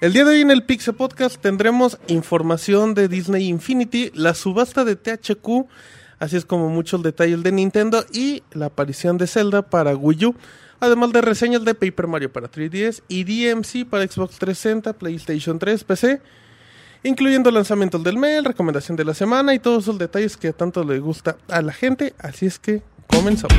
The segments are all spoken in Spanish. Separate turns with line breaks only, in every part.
El día de hoy en el Pixel Podcast tendremos información de Disney Infinity, la subasta de THQ, así es como muchos detalles de Nintendo y la aparición de Zelda para Wii U, además de reseñas de Paper Mario para 3DS y DMC para Xbox 360, PlayStation 3, PC, incluyendo lanzamientos del mail, recomendación de la semana y todos esos detalles que tanto le gusta a la gente, así es que comenzamos.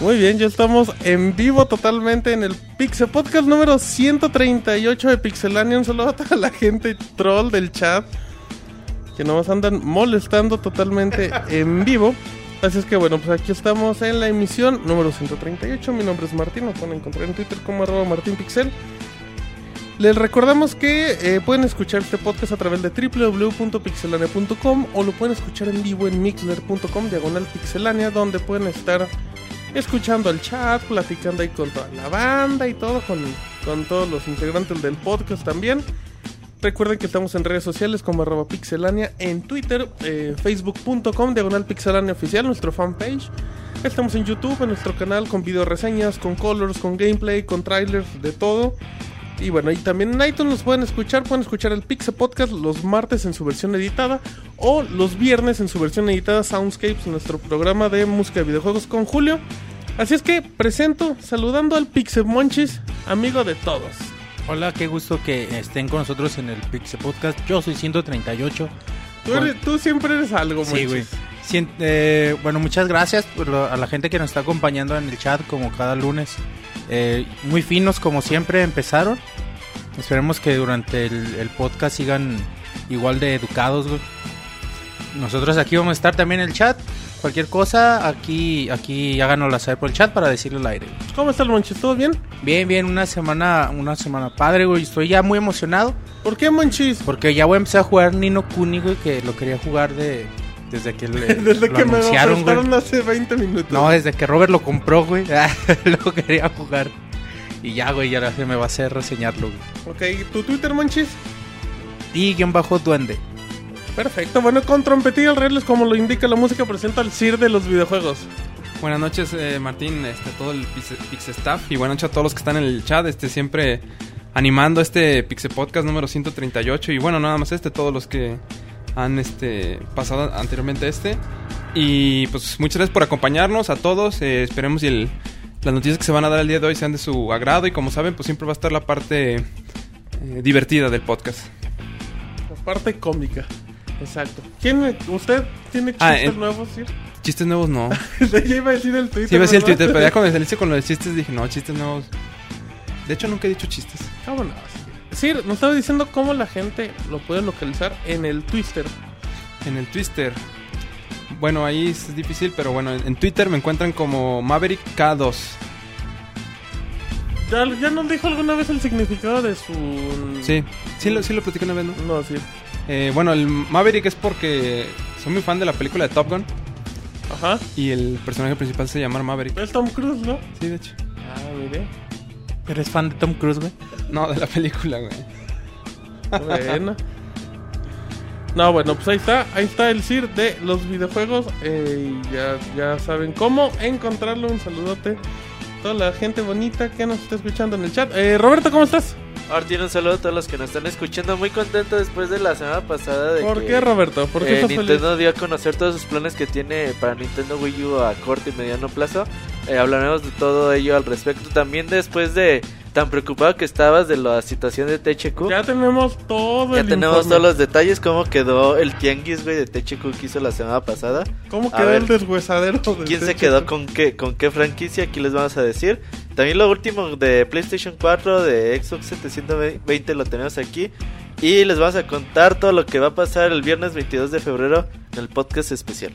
Muy bien, ya estamos en vivo totalmente en el Pixel Podcast número 138 de Pixelania. Un saludo a toda la gente troll del chat que nos andan molestando totalmente en vivo. Así es que bueno, pues aquí estamos en la emisión número 138. Mi nombre es Martín, lo pueden encontrar en Twitter como arroba martinpixel. Les recordamos que eh, pueden escuchar este podcast a través de www.pixelania.com o lo pueden escuchar en vivo en mixler.com diagonal pixelania donde pueden estar escuchando el chat, platicando ahí con toda la banda y todo, con, con todos los integrantes del podcast también. Recuerden que estamos en redes sociales como arroba pixelania en Twitter, eh, facebook.com, diagonal pixelania oficial, nuestro fanpage. Estamos en YouTube, en nuestro canal, con video reseñas, con colors, con gameplay, con trailers, de todo. Y bueno, y también en iTunes los pueden escuchar, pueden escuchar el Pixel Podcast los martes en su versión editada o los viernes en su versión editada Soundscapes, nuestro programa de música de videojuegos con Julio. Así es que presento saludando al Pixel Monchis, amigo de todos.
Hola, qué gusto que estén con nosotros en el Pixel Podcast. Yo soy 138.
Tú, eres- tú siempre eres algo,
Sí,
Monchis.
güey. Cien- eh, bueno, muchas gracias por lo- a la gente que nos está acompañando en el chat como cada lunes. Eh, muy finos como siempre empezaron. Esperemos que durante el, el podcast sigan igual de educados, güey. Nosotros aquí vamos a estar también en el chat. Cualquier cosa, aquí, aquí háganosla saber por el chat para decirle al aire. güey.
¿Cómo está el Monchis? ¿Todo bien?
Bien, bien, una semana, una semana padre, güey. Estoy ya muy emocionado.
¿Por qué, Monchis?
Porque ya voy a empezar a jugar Nino Kuni, güey, que lo quería jugar de, desde que le,
Desde
lo
que me lo
anunciaron, güey.
prestaron hace 20 minutos.
No, desde que Robert lo compró, güey, Ah, lo quería jugar. Y ya, güey, ya se me va a hacer reseñarlo, güey.
Ok, ¿tu Twitter, Monchis?
Y guión bajo duende.
Perfecto, bueno, con trompetillas reglas como lo indica la música, presenta al CIR de los videojuegos.
Buenas noches, eh, Martín, este, todo el Pix Pix Staff y buenas noches a todos los que están en el chat, este, siempre animando este Pixe Podcast número 138 y bueno, nada más este, todos los que han este, pasado anteriormente este. Y pues muchas gracias por acompañarnos a todos, eh, esperemos y el- las noticias que se van a dar el día de hoy sean de su agrado y como saben, pues siempre va a estar la parte eh, divertida del podcast.
La parte cómica. Exacto. ¿Quién, ¿Usted tiene chistes
Ah, en-
nuevos, Sir?
Chistes nuevos no.
ya iba a decir el Twitter.
Sí, iba a decir el
¿verdad?
Twitter, pero ya cuando saliste con los chistes dije, no, chistes nuevos. De hecho, nunca he dicho chistes.
Vámonos. Ah, Sir, nos estaba diciendo cómo la gente lo puede localizar en el Twitter.
En el Twitter. Bueno, ahí es difícil, pero bueno, en en Twitter me encuentran como Maverick K2.
¿Ya, ya nos dijo alguna vez el significado de su.
Sí, sí lo, sí lo platiqué una vez, ¿no?
No, Sir.
Eh, bueno, el Maverick es porque soy muy fan de la película de Top Gun
Ajá.
y el personaje principal se llama Maverick.
Es Tom Cruise, ¿no?
Sí, de hecho.
Ah, mire.
¿Eres fan de Tom Cruise, güey?
No, de la película, güey.
Bueno. No, bueno, pues ahí está, ahí está el CIR de los videojuegos. eh, y ya, ya saben cómo encontrarlo. Un saludote a toda la gente bonita que nos está escuchando en el chat. Eh, Roberto, ¿cómo estás?
Martín, un saludo a todos los que nos están escuchando. Muy contento después de la semana pasada de
¿Por
que
qué, Roberto? ¿Por qué
eh,
estás feliz?
Nintendo dio a conocer todos sus planes que tiene para Nintendo Wii U a corto y mediano plazo. Eh, hablaremos de todo ello al respecto. También después de tan preocupado que estabas de la situación de THQ.
Ya tenemos todo
ya
el
tenemos
informe.
todos los detalles, cómo quedó el tianguis, güey, de THQ que hizo la semana pasada.
¿Cómo
a
quedó
ver,
el deshuesadero? este del
¿Quién se
techo?
quedó con qué, con qué franquicia? Aquí les vamos a decir. También lo último de PlayStation 4, de Xbox 720 lo tenemos aquí. Y les vamos a contar todo lo que va a pasar el viernes 22 de febrero en el podcast especial.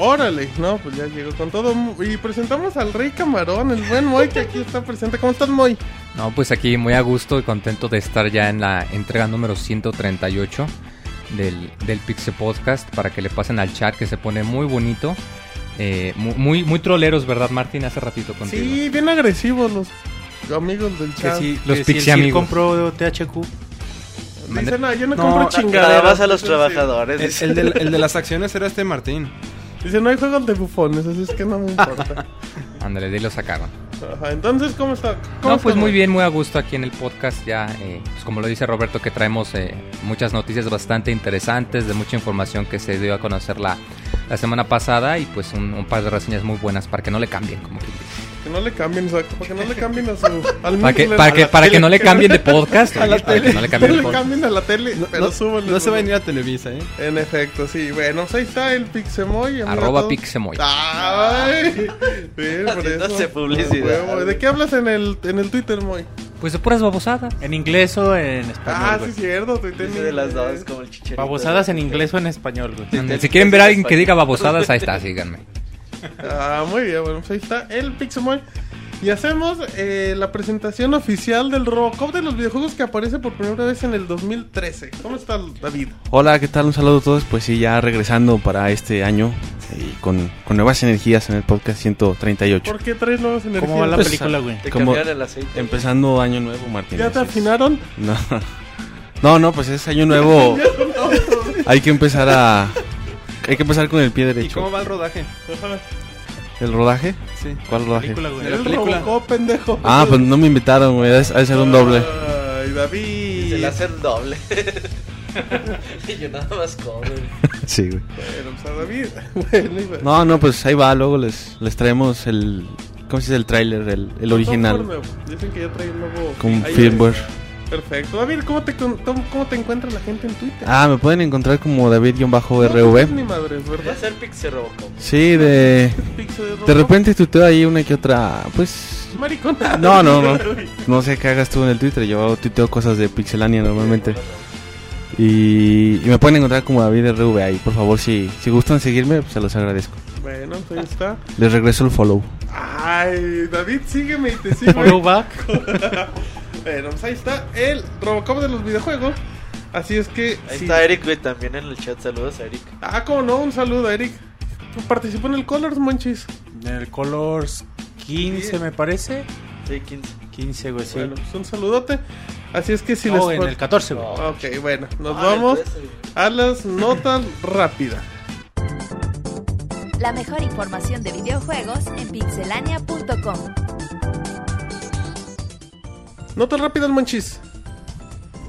Órale, no, pues ya llegó con todo. Y presentamos al Rey Camarón, el buen Moy que aquí está presente. ¿Cómo estás, Moy?
No, pues aquí muy a gusto y contento de estar ya en la entrega número 138 del, del Pixel Podcast para que le pasen al chat que se pone muy bonito. Eh, mu- muy, muy troleros, ¿verdad, Martín? Hace ratito contigo.
Sí, bien agresivos los amigos del
Que
chat.
si,
Los
que si el
pixie
Gil
amigos.
compró THQ.
Dicen, no, yo no,
No,
Ah,
compro chingaderas.
Nada más a los
Sí.
trabajadores.
El,
dice.
Eh, el de, el de las acciones era este Martín.
Dicen, no hay juegos de bufones, así es que no me importa.
Ándale, de ahí lo sacaron.
Ajá, entonces, ¿cómo está? ¿Cómo
No, pues
está?
muy bien, muy a gusto aquí en el podcast. Ya, eh, pues como lo dice Roberto, que traemos eh, muchas noticias bastante interesantes, de mucha información que se dio a conocer la, la semana pasada y pues un, un par de reseñas muy buenas para que no le cambien, como que
Que no le cambien, exacto, para que no le cambien a su... Al
para que,
Mixler.
para que,
A la
para que
tele.
no le cambien de podcast, oye, para que no le cambien de
No le
podcast.
cambien a la tele, pero
no,
súbanle,
no se va a
güey.
venir a Televisa, ¿eh?
En efecto, sí. Bueno, pues ahí está el Pixemoy. amigo,
Arroba
todo.
Pixemoy.
¡Ay! Bien, por
Ah. Haciéndose
eso.
publicidad.
Huevo. ¿De qué hablas en el, en el Twitter, Moy?
Pues de puras babosadas.
En inglés o en español.
Ah, sí,
güey.
es cierto. Twitter
Dice
en
de las
inglés.
dos, como el chicharito.
Babosadas en inglés o en español, güey.
Ándale, Si quieren ver a alguien que diga babosadas, ahí está, síganme.
Ah, muy bien. Bueno, pues ahí está el Pixemoy. Y hacemos eh, la presentación oficial del Robocop de los videojuegos que aparece por primera vez en el 2013. ¿Cómo está David?
Hola, ¿qué tal? Un saludo a todos. Pues sí, ya regresando para este año y con, con nuevas energías en el podcast 138.
¿Por qué traes nuevas energías?
¿Cómo va la
Pues,
película, güey?
Te
Como-
cambiaron el aceite.
Empezando año nuevo, Martín.
¿Ya te
Así es.
afinaron?
No. no, no, pues es año nuevo. hay que empezar a... Hay que empezar con el pie
¿Y cómo
derecho.
va el rodaje?
¿El rodaje?
Sí.
¿Cuál rodaje?
Película, güey.
De la
El
película.
Robocop, pendejo.
Ah, pues no me invitaron, güey. Ha de ha de ser un doble.
Ay, David.
Se le hace el doble. y yo nada más como.
Sí, güey.
Bueno, pues a David. Bueno, iba-
No, no, pues ahí va. Luego les, les traemos el... ¿Cómo se dice? El tráiler, el, el
Software
original.
nuevo. Dicen que ya trae un nuevo.
Con
Ahí
firmware.
es. Perfecto. David, ¿cómo te, con- tom- cómo te encuentra la gente en Twitter?
Ah, pues, me pueden encontrar como
No
David-RV.
tienes Ni madres,
Voy a
¿verdad?
hacer Pixel Robocop.
Sí, de,
Pixel
de
Robocop.
repente tuteo ahí una que otra, pues
Maricona.
No, no, no. no sé qué hagas tú en el Twitter, yo tuteo cosas de Pixelania normalmente. Y, y me pueden encontrar como David RV ahí, por favor, si, si gustan seguirme, pues se los agradezco.
Bueno, pues ahí está.
Les regreso el follow.
Ay, David, sígueme y te sigo.
Follow back.
bueno, pues ahí está el Robocop de los videojuegos. Así es que.
Ahí
si-
está Eric, güey, también en el chat. Saludos a Eric.
Ah, como no, un saludo, Eric. Participó en el Colors, monchis.
En el Colors 15, me parece.
Sí, 15.
15, güey, sí.
Bueno, pues un saludote. Así es que si
No,
les.
en el 14, güey.
Ok, bueno, nos
Ah,
vamos
el 13, güey.
a las notas rápidas.
La mejor información de videojuegos en pixelania.com.
Notas rápidas, monchis.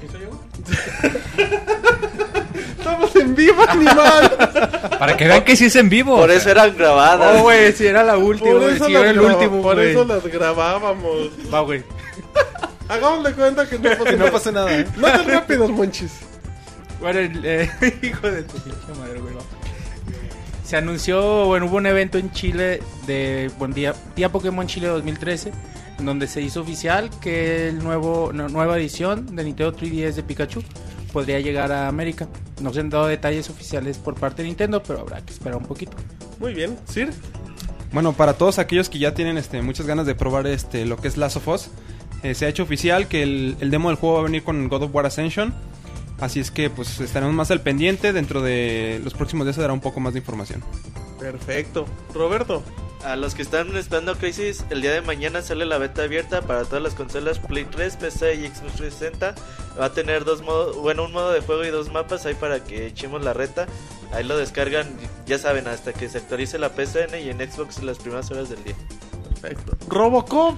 Estamos en vivo, animal.
Para que vean que sí es en vivo.
Por
o
eso
sea.
eran grabadas.
Oh, güey, si era la última,
Por
güey.
eso,
Si
las
era el
graba-
último,
por
güey.
eso las grabábamos.
Va, güey.
Hagamos de cuenta que no pasó
No
nada.
pasa nada, ¿eh?
Notas rápidas, monchis.
Bueno, el, eh, hijo de tu pinche madre, güey. no. Se anunció, bueno, hubo un evento en Chile de Buen Día, Día Pokémon Chile 2013, en donde se hizo oficial que el nuevo no, nueva edición de Nintendo 3DS de Pikachu podría llegar a América. No se han dado detalles oficiales por parte de Nintendo, pero habrá que esperar un poquito.
Muy bien, Sir.
Bueno, para todos aquellos que ya tienen este, muchas ganas de probar este, lo que es Last of Us, eh, se ha hecho oficial que el, el demo del juego va a venir con God of War Ascension. Así es que pues estaremos más al pendiente. Dentro de los próximos días se dará un poco más de información.
Perfecto. Roberto.
A los que están esperando Crisis, el día de mañana sale la beta abierta para todas las consolas Play 3, PC y Xbox 360. Va a tener dos modos, bueno, un modo de juego y dos mapas ahí para que echemos la reta. Ahí lo descargan, ya saben, hasta que se actualice la PCN y en Xbox las primeras horas del día.
Perfecto. Robocop.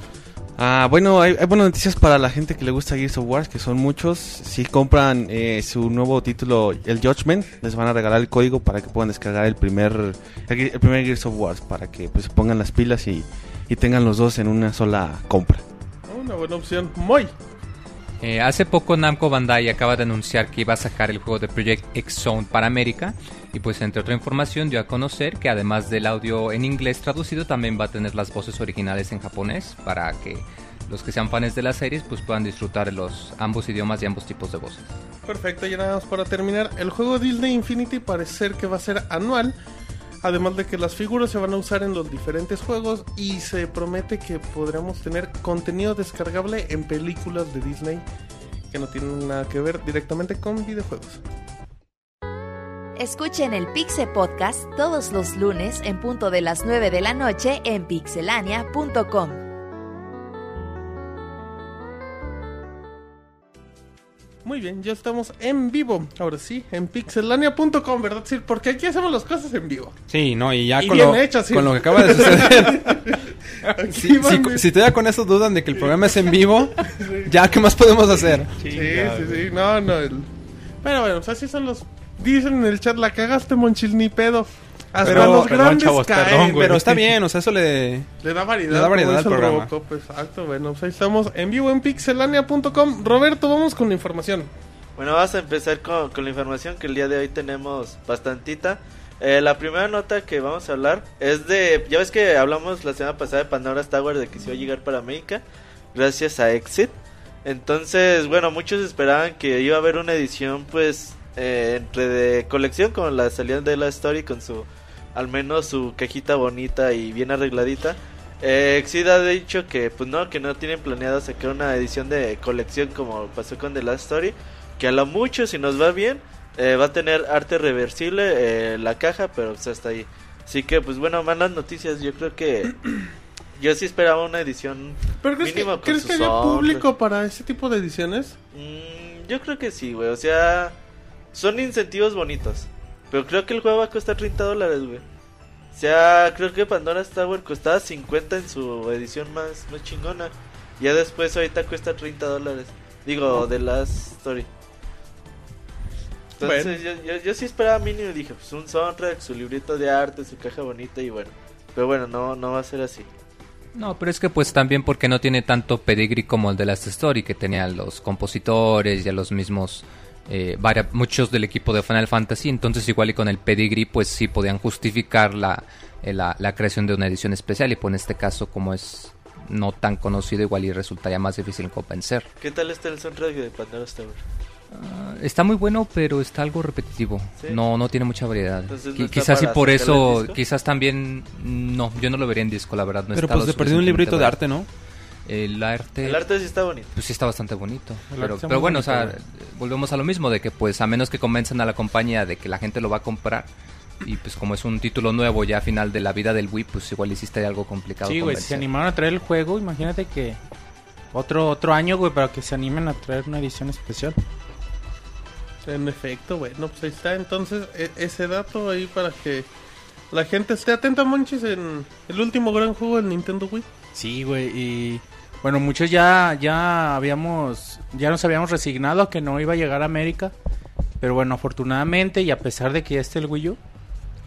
Ah, bueno, hay, hay buenas noticias para la gente que le gusta Gears of War, que son muchos. Si compran eh, su nuevo título, el Judgment, les van a regalar el código para que puedan descargar el primer, el, Ge- el primer Gears of War, para que pues, se pongan las pilas y, y tengan los dos en una sola compra.
Una buena opción. Moy.
Eh, hace poco Namco Bandai acaba de anunciar que iba a sacar el juego de Project X Zone para América y pues entre otra información dio a conocer que además del audio en inglés traducido también va a tener las voces originales en japonés para que los que sean fans de las series pues puedan disfrutar los ambos idiomas y ambos tipos de voces.
Perfecto, y nada más para terminar. El juego Disney Infinity parece ser que va a ser anual. Además de que las figuras se van a usar en los diferentes juegos y se promete que podremos tener contenido descargable en películas de Disney que no tienen nada que ver directamente con videojuegos.
Escuchen el Pixe Podcast todos los lunes en punto de las 9 de la noche en pixelania.com.
Muy bien, ya estamos en vivo. Ahora sí, en pixelania.com, ¿verdad, Sir? Porque aquí hacemos las cosas en vivo.
Sí, no, y ya
Y
con,
bien
lo,
hecho, sí.
con lo que acaba de suceder.
Aquí
si,
van
si-
bien.
si todavía con eso dudan de que el programa es en vivo, ya, ¿qué más podemos hacer?
Sí, sí, sí, no, no. el- Pero bueno, pues así son los. Dicen en el chat, la cagaste, Monchil, ni pedo. Hasta
Pero-
los
perdón,
grandes
chavos,
caen.
perdón,
pero
Pero está bien, o sea, eso le...
Le da variedad.
Le da
como
variedad al
dice el
programa.
Robocop, exacto, bueno, pues ahí estamos en vivo en pixelania.com. Roberto, vamos con la información.
Bueno, vas a empezar con, con la información que el día de hoy tenemos bastantita. Eh, la primera nota que vamos a hablar es de... Ya ves que hablamos la semana pasada de Pandora's Tower de que se iba a llegar para América gracias a Exit. Entonces, bueno, muchos esperaban que iba a haber una edición pues eh, entre de colección con la salida de la Story con su... Al menos su cajita bonita y bien arregladita. Eh, Exit ha dicho que pues no, que no tienen planeado sacar una edición de colección como pasó con The Last Story que a lo mucho, si nos va bien, eh, va a tener arte reversible eh, la caja, pero pues, hasta ahí. Así que, pues bueno, malas noticias. Yo creo que. yo sí esperaba una edición.
¿Pero crees que,
Mínimo con
¿crees
su
que había
sombra.
público para ese tipo de ediciones?
mm, yo creo que sí, güey. O sea, son incentivos bonitos. Pero creo que el juego va a costar 30 dólares, güey. O sea, creo que Pandora's Tower costaba 50 en su edición más, más chingona. Ya después, ahorita cuesta 30 dólares. Digo, de Last Story. Entonces, yo, yo, yo sí esperaba mínimo. Dije, pues un soundtrack, su librito de arte, su caja bonita y bueno. Pero bueno, no, no va a ser así.
No, pero es que pues también porque no tiene tanto pedigrí como el de Last Story, que tenía a los compositores y a los mismos, eh, varia- muchos del equipo de Final Fantasy, entonces igual y con el pedigrí pues sí podían justificar la, eh, la, la creación de una edición especial y pues en este caso como es no tan conocido igual y resultaría más difícil convencer.
¿Qué tal está el soundtrack de Pandora's Tower?
Ah, Está muy bueno, pero está algo repetitivo.
Sí.
No, no tiene mucha variedad.
Entonces, ¿no
Qui-
está
quizás y
para
por
sacarlo en
eso,
disco?
quizás también, no, yo no lo vería en disco, la verdad. No
pero
está
pues
lo
de perdido un
suficientemente
librito de
variado.
arte, ¿no?
El arte...
El arte sí está bonito.
Pues sí está bastante bonito.
El arte
Pero,
está
pero
muy
bueno, o sea,
bonito,
volvemos a lo mismo, de que pues a menos que convenzan a la compañía de que la gente lo va a comprar, y pues como es un título nuevo ya a final de la vida del Wii, pues igual hiciste algo complicado.
Sí, güey, si se
convencer.
animaron a traer el juego, imagínate que otro otro año, güey, para que se animen a traer una edición especial.
En efecto, bueno, pues ahí está. Entonces, e- ese dato ahí para que la gente esté atenta, Monchis, en el último gran juego del Nintendo Wii.
Sí, güey, y bueno, muchos ya ya habíamos ya nos habíamos resignado a que no iba a llegar a América, pero bueno, afortunadamente y a pesar de que ya esté el Wii U,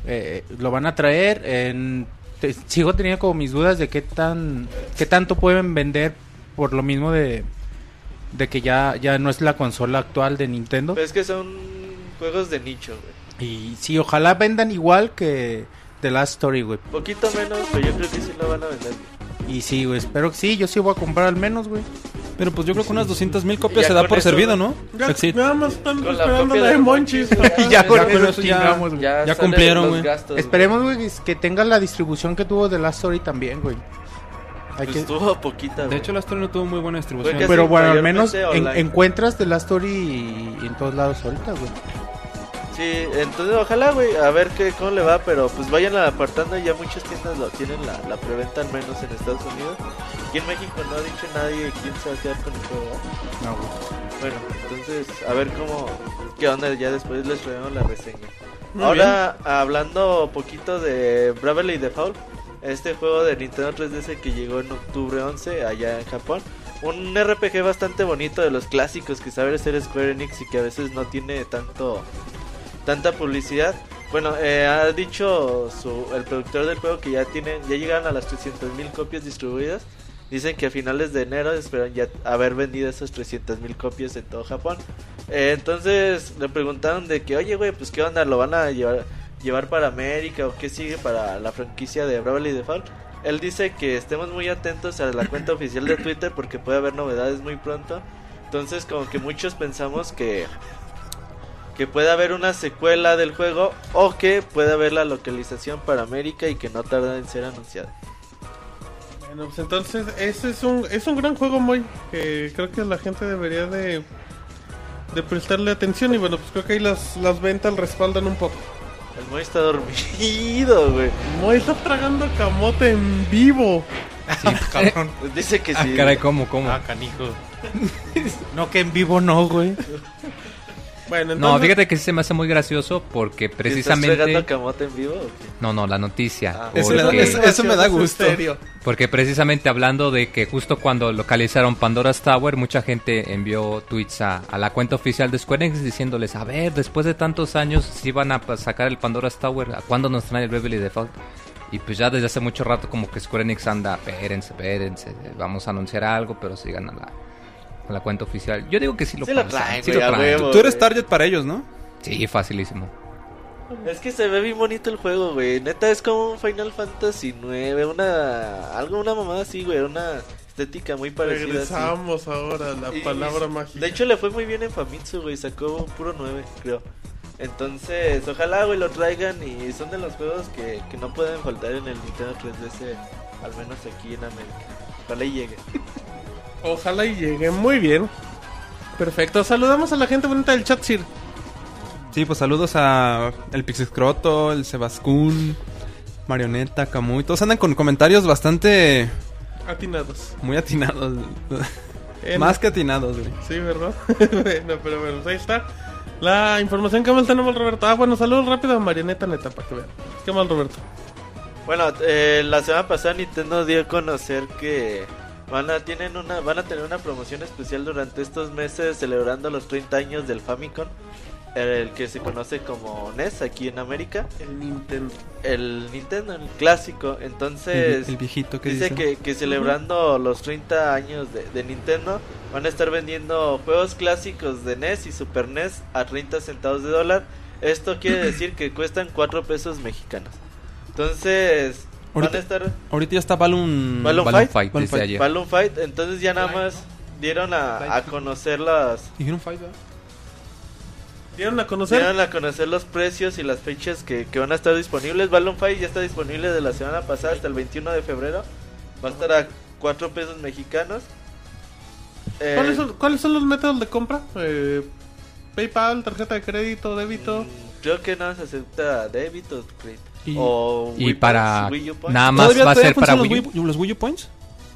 eh, lo van a traer en- te- sigo teniendo como mis dudas de qué tan qué tanto pueden vender por lo mismo de de que ya ya no es la consola actual de Nintendo.
Pero es que son juegos de nicho, güey.
Y sí, ojalá vendan igual que The Last Story, güey.
Poquito menos, pero yo creo que sí lo van a vender.
Y sí, güey, espero que sí, yo sí voy a comprar al menos, güey.
Pero pues yo creo que unas 200 mil
Y
copias
ya
se da
con
por
eso,
servido,
¿no?
¿no?
Ya,
Exit.
nada más están
Con la
esperando
copia
la de
de
Monchis.
Monchis.
Y ya con
Ya con
eso
eso ya-
chingamos, güey.
Ya
salen
cumplieron,
los
güey.
gastos, güey.
Esperemos, güey, que- que tenga la distribución que tuvo The Last Story también, güey. Hay
Pues
que-
estuvo poquita,
De
güey.
hecho, la Story no tuvo muy buena distribución.
Fue que-
Pero bueno, al
mayormente
menos en-
online.
encuentras The Last Story en todos lados ahorita, güey.
Sí, entonces ojalá, güey, a ver qué, cómo le va, pero pues vayan apartando. Ya muchas tiendas lo tienen la, la preventa, al menos en Estados Unidos. Aquí en México no ha dicho nadie quién se va a quedar con el juego. ¿verdad?
No, güey.
Bueno, entonces, a ver cómo, qué onda, ya después les traemos la reseña.
Muy
Ahora, hablando poquito de Bravely Default, este juego de Nintendo 3DS que llegó en octubre 11 allá en Japón. Un RPG bastante bonito de los clásicos que sabe hacer Square Enix y que a veces no tiene tanto tanta publicidad. Bueno, eh, ha dicho su- el productor del juego que ya tienen ya llegaron a las 300.000 copias distribuidas. Dicen que a finales de enero esperan ya haber vendido esas 300.000 copias en todo Japón. Eh, entonces le preguntaron de que, oye, güey, pues qué onda, lo van a llevar, llevar para América o qué sigue para la franquicia de Bravely Default. Él dice que estemos muy atentos a la cuenta oficial de Twitter porque puede haber novedades muy pronto. Entonces como que muchos pensamos que que pueda haber una secuela del juego o que pueda haber la localización para América y que no tarda en ser anunciada.
Bueno, pues entonces ese es un, es un gran juego muy que creo que la gente debería de, de prestarle atención y bueno, pues creo que ahí las, las ventas respaldan un poco.
El Moy está dormido, güey.
Moy está tragando camote en vivo.
Sí, cabrón.
Pues Dice que
Ah,
sí.
caray, ¿cómo, cómo?
Ah, canijo. no, que en vivo no, güey.
Bueno, entonces,
no, fíjate que sí se me hace muy gracioso porque
¿Estás fregando
precisamente...
camote en vivo? o qué?
No, no, la noticia.
Ah.
porque,
Eso
le da- eso- eso me da
es en
gusto.
serio.
porque precisamente hablando de que justo cuando localizaron Pandora's Tower, mucha gente envió tweets a, a la cuenta oficial de Square Enix diciéndoles, a ver, después de tantos años, si van a pa- sacar el Pandora's Tower, ¿a cuándo nos traen el Beverly Default? Y pues ya desde hace mucho rato como que Square Enix anda, espérense, espérense, vamos a anunciar algo, pero sigan a la, a la cuenta oficial. Yo digo que sí lo
Sí lo
pasan,
traen,
sí
güey,
lo
a
traen.
huevo.
Tú eres target para ellos, ¿no?
Sí, facilísimo.
Es que se ve bien bonito el juego, güey. Neta, es como un Final Fantasy 9, una... Algo, una mamada así, güey. Una estética muy parecida. así.
Regresamos ahora a la
Y-
palabra
y-
mágica.
De hecho, le fue muy bien en Famitsu, güey. Sacó un puro 9, creo. Entonces, ojalá, güey, lo traigan. Y son de los juegos que, que no pueden faltar en el Nintendo 3DS. Al menos aquí en América. Ojalá y llegue.
Ojalá y llegue muy bien. Perfecto, saludamos a la gente bonita del chat, Sir.
Sí, pues saludos a el Pixescroto, el Sebascún, Marioneta, Camuy. Todos andan con comentarios bastante...
Atinados.
Muy atinados.
En-
Más que atinados, güey.
Sí, ¿verdad? bueno, pero bueno, pues ahí está. La información que más tenemos, Roberto. Ah, bueno, saludos rápido a Marioneta Neta para que vean. ¿Qué mal, Roberto?
Bueno, eh, la semana pasada Nintendo dio a conocer que van a, tienen una, van a tener una promoción especial durante estos meses celebrando los 30 años del Famicom, el que se conoce como NES aquí en América,
El Nintendo.
el Nintendo, el clásico. Entonces,
El, el viejito que
dice
dice.
que, que celebrando los 30 años de, de Nintendo van a estar vendiendo juegos clásicos de NES y Super NES a 30 centavos de dólar. Esto quiere decir que cuestan 4 pesos mexicanos. Entonces, van
Ahorita-
a estar
Ahorita ya está Balloon...
Balloon
Balloon
Fight?
Fight,
Balloon
desde
Fight.
ayer.
Balloon Fight, entonces ya nada más dieron a, a conocer las
Dijeron Fight, ¿verdad?
¿Dieron a conocer?
dieron a conocer los precios y las fechas que, que van a estar disponibles. Balloon Fight ya está disponible de la semana pasada hasta el 21 de febrero. Va a estar a 4 pesos mexicanos. Eh,
¿Cuáles, son, cuáles son los métodos de compra? Eh, PayPal, tarjeta de crédito, débito.
mm, Creo que no se acepta débito o crédito.
Y-
o
Y
Wii
para
Points, Wii U Points.
nada más
¿Todavía-
va a
todavía
ser para
funcionan
Wii U.
los Wii, los Wii U Points?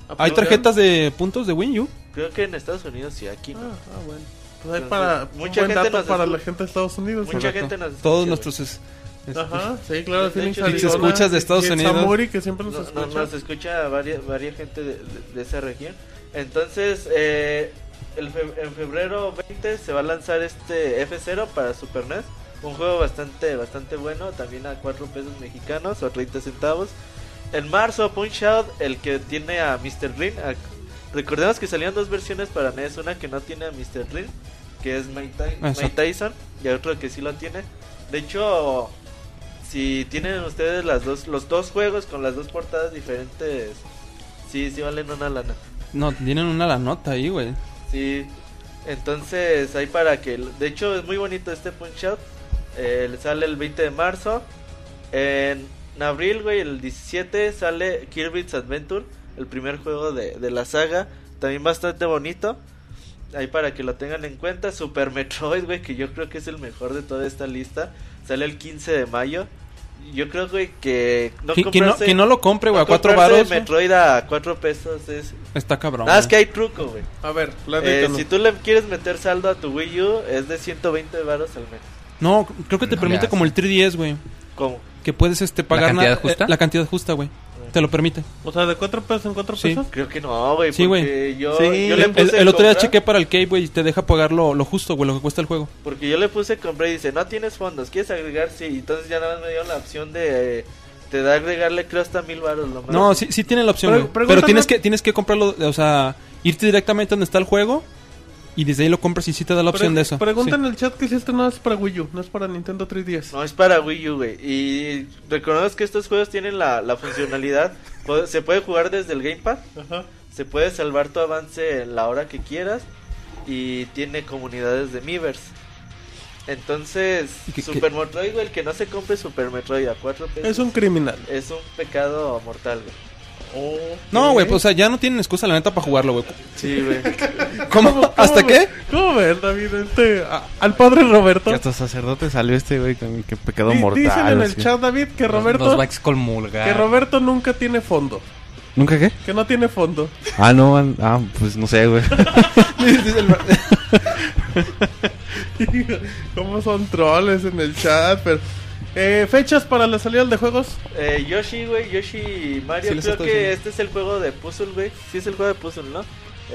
Ah,
¿Hay
pues,
tarjetas de puntos de Wii U?
Creo que en Estados Unidos sí, aquí no.
Ah, ah, bueno. Pues ahí para,
Entonces,
mucha
mucha gente
dato
nos
para
escu-
la gente de Estados Unidos.
Mucha
Correcto.
gente nos escucha,
pues, Todos
güey.
nuestros... es- es-
Ajá, sí, claro.
De
Phoenix,
hecho, si se
Arizona,
escuchas de Estados
Kid
Unidos.
Samuri, que siempre nos
No- no-
escucha.
nos escucha varias varia gente de, de- de esa región. Entonces, eh, el fe- en febrero 20 se va a lanzar este F0 para Super NES. Un juego bastante bastante bueno, también a 4 pesos mexicanos o a 30 centavos. En marzo, Punch Out, el que tiene a Mr. Green. a- recordemos que salieron dos versiones para NES: una que no tiene a Mr. Green, que es Mike, Ty-
Ah, sí.
Mike Tyson, y otro que sí lo tiene. De hecho, si tienen ustedes las dos, los dos juegos con las dos portadas diferentes, sí, sí valen una lana.
No, tienen una la nota ahí, güey.
Sí, entonces hay para que. De hecho, es muy bonito este Punch Out. Eh, le sale el 20 de marzo. En, en abril, güey, el 17 sale Kirby's Adventure, el primer juego de, de la saga. También bastante bonito. Ahí para que lo tengan en cuenta. Super Metroid, güey, que yo creo que es el mejor de toda esta lista. Sale el 15 de mayo. Yo creo, güey, que no
Que- que, no,
comprarse-
que no lo compre, güey,
no
a cuatro
comprarse
varos. ¿eh? güey.
Metroid a 4 pesos es.
Está cabrón.
Nada, es que
güey.
hay truco, güey.
A ver,
Eh,
platícanos.
si tú le quieres meter saldo a tu Wii U, es de 120 baros al mes.
No, creo que te
No le
permite
hace.
como el 3DS, güey.
¿Cómo?
Que puedes este, pagar
cantidad
na-
justa?
eh, la cantidad justa, güey. Te lo permite.
O sea, de 4 pesos en 4
Sí.
pesos.
Creo que Pues, no, güey.
Sí, güey.
porque Yo,
Sí,
yo le
El,
puse
el otro día
comprar-
chequé para el Cape, güey, y te deja pagar lo, lo justo, güey, lo que cuesta el juego.
Porque yo le puse comprar y dice, no tienes fondos, ¿quieres agregar? Sí, entonces ya nada más me dio la opción de... eh, te da agregarle, creo, hasta mil baros lo más.
No, sí, sí tiene la opción,
Pre-
güey.
pregúntale-
Pero tienes que, tienes que comprarlo, o sea, irte directamente donde está el juego y desde ahí lo compras y sí te da la opción
Pre-
de eso.
Pregunta
Sí.
en el chat que si esto no es para Wii U, no es para Nintendo 3DS.
No, es para Wii U, güey. Y recordemos que estos juegos tienen la, la funcionalidad. po- Se puede jugar desde el gamepad.
Ajá.
Se puede salvar tu avance en la hora que quieras. Y tiene comunidades de Miiverse. Entonces,
¿Y qué-
Super Metroid, güey, el que no se compre Super Metroid a 4 pesos
Es un criminal.
es un pecado mortal, güey.
No, güey, pues, o sea, ya no tienen excusa, la neta, para jugarlo, güey.
Sí, güey.
¿Cómo? ¿Hasta
ve-
qué?
¿Cómo ver, David? Este, a- al padre Roberto.
Que hasta sacerdote salió este güey con que pecado
Di-
mortal.
Dicen en el
así.
chat, David, que
Nos
Roberto,
va a excomulgar.
que Roberto nunca tiene fondo.
¿Nunca qué?
Que no tiene fondo.
Ah, no, an- ah, pues no sé, güey.
¿Cómo son troles en el chat? Pero, eh, Fechas para la salida de juegos.
Eh, Yoshi, güey, Yoshi y Mario,
Sí, les
creo que
estoy diciendo.
este es el juego de puzzle, güey. Sí es el juego de puzzle, ¿no?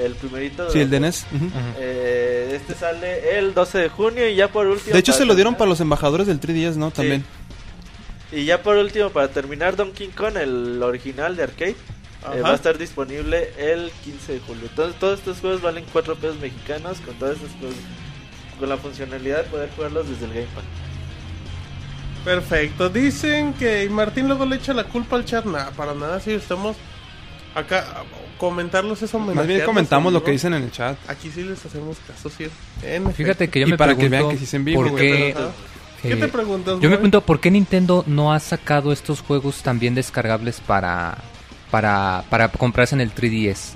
El primerito.
Sí, el de NES. ujú.
Eh, este sale el 12 de junio y ya por último...
De hecho, se lo dieron para
terminar-
los embajadores del 3DS, ¿no? También.
Y ya por último, para terminar, Donkey Kong, el original de arcade, eh,
Ajá.
va a estar disponible el 15 de julio. Entonces, todos estos juegos valen 4 pesos mexicanos con todas estas cosas. Con la funcionalidad de poder jugarlos desde el Game Pass.
Perfecto. Dicen que Martín luego le echa la culpa al chat. Nada, para nada. Si estamos acá, a- comentarlos es
Más bien
Pues,
homenajearlos,
comentamos lo
amigo.
que dicen en el chat.
Aquí sí les hacemos caso, sí. En
Fíjate
efecto.
que yo
Y
me
para que
pregunto
vean que sí es en vivo,
por
güey,
qué...
Ajá.
eh,
¿Qué te preguntas?
Yo me
güey?
pregunto por qué Nintendo no ha sacado estos juegos también descargables para para para comprarse en el 3DS.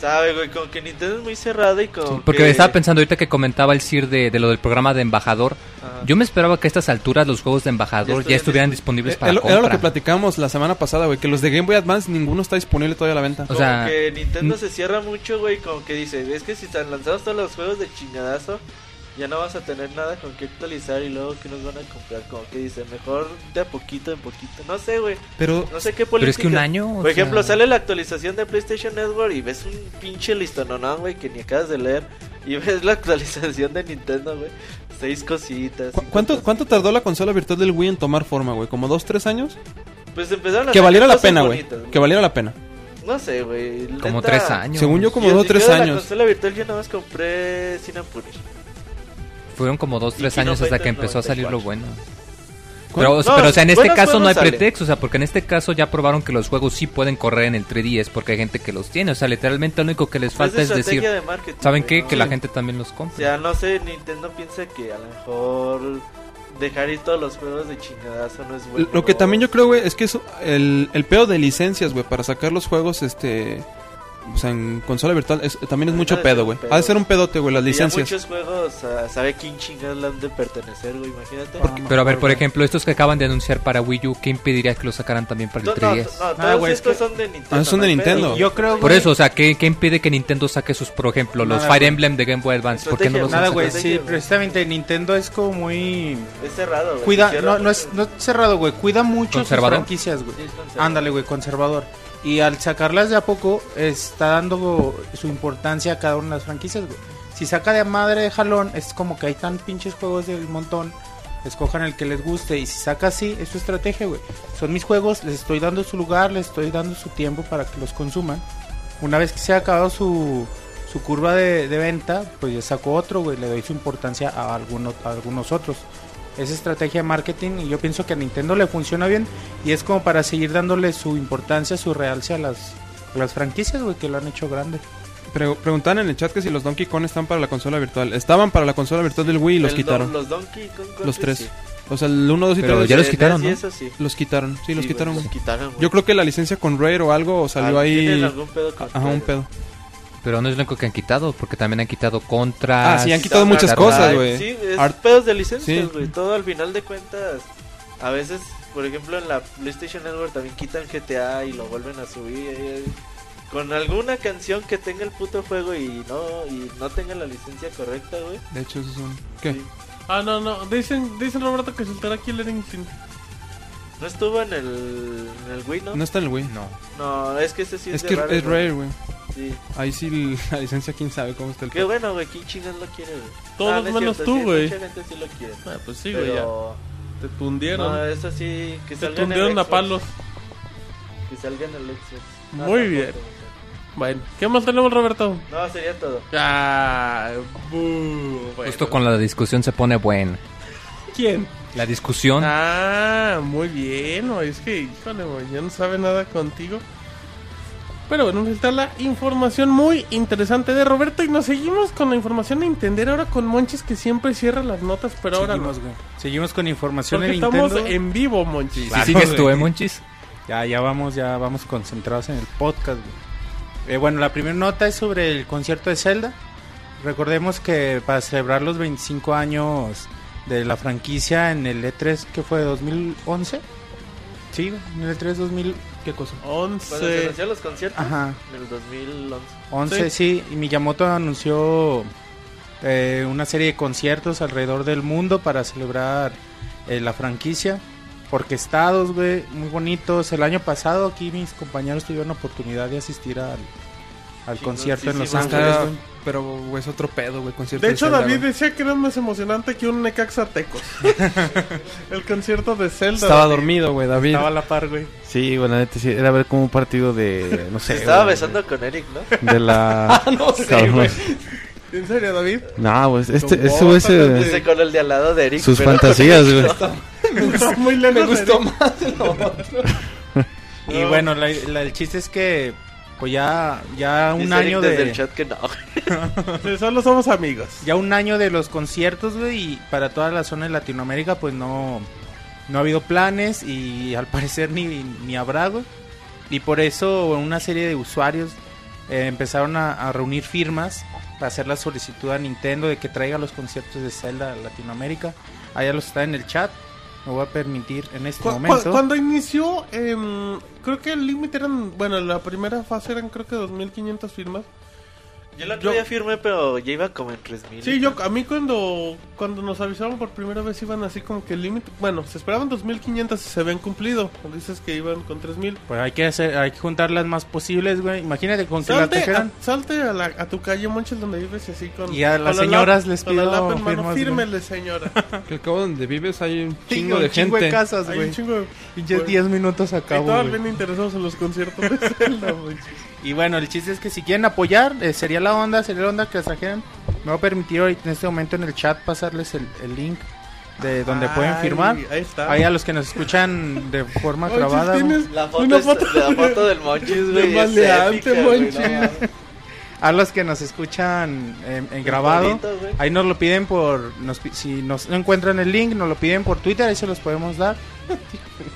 Sabe, güey, como que Nintendo es muy cerrada y como.
Porque
que-
estaba pensando ahorita que comentaba el Sir de, de lo del programa de embajador.
Ajá.
Yo me esperaba que a estas alturas los juegos de
Ya
embajador
estuvieran
ya estuvieran disponibles
Eh,
para
era
compra.
era lo que platicamos la semana pasada, güey, que los de Game Boy Advance ninguno está disponible todavía a la venta.
O
Como
sea,
que Nintendo se cierra mucho, güey, como que dice, es que si están lanzados todos los juegos de chingadazo, ya no vas a tener nada con qué actualizar y luego que nos van a comprar, como que dice, mejor de a poquito en poquito, no sé, güey,
Pero
no sé qué política.
pero es que un año. o
Por ejemplo,
sea,
sale la actualización de PlayStation Network y ves un pinche listononón, güey, que ni acabas de leer, y ves la actualización de Nintendo, güey, seis cositas.
¿cu-
cinco
¿cuánto,
cosas.
¿cuánto tardó la consola virtual del Wii en tomar forma, güey? ¿Como dos, tres años?
Pues empezaron a
Que
sacar
valiera la
cosas
pena, güey.
bonitas,
Que valiera la pena.
No sé, güey.
como
neta,
tres años.
Según yo, como
yo-
dos o
yo
tres
de La
años.
consola virtual yo nada más compré Sin Apurish.
fueron como dos
y
tres
Kino
años hasta que
Fighters
empezó a salir lo
94.
bueno. Pero,
¿Cuál?
o sea, pero, o sea, en este
buenos
caso no
juegos
hay
salen.
pretexto, o sea, porque en este caso ya probaron que los juegos sí pueden correr en el 3DS porque hay gente que los tiene, o sea, literalmente lo único que les falta es decir,
estrategia de marketing,
¿saben
güey,
qué?
¿no?
Que la
Sí.
gente también los
O
compre.
sea, no sé, Nintendo piensa que a lo mejor dejar ir todos los juegos de chingadazo no es bueno.
Lo que también yo creo, güey, es que eso, el, el pedo de licencias, güey, para sacar los juegos, este... O sea, en consola virtual es- también es
Ha
mucho
de ser
pedo,
Ah, un
güey.
pedo.
Ha de ser un pedote, güey, las
Y ya
licencias.
muchos juegos, ah, sabe quién chingados le han de pertenecer, güey, imagínate.
Pero a ver, por ejemplo, estos que acaban de anunciar para Wii U, ¿qué impediría que los sacaran también para
No,
el
no, no,
3DS?
todos
Ah, güey, es
estos
que-
son de Nintendo.
Ah, son de
no hay pedo.
Nintendo.
Yo creo,
Por
güey,
eso, o sea, ¿qué, qué impide que Nintendo saque sus, por ejemplo, los
Nada,
Fire
güey.
Emblem de Game Boy Advance? ¿Por qué no los
Estrategia,
Nada,
han
güey,
sacado?
sí, precisamente Nintendo es como muy...
Es cerrado, güey.
Cuida,
cierra
no, no es no es cerrado, güey, cuida mucho sus
Conservador.
franquicias, güey.
Sí, es conservador.
Ándale, güey, conservador. Y al sacarlas de a poco, está dando su importancia a cada una de las franquicias, güey. Si saca de a madre de jalón, es como que hay tan pinches juegos del montón. Escojan el que les guste. Y si saca así, es su estrategia, güey. Son mis juegos, les estoy dando su lugar, les estoy dando su tiempo para que los consuman. Una vez que se ha acabado su, su curva de, de venta, pues ya saco otro, güey. Le doy su importancia a, alguno- a algunos otros. Es estrategia de marketing y yo pienso que a Nintendo le funciona bien. Y es como para seguir dándole su importancia, su realce a las, a las franquicias, güey, que lo han hecho grande.
Pre- preguntaban en el chat que si los Donkey Kong están para la consola virtual. Estaban para la consola virtual del Wii y los
El
quitaron.
don- los Donkey Kong Country,
Los tres.
sí.
O sea, el 1, 2 y
Pero
3
ya los
De
quitaron,
NES y
¿no?
eso sí.
los quitaron. Sí, los
güey,
quitaron.
Los
güey.
quitaron, güey.
Yo creo que la licencia con Rare o algo salió
Ah,
ahí.
¿tienen algún pedo con
Ajá, un pedo.
Pero no es lo único que han quitado, porque también han quitado Contra.
Ah, sí, han quitado muchas
Dark
cosas,
Knight.
güey.
Sí, es
Art-
pedos de licencias,
Sí.
güey. Todo al final de cuentas. A veces, por ejemplo, en la PlayStation Network también quitan GTA y lo vuelven a subir. eh, con alguna canción que tenga el puto juego y no, y no tenga la licencia correcta, güey.
De hecho, eso es un. ¿Qué?
Sí.
Ah, no, no. Dicen, dicen Roberto que soltará Killer Instinct.
No estuvo en el, en el Wii, ¿no?
No está en el Wii.
No.
No, es que ese sí es,
Es
de
que
Rare,
es
güey.
Rare, güey.
Sí.
Ahí sí l- la licencia, quién sabe cómo está el
Qué
pedo.
bueno, güey. ¿Quién chingas lo quiere, güey?
Todos
es
menos
cierto,
tú,
sí,
güey.
Mucha gente sí lo quiere.
Ah, pues sí, güey. ya.
pero.
Te tundieron.
No, eso sí.
te
Que salga en el
tundieron a
Xbox,
palos.
Que salga en el Xbox.
Muy
tampoco,
bien.
güey.
Bueno, ¿qué más tenemos, Roberto?
No, sería todo.
Ah, buh, bueno.
Justo con la discusión se pone buena.
¿Quién?
La discusión.
Ah,
Ah, muy bien. güey, Es que, híjole, güey, ya no sabe nada contigo. Pero bueno, está la información muy interesante de Roberto y nos seguimos con la información de entender ahora con Monchis que siempre cierra las notas, pero ahora no.
Seguimos, güey. Seguimos con información
Porque
de
estamos
Nintendo.
en vivo, Monchis.
Claro,
si sigues
güey.
tú, ¿eh, Monchis?
Ya, ya vamos, ya vamos concentrados en el podcast, güey. Eh, bueno, la primera nota es sobre el concierto de Zelda. Recordemos que para celebrar los 25 años de la franquicia en el E3, que fue 2011. Sí, güey, en el E E3 2000, ¿qué cosa?
Cuando se
11.
anunció los conciertos
Ajá.
en el 2011.
11, sí. y Miyamoto anunció eh, una serie de conciertos alrededor del mundo para celebrar eh, la franquicia. Orquestados, güey, muy bonitos. El año pasado aquí mis compañeros tuvieron la oportunidad de asistir al, al concierto en Los
Chingoncísimo.
Ángeles,
Está-
güey.
pero, güey, es otro pedo, güey, concierto
De hecho,
Zelda,
David
güey.
decía que era más emocionante que un Necaxa Tecos. El concierto de Zelda.
Estaba dormido, güey, David.
Estaba a la par, güey.
Sí, bueno, la neta sí, era ver como un partido de, no sé.
Se estaba
güey,
besando con Eric, ¿no?
De la...
Ah, No sé,
Cabrón.
güey. ¿En serio, David?
No, pues este,
Tu
ese güey se-
botas,
Dice con el de al lado de Eric.
Sus
pero-
fantasías, güey.
Me gustó muy lejos.
Me gustó
Eric.
más.
Y bueno, la- la- el chiste es que pues ya, ya un
Dice Eric
año
desde
de...
el chat que no.
Sí, Solo somos amigos.
ya un año de los conciertos, güey, y para toda la zona de Latinoamérica, pues no, no ha habido planes y al parecer ni, ni habrá, güey. Y por eso una serie de usuarios eh, empezaron a, a reunir firmas para hacer la solicitud a Nintendo de que traiga los conciertos de Zelda a Latinoamérica. Allá los está en el chat, me voy a permitir en este
Cu- cu-
momento.
Cuando inició, em, creo que el límite eran, bueno, la primera fase eran creo que 2.500 firmas.
Yo la
Yo-
otro día firmé, pero ya iba como en 3000.
Sí, yo a mí cuando cuando nos avisaron por primera vez iban así como que el límite, bueno, se esperaban 2.500 y se habían cumplido. Dices que iban con 3.000.
Pues hay que hacer, hay que juntar las más posibles, güey. Imagínate con que la
Salte, a,
trajeran.
salte a, la- a tu calle, Monchel, donde vives y así con...
Y a
con
las
la
señoras les
con la
pido
lap en mano,
firmas, güey.
fírmele, señora.
Que al cabo donde vives hay un
Sí,
chingo
un
de
chingo
gente.
de casas,
Hay un
güey.
chingo de...
Pinches
güey.
10 minutos
Y
acabo,
todos
güey.
bien interesados en los conciertos de Zelda, Monchil.
Y bueno, el chiste es que si quieren apoyar, eh, sería la onda, sería la onda que las trajeran. Me voy a permitir ahorita en este momento en el chat pasarles el, el link de donde pueden
Ay,
firmar.
ah.
Ahí está.
Ahí a los que nos escuchan de forma
Monchil,
grabada. güey.
tienes
La foto,
una
es-
foto
la
de-
foto del Monchis,
de
güey. es
maleante,
épica, güey,
Monchis.
no mames.
A los que nos escuchan en, en grabado.
bonito, güey.
Ahí nos lo piden por. Nos, pi- si nos no encuentran el link, nos lo piden por Twitter, ahí se los podemos dar.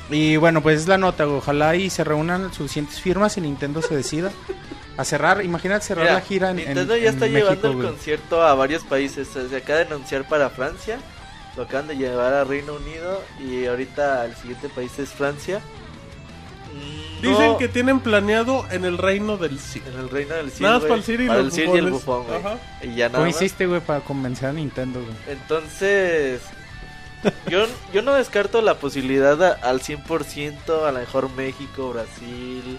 Y bueno, pues es la nota, güey. ojalá y se reúnan suficientes firmas y Nintendo se decida a cerrar. Imagínate cerrar
Mira,
la gira en, en-
Nintendo ya
en
está
México,
llevando el
güey.
concierto a varios países. Se se acaba de anunciar para Francia. Lo acaban de llevar a Reino Unido. Y ahorita el siguiente país es Francia. Mm,
Dicen
no,
que tienen planeado en el reino del Cid.
En el reino del Cid.
Nada más
güey.
para el Cid y
Para
los
el Cid y el
bufones.
bufón, güey.
Ajá.
Y ya nada
¿Cómo
más.
hiciste, güey, para convencer a Nintendo, güey?
Entonces, yo, yo no descarto la posibilidad a- al 100%, a lo mejor México, Brasil,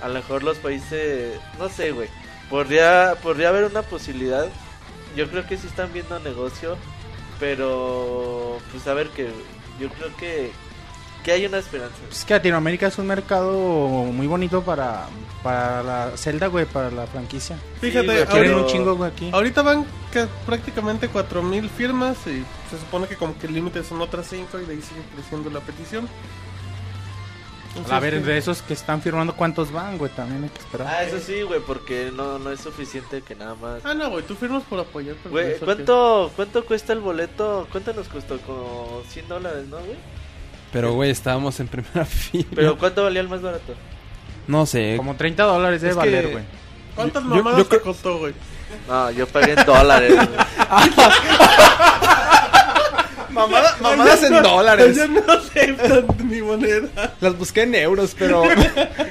a lo mejor los países, no sé, güey. Podría, podría haber una posibilidad. Yo creo que sí están viendo negocio, pero pues a ver que yo creo que, que hay una esperanza.
Pues Es que Latinoamérica es un mercado muy bonito para, para la Zelda, güey, para la franquicia.
güey,
Fíjate,
Quieren
ahorita,
un chingo, güey,
Ah,
aquí.
ahorita van ca- prácticamente 4000 firmas y se supone que como que el límite son otras 5 y de ahí sigue creciendo la petición. Entonces,
A ver,
sí.
de esos que están firmando, ¿cuántos van, güey? También hay que esperar.
Ah, eso sí, güey, porque no, no es suficiente que nada más.
Ah, pues, no, güey, tú firmas por apoyar. pero
Güey,
eso
¿cuánto, ¿cuánto cuesta el boleto? ¿Cuánto nos costó? Como 100 dólares, ¿no, güey?
Pero, güey, estábamos en primera fila.
Pero ¿cuánto valía el más barato?
no sé.
Como 30 dólares debe
Es que-
valer, güey.
que- ¿Cuántas
yo-
mamadas
yo creo-
te costó, güey?
No, yo pagué en dólares. güey. Ah,
mamadas en dólares.
Yo no aceptan ni moneda.
Las busqué en euros, pero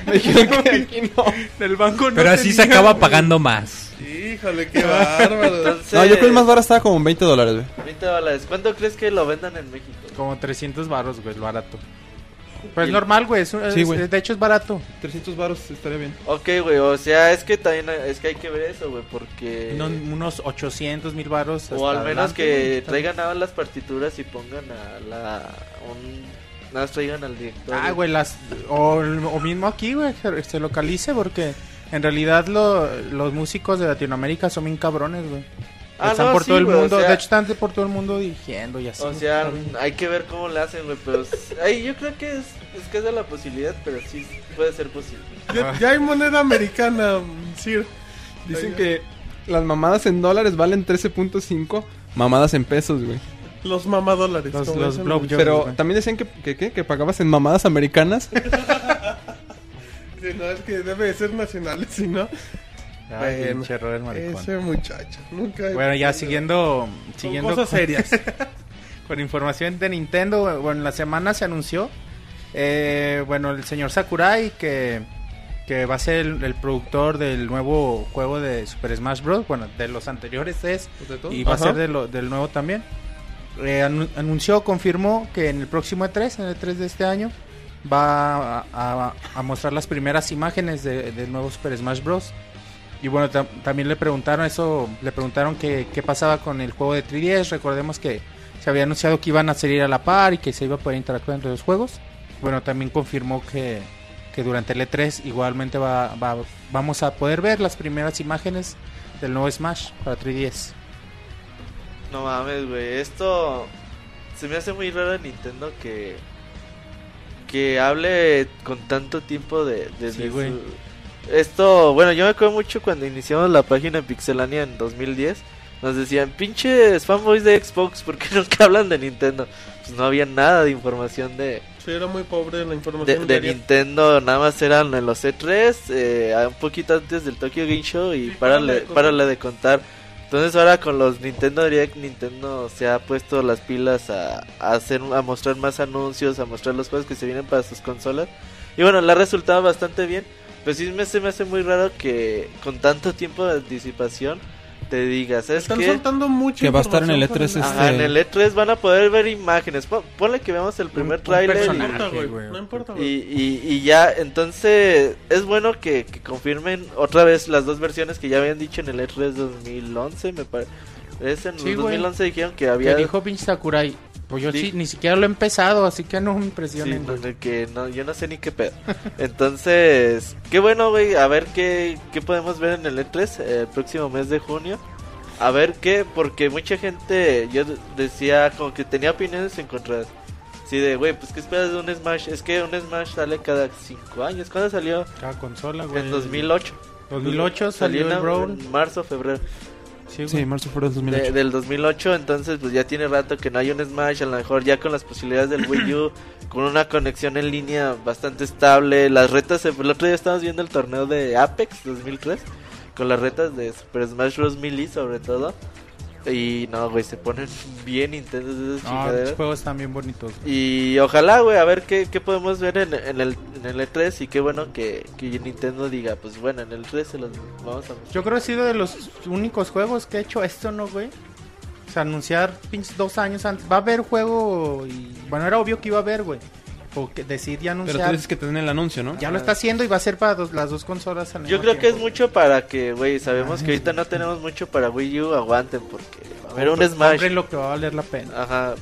me dijeron que aquí no.
Del banco
Pero así se acaba pagando más.
Híjole, qué bárbaro.
Entonces,
No, yo creo que el más barato estaba como en 20 dólares, güey.
20 dólares. ¿Cuánto crees que lo vendan en México?
Como 300 baros, güey, el barato. Pero
Y-
es normal, güey. es un-
Sí,
es-
güey.
de hecho, es barato.
300 baros estaría bien.
Ok, güey, o sea, es que también es que hay que ver eso, güey, porque...
No, unos 800 mil baros.
Eh, o
hasta
al menos
adelante,
que
güey.
traigan nada más las partituras y pongan a la... Un, nada más traigan al director.
Ah, güey, las. O, o mismo aquí, güey, que se localice porque en realidad lo- los músicos de Latinoamérica son bien cabrones, güey.
Ah,
están
no,
por
sí,
todo el
güey, o
mundo.
sea-
de hecho, están de por todo el mundo dirigiendo y así.
O sea, hay que ver cómo le hacen, güey. Pero s- ahí yo creo que es escasa la posibilidad, pero sí puede ser posible.
Ya, ya hay moneda americana, Sir.
Dicen que las mamadas en dólares valen 13.5 mamadas en pesos, güey.
Los mamadólares.
Los-
como
los
dicen.
blowjobs. Yo-
Pero
güey.
también decían que, que, que- que pagabas en mamadas americanas.
Sí, No, es que debe de ser nacionales, si no.
Ay,
bueno,
pinche error del maricón.
Ese muchacho. Nunca.
Bueno, ya siguiendo,
Son
siguiendo
cosas
con-
serias.
Con información de Nintendo, bueno, en la semana se anunció, eh, bueno, el señor Sakurai, que, que va a ser el, el productor del nuevo juego de Super Smash Bros., bueno, de los anteriores es, y va
Ajá.
a ser de lo- del nuevo también. Eh, anu- anunció, confirmó que en el próximo E3, en el E3 de este año, va a, a- a mostrar las primeras imágenes de- del nuevo Super Smash Bros. Y bueno, tam- también le preguntaron eso, le preguntaron que- qué pasaba con el juego de 3DS. Recordemos que se había anunciado que iban a salir a la par y que se iba a poder interactuar entre los juegos. Bueno, también confirmó que, que durante el E3 igualmente va, va- vamos a poder ver las primeras imágenes del nuevo Smash para 3DS.
No mames, güey. Esto se me hace muy raro de Nintendo que que hable con tanto tiempo de, de-
Sí,
de
güey.
su- esto. Bueno, yo me acuerdo mucho cuando iniciamos la página Pixelania en 2010. Nos decían, pinches fanboys de Xbox, ¿por qué nunca hablan de Nintendo? Pues no había nada de información de,
Sí, era muy pobre la
de,
información.
de
diaria.
Nintendo, nada más eran en los E3, eh, un poquito antes del Tokyo Game Show y
Sí, párale de
párale,
contar.
párale de contar. Entonces ahora con los Nintendo Direct, Nintendo se ha puesto las pilas a, a hacer, a mostrar más anuncios, a mostrar los juegos que se vienen para sus consolas. Y bueno, le ha resultado bastante bien. Pero sí me, se me hace muy raro que con tanto tiempo de anticipación te digas, ¿sabes
Están
qué?
soltando mucho.
Que va a estar en el
información
E3
para
este-
Ajá, en el E3 van a poder ver imágenes. Pon- ponle que veamos el primer
un
trailer
No
personaje.
importa, güey.
Ajá, güey.
No importa,
y,
güey.
y, y ya, entonces es bueno que, que confirmen otra vez las dos versiones que ya habían dicho en el E E3 2011, me parece. Es en
Sí,
el
güey.
2011 dijeron que
Que
había...
dijo pinche Sakurai. Pues yo
Di-
sí, ni siquiera lo he empezado, así que no me
Sí, pues,
impresionen, güey.
donde que no, yo no sé ni qué pedo. Entonces, qué bueno, güey, a ver qué, qué podemos ver en el E3 el próximo mes de junio. A ver qué, porque mucha gente, yo de- decía como que tenía opiniones encontradas. Sí, de, güey, pues qué esperas de un Smash. Es que un Smash sale cada 5 años. ¿Cuándo salió?
Cada consola, güey.
En 2008.
2008 salió
en-
el Brawl.
en marzo, febrero
Sí, güey.
sí, marzo fue el
de-
2008.
del 2008. Entonces, pues ya tiene rato que no hay un Smash. A lo mejor ya con las posibilidades del Wii U, con una conexión en línea bastante estable. Las retas, eh, el otro día estábamos viendo el torneo de Apex 2003 con las retas de Super Smash Bros. Melee, sobre todo. Y no, güey, se ponen bien intensas esas
No, los
chingaderas.
juegos están bien bonitos. güey.
Y ojalá, güey, a ver qué, qué podemos ver en, en el, en el E3 y qué bueno que, que Nintendo diga, pues bueno, en el E3 se los vamos a mostrar.
Yo creo que ha sido de los únicos juegos que he hecho esto, ¿no, güey? O sea, anunciar pinches dos años antes. Va a haber juego y... Bueno, era obvio que iba a haber, güey. O que decidí
Pero tú
anunciar.
dices que te den el anuncio, ¿no?
Ya lo está haciendo y va a ser para dos- las dos consolas al
Yo
mismo
creo que es
tiempo.
mucho para que, güey, sabemos que ahorita no tenemos mucho para Wii U, aguanten porque va a haber un
Compren-
Smash.
compren lo que va a valer la pena.
Ajá.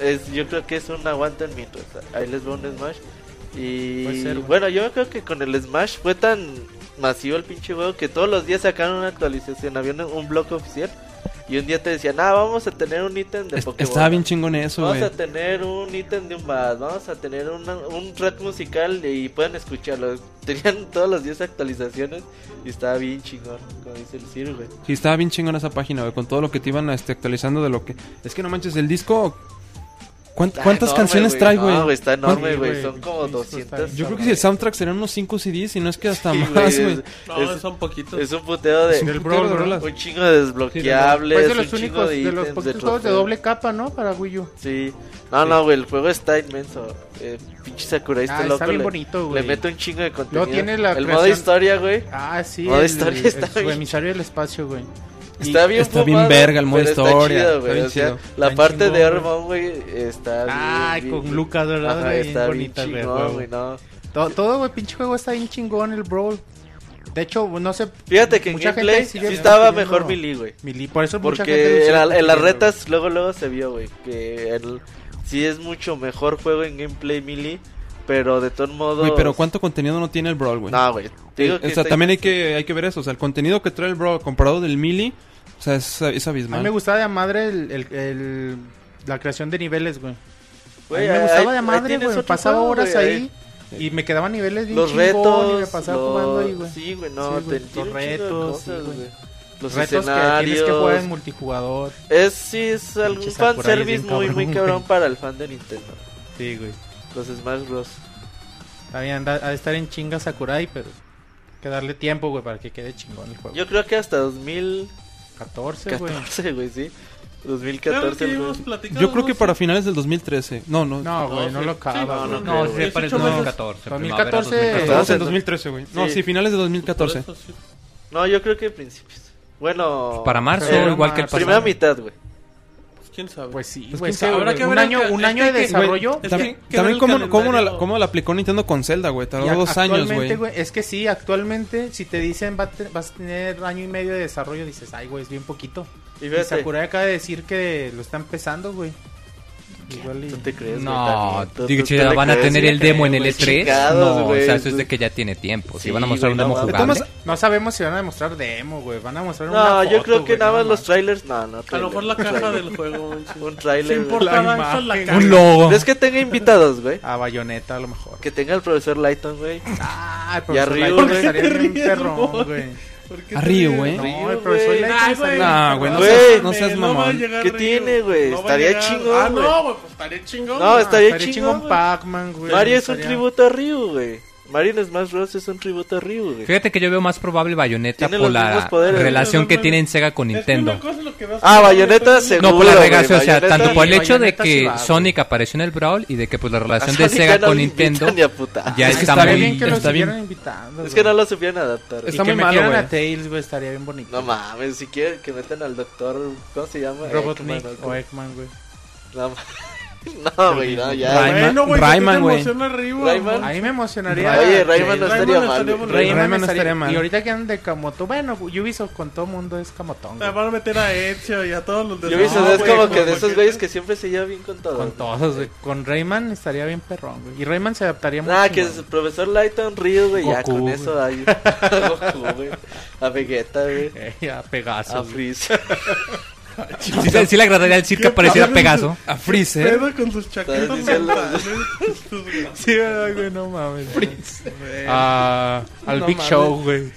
Es, yo creo que es un aguanten mientras. Ahí les va un Smash. Y
Puede ser, güey.
bueno, yo creo que con el Smash fue tan masivo el pinche juego que todos los días sacaron una actualización, había un, un blog oficial y un día te decían, ah, vamos a tener un ítem de
Es-
Pokémon.
estaba bien chingón eso,
Vamos
güey.
a tener un ítem de un bad, vamos a tener una- un track musical y pueden escucharlo. Tenían todos los días actualizaciones y estaba bien chingón, como dice el Ciro, güey.
Sí, estaba bien chingón esa página, güey, con todo lo que te iban este, actualizando de lo que... Es que no manches, el disco... ¿Cuánt-
Está
¿Cuántas
enorme,
canciones trae, güey?
No, güey, está enorme,
Sí,
güey.
güey,
Son como
sí, sí, está
200.
Yo creo que si el soundtrack serán unos 5 CDs y no es que hasta
Sí, güey,
más,
es-
güey.
No,
es-
son poquitos.
Es un puteo
Es
de.
un putero de
Brawl,
rolas.
Un chingo de desbloqueables.
Fue Pues de los
un chingo
únicos, de, los
ítems,
poquitos juegos de
trofeos.
doble capa, ¿no? Para Wii U.
Sí. No, no, güey, el juego está inmenso. Eh, pinche Sakurai
Ah,
está
está
loco.
bien
le-
bonito,
Le
güey.
mete un chingo de contenido.
tiene la
el modo
creación-
historia, güey.
Ah, sí.
Modo
el,
historia
el-
está
su
bien
emisario del espacio, güey. Y-
Está bien,
Está bien
fumado,
verga el modo
pero está
historia,
chido,
está
güey,
bien
o sea,
chido.
La
Está
parte
chingón,
de
güey.
Armon, güey, está.
Ah,
bien-
con
bien-
Lucas Dorado,
Ajá,
bien
está bien
bonita, güey, a
chingón,
huevo.
güey, no.
To- Todo, güey, pinche juego está bien chingón el Brawl. De hecho, no sé.
Fíjate que en
mucha gente
gameplay sí
sigue
estaba
manteniendo-
mejor Melee, güey.
Mili, por eso mucha
Porque
gente lo
en, la-
sigue
en las
manteniendo,
retas luego luego se vio, güey, que el, sí es mucho mejor juego en gameplay Melee, pero de todos modos...
Güey, pero ¿cuánto contenido no tiene el Brawl, güey?
No, güey. te digo
o
que
sea,
está-
también hay que, hay que ver eso. O sea, el contenido que trae el Brawl comparado del Mili, O sea, es, es
A
abismal.
mí me gustaba de a madre el, el- el- la creación de niveles, güey. a
Güey,
mí
ahí-
me gustaba
ahí
de a madre,
tienes
güey.
otro
Pasaba
juego,
horas
güey,
ahí y me quedaban niveles bien
Los
chingón
retos.
y me pasaba
los-
jugando ahí, güey.
Sí, güey, no,
Sí, güey,
te-
los
tiene un chingo de
retos,
cosas,
sí, güey.
güey. Los
retos que
escenarios.
tienes que jugar en multijugador.
Es sí, es algún
Pinches sakurais
fanservice
bien
muy,
cabrón,
muy cabrón
güey.
para el fan de Nintendo.
Sí, güey.
Los Smash Bros.
También anda- ha de estar en chinga Sakurai, pero hay que darle tiempo, güey, para que quede chingón el juego.
Yo creo que hasta 2014,
14, güey.
güey, sí.
Creo que
2014. el
hemos
juego.
platicado,
Yo creo que
¿no?
para finales del 2013. No, no.
No, güey, no
sí.
lo
Sí,
acaba,
no,
güey.
no,
No,
creo,
se
güey.
parece
No,
2014.
2014.
primavera
Estamos en
no.
2013, güey. No,
Sí.
sí, finales de
Por
2014.
eso sí.
No, yo creo que principios. Bueno.
Pues Para marzo,
Pero
igual que el
marzo.
pasado.
Primera mitad, güey.
Pues quién sabe.
Pues sí,
Pues
güey,
quién
es
sabe,
que,
habrá
güey,
que
un
ver
año,
el-
un año de
es que-
desarrollo.
es que-
Tam-
que ver
también
el
cómo, cómo la,
calendario.
cómo la aplicó Nintendo con Zelda, güey.
y
Tardó
ac-
dos años,
actualmente,
güey.
güey. Es que sí, actualmente, si te dicen va a te- vas a tener año y medio de desarrollo, dices, ay, güey, es bien poquito.
Y
Y
fíjate.
Sakurai acaba de decir que lo está empezando, güey. Igual y-
¿Tú te crees,
No,
güey, Dani? ¿Tú-
digo,
tú-
si
tú le
van a
crees,
tener
güey?
el demo en el
Güey,
E3.
chingados,
no,
güey.
o sea, eso es de que ya tiene tiempo. Si
Sí,
van a mostrar
güey,
un
no
demo
mames.
jugable.
Entonces,
No sabemos si van a mostrar demo, güey. Van a mostrar una
No, yo
foto,
creo que
güey,
nada
no
más los
mames.
trailers. No, no.
A lo mejor la caja del juego.
Un
Se
trailer. güey.
importa,
La
esa es la
imagen.
caja.
un logo.
¿Crees que tenga invitados, güey?
A bayoneta, a lo mejor.
Que tenga el profesor Lighton, güey.
Ah, el
Y
profesor
arriba,
Layton
güey.
estaría
¿Por qué te
bien
ríes,
perrón,
güey?
güey.
¿Por qué
A
te
Río,
ríes?
güey.
No, el
güey.
profesor Layton
Ay, güey.
estaría
Nah, güey, no
Güey.
seas, no seas
va a
mamón.
llegar
¿Qué
Río.
tiene, güey?
va a
Estaría
llegar.
chingón,
Ah,
güey.
no, güey, pues estaría chingón.
No,
güey.
está- estaría chingón,
chingón
güey.
Pac-Man, güey.
Mario es un
Estaría-
tributo a Ryu, güey. Mario en Smash Bros. es un tributo a Ryu, güey.
Fíjate que yo veo más probable Bayonetta
Tiene
por
los mismos
la
poderes.
relación que
No, no, no.
tienen Sega con
Es que
Nintendo.
una cosa es lo que vas
Ah,
a hacer,
Bayonetta
otra cosa es lo
seguro,
No, por la
güey,
regazo, o sea,
Bayonetta
tanto por el
sí,
hecho de
Bayonetta sí
que
va, güey.
Sonic apareció en el Brawl y de que pues la
A
relación de
Sonic
Sega
no
con
lo invitan
Nintendo
ni a puta.
ya
Ay,
está
estaría
muy-
bien que lo
está bien.
siguieran invitando.
Es que no
güey.
lo supieron adaptar. güey.
Y
Está
que
muy malo,
metieran
güey.
a Tails, güey, estaría bien bonito.
No mames, si quieren que metan al doctor, ¿cómo se llama?
Robotnik
Eggman,
o
¿no?
Eggman, güey.
No, ma- no, güey, no, ya.
Rayman.
Bueno, güey,
Rayman,
Rayman,
güey.
güey.
Rayman.
A mí me emocionaría.
Oye, Rayman no
Rayman
estaría
no
mal.
estaría
güey.
mal.
Rayman
Rayman no
estaría-
estaría mal.
Y ahorita que andan de Camoto. Bueno, Ubisoft con todo mundo es Camotón. güey.
Van a meter a Ezio y a todos los de
Yo vi
No,
es
güey,
como que de esos
que-
güeyes que siempre se lleva bien con todo.
Con todos, güey. Con Rayman estaría bien perrón, güey. Y Rayman se adaptaría
Nah,
mucho.
Ah, que es el profesor Lighton Ryu, güey, ya
Goku,
con
güey.
eso hay. A Goku, güey. A Vegeta, güey.
Eh, a
A
Pegaso. güey.
Freeze.
Sí, sí, le agradaría decir que
Qué
apareciera
padre.
Pegaso.
A Freezer.
Pedo con sus chaquetas
Estás diciendo-
mentales. Sus-
Sí, ¿verdad, güey, no mames. güey.
güey.
Ah, al
No
Big
mames.
Show, güey.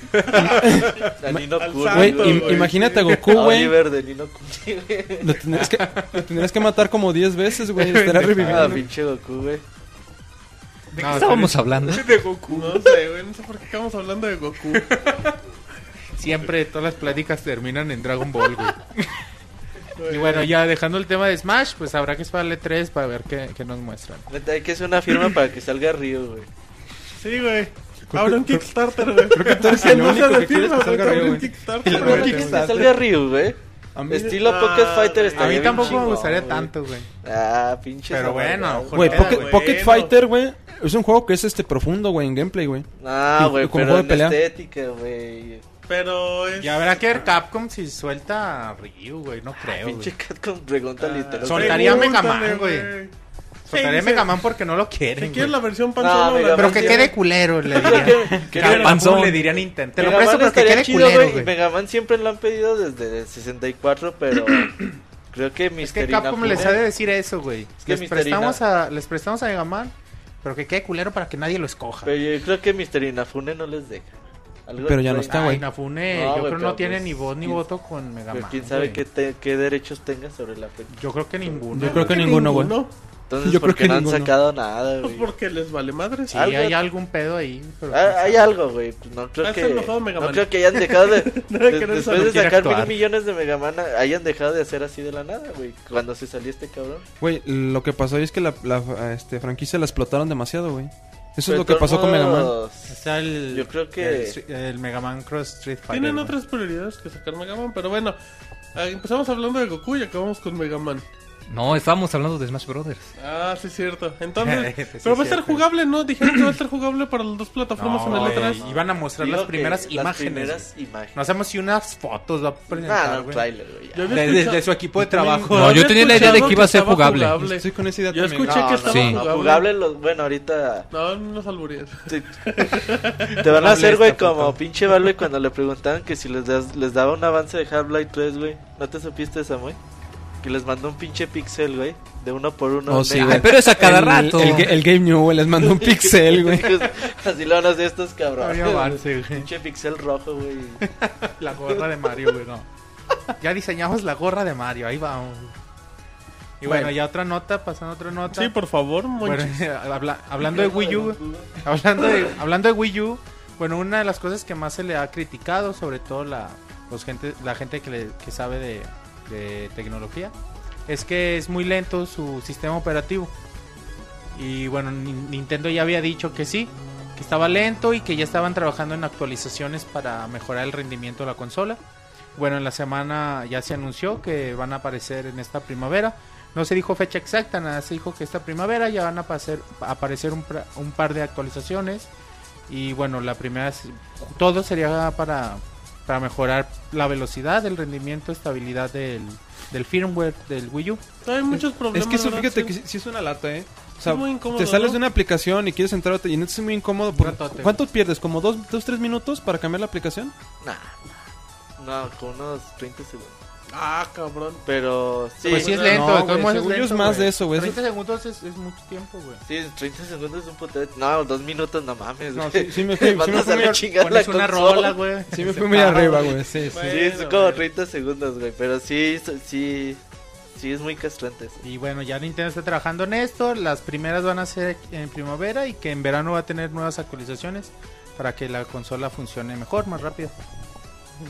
A Nino
al
Kuni,
Güey,
Santo,
im-
güey.
imagínate a
A
Goku, güey.
Oliver de Nino Kuni, güey.
Lo tendrías que, lo tendrías que matar como 10 veces, güey. Estará
Ah,
reviviendo.
pinche Goku, güey.
¿De
¿Qué estábamos hablando?
de Goku. No sé, güey, no sé por qué estamos hablando de Goku.
Siempre todas las pláticas terminan en Dragon Ball, güey. Y bueno, ya dejando el tema de Smash, pues habrá que esperarle tres para ver qué, qué nos muestran.
Neta, Hay que hacer una firma para que salga Ryu, güey.
Sí, güey. Abre un Kickstarter, güey. Creo que
tú eres el único que quieres que salga Río,
Abre un
güey.
Kickstarter,
Abre un
güey.
Que salga Ryu, güey.
A mí-
Estilo
Ah,
Pocket Fighter
güey.
está
A mí
bien
tampoco me
chingón,
gustaría
güey.
tanto, güey.
Ah, pinche.
Pero bueno,
amargado.
Güey,
Queda
Pocket,
bueno.
Pocket Fighter, güey, es un juego que es este profundo, güey, en gameplay, güey.
Ah,
y-
güey,
y como
pero
juego
en
de pelea.
estética, güey.
Pero es.
Y habrá que ver Capcom si suelta a Ryu, güey. No creo, güey.
Pinche Catcom
Ah,
pregunta literal.
Son- soltaría a Mega
Pregúntale,
Man, güey. Soltaría a
Sí, dice,
Pues Mega Man porque no lo quieren,
Si quieres
güey.
la versión pan
No,
solo,
Mega
la
Pero
Man
que
versión-
tiene-
quede culero, le diría.
Mega
Capcom le diría a Nintendo. Te lo
Mega
presto
Man
porque
estaría
quede
chido,
culero,
güey.
güey.
Mega Man siempre lo han pedido desde el 64, pero creo que Mr.
Es que Capcom
Inapu-
les ha de decir eso, güey.
que
Les
Mister
prestamos a les prestamos a Mega Man, pero que quede culero para que nadie lo escoja.
Pero yo creo que Mr. Inafune no les deja. Algo
Pero ya no
extraño.
está,
Ay,
güey.
Inafune,
No,
yo
güey,
creo no
pero
tiene
pues,
ni voz ni
quién-
voto con Mega
Pero
Man.
quién sabe
güey.
qué, te- qué derechos tenga sobre la fecha.
Yo creo que ninguno.
Yo
güey.
creo que ninguno, güey.
Entonces,
Yo
¿por
creo
qué
que
no han
ninguno.
sacado nada,
Pues
güey?
porque les vale madre.
Sí,
algo-
hay algún pedo ahí. Pero quién
Ah, Hay
sabe.
algo, güey. pues No creo
Has
que.
enojado a Mega
No
Man.
creo que hayan dejado de.
Nada que
de-
no es
después
no
de
quiere
sacar mil
actuar.
millones de Mega Man, hayan dejado de hacer así de la nada, güey. Cuando se salió este cabrón.
Güey, lo que pasó ahí es que la, la, este, franquicia la explotaron demasiado, güey. Eso
Pero
es lo que
de todos
pasó con Mega Man.
modos,
Está el,
Yo creo que-
el, el Mega Man Cross Street Fighter.
Tienen eh,
güey.
otras prioridades que sacar Mega Man, pero bueno. ah, Empezamos hablando de Goku y acabamos con Mega Man.
No, estábamos hablando de Smash Brothers.
Ah, sí, es cierto. Entonces,
Sí, es
pero va a ser
cierto.
jugable, ¿no? Dijeron que va a ser jugable para las dos plataformas en
No,
el E otra
güey, Iban a mostrar las
Digo que
primeras
Las
imágenes.
primeras imágenes.
No sabemos si unas fotos va a presentar,
Ah, no,
güey.
trailer, güey. ya.
Yo había
de, de-
escuchado-
de su equipo de trabajo.
No, yo
había
tenía la idea de
escuchado
que iba a ser
estaba
jugable.
Estoy con esa idea
Yo
también.
escuché
No,
que
no,
estaba
Sí.
no,
jugable.
jugable los- bueno, ahorita
No, no nos alburíes.
te, te van a hacer,
esta
güey,
puta.
como pinche Valve cuando le preguntaban que si les, das- les daba un avance de Half-Life 3, güey. ¿No te supiste esa, güey? Que les mandó un pinche pixel, güey, de uno por uno.
Oh,
negro.
sí,
Ay,
güey.
pero es a cada
El-
rato.
El, el Game New, güey, les mandó un pixel, güey.
Así lo van a hacer estos
No
cabrones.
había avance, güey.
pinche pixel rojo, güey.
La gorra de Mario, güey, no. Ya diseñamos la gorra de Mario, ahí vamos. Y bueno, ya otra nota, pasando a otra nota.
Sí, por favor,
Bueno,
Monchis.
habla- hablando de Wii U, güey, hablando de, hablando de Wii U, bueno, una de las cosas que más se le ha criticado, sobre todo la, pues, gente, la gente que, le- que sabe de, de tecnología, es que es muy lento su sistema operativo. Y bueno, Nin- Nintendo ya había dicho que sí, que estaba lento y que ya estaban trabajando en actualizaciones para mejorar el rendimiento de la consola. Bueno, en la semana ya se anunció que van a aparecer en esta primavera. No se dijo fecha exacta, nada, se dijo que esta primavera ya van a aparecer, a aparecer un, pra- un par de actualizaciones. Y bueno, la primera, es- todo sería para, para mejorar la velocidad, el rendimiento, estabilidad del, del firmware del Wii U.
Hay muchos problemas.
Es que eso,
¿verdad?
fíjate
Sí.
que sí, sí es una lata, ¿eh? O sea,
Es muy incómodo,
te sales
¿no?
de una aplicación y quieres entrar a otra y no es muy incómodo. por-
ratote.
¿Cuánto pierdes? ¿Como dos, dos, tres minutos para cambiar la aplicación?
Nah. No, con unos 30 segundos.
Ah, cabrón.
Pero sí,
pues sí es
no,
lento, de todos
güey,
modos es
según yo es
lento,
más
güey.
de eso, güey.
30 segundos es, es mucho tiempo, güey.
sí, 30 segundos es un puto... No, dos minutos, no mames,
No,
güey.
sí- sí me fui- sí me
Mandas
fui
a la
muy-
chingada
Pones
la
una
consola.
rola, güey.
Sí, me fui muy arriba, güey. Sí, sí.
Sí, es
Bueno,
como
bueno.
30 segundos, güey. Pero sí, sí, sí es muy castrante eso.
Y bueno, ya Nintendo está trabajando en esto. Las primeras van a ser en primavera y que en verano va a tener nuevas actualizaciones para que la consola funcione mejor, más rápido.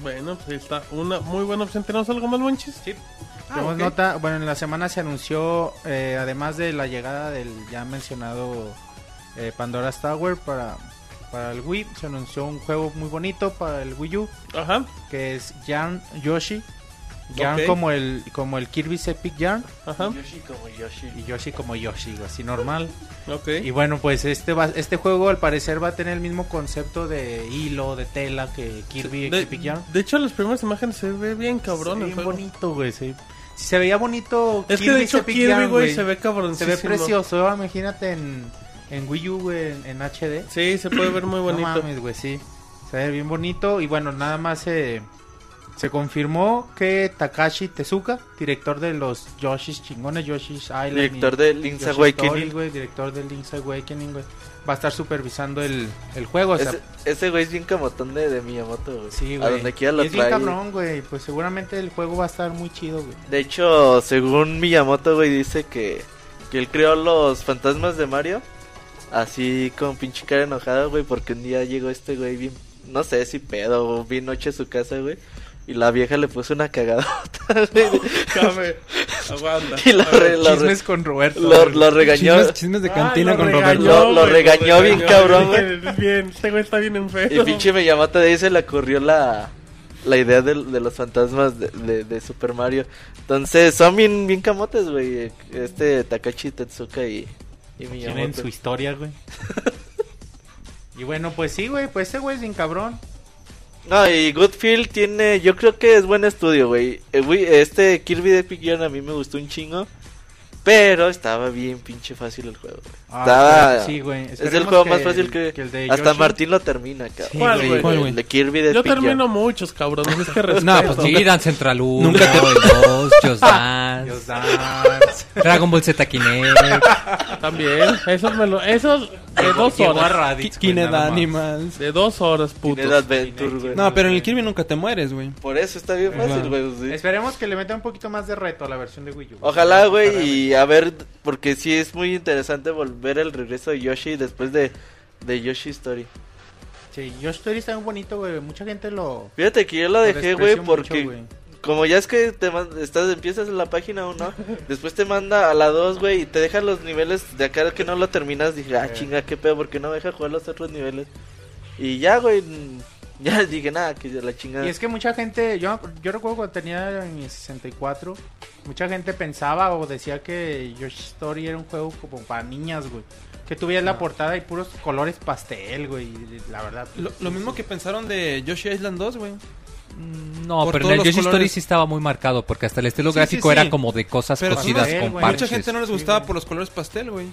Bueno, pues ahí está una muy buena opción. ¿Tenemos algo más, Monchis? Sí. Ah,
Tenemos nota, bueno, en la semana se anunció, eh, además de la llegada del ya mencionado eh, Pandora's Tower para, para el Wii, se anunció un juego muy bonito para el Wii U,
Ajá,
que es Yarn Yoshi. Yarn
Ok.
como el como el Kirby's Epic Yarn
ajá.
Yoshi como Yoshi.
y Yoshi como Yoshi, así normal.
Ok.
Y bueno, pues este va, este juego al parecer va a tener el mismo concepto de hilo, de tela que Kirby
de,
Epic Yarn.
de hecho, las primeras imágenes se ve bien cabrón.
Se ve
el
bien
juego.
bonito, güey. Se, si se veía bonito
Es que de
Kirby's
hecho,
Epic
Kirby,
Yarn,
güey, se ve cabrón.
Se ve precioso, ahora imagínate en, en Wii U, güey, en, en HD.
Sí, se puede ver muy bonito.
No mames, güey, sí. Se ve bien bonito. Y bueno, nada más eh, se confirmó que Takashi Tezuka, director de los Yoshi's chingones, Yoshi's Island.
Director
y
de Link's
Yoshi's Story,
Awakening.
güey, director de Link's Awakening, güey. Va a estar supervisando el, el juego, o sea,
Ese- Ese güey es bien camotón de, de Miyamoto, güey.
sí, güey.
A donde quiera
Y
lo
es bien
trae.
cabrón, güey. Pues seguramente el juego va a estar muy chido, güey.
De hecho, según Miyamoto, güey, dice que, que él creó los fantasmas de Mario. Así con pinche cara enojada, güey, porque un día llegó este güey bien, no sé si pedo, o bien noche a su casa, güey. Y la vieja le puso una cagadota, güey.
Cabe. Aguanta.
y lo, re- lo re-
Chismes con Roberto.
lo- lo regañó.
Chismes, chismes de cantina
Ay,
con
regañó,
Roberto.
Lo- lo
güey,
regañó bien cabrón,
Bien, Bien, este güey está bien
Y
enfermo.
pinche Miyamoto de ahí se le ocurrió la, la idea de, de los fantasmas de, de- de Super Mario. Entonces, son bien, bien camotes, güey. Este Takashi Tetsuka y, y
Tienen
Miyamoto.
su historia, güey. pues. y bueno, pues sí, güey. Pues ese güey es bien cabrón.
No, y Goodfield tiene. Yo creo que es buen estudio, güey. Eh, güey, Este Kirby de Epic Yarn a mí me gustó un chingo. Pero estaba bien pinche fácil el juego, güey. Estaba-
Ah, sí, güey.
Es el
Esperemos
juego
que
más fácil que.
el de
Hasta
Yoshi.
Martín lo termina, cabrón.
Sí,
¿Cuál,
Sí,
güey?
¿Cuál,
el
güey?
de Kirby de
Yo
Epic Yarn.
termino muchos, cabrón. Es que respeto.
No, pues sí, Dan Central 1, Nunca Just Dance,
Dios Dance.
Dragon Ball Z Kinect.
También. Esos me lo. Esos de dos
Llegó a
horas.
Ki-
Raditz, güey,
Kinect
nada más.
Animals.
De dos horas,
Tiene
putos.
Adventure, güey.
No, pero en el Kirby nunca te mueres, güey.
Por eso está bien fácil,
Ajá.
güey. sí.
Esperemos que le meta un poquito más de reto a la versión de Wii U.
Ojalá, güey, y a ver, porque sí es muy interesante volver el regreso de Yoshi después de, de Yoshi Story.
Sí, Yoshi Story está muy bonito, güey. Mucha gente lo.
Fíjate que yo lo
lo
dejé,
desprecia
güey,
mucho,
porque
güey.
como ya es que te man- estás, empiezas en la página 1, después te manda a la 2, güey, y te deja los niveles de acá que no lo terminas. Dije, ah, chinga, qué pedo, porque no me deja jugar los otros niveles. Y ya, güey, Ya les dije nada, que la chingada.
Y es que mucha gente, yo, yo recuerdo cuando tenía mi 64, mucha gente pensaba o decía que Yoshi Story era un juego como para niñas, güey. Que tuviera la portada y puros colores pastel, güey. y La verdad.
Lo, lo mismo que pensaron de Yoshi Island 2, güey.
Mm, No,
Por
pero
todos
en el
los
Yoshi Story
colores.
sí estaba muy marcado porque hasta el estilo
Sí, sí,
gráfico
sí.
era como de cosas
Pero
cosidas
sí,
con
güey.
parches.
Mucha gente no les
Sí,
gustaba
güey.
por los colores pastel, güey.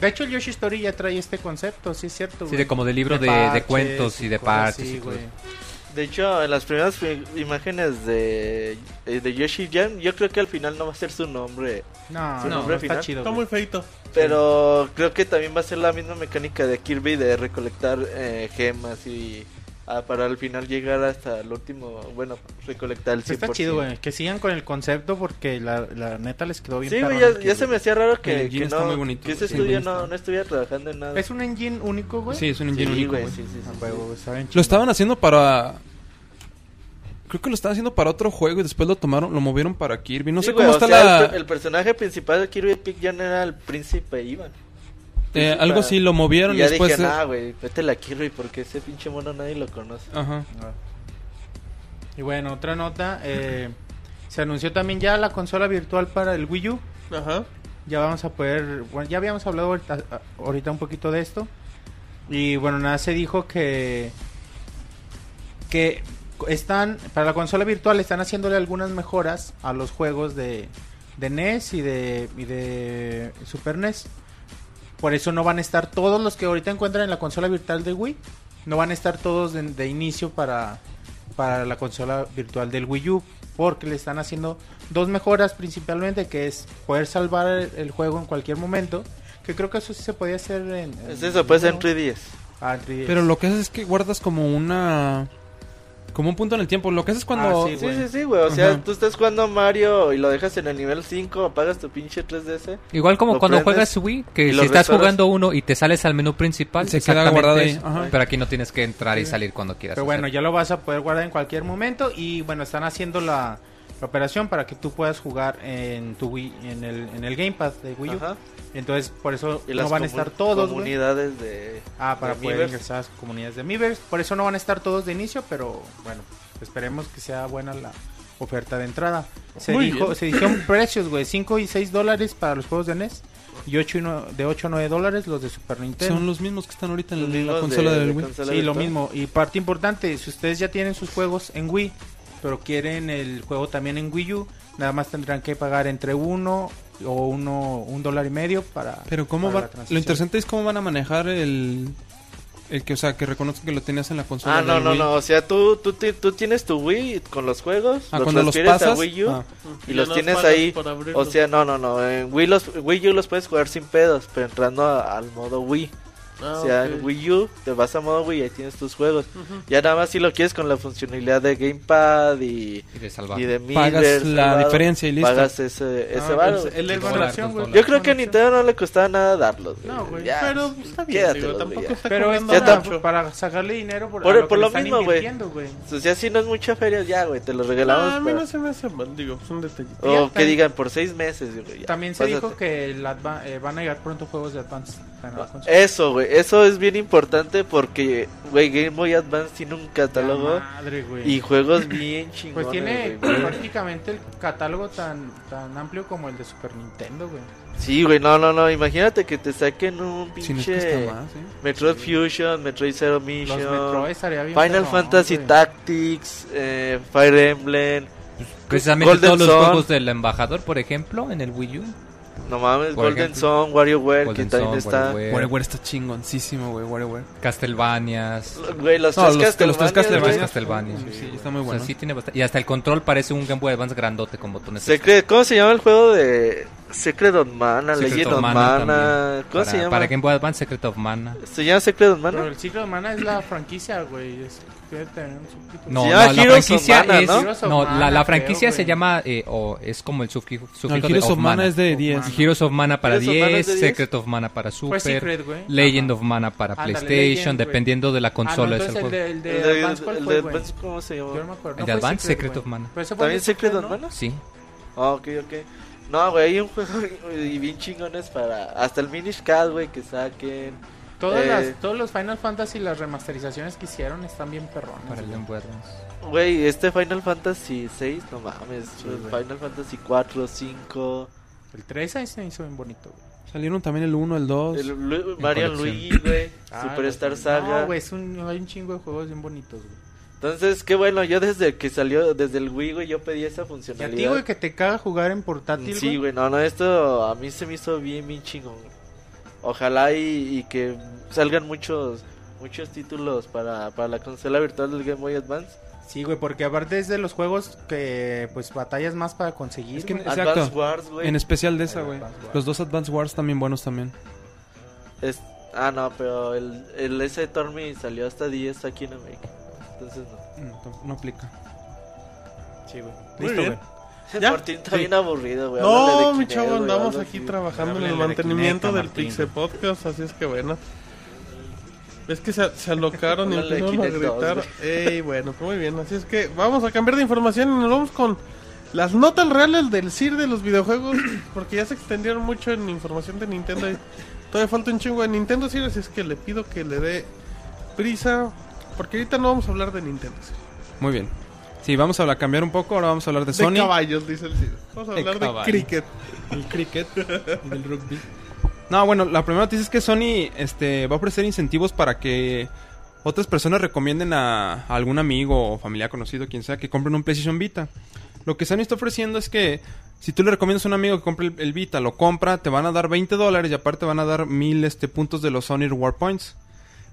De hecho, el Yoshi Story ya trae este concepto, sí es cierto,
Sí, de como de libro de, de
parches
cuentos y de
cosas
parches
así,
y todo
güey.
eso.
De hecho, en las primeras fi- imágenes de, eh, de Yoshi Jam, yo creo que al final no va a ser su nombre.
No,
Su
no, no
nombre
está
final.
chido.
Está
güey.
muy feito.
Pero creo que también va a ser la misma mecánica de Kirby de recolectar eh, gemas y ah, para al final llegar hasta el último, bueno, recolectar el 100%.
Pues Está chido, güey. Que sigan con el concepto porque la, la neta les quedó bien.
Sí, güey,
perrón
ya,
el
ya
Kirby.
se me hacía raro
El
que,
engine
que
está
no,
muy bonito,
que ese
sí, el
estudio
engine
no,
está-
no estuviera trabajando en nada.
Es un engine único, güey.
Sí, es un engine
Sí,
único,
güey,
güey.
sí, sí, sí,
Ah,
sí.
güey, güey, está bien
Lo
chido.
estaban haciendo para. Creo que lo estaban haciendo para otro juego y después lo tomaron, lo movieron para Kirby. No
Sí,
sé
güey,
cómo
o
está
sea,
la. eh,
el, el personaje principal de Kirby Pick Jam era el príncipe Ivan.
eh,
principal.
algo así, lo movieron
Y
y
ya
después.
dije,
eh,
nah, güey, vete la Kirby porque ese pinche mono nadie lo conoce.
Ajá.
Ah. Y bueno, otra nota. eh, se anunció también ya la consola virtual para el Wii U.
Ajá.
Ya vamos a poder. Bueno, ya habíamos hablado ahorita, ahorita un poquito de esto. Y bueno, nada, se dijo que. Que están. Para la consola virtual están haciéndole algunas mejoras a los juegos de, de NES y de, y de Super NES. Por eso no van a estar todos los que ahorita encuentran en la consola virtual de Wii. No van a estar todos de, de inicio para, para la consola virtual del Wii U. Porque le están haciendo dos mejoras principalmente, que es poder salvar el, el juego en cualquier momento. Que creo que eso sí se podía hacer en... en-
Es eso, pues en
¿no?
3DS.
Ah, en 3DS.
Pero lo que haces es que guardas como una. Como un punto en el tiempo. Lo que haces cuando.
Ah, sí,
Sí,
güey.
sí, sí, güey. O sea,
Ajá.
tú estás jugando a Mario y lo dejas en el nivel 5, apagas tu pinche 3DS.
Igual como
Lo
cuando
prendes
juegas Wii,
y
que
lo
si estás
restauras.
jugando uno y te sales al menú principal,
Se queda
exactamente
guardado ahí,
eso.
ajá.
Pero aquí no tienes que entrar y salir cuando quieras.
Pero bueno,
hacer.
ya lo vas a poder guardar en cualquier momento y bueno, están haciendo la, la operación para que tú puedas jugar en tu Wii, en el, en el Gamepad de Wii U.
Ajá.
Entonces, por eso
Y
no
las
van a
comu-
estar todos, güey.
comunidades de.
Ah, para
de
poder
Miiverse.
ingresar a las comunidades de Miiverse. Por eso no van a estar todos de inicio, pero bueno, esperemos que sea buena la oferta de entrada. Se
Muy
dijo,
bien.
se dijeron precios, güey, 5 y 6 dólares para los juegos de NES y ocho y no- de 8 a 9 dólares los de Super Nintendo.
Son los mismos que están ahorita
Los
en la
mismos
consola
de-
del
de
Wii.
consola
Sí, lo
virtual.
mismo. Y parte importante, si ustedes ya tienen sus juegos en Wii, pero quieren el juego también en Wii U, nada más tendrán que pagar entre uno o uno, un dólar y medio para...
Pero cómo
para
van.
la transacción.
Lo interesante es cómo van a manejar el. El que, o sea, que reconozcan que lo tenías en la consola.
Ah, no,
del
no,
Wii.
no. O sea, tú, tú, ti- tú tienes tu Wii con los juegos,
Ah,
los
cuando los
transfieres
pasas.
a Wii U
ah.
y
Ya
los
no
tienes
pagas
ahí.
por abrirlos.
O sea, no, no, no. En Wii, los, Wii U los puedes jugar sin pedos, pero entrando a- al modo Wii.
Ah,
o sea,
ok.
en Wii U te vas a modo Wii y ahí tienes tus juegos. Ya nada más si lo quieres con la funcionalidad de Gamepad y,
Y de salvar.
y de
Pagas
Miiverse,
la
salvado,
diferencia y listo.
Pagas ese, ese
Ah,
varo,
pues,
güey.
él es
Con
buena
la-
opción,
con
güey.
la-
Yo creo que
Buena
a
opción.
Nintendo no le costaba nada darlos.
No, güey,
Ya,
Pero está bien, digo,
quédatelos,
tampoco
güey, ya.
está
Pero es
cobrando
Ya
para,
está.
para sacarle dinero por, a
Por-
que
por
le
lo
están
mismo, güey.
invirtiendo, güey.
O sea, si no es mucha feria, ya, güey, te los
Ah,
regalamos.
a mí
pero-
no se me hace mal, digo, es un detallito.
O
Ya,
que
tam-
digan por seis meses, güey. ya,
También se
pásate.
dijo que el adva- eh, van a llegar pronto juegos de Advance. para la consola.
Eso, güey, eso es bien importante porque, güey, Game Boy Advance tiene un catálogo
Madre, güey.
y juegos bien chingones.
Pues tiene
güey, güey.
prácticamente el catálogo tan, tan amplio como el de Super Nintendo, güey.
Sí, güey, no, no, no, imagínate que te saquen un
Si no es que está
pinche
más, ¿eh?
Metroid Fusion, Metroid Zero
Los
Mission,
Metroid estaría bien.
Final
perrón,
Fantasy
güey.
Tactics, eh, Fire Emblem,
Precisamente
Golden
todos los
Sun.
juegos del embajador, por ejemplo, en el Wii U.
no mames,
Por
Golden
ejemplo.
Sun, WarioWare,
Golden
que también
Sun,
está...
WarioWare,
WarioWare está chingoncísimo, güey. WarioWare.
Castlevanias.
Güey, los,
No,
tres
los, los tres
Castlevanias, güey.
Castlevania.
Castlevania.
Sí,
Sí,
está muy
O sea,
bueno.
sí tiene bastante- Y hasta el control parece un Game Boy Advance grandote con botones.
Secret, ¿Cómo se llama el juego de Secret of Mana?
Secret
Legend
of
of
Mana
Mana.
también.
¿Cómo
para,
se llama?
Para Game Boy Advance, Secret of Mana.
¿Se llama Secret of
Pero
Mana?
el ciclo de Mana es la franquicia, güey. Es que tener un subtítulo.
No,
Se
no,
llama
la
Heroes of
franquicia
Mana,
es.
¿no?
Heroes of
No, la,
Mana,
la franquicia
creo,
se
güey.
llama. eh, o es como el sufijo,
No, el
sufijo
Heroes
de
of Mana es de
Of
10.
Mana.
Heroes of Mana para
Heroes of Mana es
10,
de 10.
Secret of Mana para Super,
Fue Secret, güey.
Legend
Pues Ajá.
of Mana para
Ándale,
PlayStation,
Legend, güey.
dependiendo de la consola
ah, no,
es el,
entonces
juego.
el, de, el
El
de
de-
Advance, ¿cuál
el
fue,
de
güey?
Advance, ¿Cómo se
Yo no me
llama?
acuerdo.
¿El
No,
de
fue
Advance? Secret
güey.
of Mana.
Pero ese fue
¿También
el
Secret of
¿no?
Mana?
Sí.
Ah, ok, ok. No, güey, hay un juego y bien chingones para. Hasta el Minish Cat, güey, que saquen.
Todas
Eh,
las, todos los Final Fantasy, las remasterizaciones que hicieron están bien perrones.
Para el
güey.
Game Boy Advance.
Güey, este Final Fantasy 6, no mames. pues,
güey.
Final Fantasy 4, 5.
El 3 ahí se hizo bien bonito, güey.
Salieron también el 1, el 2.
El Lu- Mario
colección.
Luigi, güey.
Ah,
Superstar
los-
Saga.
No, güey, es un- hay un chingo de juegos bien bonitos, güey.
Entonces, qué bueno, yo desde que salió, desde el Wii, güey, yo pedí esa
Y a
funcionalidad.
ti, güey, que te caga jugar en portátil,
Sí, güey, no, no, esto a mí se me hizo bien, bien chingón. güey. Ojalá y, y que salgan muchos muchos títulos para, para la consola virtual del Game Boy Advance.
Sí, güey, porque aparte es de los juegos que, pues, batallas más para conseguir.
Es que
güey.
Exacto.
Advance Wars, güey.
En especial de esa,
El
güey.
Advance Wars.
Los dos Advance Wars también buenos también.
Es- Ah, no, pero el, el ese Tormi salió hasta 10 aquí en América. Entonces, no.
No, tampoco- no aplica.
Sí, güey.
Muy
Listo,
bien.
güey.
¿Ya?
Martín está
Sí.
bien aburrido, güey. háblale
No,
de
mi
Kinect,
chavo,
güey,
andamos
habla
aquí
así.
trabajando en
Háblale
el
de
mantenimiento
Kinect a
del
Martín.
Pixel Podcast, así es que bueno. Es que se, se alocaron y
Háblale de
empezaron a
Kinect dos,
gritar. Ey, bueno, pues muy bien, así es que vamos a cambiar de información y nos vamos con las notas reales del CIR de los videojuegos, porque ya se extendieron mucho en información de Nintendo. y todavía falta un chingo de Nintendo CIR, así es que le pido que le dé prisa, porque ahorita no vamos a hablar de Nintendo CIR.
Muy bien. Sí, vamos a hablar- cambiar un poco. Ahora vamos a hablar de,
De
Sony.
caballos, dice el CIR. Vamos a
De
hablar de
caballos.
cricket.
El cricket y del rugby. No, bueno, la primera noticia es que Sony este, va a ofrecer incentivos para que otras personas recomienden a, a algún amigo o familiar conocido, quien sea, que compren un PlayStation Vita. Lo que Sony está ofreciendo es que si tú le recomiendas a un amigo que compre el, el Vita, lo compra, te van a dar 20 dólares y aparte van a dar 1000 este, puntos de los Sony Reward Points.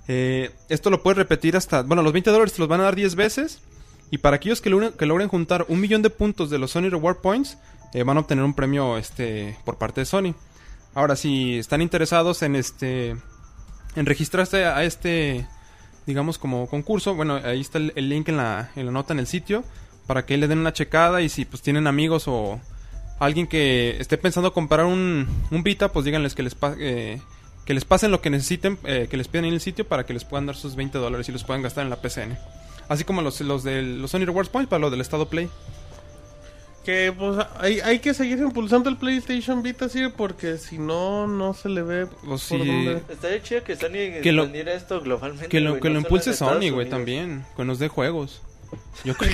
Eh, esto lo puedes repetir hasta... Bueno, los 20 dólares te los van a dar 10 veces. Y para aquellos que logren, que logren juntar un millón de puntos de los Sony Reward Points, eh, van a obtener un premio este, por parte de Sony. Ahora, si están interesados en este en registrarse a este, digamos, como concurso, bueno, ahí está el, el link en la, en la nota en el sitio para que le den una checada y si pues tienen amigos o alguien que esté pensando comprar un, un Vita, pues díganles que les, pa- eh, que les pasen lo que necesiten, eh, que les pidan en el sitio para que les puedan dar sus 20 dólares y los puedan gastar en la PCN. Así como los, los de los Sony Rewards Points para los del estado Play.
Que pues hay, hay que seguir impulsando el PlayStation Vita, sí, porque si no, no se le ve
Pues,
por
sí.
dónde.
Estaría chido que Sony
Que lo-
expandiera esto globalmente.
Que lo,
güey,
que
no
lo
solo en
impulse
Estados
Sony, güey,
Unidos.
también. Que nos dé juegos. Yo creo.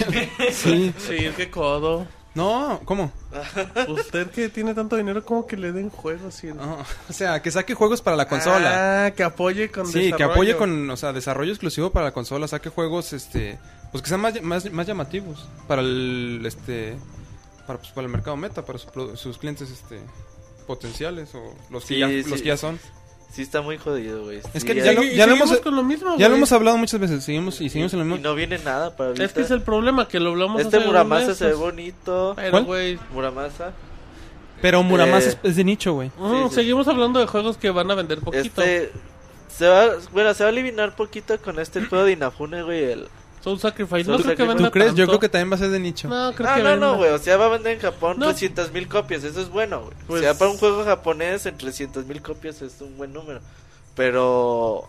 sí.
Sí, es que codo.
No, ¿cómo?
Usted que tiene tanto dinero, como que le den juegos, sí.
No, o sea, que saque juegos para Ah, la consola.
Ah, que apoye con
sí, que
desarrollo.
apoye con, o sea, desarrollo exclusivo para la consola. Saque juegos, este, pues que sean más, más, más llamativos para el, este, para, pues, para el mercado meta, para su pro- sus clientes, este, potenciales o los que,
Sí,
ya,
sí.
los que ya son.
Sí, está muy jodido, güey.
Es
Sí,
que
Y
ya-
ya
segui-
lo-
y
ya lo
seguimos
hemos-
con lo mismo.
Ya lo
güey.
hemos hablado muchas veces. Seguimos y seguimos en lo
y
mismo.
no viene nada para
Es
ahorita.
que es el problema, que lo hablamos
Este
hace un
Muramasa
mes,
se ve
pues,
bonito.
Pero,
¿Cuál?
güey.
Muramasa.
Pero Muramasa
Eh,
es- es de nicho, güey.
mm,
Sí, sí.
Seguimos hablando de juegos que van a vender poquito.
Este. Se va, bueno, se va a eliminar poquito con este juego de Inafune, güey. El...
Soul Sacrifice. no
Soul
creo que
Sacrifice. Ah,
venda
¿Tú crees? Yo
tanto.
creo que también va a ser de nicho.
No, creo
No,
que
no,
venda.
no, güey. O sea, va a vender en Japón
No.
300.000 mil copias. Eso es bueno, güey.
Pues-
O sea, para un juego japonés en 300.000 mil copias es un buen número. Pero.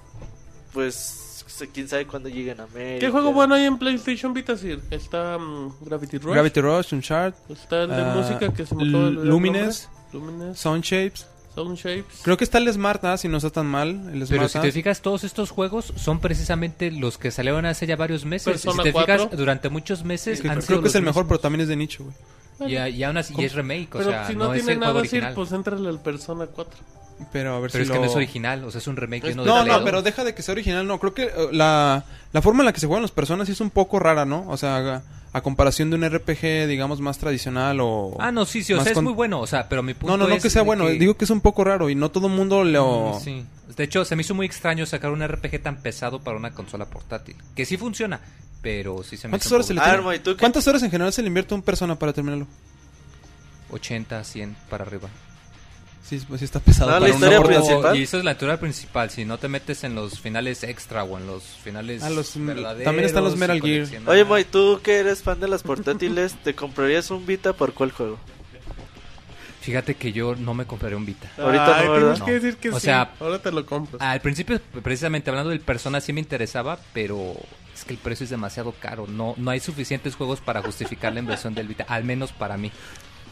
Pues. se- Quién sabe cuándo lleguen a América.
¿Qué juego bueno hay en PlayStation Vita, sí? Está mm, Gravity Rush.
Gravity Rush, Uncharted,
Pues, Está el de
Ah,
música que se me
L-
acaba de olvidar el
Lumines.
nombre. Lumines.
Sound Shapes.
Sound Shapes.
Creo que está el Smart Nas, si no está tan mal. El Smart
Pero si
Nas.
te fijas, todos estos juegos son precisamente los que salieron hace ya varios meses.
Persona
si te fijas,
4.
durante muchos meses
Que
han
creo
sido
que es
los
el mejor,
mismos.
pero también es de nicho, güey.
Y, a- y aún así, y es remake, o
Pero
sea,
si no,
es
tiene
el juego
nada decir,
original.
pues entrale al Persona 4.
Pero a ver
Pero
si
es que no
lo-
es original, o sea, es un remake de uno de
No,
Toledo.
no, pero deja de que sea original, no. Creo que eh, la, la forma en la que se juegan los personas sí es un poco rara, ¿no? O sea, a, a comparación de un RPG, digamos, más tradicional o...
Ah, no, sí, sí, o
más
sea, es
con-
muy bueno, o sea, pero mi punto
No, no, no
es
que sea
de
bueno. Digo que es un poco raro y no todo el mundo lo...
Mm, Sí. De hecho, se me hizo muy extraño sacar un RPG tan pesado para una consola portátil. Que sí funciona, pero sí se me
¿Cuántas
hizo Ah, un
horas se le
A ver,
tiene-
Moy, ¿tú qué-
¿Cuántas horas en general se le invierte a un persona para terminarlo?
poco 80, 100 para arriba.
Sí, pues sí está pesado.
No, la
para una
historia
pues.
oportunidad.
principal.
y eso es la altura principal, si no te metes en los finales extra o en los finales
Ah, los-
verdaderos
también están los
y
Metal Gear.
coleccionables.
Oye, Moy, tú que eres fan de las portátiles, ¿te comprarías un Vita por cuál juego?
Fíjate que yo no me compraré un Vita.
Ahorita
Ay,
no,
Ah, tienes
¿verdad?
que decir que
O
sí.
sea- ah,
Ahora te lo compras.
Al principio, precisamente hablando del Persona, sí me interesaba, pero es que el precio es demasiado caro. No, no hay suficientes juegos para justificar la inversión del Vita, al menos para mí.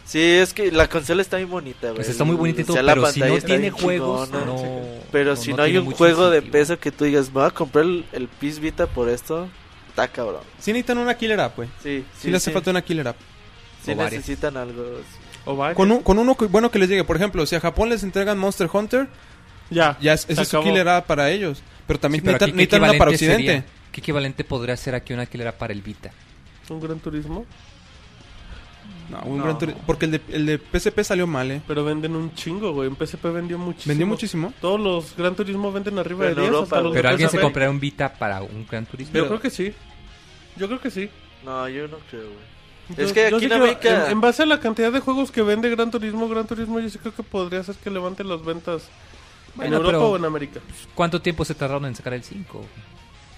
Sí, es que la consola está muy bonita, güey.
Pues está muy bonito,
O sea, la
pero si
pantalla
no
está
tiene
bien
juegos,
chingona.
no.
Pero
no-
si
no
no, hay
tiene
un
mucho
juego de
incentivo.
peso que tú digas, me voy a comprar el, el PS Vita por esto, está cabrón.
Sí necesitan una killer app, güey.
Sí,
Sí, le hace falta una killer app.
Sí
O varias.
necesitan algo. sí.
O va,
Con, un- con uno que- bueno que les llegue. Por ejemplo, si a Japón les entregan Monster Hunter,
Ya,
ya es,
se
esa es su
acabó.
killer app para ellos. Pero
Sí,
también
pero
necesitan,
aquí, ¿qué
necesitan una para
equivalente
Occidente.
sería? ¿Qué equivalente podría ser aquí una killer app para el Vita?
Pues
Un gran turismo.
No, un gran turi- Porque el de, el de PSP salió mal, ¿eh?
Pero venden un chingo, güey. En PSP vendió muchísimo.
Vendió muchísimo.
Todos los Gran Turismo venden arriba
Pero
de
en
10.
Europa,
hasta los
güey.
de
Pero alguien se
PSP.
comprará un Vita para un Gran Turismo.
Yo creo que sí. Yo creo que sí.
No, yo no creo, güey.
Yo-
Es que
yo
aquí
sí
en
creo-
América-
en, en base a la cantidad de juegos que vende Gran Turismo, Gran Turismo, yo sí creo que podría ser que levante las ventas en
Bueno,
Europa
pero-
o en América.
¿Cuánto tiempo se tardaron en sacar el 5?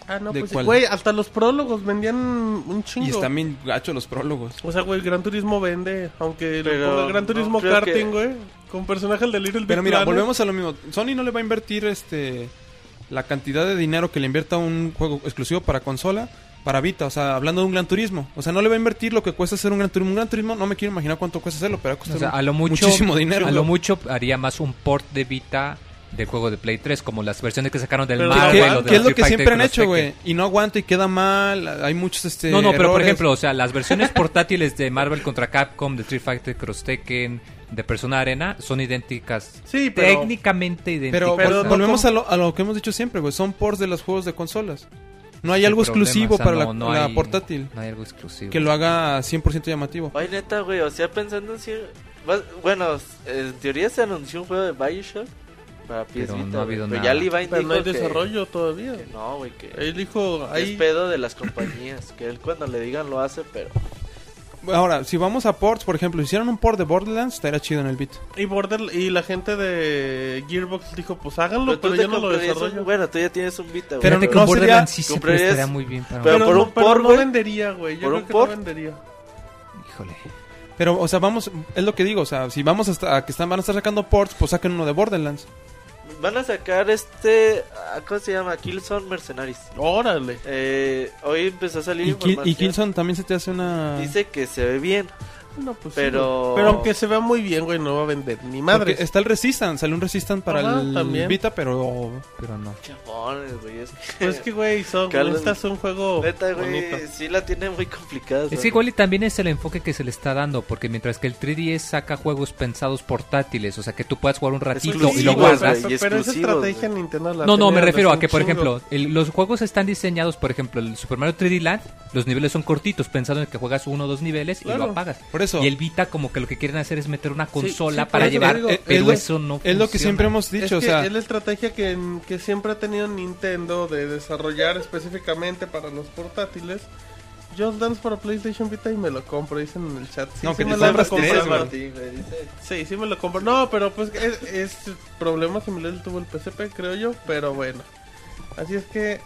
Ah, no,
¿De
pues sí,
cuál?
güey, hasta los prólogos vendían un chingo.
Y están bien gachos los prólogos.
O sea, güey, Gran Turismo vende, aunque el
Pero
Gran
no
Turismo
creo
Karting,
que-
güey, con personajes de Little Big
Pero mira,
Planet.
volvemos a lo mismo. Sony no le va a invertir este la cantidad de dinero que le invierta a un juego exclusivo para consola para Vita, o sea, hablando de un Gran Turismo, o sea, no le va a invertir lo que cuesta hacer un Gran Turismo. Un Gran Turismo no me quiero imaginar cuánto cuesta hacerlo, pero va a costar
O sea, a lo mucho,
muchísimo dinero.
A lo
güey.
mucho haría más un port de Vita del juego de Play 3, como las versiones que sacaron del
Pero
Marvel.
¿qué-
que,
o de los
que es lo
Street
que
Fighter
siempre han
los
hecho, güey,
Tekken.
y no aguanta y queda mal. Hay muchos este
No, no, pero por
errores.
ejemplo, o sea, las versiones portátiles de Marvel contra Capcom, de Street Fighter, Cross Tekken, de Persona Arena, son idénticas.
Sí, pero-
Técnicamente idénticas.
Pero,
Pero
vol-
no
volvemos
com-
a lo, a lo que hemos dicho siempre, güey. Son ports de los juegos de consolas. No hay
Sin
algo
problema,
exclusivo
o sea,
para
no-
la,
no
la
hay-
portátil
No hay algo exclusivo.
que lo haga 100% llamativo.
Ay, neta, güey, o sea, pensando si... vas- Bueno, en teoría se anunció un juego de Bioshock para PS
Pero
Vita,
no ha
güey,
habido
pero
nada.
ya Levine
Pero
dijo
no hay
que-
desarrollo todavía.
que no, güey, que...
Él dijo,
Es
ahí...
pedo de las compañías, que él cuando le digan lo hace, pero...
Ahora, si vamos a ports, por ejemplo, si hicieran un port de Borderlands, estaría chido en el beat.
Y, Border, y la gente de Gearbox dijo, pues háganlo,
tú
pero,
te
yo no lo
comprarías un-
desarrollo.
Bueno, tú ya tienes un Vita, güey.
Pero
Pero
no-
no,
no sería-
Borderlands sí se
comprarías-
prestaría muy bien para...
pero-
no-
por un
pero
por,
no
güey.
vendería, güey. Yo
Por
creo
un
que
por.
no vendería.
Híjole.
Pero, o sea, vamos, es lo que digo, o sea, si vamos hasta a que están, van a estar sacando ports, pues saquen uno de Borderlands.
Van a sacar este... ah, ¿Cómo se llama? Killzone Mercenaries.
Órale.
Eh, hoy empezó a salir
Y, Kill-
información.
y Killzone ah. también se te hace una...
Dice que se ve bien.
No, pues sí,
Pero-
güey. pero aunque se vea muy bien, güey, no va a vender. Ni madre.
Porque está el Resistance, salió un Resistance para
Ajá,
el
Ah, también.
Vita, pero...
Pero no.
Chabones, güey. Es que...
Pues es que, güey, son,
Carlos-
este es un juego
Neta, güey,
bonito.
sí la tiene muy complicada.
Es
¿no?
que igual y también es el enfoque que se le está dando, porque mientras que el 3DS saca juegos pensados portátiles, o sea, que tú puedas jugar un ratito y
Exclusivos,
lo guardas.
güey, y
Pero esa
exclusivos,
estrategia
güey.
Nintendo la ha
No, no,
tenido
me
desde
refiero a
un
que, por
chingo.
ejemplo, el- los juegos están diseñados, por ejemplo, el Super Mario 3D Land, los niveles son cortitos, pensando en que juegas uno o dos niveles y
Claro.
lo apagas.
Por eso.
Y el Vita como que lo que quieren hacer es meter una
sí,
consola
por
para
eso
llevar,
digo,
eh,
es
pero
lo-
eso no
Es lo que
funciona.
siempre hemos dicho,
es
o
que
sea...
es la estrategia que, que siempre ha tenido Nintendo de desarrollar específicamente para los portátiles. Just Dance para PlayStation Vita y me lo compro, dicen en el chat. Sí,
No,
sí
que
me
te
lo
compras
compro,
tres,
Dice
güey.
Martín, güey, dice-
Sí, sí me lo compro. No, pero pues es, es problema similar tuvo el PSP, creo yo, pero bueno. Así es que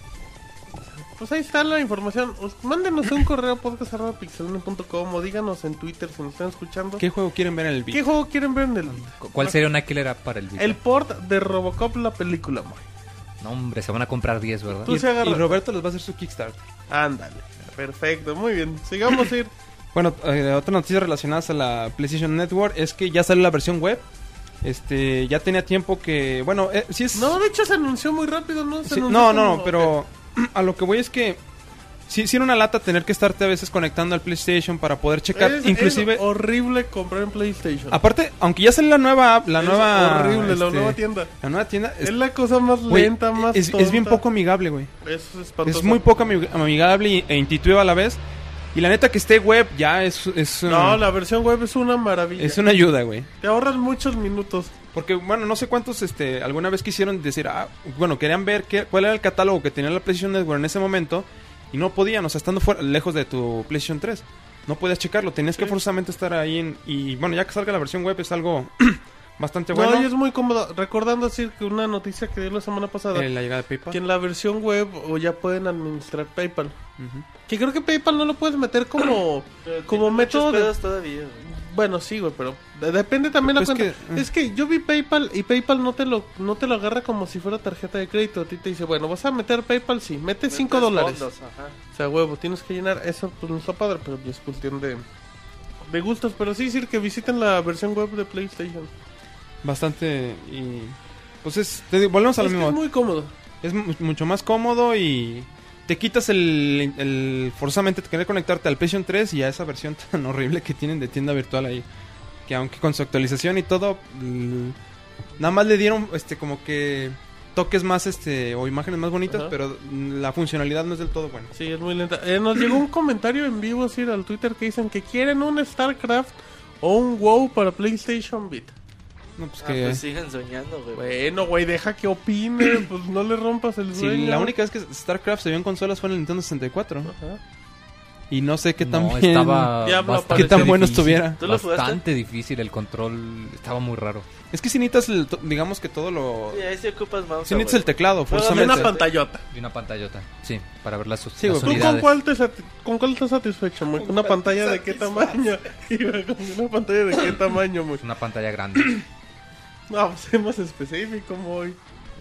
pues ahí está la información. Us- Mándenos un correo podcast@pixelania.com o díganos en Twitter si nos están escuchando.
¿Qué
¿Qué,
juego quieren ver en el Vita?
juego quieren ver en el
Cu- ¿Cuál sería una killer app para el Vita?
el port de RoboCop la película, amor?
No, hombre, se van a comprar 10, ¿verdad?
Tú
Y-
se agarra-
y Roberto les va a hacer su Kickstarter.
Ándale. Perfecto, muy bien. Sigamos ir.
Bueno, eh, otra noticia relacionada a la PlayStation Network es que ya sale la versión web. Este, ya tenía tiempo que, bueno, eh, sí es
No, de hecho se anunció muy rápido, ¿no? Se
sí-
anunció
no, no,
como-
pero a lo que voy es que sí sí era una lata tener que estarte a veces conectando al PlayStation para poder checar,
Es- es
inclusive
horrible comprar en PlayStation.
aparte, aunque ya sale la nueva app, la
Es
nueva
horrible, la
este,
nueva tienda.
la nueva tienda
Es
es,
la cosa más
güey,
lenta, más
es- es bien
tonta.
poco amigable, güey.
Es
Es
espantoso.
muy poco amig- amigable y- e intuitiva a la vez. Y la neta que esté web ya es es,
No,
eh,
la versión web es una maravilla.
es una ayuda, güey.
Te ahorras muchos minutos.
Porque, bueno, no sé cuántos este, alguna vez quisieron decir, ah, bueno, querían ver qué, cuál era el catálogo que tenía la PlayStation Network en ese momento y no podían, o sea, estando fuera, lejos de tu PlayStation 3. No podías checarlo, tenías que forzosamente estar ahí en- y bueno, ya que salga la versión web es algo bastante bueno.
No, y es muy cómodo. Recordando así que una noticia que di la semana pasada.
Eh, la llegada de PayPal.
Que en la versión web o ya pueden administrar PayPal.
Ujú.
Que creo que PayPal no lo puedes meter como,
Pero
como
tiene muchos
método de-
pedos todavía, güey.
Bueno, sí, güey, pero de- depende también la
Pues
cuenta.
que, mm.
Es que yo vi PayPal y PayPal no te lo no te lo agarra como si fuera tarjeta de crédito. A ti te dice, bueno, vas a meter PayPal, sí, mete 5
Metes
dólares.
fondos, ajá.
O sea, huevo, tienes que llenar eso, pues no está padre, pero ya es cuestión de de gustos, pero sí decir que visiten la versión web de PlayStation.
Bastante. Y. Pues es. te digo, volvemos
Es,
a lo
que
mismo.
es muy cómodo.
Es mu- mucho más cómodo y te quitas el, el forzosamente querer conectarte al PlayStation 3 y a esa versión tan horrible que tienen de tienda virtual ahí. Que aunque con su actualización y todo, l- nada más le dieron este como que toques más este o imágenes más bonitas,
Ajá.
pero mm, la funcionalidad no es del todo buena.
Sí, es muy lenta. Eh, nos llegó un comentario en vivo, Sir, al Twitter que dicen que quieren un StarCraft o un WoW para PlayStation Vita.
No, pues
Ah,
que
pues sigan soñando, güey.
Bueno, güey, deja que opine, pues no le rompas el
si
sueño.
la única vez que StarCraft se vio en consolas fue en el Nintendo 64
Ajá.
y no sé qué tan
No,
bien-
estaba
Diablo
bastante
apareció. Qué tan
bueno
difícil,
estuviera.
¿Tú lo jugaste?
Bastante difícil el control, estaba muy raro.
Es que si necesitas el to- digamos que todo lo
Sí, ahí sí ocupas mouse.
si necesitas
güey.
el teclado,
Juegas
Y una
forzosamente.
pantallota.
Y una pantallota, sí, para ver las, sus-
Sí, güey,
las
¿Tú con
unidades.
cuál, te sati- con cuál estás satisfecho, muy? ¿Una pantalla de qué tamaño? Iba con ¿Una pantalla de qué tamaño, muy?
Una pantalla grande.
No, seamos específico, muy.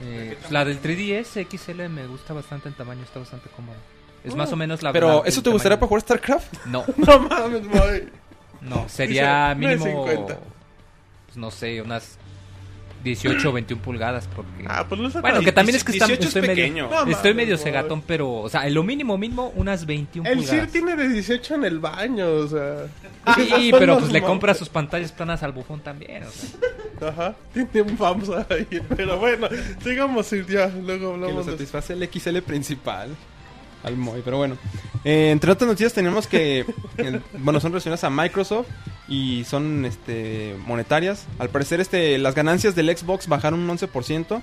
Eh, pues, la del 3DS XL me gusta bastante en tamaño, está bastante cómoda. Es más o menos la
Pero
la-
¿eso
el
te gustaría para jugar
tamaño.
StarCraft?
No,
No mames, muy.
no, sería
Dice,
mínimo
9.50.
pues, no sé, unas 18 o 21 pulgadas porque
Ah, pues no está
Bueno,
tan-
que también es que está-
18 es
estoy
pequeño.
medio
No
estoy
mames,
medio
güey.
cegatón, pero o sea, en lo mínimo mínimo unas 21
El Sir
pulgadas.
tiene de 18 en el baño, o sea.
Sí,
Son
pero
los
pues le
mam-
compra sus pantallas planas al bufón también. o sea.
Ajá, tiene un FAMSA ahí. Pero bueno, sigamos, Sir, ya. Luego
que lo
hablamos de.
satisface el XL principal al Moy, pero bueno. Eh, entre otras noticias tenemos que, el- bueno, son relacionadas a Microsoft y son este monetarias. Al parecer este las ganancias del Xbox bajaron un 11%.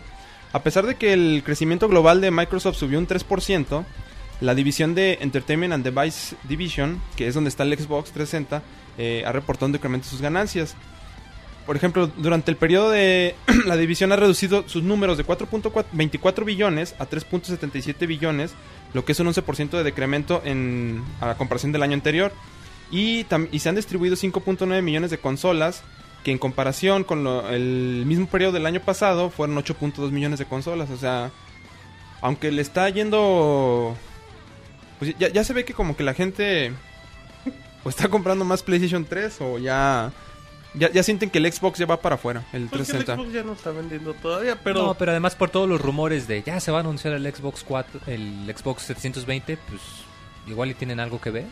A pesar de que el crecimiento global de Microsoft subió un 3%, la división de Entertainment and Device Division, que es donde está el Xbox 360, eh, ha reportado un decremento de sus ganancias. Por ejemplo, durante el periodo de la división ha reducido sus números de 4.24 billones a 3.77 billones, lo que es un 11% de decremento en, a la comparación del año anterior. Y, tam- y se han distribuido 5.9 millones de consolas, que en comparación con lo- el mismo periodo del año pasado fueron 8.2 millones de consolas. O sea, aunque le está yendo... Pues ya, ya se ve que como que la gente o está comprando más PlayStation 3 o ya... Ya, ya sienten que el Xbox ya va para afuera, el
Pues que el
360.
Xbox ya no está vendiendo todavía, pero.
No, pero además por todos los rumores de ya se va a anunciar el Xbox 4, el Xbox 720, pues igual y tienen algo que ver.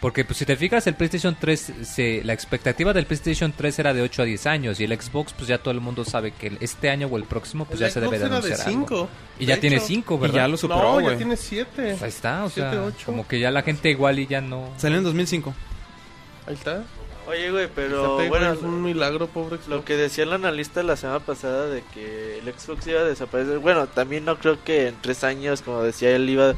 Porque pues si te fijas el PlayStation 3 se, la expectativa del PlayStation 3 era de 8 a 10 años y el Xbox pues ya todo el mundo sabe que el- este año o el próximo pues
el
ya se debe
Xbox
de
era de
anunciar algo.
5.
Y ya tiene 5, ¿verdad?
Y ya lo superó,
No, ya
güey.
tiene 7.
Pues ahí está, o sea,
Siete, ocho.
como que ya la gente igual y ya no.
Salió en 2005.
Pues Ahí está.
Oye, güey,
Está,
pero
güey,
bueno,
es un milagro, pobre Xbox.
lo que decía el analista la semana pasada de que el Xbox iba a desaparecer. Bueno, también no creo que en tres años, como decía él, iba.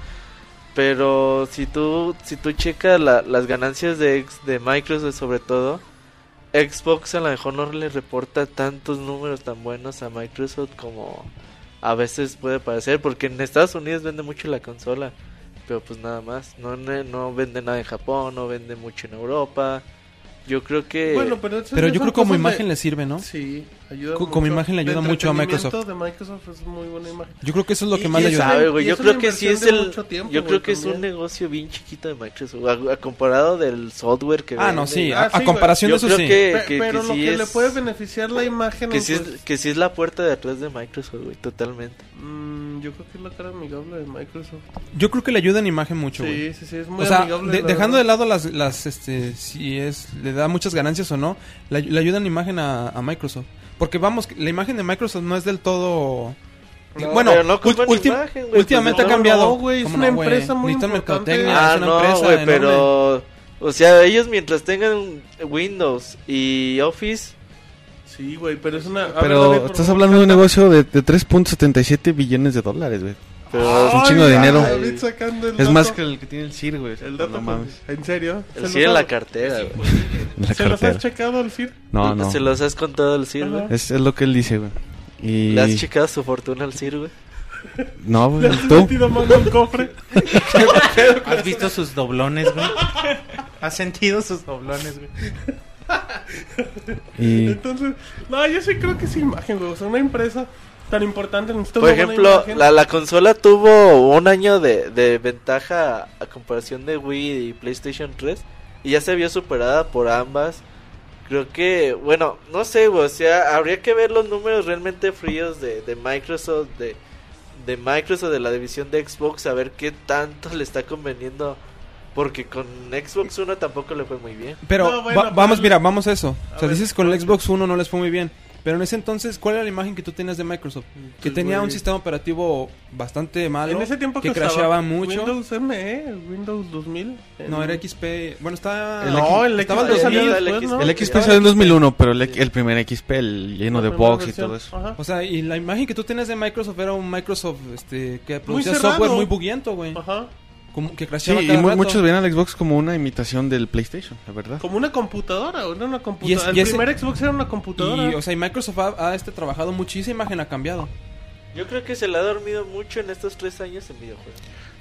Pero si tú, si tú checas la- las ganancias de, ex- de Microsoft, sobre todo, Xbox a lo mejor no le reporta tantos números tan buenos a Microsoft como a veces puede parecer. Porque en Estados Unidos vende mucho la consola, pero pues nada más. No, no no vende nada en Japón, no vende mucho en Europa. Yo creo que.
Bueno, pero, eso
Pero
ya
yo
son
creo que como
cosas de-
imagen le sirve, ¿no?
Sí, ayuda
Co- como imagen le
De
ayuda mucho a Microsoft.
entretenimiento de Microsoft es muy buena imagen.
Yo creo que eso es lo
Y-
que más
y
le
esa-
ayuda.
Sabe,
y
güey, yo
es una
creo que sí es
inversión de
el.
mucho tiempo,
yo
güey,
creo que es un
también.
negocio bien chiquito de Microsoft. A, a comparado del software que
Ah,
vende.
no, sí.
Ah,
a, a
sí,
comparación
Yo
de eso
creo
sí.
que,
Pe-
que-
pero
que
lo
sí
que
es,
le puede beneficiar la imagen.
que sí
pues,
es, que sí es la puerta de atrás de Microsoft, güey, totalmente.
mm, yo creo que es la cara amigable de Microsoft.
Yo creo que le ayuda en imagen mucho, güey.
Sí, sí, sí, es muy
O sea,
amigable.
de-
la
dejando de
verdad.
lado las, las, este, si es, le da muchas ganancias o no, le, ay- le ayuda en imagen a, a Microsoft. Porque vamos, la imagen de Microsoft no es del todo...
No,
bueno,
pero no
ul-
ocupan
ulti-
imagen, güey,
últimamente
pues,
ha
no,
cambiado.
no, güey, es
¿Cómo
una
güey?
empresa muy
Necesitan
importante.
mercadotecnia,
ah,
es una
no,
empresa
güey,
enorme.
pero. O sea, ellos mientras tengan Windows y Office.
Sí, güey, pero es una. a ver, David,
Pero
por
estás
favor.
hablando de un negocio de, de 3.77 billones de dólares, güey.
Ah,
Pero
Es un chingo de
Ay,
dinero.
David sacando el
Es
dato-
más que el que tiene el CIR, güey.
El dato,
no mames.
¿En serio?
el
¿Se
CIR en
los
la
ha-
cartera, güey.
En la
¿Se los
cartera.
has checado al CIR?
No, no.
¿Se los has contado al CIR, güey?
Ajá.
Es, es lo que él dice, güey. Y...
¿Le has checado su fortuna al CIR, güey?
No,
¿Le
güey.
has
Tú.
metido mano al cofre?
¿Has visto sus doblones, güey? ¿Has sentido sus doblones, güey?
Y...
Entonces, no, yo sí creo que es imagen, güey. O sea, una empresa tan importante necesita
Por
una buena
ejemplo,
imagen.
la, la consola tuvo un año de, de ventaja a comparación de Wii y PlayStation 3. y ya se vio superada por ambas. Creo que, bueno, no sé, güey, o sea, habría que ver los números realmente fríos de, de Microsoft, de, de Microsoft, de la división de Xbox, a ver qué tanto le está conveniendo. Porque con Xbox One tampoco le fue muy bien.
Pero
No, bueno,
va-
pero
vamos,
el-
mira, vamos a eso.
A
o sea,
ver,
dices con el
¿cuál?
Xbox One no les fue muy bien. Pero en ese entonces, ¿cuál era la imagen que tú tenías de Microsoft? Que
pues,
tenía
güey.
un sistema operativo bastante malo.
En ese tiempo
que,
usaba
crasheaba mucho.
Windows ME, Windows 2000.
No, era XP. Bueno, estaba.
El no, el
estaba
XP
el
XP.
2000.
el
después, ¿no?
El
XP
XP salió en 2001, pero el, el primer XP, el lleno
La
de
primera
bugs y
versión. Ah,
todo eso.
Ajá.
O sea, y la imagen que tú tenías de Microsoft era un Microsoft este, que producía
cerrado.
software muy buguiento, güey.
Ajá.
Como Que
Sí,
crasheaba
y
cada
mu-
rato.
muchos veían al Xbox como una imitación del PlayStation, la verdad.
Como una computadora, o era una
Y es-
computadora.
y
el
ese-
primer Xbox era una computadora.
Y, o sea, y Microsoft ha, ha, este, trabajado muchísima imagen, ha cambiado.
Yo creo que se le ha dormido mucho en estos tres años en videojuegos.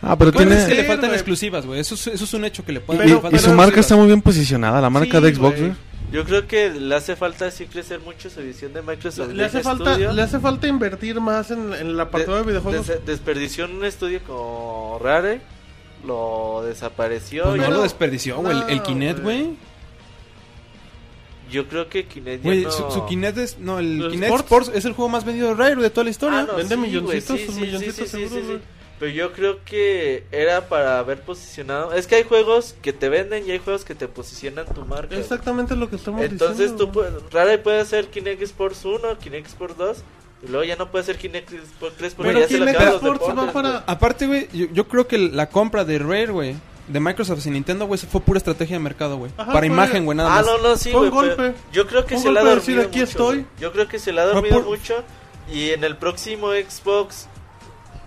Ah, pero
Bueno,
tiene...
es que le
Sí,
faltan
güey.
exclusivas, güey. Eso, es- eso es un hecho que le
Y,
pueden
Pero-
le
y
faltan
pero
su
no
marca
es-
está muy bien posicionada, la marca
Sí,
de Xbox,
güey.
¿eh?
güey.
Yo creo que le hace falta así crecer mucho su edición de Microsoft.
le, hace
Data
falta,
Studio.
le hace falta invertir más en, en la parte de,
De-
videojuegos.
des- desperdició en un estudio como Rare, lo desapareció.
Pues no
yo,
Pero-
lo desperdició, güey. El- el,
No,
Kinect,
güey.
güey.
yo creo que Kinect ya
Güey,
no-
su, su Kinect es. No, el
¿El
Kinect
Sports?
Sports es el juego más vendido de Rare de toda la historia.
Ah, no,
Vende
sí,
milloncitos,
güey, sí,
sus
sí,
milloncitos
sí, sí,
seguro,
sí, sí.
güey.
Pero yo creo que era para haber posicionado. Es que hay juegos que te venden y hay juegos que te posicionan tu marca. güey.
Exactamente lo que estamos
Entonces
diciendo.
tú puedes, Rare puede hacer Kinect Sports 1, Kinect Sports 2 y luego ya no puede ser Kinect Sports 3 porque
Pero
ya se le
Kinect
acaban los
Sports va
deportes,
para-
güey.
Aparte, güey, yo, yo creo que la compra de Rare, güey, de Microsoft y Nintendo, güey, fue pura estrategia de mercado, güey.
Ajá,
Para
fue-
imagen, güey, nada
Ah,
más.
no, no, sí,
Fue un
güey. pero
golpe.
Yo creo que
Fue un
se le ha
golpe
dormido
decir, "Aquí
mucho,
estoy".
güey. Yo creo que se le ha
Fue
dormido
por-
mucho y en el próximo Xbox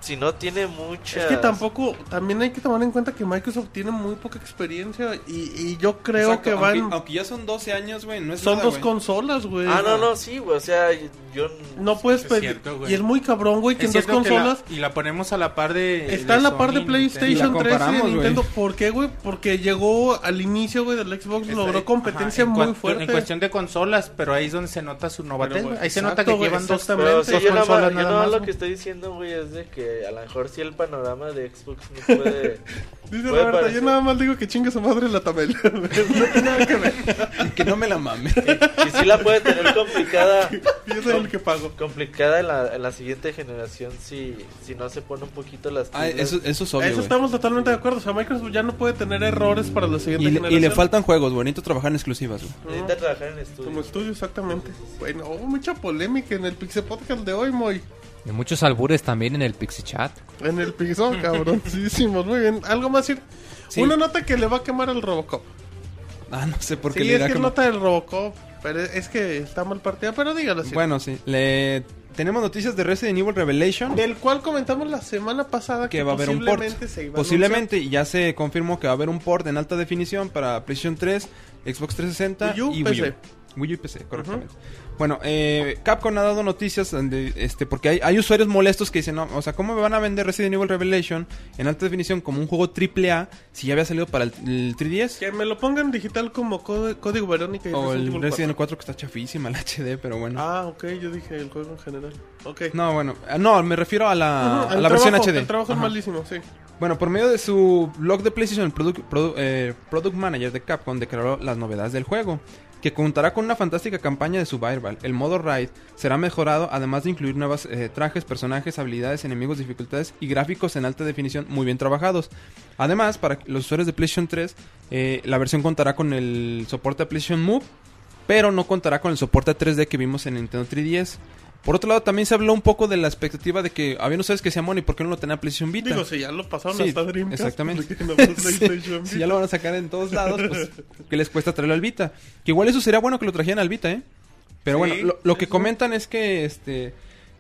si no tiene mucha
Es que tampoco, también hay que tomar en cuenta que Microsoft tiene muy poca experiencia y, y yo creo
Exacto,
que van,
Aunque, aunque ya son 12 años, güey, no es
son
nada,
dos
güey.
consolas, güey.
Ah, no, no, sí, güey, o sea, yo
No puedes
Es
pedir.
cierto, güey.
y es muy cabrón, güey, que en dos
cierto que la-
consolas
y la ponemos a la par de.
está en la par de
Sony,
PlayStation 3 y de
comparamos,
Nintendo. ¿Por qué, güey? Porque llegó al inicio, güey, del Xbox,
Nintendo.
pues, logró
Ajá,
competencia
en
muy
cuan-
fuerte.
En cuestión de consolas, pero ahí es donde se nota su novatez.
Pero,
güey. ahí se nota
exacto,
que
güey,
llevan dos.
exactamente.
Pero sí,
dos
yo nada más,
consolas
yo
nada
nada más
más,
lo
¿no?
que estoy diciendo, güey, es de que a lo mejor sí el panorama de Xbox no puede...
Dice
puede
Roberto, yo
parecer-
nada más digo que chingue su madre la tabela. güey. no tiene nada que ver.
Que no me la mame.
Y sí la puede tener complicada.
Yo soy el que pago.
Complicada en la, en la siguiente generación si, si no se pone un poquito las
Ah,
pilas.
eso, eso es
A
obvio,
Eso
güey.
estamos totalmente de acuerdo. O sea, Microsoft ya no puede tener errores para la siguiente
Y le, y
generación.
le faltan juegos, güey. Necesito trabajar en exclusivas, güey.
Necesita trabajar en estudio.
Como estudio, exactamente. Bueno, hubo mucha polémica en el Pixel Podcast de hoy, Moy.
Y muchos albures también en el Pixie Chat.
En el piso, cabroncísimos. Muy bien. Algo más, ir.
Sí.
Una nota que le va a quemar al Robocop.
Ah, no sé por qué
sí,
le
es
da
que es
como-
nota del Robocop. Pero es que está mal partida, pero dígalo así.
Bueno, sí. Le... Tenemos noticias de Resident Evil Revelation.
Del cual comentamos la semana pasada que,
que va a haber un port.
posiblemente se iba a
Posiblemente, y ya se confirmó que va a haber un port en alta definición para PlayStation 3, Xbox 360
Wii U,
y Wii
PC.
U. Wii U y PC, correctamente. Bueno, eh, Capcom ha dado noticias donde, este, porque hay, hay usuarios molestos que dicen, no, o sea, ¿cómo me van a vender Resident Evil Revelation en alta definición como un juego AAA si ya había salido para el, el 3DS?
Que me lo pongan digital como code- código Verónica y
O
Resident Evil
el
4.
Resident Evil 4 que está chafísima, el HD, pero bueno.
Ah, ok, yo dije el juego en general. Ok.
No, bueno, ah, no, me refiero a la,
Ujú,
a
el
la versión
trabajo,
HD.
El trabajo
Ajá.
es malísimo, sí.
Bueno, por medio de su blog de PlayStation, el product, produ- eh, product manager de Capcom declaró las novedades del juego, que contará con una fantástica campaña de survival. El modo raid será mejorado, además de incluir nuevos trajes, personajes, habilidades, enemigos, dificultades y gráficos en alta definición muy bien trabajados. Además, para los usuarios de PlayStation 3, eh, la versión contará con el soporte a PlayStation Move, pero no contará con el soporte a 3D que vimos en Nintendo 3DS. Por otro lado, también se habló un poco de la expectativa de que había ustedes que decían, bueno, ¿y por qué no lo tenía PlayStation Vita?
Digo, si ya lo pasaron
Sí,
hasta Dreamcast. pues
exactamente.
¿por qué no fue
Sí,
PlayStation?
Si ya lo van a sacar en todos lados, pues que les cuesta traerlo al Vita. Que igual eso sería bueno que lo trajeran al Vita, ¿eh? Pero
Sí,
bueno, lo, lo
sí,
que
sí.
comentan es que este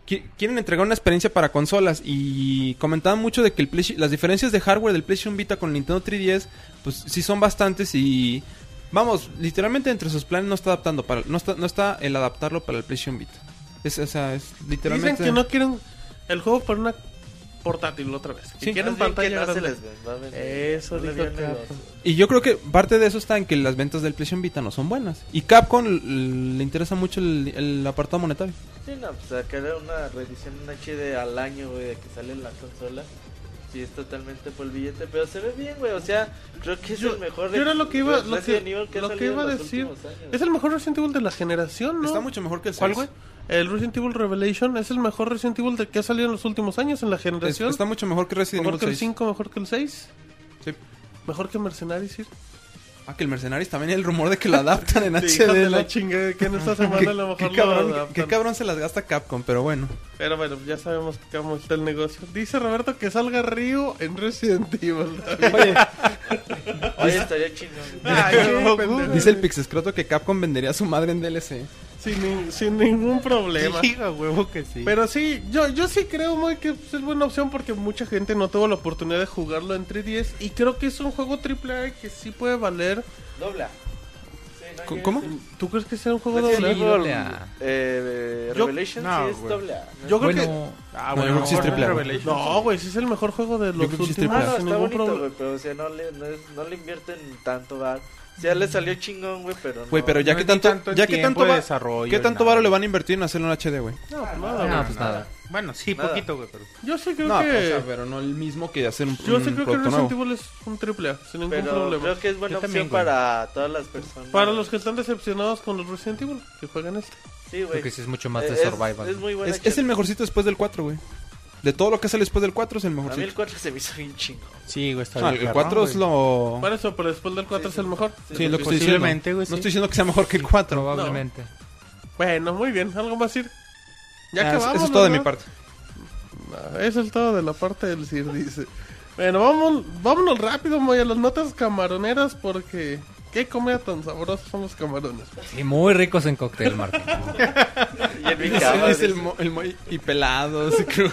qui- quieren entregar una experiencia para consolas y comentaban mucho de que el Playsta- las diferencias de hardware del PlayStation Vita con el Nintendo 3DS pues sí son bastantes y vamos, literalmente entre sus planes no está adaptando para no está no está el adaptarlo para el PlayStation Vita. Es, o sea, es
Dicen
literalmente
que no quieren el juego para una portátil otra vez. Que
Sí.
quieren
Más bien que
pantalla
no se
grande.
les ven, va a venir.
Eso
No le
dijo
ven
Capcom.
negocio.
Y yo creo que parte de eso está en que las ventas del PlayStation Vita no son buenas. Y Capcom l- le interesa mucho el, el apartado monetario.
Sí, no, pues sacar una reedición en HD al año, güey, de que sale en la consola. Sí, es totalmente por el billete, pero se ve bien, güey. O sea, creo que es
Yo-
el mejor.
yo era lo que iba- lo
Resident
que-
Evil ha
lo que
salido en
iba a
los
decir.
últimos años.
Es el mejor Resident Evil de la generación, ¿no?
Está mucho mejor que el
¿Cuál, güey?
6.
El Resident Evil Revelation es el mejor Resident Evil de que ha salido en los últimos años en la
Es-
generación.
está mucho mejor que Resident
mejor
Evil
que el
6.
5, mejor que el 6.
Sí.
Mejor que Mercenaries, sí.
Ah, que el Mercenaris también el rumor de que lo adaptan en
Sí, hijos de
HD.
la
¿no?
chingada, que en esta semana
Qué-
a lo mejor
qué
lo
cabrón,
adaptan.
qué cabrón se las gasta Capcom, pero bueno.
Pero bueno, ya sabemos cómo está el negocio. Dice Roberto que salga Río en Resident Evil.
Oye, estaría chingón. güey.
Ay, qué pendejo.
Dice el Pixescroto que Capcom vendería a su madre en DLC.
sin, nin- sin ningún problema.
Sí, a huevo que sí.
Pero sí, yo, yo sí creo muy que pues, es buena opción porque mucha gente no tuvo la oportunidad de jugarlo en 3DS y creo que es un juego AAA que sí puede valer.
Dobla. Sí, no,
Co-
yo-
¿Cómo?
¿Tú crees que sea un
Pues
juego
Resident
doble?
Evil,
doble A.
eh,
Yo-
Revelation
no,
sí es
güey.
doble A.
Yo creo
Bueno,
ah,
No, yo creo que sí es
mejor
triple A, güey.
Revelations.
No, güey, sí es el mejor juego de los
creo que sí es
últimos.
Ah, no,
AAA.
sin
está
ningún
bonito,
problema.
güey, pero o sea, no le, no, es- no le invierten tanto, va. O sea, le salió chingón, güey, pero no.
Güey, pero ya
no
que
es
tanto,
ni tanto en
ya que
tiempo
tanto,
de
va-
desarrollo
¿qué
ni
tanto
nada.
varo le van a invertir en hacerlo en HD, güey?
No, pues
no,
nada,
pues
güey,
nada.
Bueno, sí,
Nada.
poquito, güey, pero...
Yo sí creo
No,
que.
pues, Mm, o sea, pero no el mismo que hacer un,
yo
un
sí creo que
producto
Resident
nuevo.
Evil es un AAA, sin ningún
Pero
problema.
creo que es buena
Yo también, güey.
opción para todas las personas.
Para los que están decepcionados con los Resident Evil, que juegan este.
Sí, güey.
creo que sí es mucho más de
Eh, es-
survival.
Es, muy buena
Es, es el
opción.
mejorcito después del 4, güey. De todo lo que sale después del 4 es el
A mí el
mejorcito.
4 se me hizo bien chingón.
Sí, güey, está
No,
bien
Ah, el
perrón,
4 es
güey.
lo...
Para eso, pero después del 4
Sí,
es el mejor.
Sí, es lo que estoy diciendo.
Posiblemente, güey,
No
sí.
estoy diciendo que sea mejor que el 4.
Probablemente.
Bueno, muy bien, algo más ir. Ya
Ah,
que
eso-
vamos.
Eso es todo de mi
¿verdad?
parte.
No, Eso es todo de la parte del CIR, dice. Bueno, vámonos, vámonos rápido, Moy, a las notas camaroneras, porque qué comida tan sabrosa son los camarones.
Sí, muy ricos en cóctel, Martín.
Y el
Dice-
Vicama,
dice el
dice,
mo- el mo- y pelados. y cru-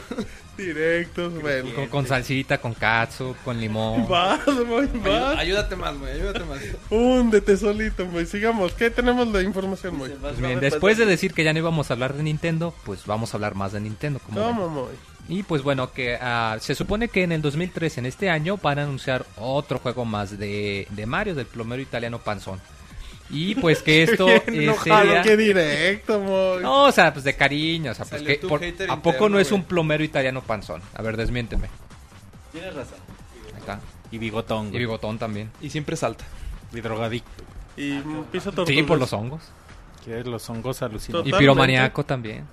Directos, bueno.
con, con salsita, con katsu, con limón.
Vas, Moy, vas.
Ayúdate más, güey, ayúdate más.
Húndete solito, Moy. Sigamos, ¿qué tenemos de información, Moy?
más
Pues bien,
no me
después de
pasa-
decir que ya no íbamos a hablar de Nintendo, pues vamos a hablar más de Nintendo. como ven.
¿Cómo, Moy?
Y pues bueno, que ah, se supone que en el 2013, en este año, van a anunciar otro juego más de, de Mario, del plomero italiano Panzón. Y pues que esto eh,
Qué enojado,
sería-
qué directo, Moy.
No, o sea, pues de cariño. O sea, pues
Salió
que
tu
por-
hater
¿A poco
interno,
no es
güey.
un plomero italiano Panzón? A ver, desmiénteme.
Tienes razón.
Ahí está.
Y bigotón,
Y
güey.
bigotón también.
Y siempre salta.
Y drogadicto.
Y mm, piso tortugas.
Sí, por los hongos.
Que los hongos alucinantes.
Y
Totalmente.
piromaniaco también.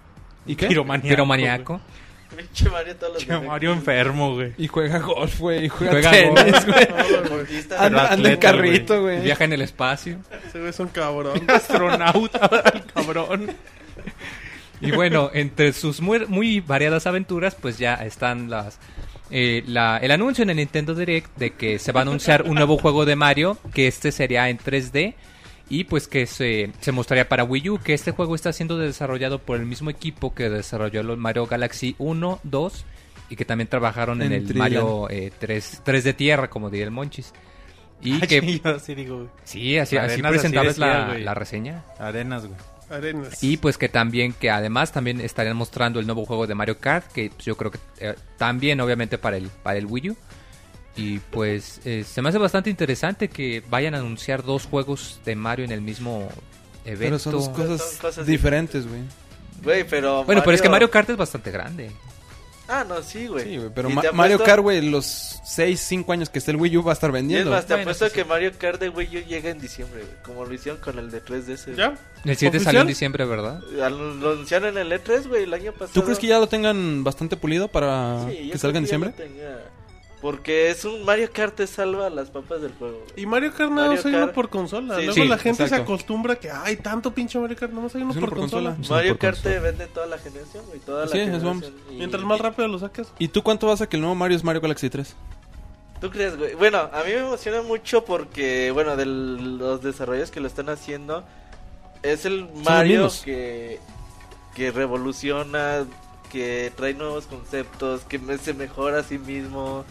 ¿Y qué?
Piromaniaco.
Piromaniaco.
Pinche Mario todos los
güey. Che, Mario enfermo, güey.
Y juega golf, güey. Y juega,
Juega
tenis,
golf.
güey.
deportistas.
Pero
Anda, anda en
atleta, güey.
carrito, güey.
Viaja en el espacio.
Ese güey es un cabrón.
Astronauta, el cabrón.
Y bueno, entre sus muy, muy variadas aventuras, pues ya están las eh, la- el anuncio en el Nintendo Direct de que se va a anunciar un nuevo juego de Mario, que este sería en 3D y pues que se, se mostraría para Wii U, que este juego está siendo desarrollado por el mismo equipo que desarrolló el Mario Galaxy 1, 2 y que también trabajaron en,
En
el
Treeland.
Mario eh, 3, 3 de tierra, como diría el Monchis. Y que
Sí, yo así digo, güey.
sí, así, así
Arenas, así
presentabas
decía,
la,
güey.
la reseña.
Arenas, güey.
Arenas.
Y pues que también, que además también estarían mostrando el nuevo juego de Mario Kart, que pues, yo creo que eh, también obviamente para el, para el Wii U. Y pues eh, se me hace bastante interesante que vayan a anunciar dos juegos de Mario en el mismo evento.
Pero son dos
Son cosas
cosas diferentes, güey.
Güey, pero.
Bueno, pero es que Mario Kart es bastante grande.
Ah, no, sí, güey.
Sí, güey, pero
Y
Ma-
te apuesto-
Mario Kart, güey, los 6, 5 años que esté el Wii U va a estar
Y es
vendiendo.
más, te
Bueno,
apuesto
sí, sí.
que Mario Kart de Wii U llega en diciembre, güey. Como lo hicieron con el de 3DS.
¿Ya?
El 7 salió
¿Oficial?
en diciembre, ¿verdad?
güey. Al- Lo anunciaron en el E3, güey, el año pasado.
¿Tú crees que ya lo tengan bastante pulido para
Sí, yo
que salga en
creo
diciembre?
ya lo tenga. Porque es un Mario Kart te salva las papas del juego. güey.
Y Mario Kart nada
Mario
más hay uno
Kart.
por consola.
Sí,
Luego
sí,
la gente se
exacto.
acostumbra que hay tanto pinche Mario Kart, nada más hay uno,
Es uno
por,
por
consola.
consola.
Mario
por
Kart te vende toda la generación, güey. Toda la
Sí, eso
generación.
vamos.
Y-
Mientras más rápido lo saques.
¿Y tú cuánto vas a que el nuevo Mario es Mario Galaxy 3?
¿Tú crees, güey? Bueno, a mí me emociona mucho porque, bueno, de los desarrollos que lo están haciendo, es el Mario
mismos.
que, que revoluciona, que trae nuevos conceptos, que me- se mejora a sí mismo.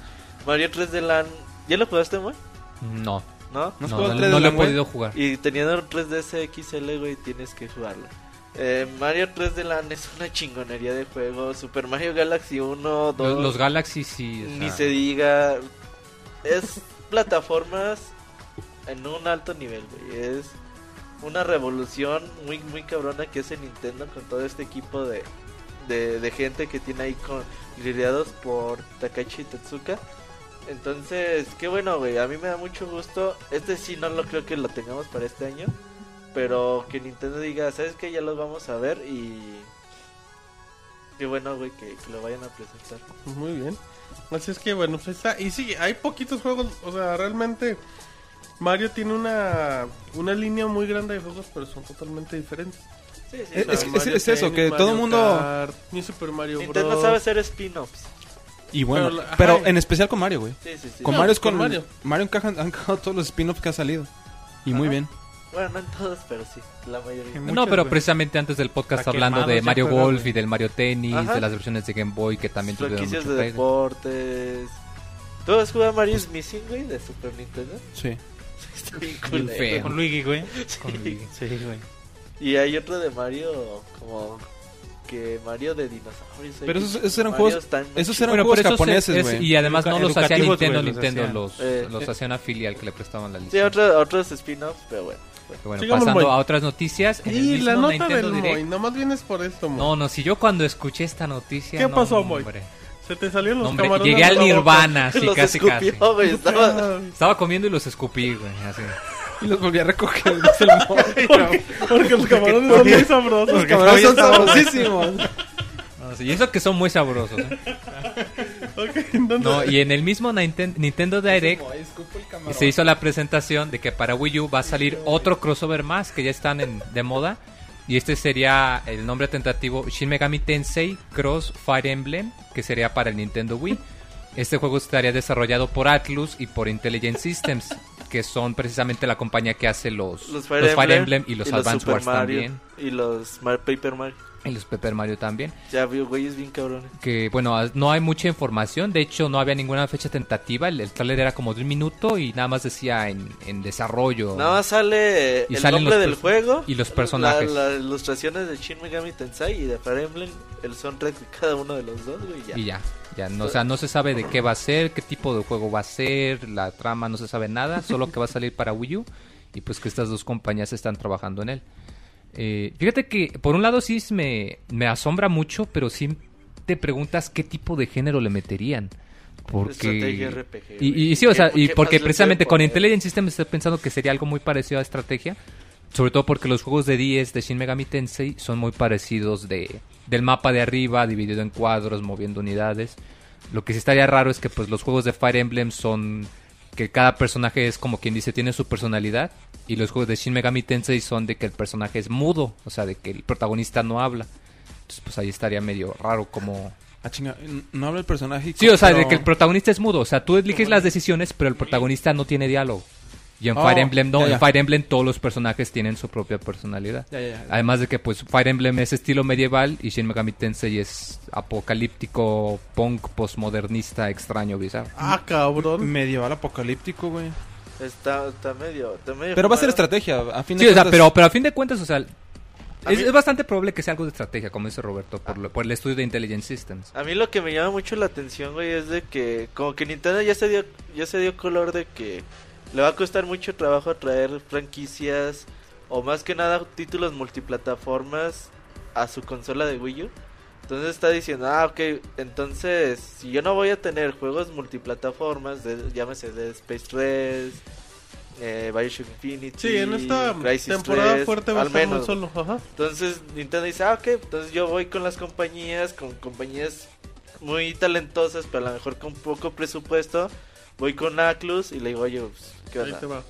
Mario 3D Land, ¿ya lo jugaste, güey?
No,
¿No?
no,
¿No has
no,
jugado el 3D
no lo he
Land, güey?
podido jugar.
Y teniendo 3DS XL, güey, tienes que jugarlo. Eh, Mario 3D Land es una chingonería de juego. Super Mario Galaxy 1, 2,
Los, los Galaxy sí. o
ni
sea,
se diga. Es plataformas en un alto nivel, güey. Es una revolución muy, muy cabrona que hace Nintendo con todo este equipo de, de, de gente que tiene ahí con grillados por Takashi Tetsuka. Entonces, qué bueno, güey. A mí me da mucho gusto. Este sí no lo creo que lo tengamos para este año. Pero que Nintendo diga, ¿sabes qué? Ya los vamos a ver y... Qué bueno, güey, que, que lo vayan a presentar.
pues Muy bien. Así es que bueno, pues ahí está. Y sí, hay poquitos juegos. O sea, realmente Mario tiene una, una línea muy grande de juegos, pero son totalmente diferentes.
Sí, sí,
Es-
claro.
es-
Mario
eso, que todo
Mario
mundo-
Kart, ni Super Mario Bros.
Nintendo sabe hacer spin-offs.
Y bueno,
Pero la-
pero,
ajá.
en especial con Mario, güey.
Sí, sí, sí.
Con
No,
Mario es
con
con
Mario.
Mario. Mario encajan, han encajado todos los spin-offs que ha salido. Y muy
Ajá.
bien.
Bueno, no en todos, pero sí, la mayoría.
Muchos,
no, pero
güey.
precisamente antes del podcast
Está
hablando
quemado
de
ese
Mario
juego,
Golf
güey.
y del Mario Tennis,
Ajá.
de las versiones de Game Boy que también tuvieron
Franquicias
mucho
de
pegue.
deportes. ¿Tú has jugado a Mario Missing, güey, de Super Nintendo?
Sí.
Está bien
Bien
culero.
feo.
Con Luigi, güey.
Con Luigi.
Sí, güey.
Y hay otro de Mario, como que Mario de dinosaurios.
Pero
¿eh?
esos- esos eran
Mario
juegos-
están muy
esos
chidos.
eran-
pero
juegos
esos
japoneses,
es-
güey.
y además no los hacía
Educativos,
Nintendo,
güey, los
Nintendo
hacían.
los,
Eh,
los
eh.
hacía una filial que le prestaban la
Sí,
licencia.
otro- otros spin-offs, pero bueno.
Pero bueno,
Sigamos,
pasando
Moy.
a otras noticias. en el
Y la
mismo
nota
Nintendo
del
Direct-
Moy, nomás vienes por esto, Moy.
No, no, si yo cuando escuché esta noticia.
¿Qué
no,
pasó, Moy?
hombre.
Se te salieron
No,
los
hombre,
camarones.
llegué
de
al
la boca.
Nirvana, sí,
Los
casi,
escupió,
casi.
güey, estaba-
Estaba comiendo y los escupí, güey, así.
Y los volví a recoger. dice el Mario.
Porque los camarones son muy sabrosos.
Los camarones son sabrosísimos.
No, sí, y eso que son muy sabrosos. ¿eh?
Ok, entonces-
No, y en el mismo Ninten- Nintendo Direct se hizo la presentación de que para Wii U va a salir otro crossover más que ya están en- de moda. Y este sería el nombre tentativo Shin Megami Tensei Cross Fire Emblem, que sería para el Nintendo Wii. Este juego estaría desarrollado por Atlus y por Intelligent Systems, que son precisamente la compañía que hace los,
Los Fire,
Emblem y los Advance
Super
Wars
Mario,
también.
Y los Mar- Paper Mario.
Y los Paper Mario también.
Ya vio, güey, es bien cabrones.
que bueno, as- no hay mucha información, de hecho no había ninguna fecha tentativa, el, el trailer era como de un minuto y nada más decía en, en desarrollo.
Nada más sale
Y
el
salen
nombre
los
del
perso-
juego
y los personajes.
la- Las ilustraciones de Shin Megami Tensei y de Fire Emblem, el soundtrack de cada uno de los dos, güey, ya.
Y ya, ya, no, o sea, no se sabe de qué va a ser, qué tipo de juego va a ser, la trama, no se sabe nada, solo que va a salir para Wii U y pues que estas dos compañías están trabajando en él. Eh, fíjate que por un lado sí es- me, me asombra mucho, pero sí te preguntas qué tipo de género le meterían.
Estrategia
Porque...
RPG,
Y,
güey.
y sí, o
¿Qué-
sea, y
qué
porque
más le
precisamente
pueden
con
poner?
Intelligent System estoy pensando que sería algo muy parecido a estrategia. Sobre todo porque los juegos de 10 de Shin Megami Tensei son muy parecidos de, del mapa de arriba, dividido en cuadros, moviendo unidades. Lo que sí estaría raro es que pues los juegos de Fire Emblem son que cada personaje es como quien dice tiene su personalidad y los juegos de Shin Megami Tensei son de que el personaje es mudo, o sea, de que el protagonista no habla. Entonces pues ahí estaría medio raro como
Ah, chinga, n- No habla el personaje.
Sí, o sea, de
pero-
que el protagonista es mudo. O sea, tú eliges las decisiones, pero el protagonista no tiene diálogo. Y en
Oh,
Fire Emblem no.
ya, ya.
En Fire Emblem todos los personajes tienen su propia personalidad.
Ya, ya, ya.
Además de que, pues, Fire Emblem es estilo medieval y Shin Megami Tensei es apocalíptico, punk, postmodernista, extraño, bizarro.
Ah, cabrón.
Medieval apocalíptico, güey.
Está, está medio, está medio
Pero va a ser
fumado.
estrategia. A fin de
Sí, o sea,
cuentas.
pero, pero a fin de cuentas, o sea, es,
mí-
es bastante probable que sea algo de estrategia, como dice Roberto, por, lo- por el estudio de Intelligent Systems.
Ah,
A mí lo que me llama mucho la atención, güey, es de que como que Nintendo ya se dio ya se dio color de que le va a costar mucho trabajo traer franquicias o más que nada títulos multiplataformas a su consola de Wii U. Entonces está diciendo, ah, ok, entonces si yo no voy a tener juegos multiplataformas, de- llámese de Space 3, eh, Bioshock Infinity,
Sí, en esta
Crysis
temporada
3,
fuerte va a
al
estar muy
menos,
solo. Ajá.
entonces Nintendo dice, ah, ok, entonces yo voy con las compañías, con compañías muy talentosas, pero a lo mejor con poco presupuesto. Voy con Atlus y le digo, oye, pues, ¿qué
Ahí
onda?
te va.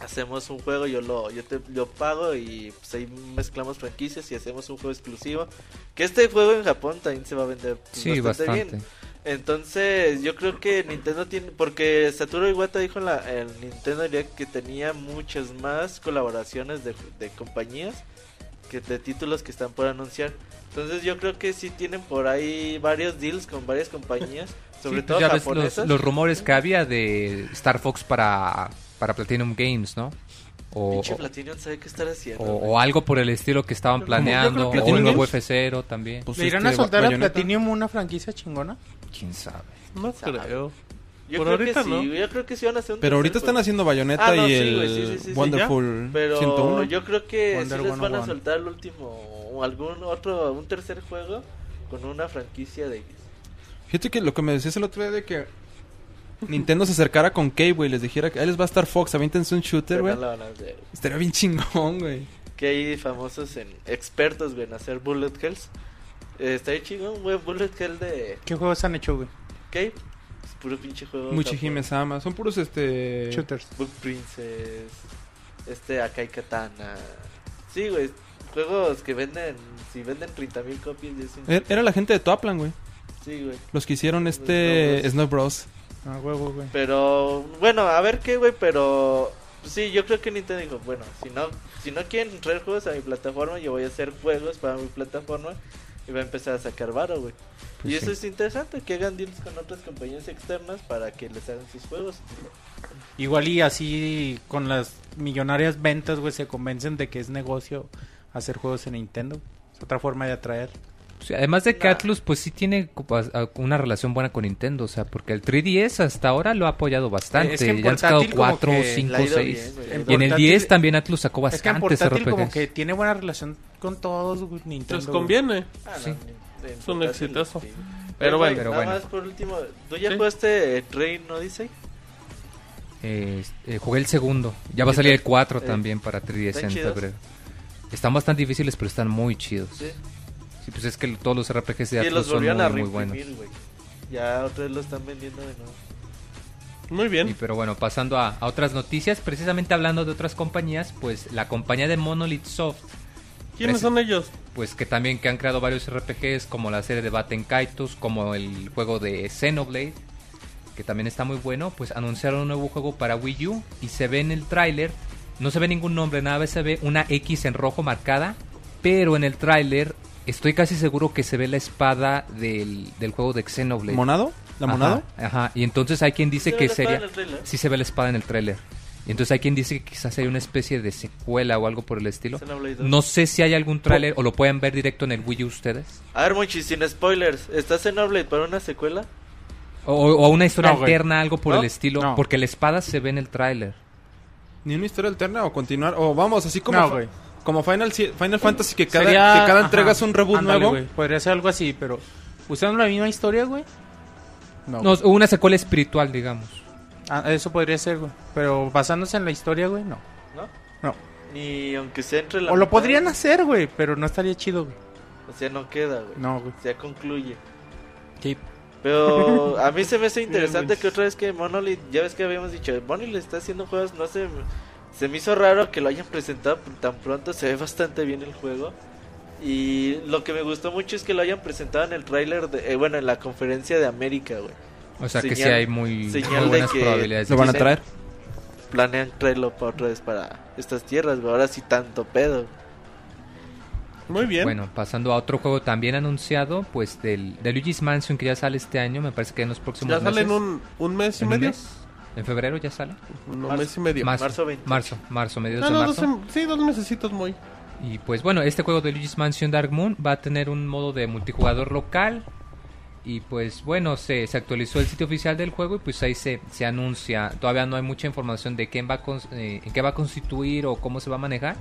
Hacemos un juego, yo lo yo te lo pago y pues, ahí mezclamos franquicias y hacemos un juego exclusivo. Que este juego en Japón también se va a vender pues,
Sí, bastante.
bien. Entonces, yo creo que Nintendo tiene. Porque Satoru Iwata dijo en la, el Nintendo Direct que tenía muchas más colaboraciones de, de compañías que de títulos que están por anunciar. Entonces, yo creo que sí tienen por ahí varios deals con varias compañías, sobre
Sí, pues
todo
ya ves los,
japonesas.
los rumores que había de Star Fox para, para Platinum Games, ¿no?
Oh.
O,
Pinche Platinum sabe qué estar haciendo.
o-
güey.
o algo por el estilo que estaban planeando, o
Platinum
un nuevo
Games-
F0 también.
Pues,
¿Le irán a
este,
soltar a
Bayonetta.
Platinum una franquicia chingona?
quién sabe.
No
Sabe.
creo.
yo
por
creo
ahorita
que
no.
sí, yo creo que sí van a hacer un
oh. Pero ahorita
tercer
están
juego.
haciendo Bayonetta
Ah, no,
y
sí,
el
güey, sí, sí, sí, sí,
Wonderful
Pero
101.
yo creo que
Wonder
sí les van a
101.
soltar el último, o algún otro, un tercer juego. con una franquicia de ellos.
Fíjate que lo que me decías el otro día de que Nintendo se acercara con Cave, güey, y les dijera que ahí les va a estar Fox, aviéntense un shooter,
Pero
güey.
no la van a hacer.
Estaría bien chingón, güey.
Que hay famosos en expertos, güey, en hacer bullet hells. Eh, está bien chingón, güey, bullet hell de
¿Qué juegos han hecho, güey?
Cape. Es puro pinche juego.
Muchihime
japonés.
Sama. Son puros este.
Shooters.
Book Princess. Este Akai Katana. Sí, güey, juegos que venden, si venden 30.000 copias ya es un...
Er- Era la gente de Toplan, güey.
Sí, güey.
Los que hicieron
Los
este.
Bros.
Snow Bros.
Ah, huevo, güey.
Pero bueno, a ver qué, güey, pero sí, yo creo que Nintendo dijo, bueno, si no si no quieren traer juegos a mi plataforma, yo voy a hacer juegos para mi plataforma y va a empezar a sacar varo, güey.
Pues
y
sí.
eso es interesante, que hagan deals con otras compañías externas para que les hagan sus juegos.
Igual y así con las millonarias ventas, güey, se convencen de que es negocio hacer juegos en Nintendo. Es otra forma de atraer.
Sí, además de
Nah.
Catlus, pues sí tiene co- as- a- una relación buena con Nintendo, o sea, porque el 3DS hasta ahora lo ha apoyado bastante.
Es que en
ya han sacado
portátil como
4,
que
5,
la ha ido
6.
bien, güey.
En
Y en el
portátil-
10 también Atlus sacó
es que en
bastantes
portátil como
RPGs.
que tiene buena relación con todos, güey, Nintendo.
Les
güey.
conviene.
Ah, no,
Sí.
en- en
Es un
portátil,
exitazo.
sí.
Pero
güey,
bueno.
pero
nada
bueno.
más por último, ¿tú ya
Sí.
jugaste eh, Train Odyssey?
Eh, eh, jugué el segundo. Ya va a
¿Qué
salir el
tal?
4
Eh,
también para 3DS
¿están
en
chidos?
febrero. Están bastante difíciles, pero están muy chidos.
Sí.
Sí, pues es que todos los RPGs de
Y
Atlus
los
son
volvieron a
muy, muy buenos.
reimprimir, güey. Ya otra vez lo están vendiendo de nuevo.
Muy
Y
bien.
pero bueno, pasando a, a otras noticias, precisamente hablando de otras compañías, pues la compañía de Monolith Soft,
¿Quiénes son ellos?
pues que también que han creado varios RPGs como la serie de Batten Kaitos, como el juego de Xenoblade, que también está muy bueno, pues anunciaron un nuevo juego para Wii U y se ve en el tráiler, no se ve ningún nombre, nada más se ve una X en rojo marcada, pero en el tráiler estoy casi seguro que se ve la espada del, del juego de Xenoblade.
¿Monado? ¿La
Ajá,
Monado?
Ajá, y entonces hay quien dice
Se ve la
que
espada
sería...
en el trailer.
Sí se ve la espada en el tráiler. Y entonces hay quien dice que quizás hay una especie de secuela o algo por el estilo.
Xenoblade dos.
No sé si hay algún tráiler o lo pueden ver directo en el Wii U ustedes.
A ver, Monchi, sin spoilers, ¿estás en Noble para una secuela?
O, o una historia
No, güey.
alterna, algo por
¿No?
el estilo.
No.
Porque la espada se ve en el tráiler.
¿Ni una historia alterna o continuar? O vamos, así como.
No,
fa-
güey.
como Final, Si- Final Fantasy, que cada,
Sería-
que cada
ajá,
entrega es un reboot
ándale,
nuevo.
güey. Podría ser algo así, pero usando la misma historia, güey. No.
No, una secuela espiritual, digamos.
Ah, eso podría ser, güey. Pero basándose en la historia, güey, no.
¿No?
No.
Ni aunque sea entre la.
O lo
mitad,
podrían hacer, güey, pero no estaría chido, güey.
O sea, no queda, güey.
No, güey.
O sea, concluye.
Sí.
Pero a mí se me hace interesante que otra vez que Monolith, ya ves que habíamos dicho, Monolith está haciendo juegos, no sé. Se me hizo raro que lo hayan presentado tan pronto, se ve bastante bien el juego. Y lo que me gustó mucho es que lo hayan presentado en el tráiler, de- eh, bueno, en la conferencia de América, güey.
O sea que sí
Señal-
hay muy,
señal
Mm, muy
de
buenas
que
probabilidades.
¿Lo van a traer?
Planean traerlo para otra vez para estas tierras, güey. Ahora sí tanto pedo.
Muy bien.
Bueno, pasando a otro juego también anunciado, pues del, de Luigi's Mansion que ya sale este año, me parece que en los próximos
ya sale en
meses.
un, un mes y
¿En un
medio.
mes? ¿En febrero ya sale?
Un
Marzo.
mes y medio.
marzo,
marzo 28.
marzo, marzo, mediados
Ah,
de
no,
marzo.
dos sem- sí, dos mesecitos muy.
Y pues bueno, este juego de Luigi's Mansion Dark Moon va a tener un modo de multijugador local. Y pues bueno, se, se actualizó el sitio oficial del juego y pues ahí se, se anuncia. Todavía no hay mucha información de quién va a cons- eh, en qué va a constituir o cómo se va a manejar.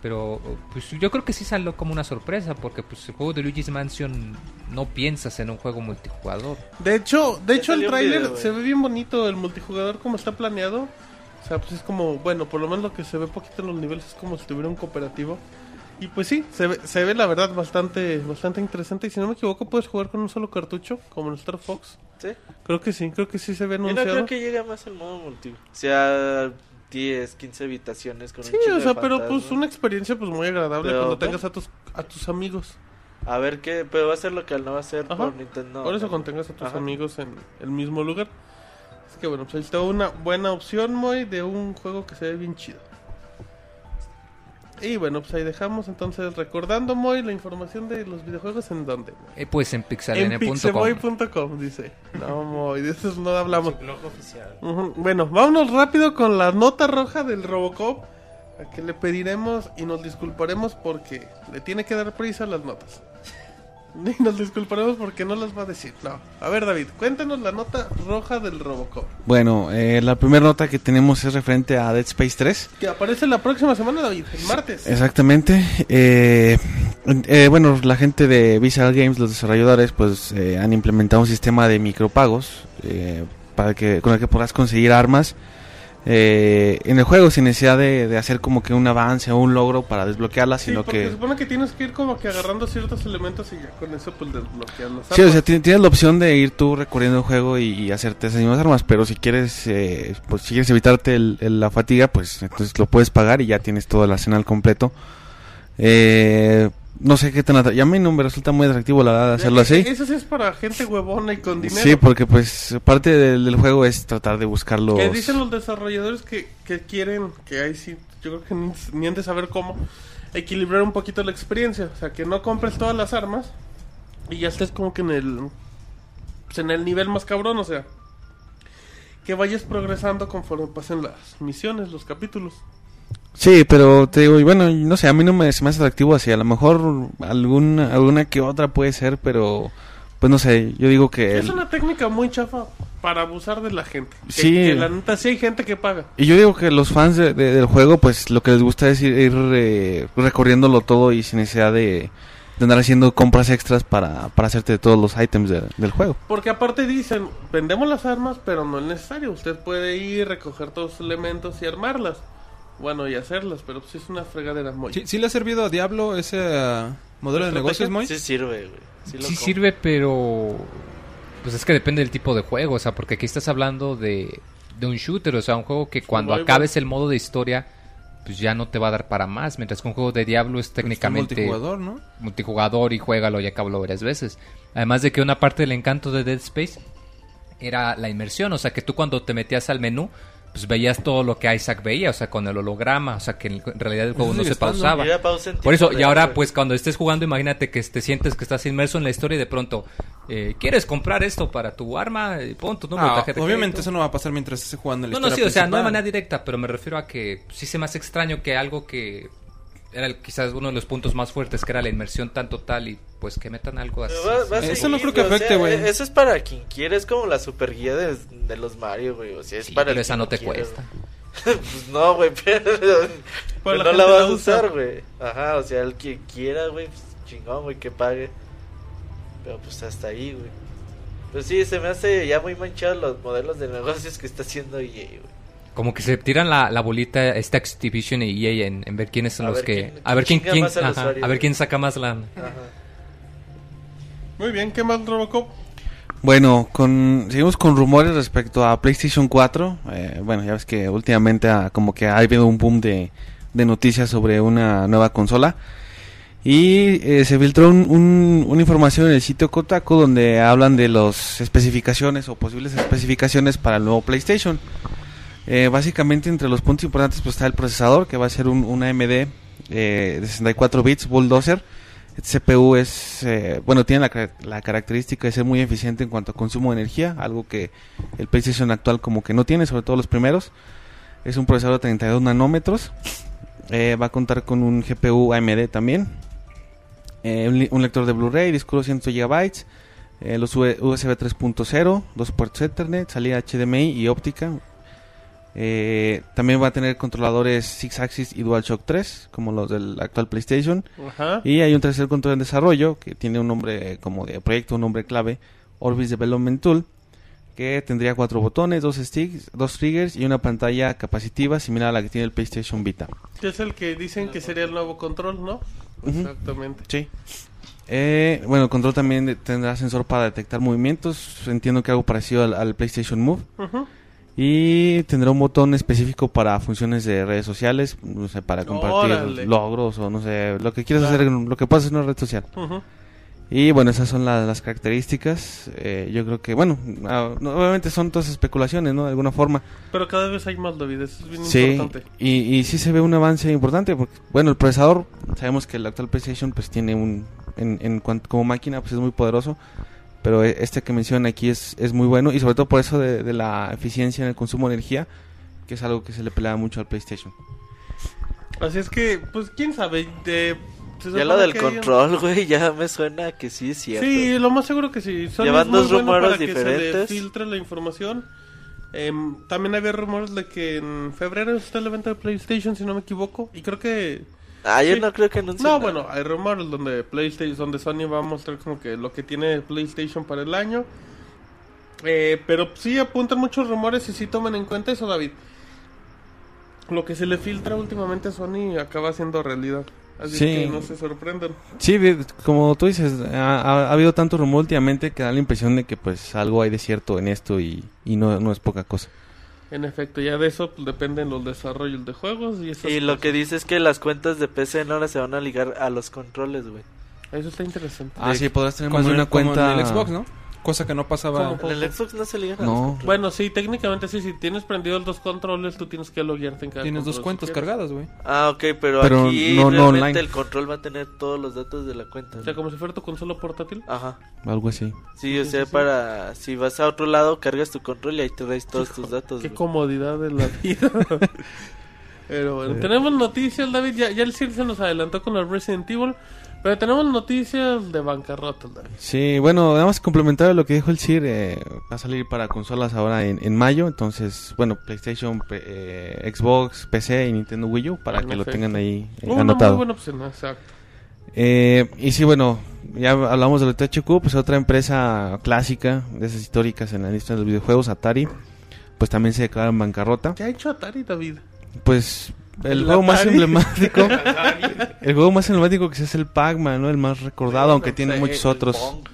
Pero pues yo creo que sí salió como una sorpresa porque pues el juego de Luigi's Mansion no piensas en un juego multijugador.
De hecho, de
Ya
hecho el
salió un video,
tráiler
güey.
se ve bien bonito, el multijugador como está planeado. O sea, pues es como, bueno, por lo menos lo que se ve poquito en los niveles es como si tuviera un cooperativo. Y pues sí, se ve, se ve la verdad bastante bastante interesante. Y si no me equivoco, puedes jugar con un solo cartucho, como en Star Fox.
¿Sí?
Creo que sí, creo que sí se ve
Yo no
anunciado.
creo que llegue más el modo multi. O sea, 10, 15 habitaciones con
Sí,
un chingo
o
de
sea, pero
fantasmas.
pues una experiencia pues muy agradable
Pero,
cuando
¿no?
tengas a tus a tus amigos.
A ver qué, pero va a ser local, no va a ser
Ajá.
por Nintendo.
Por eso cuando tengas a tus
Ajá.
amigos en el mismo lugar. Es que bueno, pues ahí está una buena opción, Moy, de un juego que se ve bien chido. Y bueno, pues ahí dejamos entonces recordando, Moy, la información de los videojuegos en dónde. Moy?
Eh, pues en
En
pixelene.com.
pixemoy.com dice. No, Moy, de eso no hablamos.
Blog oficial.
Ujú, Bueno, vámonos rápido con la nota roja del Robocop. A que le pediremos y nos disculparemos porque le tiene que dar prisa a las notas. Y nos disculparemos porque no las va a decir. No. A ver, David, cuéntanos la nota roja del Robocop.
Bueno, eh, la primera nota que tenemos es referente a Dead Space 3.
Que aparece la próxima semana, David, el martes.
Exactamente. eh, Eh, bueno, la gente de Visual Games, los desarrolladores, pues eh, han implementado un sistema de micropagos eh, para que con el que podrás conseguir armas eh, en el juego sin necesidad de, de hacer como que un avance o un logro para desbloquearlas,
Sí,
sino
porque se
que
supone que tienes que ir como que agarrando ciertos elementos y ya con eso pues desbloquearlos.
Sí, o sea, ti- tienes la opción de ir tú recorriendo el juego y, y hacerte esas mismas armas, pero si quieres, eh, pues, si quieres evitarte el- el- la fatiga, pues entonces lo puedes pagar y ya tienes todo el arsenal completo. Eh, no sé qué tan atractivo. A mí no me resulta muy atractivo la verdad hacerlo así.
pues, eh, Eso sí es para gente huevona y con dinero.
Sí, porque pues parte del, del juego es tratar de buscarlo.
Que dicen los desarrolladores que, que quieren, que ahí sí, yo creo que ni, ni han de saber cómo, equilibrar un poquito la experiencia. O sea, que no compres todas las armas y ya estés como que en el, pues, en el nivel más cabrón, o sea. Que vayas progresando conforme pasen las misiones, los capítulos.
Sí, pero te digo, y bueno, y no sé, a mí no me se me hace atractivo así. A lo mejor alguna alguna que otra puede ser, pero pues no sé, yo digo que
Es
el-
una técnica muy chafa para abusar de la gente. Que-
Sí.
Que, la neta sí hay gente que paga.
y yo digo que los fans de- de- del juego, pues lo que les gusta es ir, ir, eh, recorriéndolo todo y sin necesidad de, de andar haciendo compras extras para, para hacerte todos los ítems de- del juego.
Porque aparte dicen, vendemos las armas, pero no es necesario. Usted puede ir, recoger todos los elementos y armarlas. Bueno, y hacerlas, pero pues es una fregadera muy...
¿Sí, sí le ha servido a Diablo ese eh, modelo de negocios, Moy?
Sí sirve, güey. Sí, lo
Sí
compro.
sirve, pero pues es que depende del tipo de juego, o sea, porque aquí estás hablando de, de un shooter, o sea, un juego que cuando
Survival.
acabes el modo de historia, pues ya no te va a dar para más, mientras que un juego de Diablo es técnicamente
Pues, multijugador, ¿no?
multijugador y juégalo y acábalo varias veces. Además de que una parte del encanto de Dead Space era la inmersión, o sea que tú cuando te metías al menú, pues veías todo lo que Isaac veía, o sea, con el holograma, o sea que en en realidad el juego
Eso
no
sigue
se
estando.
pausaba.
Era pausa en
Por eso,
tiempo
y
real,
ahora
güey.
pues cuando estés jugando, imagínate que te sientes que estás inmerso en la historia y de pronto, eh, ¿quieres comprar esto para tu arma? Eh, Pon tu número de
Ah,
tarjeta de
obviamente
crédito.
eso no va a pasar mientras esté jugando en la
No, no, sí,
historia
o sea, no de
principal.
manera directa, pero me refiero a que sí se me hace extraño que algo que era el- quizás uno de los puntos más fuertes, que era la inmersión tan total, y pues que metan algo así.
Pero va- va a
Eso
seguir,
no creo que
güey, o
afecte,
sea,
güey.
eh, Eso es para quien quiere, es como la super guía de, de los Mario, güey. O sea, es
Sí,
para
pero
el
esa
que
no te
quiere,
cuesta.
güey. pues no, güey, pero, pero
la
no
gente
la
la
vas a
usa.
usar, güey. Ajá, o sea, el que quiera, güey, pues chingón, güey, que pague. Pero pues hasta ahí, güey. Pero sí, se me hace ya muy manchados los modelos de negocios que está haciendo EA, güey.
Como que se tiran la, la bolita esta Activision y EA en, en ver quiénes son
A
los
ver
que...
quién-
a ver quién,
chinga
quién-
más al
ajá,
usuario.
a ver quién saca más lana.
Ajá.
Muy bien, ¿qué más, Robocop?
Bueno, con, seguimos con rumores respecto a PlayStation 4. Eh, bueno, ya ves que últimamente ah, como que ha habido un boom de, de noticias sobre una nueva consola. Y eh, se filtró un- un- una información en el sitio Kotaku donde hablan de las especificaciones o posibles especificaciones para el nuevo PlayStation. Eh, básicamente entre los puntos importantes pues, está el procesador que va a ser un, un AMD eh, de 64 bits Bulldozer. El CPU es, eh, bueno, tiene la, ca- la característica de ser muy eficiente en cuanto a consumo de energía, algo que el PlayStation actual como que no tiene, sobre todo los primeros. Es un procesador de 32 nanómetros. Eh, va a contar con un GPU AMD también. Eh, un, li- un lector de Blu-ray, disco de 100 GB. eh, los UE- USB 3.0, dos puertos Ethernet, salida HDMI y óptica. Eh, también va a tener controladores 6-axis y DualShock 3, como los del actual PlayStation.
Ajá.
Y hay un tercer control en desarrollo que tiene un nombre eh, como de proyecto, un nombre clave, Orbis Development Tool, que tendría cuatro botones, dos sticks, dos triggers y una pantalla capacitiva similar a la que tiene el PlayStation Vita.
Que es el que dicen que sería el nuevo control, ¿no?
Ujú.
Exactamente.
Sí. Eh, bueno, el control también de- tendrá sensor para detectar movimientos. Entiendo que algo parecido al, al PlayStation Move.
Ujú.
Y tendrá un botón específico para funciones de redes sociales, no sé, para compartir
Órale.
logros o no sé, lo que quieras
Claro.
hacer, en- lo que pasa en una red social.
Ujú.
Y bueno, esas son la- las características. Eh, yo creo que, bueno, ah, no, obviamente son todas especulaciones, ¿no? De alguna forma.
Pero cada vez hay más, David, eso es bien
Sí,
importante.
y, y sí se ve un avance importante. Porque, bueno, el procesador, sabemos que el actual PlayStation, pues tiene un. En, en cuan- como máquina, pues es muy poderoso. Pero e- este que mencionan aquí es, es muy bueno. Y sobre todo por eso de, de la eficiencia en el consumo de energía, que es algo que se le pelea mucho al PlayStation.
Así es que, pues, quién sabe. De, se
Ya
supone
lo del
Pues que hay un-
control, güey, ya me suena que sí es cierto.
Sí, lo más seguro que sí. Sony es
Llevan
muy
dos
bueno
rumores
para Que se le
diferentes.
filtre la información. Em, también había rumores de que en febrero está el evento de PlayStation, si no me equivoco. Y creo que
Ah, yo
Sí.
no creo que anuncie
No,
nada.
bueno, hay rumores donde PlayStation, donde Sony va a mostrar como que lo que tiene PlayStation para el año. Eh, pero sí apuntan muchos rumores y sí tomen en cuenta eso, David. Lo que se le filtra últimamente a Sony acaba siendo realidad. Así
Sí.
que no se sorprendan.
Sí, vi- como tú dices, ha, ha- ha habido tanto rumor últimamente que da la impresión de que pues algo hay de cierto en esto y, y no, no es poca cosa.
En efecto, ya de eso pues, dependen los desarrollos de juegos y eso.
Y lo que dice es que las cuentas de PC no ahora se van a ligar a los controles, güey.
Eso está interesante.
Ah,
De-
sí, podrás tener
Como
más de
en-
una
como
cuenta.
en el Xbox, ¿no? Cosa que no pasaba.
¿Cómo?
En el Xbox no se ligan a los
No.
controles.
Bueno, sí, técnicamente sí, si tienes prendidos los dos controles, tú tienes que loguearte en cada
Tienes dos
control si
cuentas
quieres.
cargadas, güey.
Ah, ok, pero,
Pero
aquí
no- no
realmente
online.
el control va a tener todos los datos de la cuenta.
O
¿no?
sea, como si fuera tu consola portátil.
Ajá.
Algo así.
Sí, o
Sí,
sea,
sí, sí.
para... Si vas a otro lado, cargas tu control y ahí te traes todos tus datos,
Qué
güey.
comodidad de la vida. pero bueno, tenemos noticias, David. Ya, ya el Sir se nos adelantó con el Resident Evil. Pero tenemos noticias de bancarrotas, David.
Sí, bueno, nada más complementar lo que dijo el CIR, eh, va a salir para consolas ahora en, en mayo, entonces, bueno, PlayStation, pe- eh, Xbox, PC y Nintendo Wii U para
En
que lo
efecto.
tengan ahí eh,
Una muy
anotado.
buena opción, exacto.
Eh, y sí, bueno, ya hablamos de la THQ, pues otra empresa clásica, de esas históricas en la industria de los videojuegos, Atari, pues también se declara en bancarrota.
¿Qué ha hecho Atari, David?
Pues el,
El
juego más
Atari.
emblemático, el juego más emblemático que es el Pac-Man, ¿no? El más recordado, aunque tiene
Sí,
muchos
el E
otros.
Pong.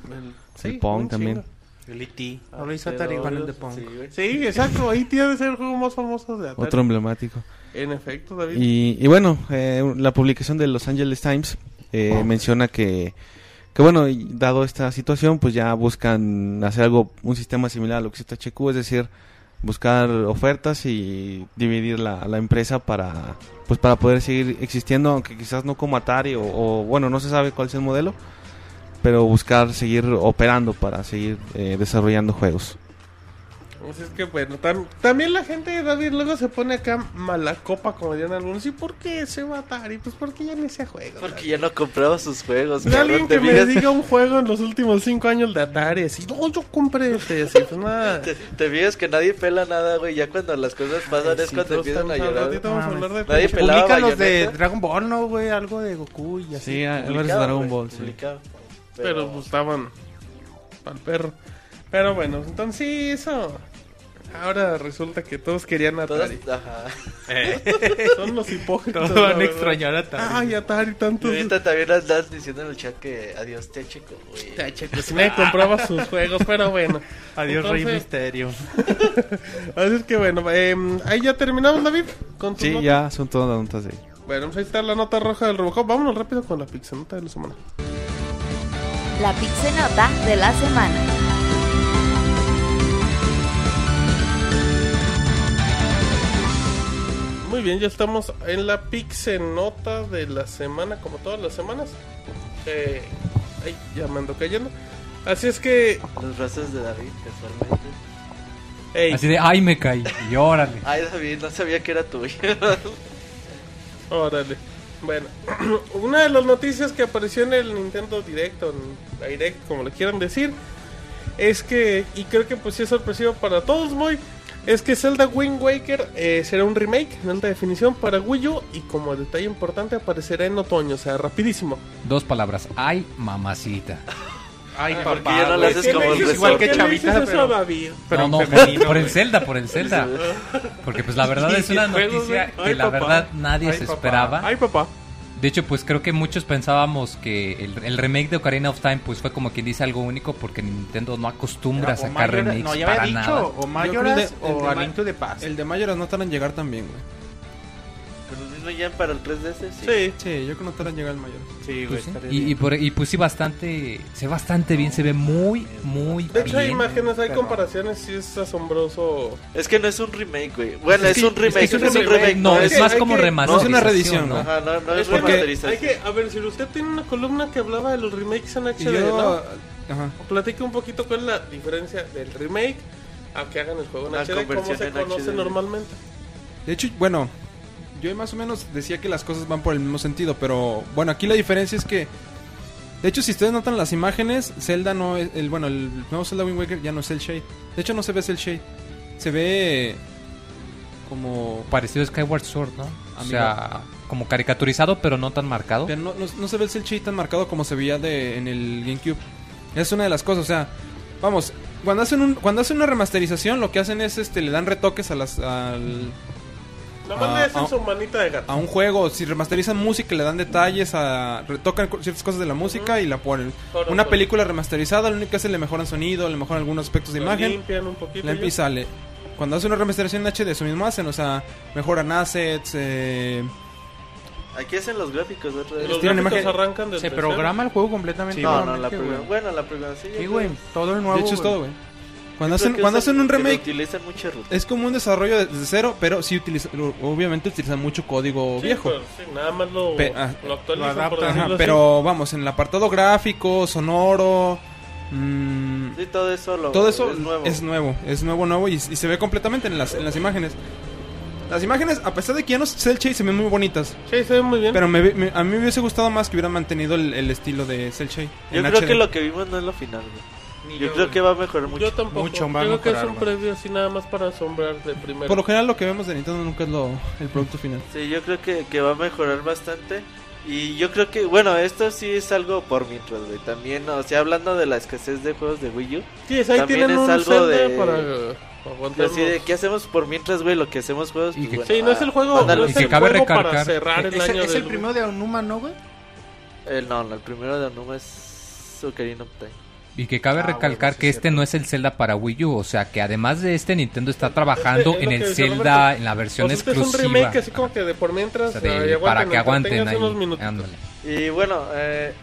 El,
El Pong
un
también.
chingo.
El E.T.
Ah,
Lo hizo
pero-
Atari con el de Pong.
Sí, güey.
Sí, exacto. Ahí tiene que ser el juego más famoso de Atari.
Otro emblemático.
En efecto, David.
Y, y bueno, eh, la publicación de Los Angeles Times eh, menciona que, que, bueno, y dado esta situación, pues ya buscan hacer algo, un sistema similar a lo que hizo HQ, es decir, buscar ofertas y dividir la, la empresa para pues para poder seguir existiendo, aunque quizás no como Atari o, o, bueno, no se sabe cuál es el modelo, pero buscar seguir operando para seguir eh, desarrollando juegos.
Así es que bueno, tam- también la gente de David luego se pone acá mala copa, como dirían algunos. ¿Y por qué se va Atari? Pues porque ya ni se juega.
Porque ya no compraba sus juegos,
De alguien
cabrón, te
que me
fijas-
diga un juego en los últimos cinco años de Atari, así, no, yo compré este, así, pues nada.
Te, te fijas que nadie pela nada, güey. Ya cuando las cosas pasan es
Sí,
cuando
todos
empiezan a
estamos-
llorar.
ahorita vamos a hablar de
Nadie
Atari.
pelaba
Publica los de
bayoneta.
Dragon Ball, ¿no, güey? Algo de Goku y así.
Sí, a- a ver,
Publicado,
Dragon
güey,
Ball, sí.
publicado.
Pero pues estaban al perro. Pero bueno, entonces sí, eso. Ahora resulta que todos querían
todas-
Atari.
ajá.
Son los hipócritas.
Todos van
la
a
verdad.
extrañar a Atari.
Ay, Atari,
Y
tantos.
ahorita también andas diciendo en el chat que adiós, te chico, güey.
Tache, que si me compraba sus juegos, pero bueno.
Adiós, Rey
Entonces,
Misterio.
Así es que bueno, em, ahí ya terminamos, David. Con tus
Sí,
notas.
ya son todas las notas de
Bueno, pues ahí está la nota roja del Robocop. Vámonos rápido con la pizza nota de la semana.
La pixenota de la semana.
Muy bien, ya estamos en la pixenota de la semana, como todas las semanas. Eh, ay, ya me ando cayendo. Así es que.
Los brazos de David, casualmente.
ey,
Así de, ay, me caí. Y órale.
Ay, David, no sabía que era tuyo.
órale. Bueno, una de las noticias que apareció en el Nintendo Direct, o en la Direct, como le quieran decir, es que, y creo que pues sí es sorpresivo para todos, muy, es que Zelda Wind Waker eh, será un remake en alta definición para Wii U y como detalle importante aparecerá en otoño, o sea, rapidísimo.
Dos palabras. Ay, mamacita.
Ay,
papá, porque ya no le güey. haces
¿Qué
como
le
el
dices-
resort.
¿Qué
Igual que
le dices
Chavita,
eso
pero-
a David?
Pero
no, no,
en femenino,
por el
güey.
Zelda, por el Zelda. Porque pues la verdad es una
Videojuegos,
noticia
güey.
que
Ay,
la
papá.
verdad nadie
Ay,
se
papá.
esperaba.
Ay, papá.
De hecho, pues creo que muchos pensábamos que el, el remake de Ocarina of Time pues fue como quien dice algo único porque Nintendo no acostumbra a
O
sacar
Majora's-
remakes
No, ya
para
había dicho.
nada.
O
Yo
Mayoras
creo que el de- el
o
de
A
Ma-
Link to the Past.
El de Mayoras no tardan en llegar también, güey.
Pero lo mismo ya para el 3DS, sí.
Sí.
Sí, yo creo que no tardan en llegar el Mayoras.
Sí,
Pues, sí.
estaría
y, y
bien.
por- y, pues sí, bastante, se ve bastante bien, se ve muy, muy
De hecho, hay
bien.
imágenes, hay
Pero-
comparaciones, sí es asombroso.
Es que no es un remake, güey. Bueno,
Es
es,
que-
un remake,
es
es,
que
un remake.
No,
Es
es
que-
más
hay
como
que-
remasterización.
no es una reedición,
¿no?
Ajá, no, no es,
Es que-
remasterización.
hay que, a ver, si usted tiene una columna que hablaba de los remakes en
Y
HD,
yo.
¿no?
Ajá.
Platique un poquito cuál es la diferencia del remake a que hagan el juego en
Una
HD, como
conversión
se
en
conoce
HD.
normalmente.
De hecho, bueno, yo más o menos decía que las cosas van por el mismo sentido, pero bueno, aquí la diferencia es que. De hecho, si ustedes notan las imágenes, Zelda no es. El, bueno, el nuevo Zelda Wind Waker ya no es el Shade. De hecho, no se ve el Shade. Se ve. como...
Parecido a Skyward Sword, ¿no? O
Amigo.
sea, como caricaturizado, pero no tan marcado.
Pero no, no- no se ve el cel shading tan marcado como se veía de, en el GameCube. Es una de las cosas, o sea, vamos, cuando hacen un, cuando hacen una remasterización lo que hacen es este le dan retoques a las al,
Nada más le
Ah,
hacen
ah.
su manita de gato.
a un juego, si remasterizan música le dan detalles, a, retocan cu- ciertas cosas de la música y la ponen.
Todo,
una
todo.
película remasterizada, lo único que hacen le mejoran sonido, le mejoran algunos aspectos de
Lo
imagen.
Limpian un poquito.
La
y ya.
y sale. Cuando hace una remasterización en HD, eso mismo hacen, o sea, mejoran assets, eh,
Aquí hacen los gráficos otra vez.
Los
tienen
gráficos
imagen-
arrancan del
Se
tercero.
programa el juego completamente.
Sí,
no,
nuevamente,
no, la
güey.
programación. Bueno, la programación. ya
Sí,
fue-
güey, todo el nuevo.
de hecho es
güey.
todo, güey. Cuando
Creo
hacen,
que
cuando
usan-
hacen un
que lo
remake,
Utilizan mucha ruta.
es como un desarrollo desde cero, pero sí utiliza, lo- obviamente utilizan mucho código
Sí,
viejo.
pero sí, nada más lo,
Pe- ah,
lo actualizan,
lo
por
adaptan,
Ajá,
decirlo así.
pero vamos, en el apartado gráfico, sonoro, mm,
Sí, todo eso lo-
todo eso
es nuevo.
es nuevo, es nuevo, nuevo y, y se ve completamente en las, en las imágenes. Las imágenes, a pesar de que ya no es cel shading, se ven muy bonitas.
Sí, se ve muy bien.
Pero me, vi- me- a mí me hubiese gustado más que hubieran mantenido el, el estilo de Cell Shade.
Yo
en
creo
HD.
que lo que vimos no es lo final, güey.
Ni
Yo creo
güey.
que va a mejorar mucho.
Yo tampoco.
mucho va a
Creo que es
mejorar,
un
güey.
preview así nada más para asombrar de primero.
Por lo general lo que vemos de Nintendo nunca es lo, el producto final.
Sí, yo creo que, que va a mejorar bastante. Y yo creo que, bueno, esto sí es algo por mientras, güey. También, o sea, hablando de la escasez de juegos de Wii U.
Sí, es ahí
también
tienen
es
un
algo
Zelda
de-
para eh, aguantar.
Así de, ¿qué hacemos por mientras, güey? Lo que hacemos juegos.
Y
pues,
que-
bueno,
Sí, no es el juego,
ándale.
no es
Y que
el
cabe
juego para
recalcar,
cerrar el
Es,
año
el- es el
del-
primero de Onuma, ¿no, güey?
el- no, no, el primero de Onuma es Ocarina of Time.
Y que cabe
Ah, bueno,
recalcar
sí
que
es
este
cierto.
no es el Zelda para Wii U, o sea que además de este Nintendo está trabajando
Este es
en
lo que
el
decía
Zelda,
Roberto.
en la versión
O sea, este
exclusiva.
Es un remake así como que de por
O
mientras
sea, de-
ahí
para que
entretengas
aguanten ahí.
unos minutitos.
Ándale.
Y bueno, eh,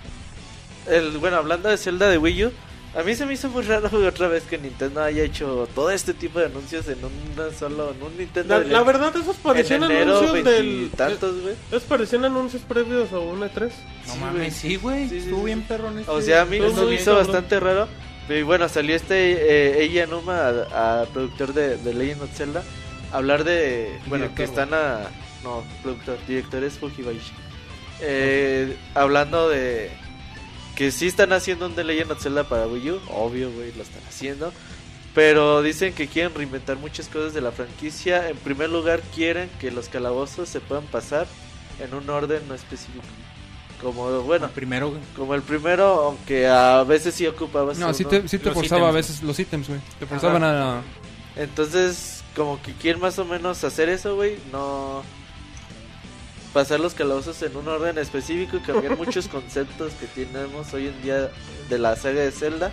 el, bueno, hablando de Zelda de Wii U, a mí se me hizo muy raro güey, otra vez que Nintendo haya hecho todo este tipo de anuncios en un solo, en un Nintendo.
La,
Direct.
la verdad, esos parecían
Ah, en enero,
anuncios del.
veintitantos, güey.
Esos parecían anuncios previos a un E E3.
No
Sí, güey.
mames, sí, güey.
Sí, sí,
Estuvo
sí.
bien perrón este.
O sea, a mí
Estuvo
se me
muy
hizo
cabrón.
bastante raro. Y bueno, salió este eh, Eiji Anuma, a, a productor de, de Legend of Zelda, a hablar de. Bueno, que
Director,
están a. No, productor, director es Fujibayashi. Eh, hablando de. Que sí están haciendo un The Legend of Zelda para Wii U. Obvio, güey, lo están haciendo. Pero dicen que quieren reinventar muchas cosas de la franquicia. En primer lugar, quieren que los calabozos se puedan pasar en un orden no específico. Como, bueno,
Bueno, primero, güey.
como el primero, aunque a veces sí ocupabas.
No,
uno.
sí te, sí te
Los
forzaba
ítems.
a veces los ítems, güey. Te forzaban a...
Entonces, como que quieren más o menos hacer eso, güey. No. Pasar los calabozos en un orden específico y cambiar muchos conceptos que tenemos hoy en día de la saga de Zelda.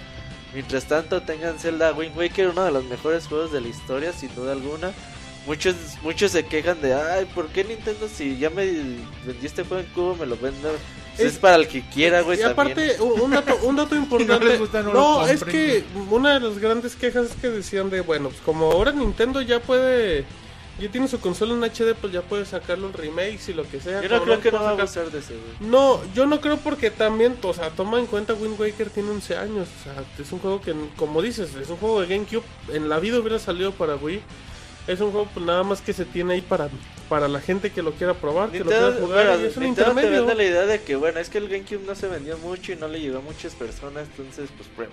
Mientras tanto, tengan Zelda Wind Waker, uno de los mejores juegos de la historia, sin duda alguna. Muchos, muchos se quejan de, ay, ¿por qué Nintendo si ya me vendí este juego en cubo, me lo venden? Es,
Es-
para el que quiera, güey.
Y
Pues también.
aparte, un un dato, un dato importante.
les gusta, no lo
es
compren.
que una de las grandes quejas es que decían de, bueno, pues como ahora Nintendo ya puede. Ya tiene su consola en HD, pues ya puede sacarle un remake y lo que sea.
Yo no
cabrón,
creo que no
puedo
va a
sacar-
gustar de ese, güey.
No, yo no creo porque también, o sea, toma en cuenta Wind Waker tiene 11 años, o sea, es un juego que, como dices, es un juego de GameCube, en la vida hubiera salido para Wii, es un juego pues, nada más que se tiene ahí para, para la gente que lo quiera probar, que lo
Nintendo,
quiera jugar,
bueno,
y es un
Nintendo te
intermedio.
vende la idea de que, bueno, es que el GameCube no se vendió mucho y no le llegó a muchas personas, entonces, pues prueba.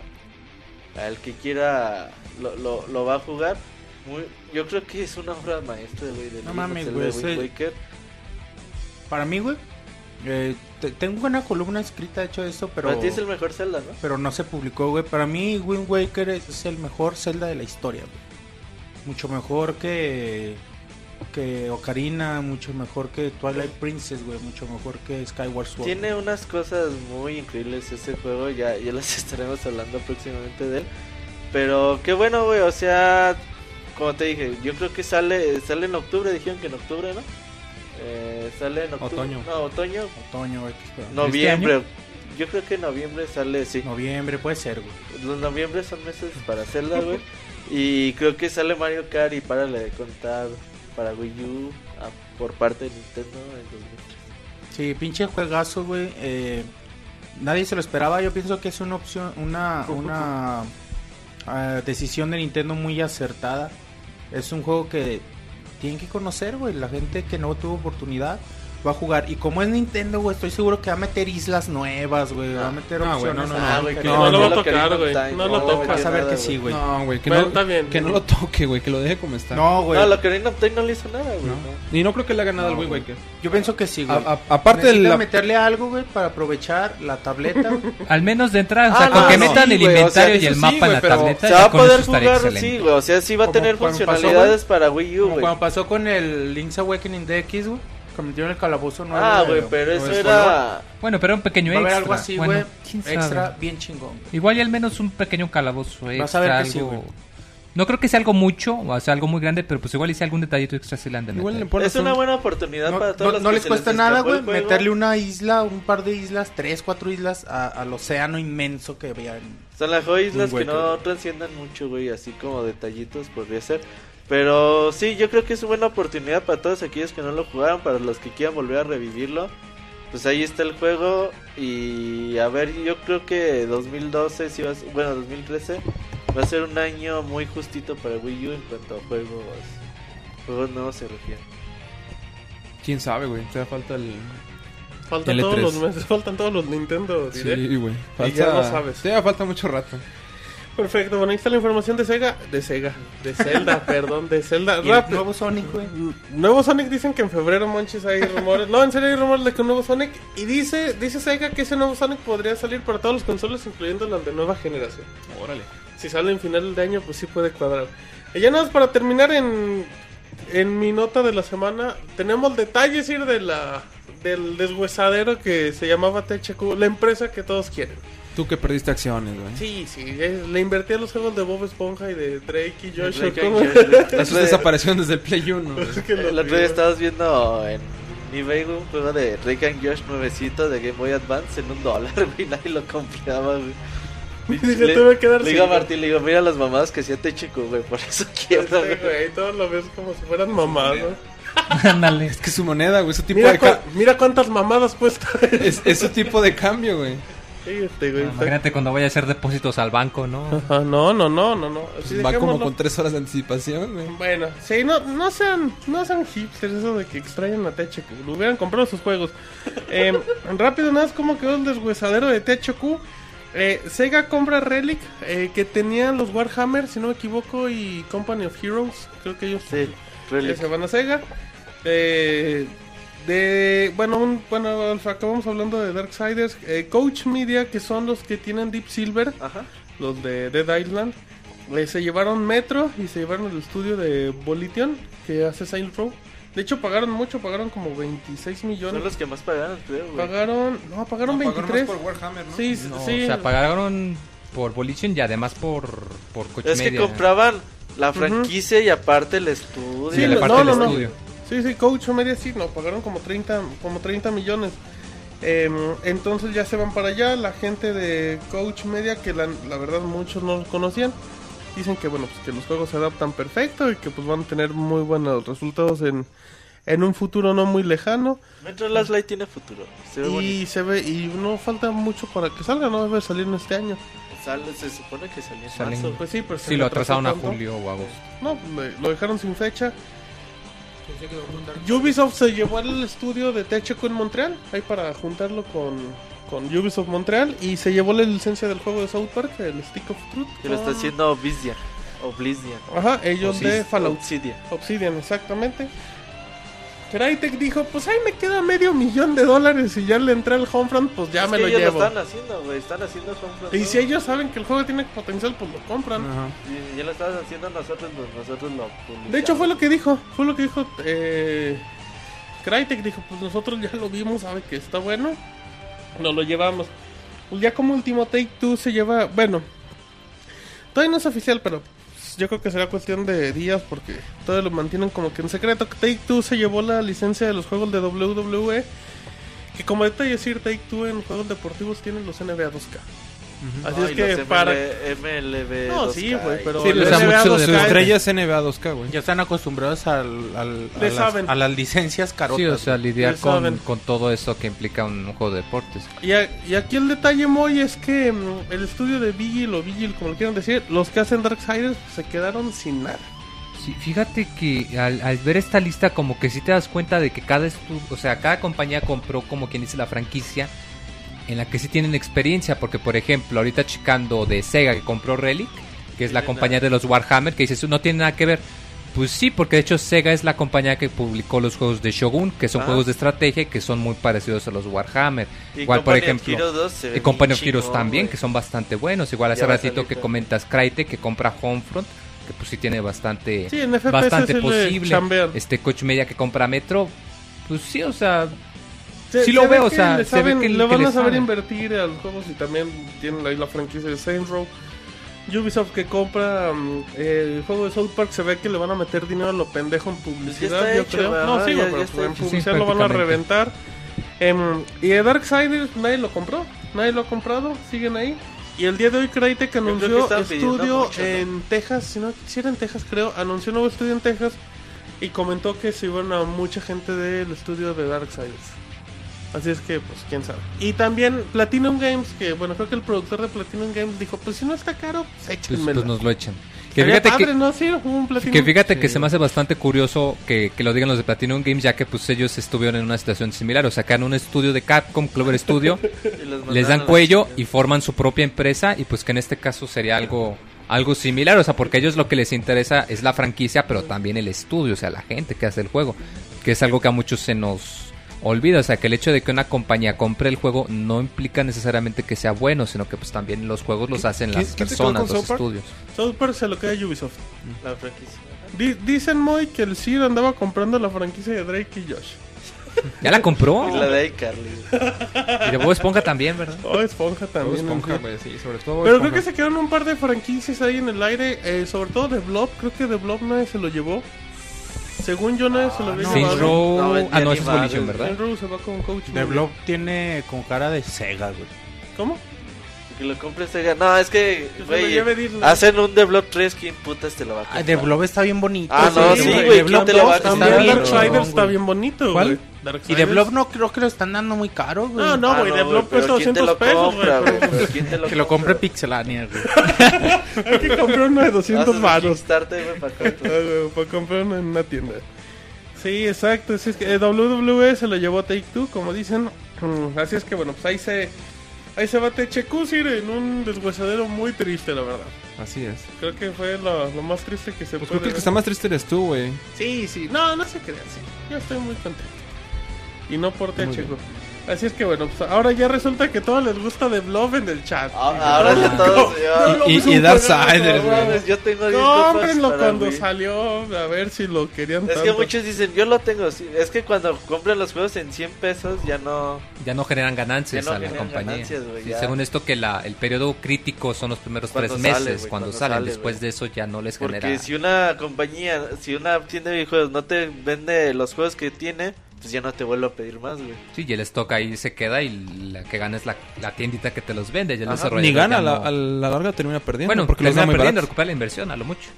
Al que quiera lo, lo, lo va a jugar. Muy, yo creo que es una obra maestra, güey, de
No
Legend of
mames,
Zelda
güey,
de Wind
ese-
Waker.
Para mí, güey. eh, te- tengo una columna escrita de hecho de esto, pero.
Para ti es el mejor Zelda, ¿no?
pero no se publicó, güey. Para mí, Wind Waker es el mejor Zelda de la historia, güey. Mucho mejor que, que Ocarina, mucho mejor que Twilight Princess, güey. Mucho mejor que Skyward Sword.
Tiene unas cosas muy increíbles ese juego, ya, ya las estaremos hablando próximamente de él. Pero qué bueno, güey, o sea, como te dije, yo creo que sale sale en octubre, dijeron que en octubre, ¿no? Eh, sale en octubre.
Otoño.
No, otoño,
güey. Otoño, güey. que espera.
noviembre. yo creo que en noviembre sale, sí.
Noviembre puede ser, güey.
Los noviembre son meses para hacerla, güey. y creo que sale Mario Kart y párale de contar para Wii U a- por parte de Nintendo en 2003.
Sí, pinche juegazo, güey. eh, nadie se lo esperaba. Yo pienso que es una opción, una, una ah, decisión de Nintendo muy acertada. Es un juego que tienen que conocer, güey. La gente que no tuvo oportunidad. va a jugar. Y como es Nintendo, güey, estoy seguro que va a meter islas nuevas, güey. Va a meter
No, güey,
opciones.
no, no,
Ah, güey,
que
que
no,
no
no
lo
lo va a tocar,
Ocarina of
güey.
Time.
No lo
No,
toca.
güey,
Vas a ver
nada,
que sí, güey.
No, güey, que,
Bueno,
no,
está bien.
que no lo toque, güey, que lo deje como está.
No, güey.
No, la Ocarina of Time no le hizo nada, güey.
No.
¿no?
Y no creo que le haga nada al Wii, güey. que-
Yo pienso que sí, güey.
A- a- Aparte de
Necesitan
la...
meterle algo, güey, para aprovechar la tableta. güey.
Al menos de entrada, o
Ah,
sea, con
no,
que
no,
metan
sí,
el
güey, o
inventario
sea,
y el
eso
mapa
sí,
en
güey,
la
pero
tableta,
Se va
ya
a
con eso
poder
estaría
jugar, sí,
excelente.
güey. O sea, sí va a
Como
tener
cuando pasó,
funcionalidades para Wii U,
Como
güey.
cuando pasó con el Link's Awakening DX, güey. Que metieron el calabozo nuevo.
Ah,
güey,
güey, pero
o
eso
el color.
era.
Bueno, pero un pequeño
Va a haber
extra.
algo así,
Bueno,
güey.
quién sabe.
extra, bien chingón. güey.
Igual y al menos un pequeño calabozo extra.
Vas a ver que
algo-
sí, güey.
No creo que sea algo mucho, o sea, algo muy grande, pero pues igual hice algún detallito extra si le han de meter.
Igual le pones
Es una
un-
buena oportunidad
No,
para todos
no-
los
no
que
les
se
cuesta nada,
escapó
güey,
el juego.
meterle una isla, un par de islas, tres, cuatro islas a- al océano inmenso que había. en-
Son las islas
Un
que no trasciendan mucho, güey, así como detallitos podría ser. Pero sí, yo creo que es una buena oportunidad para todos aquellos que no lo jugaron, para los que quieran volver a revivirlo. Pues ahí está el juego y a ver, yo creo que 2012, sí va a ser- bueno, 2013 va a ser un año muy justito para Wii U en cuanto a juegos, juegos nuevos se refiere.
¿Quién sabe, güey? Te da falta el...
Faltan
L3.
todos los meses, faltan todos los Nintendo Direct.
Sí, güey.
Y ya lo sabes.
Te da falta mucho rato.
Perfecto, bueno, ahí está la información de Sega, de Sega, de Zelda, perdón, de Zelda.
Y el
Pues Rápido.
nuevo Sonic, güey.
N- Nuevo Sonic dicen que en febrero, monches, hay rumores. No, en serio hay rumores de que un nuevo Sonic. Y dice, dice Sega que ese nuevo Sonic podría salir para todas las consolas, incluyendo las de nueva generación.
Órale.
Si sale en final de año, pues sí puede cuadrar. Y ya nada más para terminar en, en mi nota de la semana, tenemos detalles ir de la del deshuesadero que se llamaba THQ, la empresa que todos quieren.
Tú que perdiste acciones, güey.
Sí, sí, eh, le invertí a los juegos de Bob Esponja y de Drake y Josh.
Drake
¿cómo?
and Josh.
Esos desaparecieron desde el Play 1, güey.
Es que lo
El otro día
vi,
estabas viendo en eBay güey, un juego de Rick and Josh nuevecito de Game Boy Advance en un dólar, güey. Nadie lo compraba, güey.
Y dije, tuve que dar
Le digo a
cinco.
Martín, le digo, mira las mamadas que hacía este chico, güey. Por eso
Este,
quiebra, güey.
güey, todos lo ves como si fueran mamadas.
Ándale.
Es que su moneda, güey. Ese tipo
Mira,
de...
cua-
ca-
mira cuántas mamadas cuesta.
Es, es su tipo de cambio, güey.
este,
Ah,
güey. está-
Imagínate cuando vaya a hacer depósitos al banco, ¿no?
Ajá, no, no, no, no, no. Así
Pues Va como
dejémoslo.
con tres horas de anticipación, güey.
Bueno, sí, no, no sean, no sean hipsters eso de que extrañan a THQ. Lo hubieran comprado sus juegos. Eh, rápido, nada más como quedó el deshuesadero de THQ. Eh, Sega compra Relic, eh, que tenían los Warhammer, si no me equivoco, y Company of Heroes. Creo que ellos
Sí,
Eh,
Relic.
se van a Sega. Eh, de, bueno, un- bueno, Alfa, acabamos hablando de Darksiders. Eh, Coach Media, que son los que tienen Deep Silver,
Ajá.
los de Dead Island. Eh, se llevaron Metro y se llevaron el estudio de Volition, que hace Saints Row. De hecho, pagaron mucho, pagaron como 26
Son
millones.
los que más pagaron, creo, güey.
Pagaron, no, pagaron 23.
Warhammer, ¿no?
Sí,
No,
sí.
O sea, pagaron por Volition y además por, por Coach
Es que
Media.
compraban la franquicia y aparte el estudio.
Sí,
Sí,
la
no,
parte del
no, no.
estudio.
Sí, sí, Coach Media sí, no, pagaron como 30, como 30 millones. Em, entonces ya se van para allá. La gente de Coach Media, que la, la verdad muchos no los conocían, dicen que bueno, pues que los juegos se adaptan perfecto y que pues van a tener muy buenos resultados en, en un futuro no muy lejano.
Metro Last Light tiene futuro. Se ve bonito.
Y se ve, y no falta mucho para que salga, no debe salir en este año.
Sale- se supone que salió en
Salen-
marzo.
Pues sí, pero se
Sí, lo
retrasó
atrasaron a
tanto.
julio o agosto.
No, le- lo dejaron sin fecha. Ubisoft se llevó al estudio de THQ en Montreal, ahí para juntarlo con, con Ubisoft Montreal, y se llevó la licencia del juego de South Park, el Stick of Truth.
Que lo está
con-
haciendo Obsidian. Oblivion.
Ajá, ellos de
Obsis-
Fallout
Obsidian.
Obsidian, exactamente. Crytek dijo, pues ahí me queda medio millón de dólares y ya le entré al Homefront, pues ya
Es
me
que
lo
ellos
llevo.
lo están haciendo, güey. Están haciendo Homefront.
Y
¿no?
si ellos saben que el juego tiene potencial, pues lo compran.
Ajá.
Y Ya lo estabas haciendo nosotros, pues nosotros lo publicamos.
De hecho fue lo que dijo, fue lo que dijo eh, Crytek, dijo, pues nosotros ya lo vimos, sabe que está bueno, nos lo llevamos. Pues ya como último Take Two se lleva, bueno, todavía no es oficial, pero pues, yo creo que será cuestión de días porque todavía lo mantienen como que en secreto. Take Two se llevó la licencia de los juegos de WWE, que como detalle decir, Take Two en juegos deportivos tienen los NBA 2K. Así
No,
es
y
que
los
para...
ML- MLB.
No, sí, güey, pero...
Sí,
el
o sea,
NBA
muchos de sus
2K
estrellas NBA 2K, güey.
Ya están acostumbrados al, al- a,
Le
las,
saben.
a las licencias carotas.
Sí, o sea, lidiar
Ya saben.
con, con todo eso que implica un, un juego de deportes.
Y, a- y aquí el detalle muy es que mm, el estudio de Vigil o Vigil, como lo quieran decir, los que hacen Darksiders pues, se quedaron sin nada.
Sí, fíjate que al, al ver esta lista como que sí te das cuenta de que cada estu- o sea, cada compañía compró como quien dice la franquicia en la que sí tienen experiencia, porque por ejemplo, ahorita checando de Sega que compró Relic, que es la compañía de los Warhammer, que dices, no tiene nada que ver. Pues sí, porque de hecho Sega es la compañía que publicó los juegos de Shogun, que son
Ah.
juegos de estrategia que son muy parecidos a los Warhammer. Igual, por
Company of
ejemplo,
Heroes 2 se ve
y Company of
bien
Heroes
chingón,
también,
güey.
que son bastante buenos. Igual hace
Ya va a
ratito
salir
que
todo.
comentas Crytek, que compra Homefront, que pues sí tiene bastante,
Sí, en FPS
bastante
sí le
posible.
chambean.
Este Coach Media que compra Metro, pues sí, o sea,
Se-
Sí
se
lo
ve
veo, o
que
sea,
le
se ve
saben-
que-
le
que
van
le
a saber
saben.
invertir a los juegos y también tienen ahí la franquicia de Saints Row. Ubisoft que compra mm, eh, el juego de South Park se ve que le van a meter dinero a lo pendejo en publicidad,
Pues está
yo
hecho,
creo.
¿verdad?
No, sí, güey,
Ya- ya
pero
está
pues en
hecho. Sí,
publicidad lo van a
prácticamente.
reventar. Em, y de Darksiders nadie lo compró, nadie lo ha comprado, siguen ahí. Y el día de hoy Crytek
creo que
anunció
estaban pidiendo
estudio
mucho, ¿no?
en Texas, si no si era en Texas creo, anunció un nuevo estudio en Texas y comentó que se iban a mucha gente del estudio de Darksiders. Así es que, pues, quién sabe. Y también Platinum Games, que bueno, creo que el productor de Platinum Games dijo, pues si no está caro, pues
pues,
échenmelo.
pues, nos lo echan. Que
Estaría
fíjate
padre,
que,
¿no? Sí, un Platinum.
que fíjate que
Sí.
se me hace bastante curioso que, que lo digan los de Platinum Games, ya que pues ellos estuvieron en una situación similar. O sea, acá en un estudio de Capcom, Clover Studio,
Y los
les
mandaron a
dan
la
cuello
chingada.
y forman su propia empresa y pues que en este caso sería algo algo similar, o sea, porque a ellos lo que les interesa es la franquicia, pero también el estudio, o sea, la gente que hace el juego, que es algo que a muchos se nos olvida, o sea, que el hecho de que una compañía compre el juego no implica necesariamente que sea bueno, sino que pues también los juegos los hacen
qué-
las
qué te quedó con
personas, los
South Park?
estudios.
South Park se lo queda a Ubisoft.
La franquicia.
Di- dicen muy que el Cid andaba comprando la franquicia de Drake y Josh.
Ya la compró
Y la de iCarly.
y de Bob Esponja también, ¿verdad?
Oh, Esponja
Bob
también.
Esponja,
en fin.
güey, sí, sobre todo Bob
Pero creo que
Esponja.
se quedaron un par de franquicias ahí en el aire, eh, sobre todo de Blob. Creo que de Blob nadie se lo llevó. Según yo, nadie se lo había
No,
Ah, Saints
no,
llevado.
Row,
no, vendía
ah no,
ni
ese es
madre,
Volition,
güey.
¿verdad?
Saints Row se va con Coach.
The Blob tiene como cara de Sega, güey.
¿Cómo?
Que lo compre Sega. No, es que,
Que se lo
güey,
lleve Disney.
hacen un The Blob 3, ¿quién putas te lo va a
Ah,
comprar?
Ah, The Blob está bien bonito.
Ah, no,
sí,
The
güey,
¿quién
Blob
te la va a
2 está
comprar?
También
bien
Darksiders
chingón,
está
güey.
bien bonito,
¿Cuál?
güey.
Y
Darksiders.
The Blob no creo que lo están dando muy caro, güey.
No, no,
Ah,
güey, The
güey,
Blob cuesta
pero ¿quién te
200
lo
pesos,
compra,
güey. pero
Pero ¿quién te
Que lo compre
compra?
Pixelania, güey.
Hay que comprar uno de 200
Haces un
varos.
Kickstarter, güey, para
Ah,
comprar.
güey, Para comprar uno en una tienda. Sí, exacto. Así es que eh, WWE se lo llevó Take Two, como dicen. Mm, Así es que bueno, pues ahí se. Ahí se va Techecusir en un deshuesadero muy triste, la verdad.
Así es.
Creo que fue lo, lo más triste que se puede.
Pues creo que el
ver.
que está más triste eres tú, güey.
Sí, sí. No, no se crean, sí. Yo estoy muy contento. Y no por
Muy
Techeco. Así es que bueno, pues ahora ya resulta que todo les gusta de Blob en el chat.
Ah, Ahora de todos, yo-
Y-
y Darksiders,
No mames, yo tengo disculpas
Cómprenlo
para
cuando
Wii.
salió, a ver si lo querían
Es
tanto.
que muchos dicen, yo lo tengo. sí. Es que cuando compran los juegos en 100 pesos ya no.
Ya no generan ganancias
Ya no
a la
generan
compañía.
ganancias, güey,
Sí,
ya.
según esto que la, el periodo crítico son los primeros
Cuando sale,
tres meses
güey,
cuando,
cuando
salen.
sale,
Después
güey.
de eso ya no les
Porque
genera.
si una compañía, si una tienda de videojuegos no te vende los juegos que tiene, pues ya no te vuelvo a pedir más, güey.
Sí, ya les toca ahí se queda y la que gana es la, la tiendita que te los vende. Ya el
Ajá,
desarrollador
Ni
ya
gana,
no-
la- a la larga termina perdiendo.
Bueno,
porque
porque
los da
terminan
muy
perdiendo,
baratos.
recupera la inversión a lo mucho.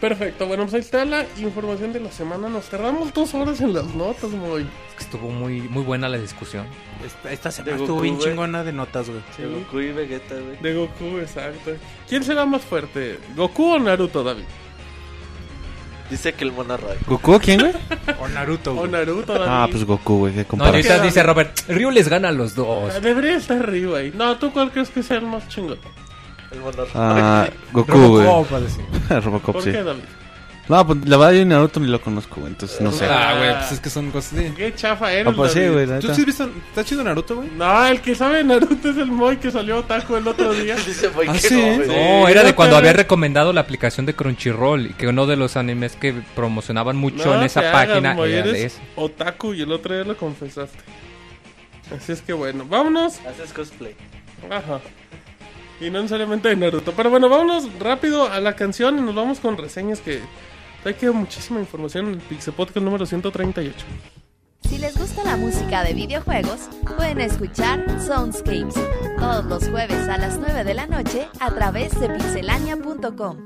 Perfecto, bueno, pues ahí está la información de la semana. Nos tardamos dos horas en las notas, muy.
Es que estuvo muy, muy buena la discusión.
Esta, esta semana
De
estuvo
Goku,
bien
güey.
chingona de notas, güey.
De Goku y Vegeta, güey.
De Goku, exacto. ¿Quién será más fuerte? ¿Goku o Naruto, David?
Dice que el mono Roy.
¿Goku quién, güey?
O Naruto,
¿O
güey.
Naruto, David?
Ah, pues Goku, güey, qué
No,
comparación.
ahorita dice Robert, Ryu les gana a los dos.
Debería estar arriba ahí. No, ¿tú cuál crees que sea el más chingón?
El mono Roy.
Ah, Goku, güey.
Robocop, va a decir.
Robocop,
¿Por
sí.
qué, David?
No, pues la verdad yo ni Naruto ni lo conozco, güey, entonces no sé.
Ah, güey, pues es que son cosas de...
Qué chafa eres,
Ah, pues sí,
David.
güey, la
¿Tú
neta.
sí has visto? ¿Está chido Naruto, güey?
No, el que sabe de Naruto es el Moy que salió taco el otro día.
Dice, güey,
Ah,
que
sí,
no, güey.
No,
Sí,
era de
no,
cuando
pero-
había recomendado la aplicación de Crunchyroll y que uno de los animes que promocionaban mucho
No
en
te
esa
hagas,
página
Moy,
eh,
era de
eres
ese.
otaku y el otro día lo confesaste. Así es que bueno, vámonos.
Haces cosplay.
Ajá. Y no necesariamente de Naruto. Pero bueno, vámonos rápido a la canción y nos vamos con reseñas que... Hay que muchísima información en el Pixel Podcast número 138.
Si les gusta la música de videojuegos, pueden escuchar Soundscapes todos los jueves a las 9 de la noche a través de pixelania.com.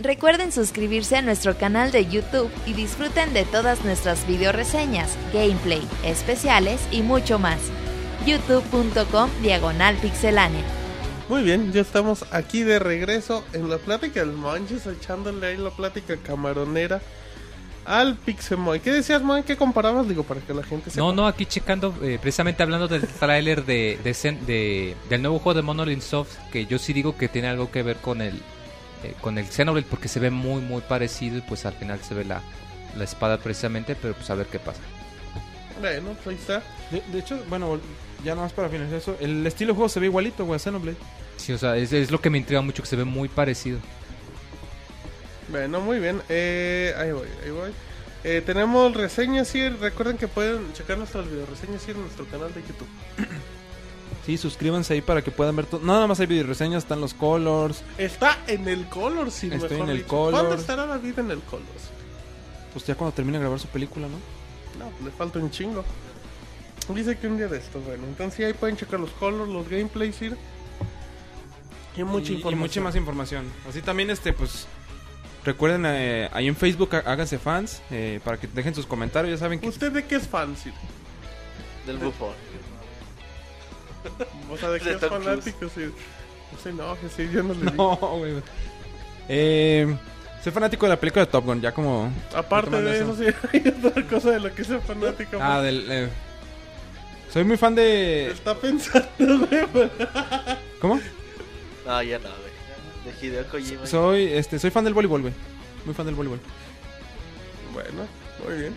Recuerden suscribirse a nuestro canal de YouTube y disfruten de todas nuestras videoreseñas, gameplay, especiales y mucho más. youtube.com diagonal pixelánea.
Muy bien, ya estamos aquí de regreso en la plática del Manches, echándole ahí la plática camaronera al Pixemoy. ¿Qué decías, Moy? ¿Qué comparabas? Digo, para que la gente sepa.
No, no, aquí checando, eh, precisamente hablando del tráiler de, de Zen- de- del nuevo juego de Monolith Soft, que yo sí digo que tiene algo que ver con el eh, con el Xenoblade, porque se ve muy, muy parecido y pues al final se ve la, la espada precisamente, pero pues a ver qué pasa.
Bueno, pues ahí está.
De, de hecho, bueno, vol- ya nada más para finalizar eso. El estilo de juego se ve igualito, güey, a Xenoblade.
Sí, o sea, es, es lo que me intriga mucho, que se ve muy parecido.
Bueno, muy bien. Eh, ahí voy, ahí voy. Eh, tenemos reseñas y recuerden que pueden checar nuestras videoreseñas y en nuestro canal de YouTube.
Sí, suscríbanse ahí para que puedan ver todo. Nada más hay video reseñas, están los colors.
Está en el Color, si
Estoy
mejor
en el
dicho.
Colors.
¿Cuándo estará David en el Colors?
Pues ya cuando termine de grabar su película, ¿no?
No, pues, le falta un chingo. Dice que un día de estos, bueno. Entonces ahí pueden checar los colors, los gameplays, ir. Y mucha
y, y
información.
mucha más información. Así también, este, pues. Recuerden, eh, ahí en Facebook há- háganse fans eh, para que dejen sus comentarios. Ya saben que.
¿Usted de qué es fan, Sir?
Del bufón.
O sea, ¿de qué
De
es
Tom Cruise.
fanático, Sir? No se enoje, Sir, yo no le digo.
No, güey. Eh, soy fanático de la película de Top Gun, ya como.
Aparte
Retomando
de eso,
eso.
sí, hay otra cosa de la que sea fanático.
Ah, del. eh, soy muy fan de.
Está pensando, güey. pero-
¿Cómo?
No, ya no, güey. De Hideo Kojima.
Soy, este, soy fan del voleibol, güey. Muy fan del voleibol.
Bueno, muy bien.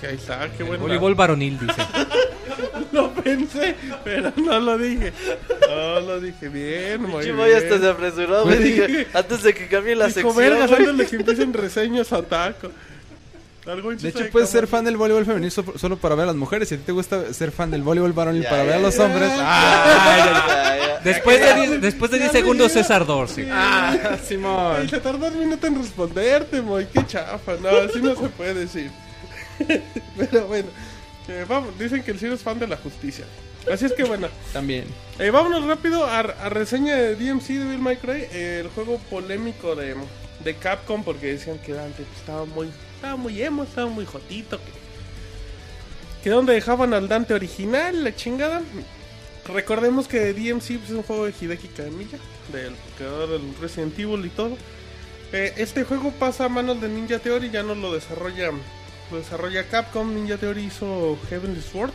Sí, Ahí está, qué
El
bueno.
voleibol varonil, dice.
Lo pensé, pero no lo dije. No lo dije bien, muy
Pinche
bien.
Moy hasta se apresuró, güey.
Muy
Dije,
bien.
antes de que cambie la
Dijo,
sección.
vergas,
güey".
antes de que empiecen reseñas a taco. Algo
De hecho,
de
puedes
cámara.
ser fan del voleibol femenino so- solo para ver a las mujeres. Si a ti te gusta ser fan del voleibol varonil
Ya,
para
ya,
ver a los
ya.
hombres.
Ah, ya, ya.
Después de 10 después de 10 segundos, César Dorsi.
¡Ah,
Ay,
Simón!
se tardó un minuto en responderte, Moy. Qué chafa. No, así no se puede decir. Pero bueno, eh, vamos, dicen que el Ciro es fan de la justicia. Así es que bueno,
También.
eh, vámonos rápido a, a reseña de DMC de Bill My Cry, eh, el juego polémico de, de Capcom, porque decían que antes estaba muy, estaba muy emo, estaba muy jotito. Que, que donde dejaban al Dante original, la chingada. Recordemos que DMC pues, es un juego de Hideki Kamiya, del creador del Resident Evil y todo. Eh, este juego pasa a manos de Ninja Theory, ya no lo desarrolla, lo desarrolla Capcom. Ninja Theory hizo Heavenly Sword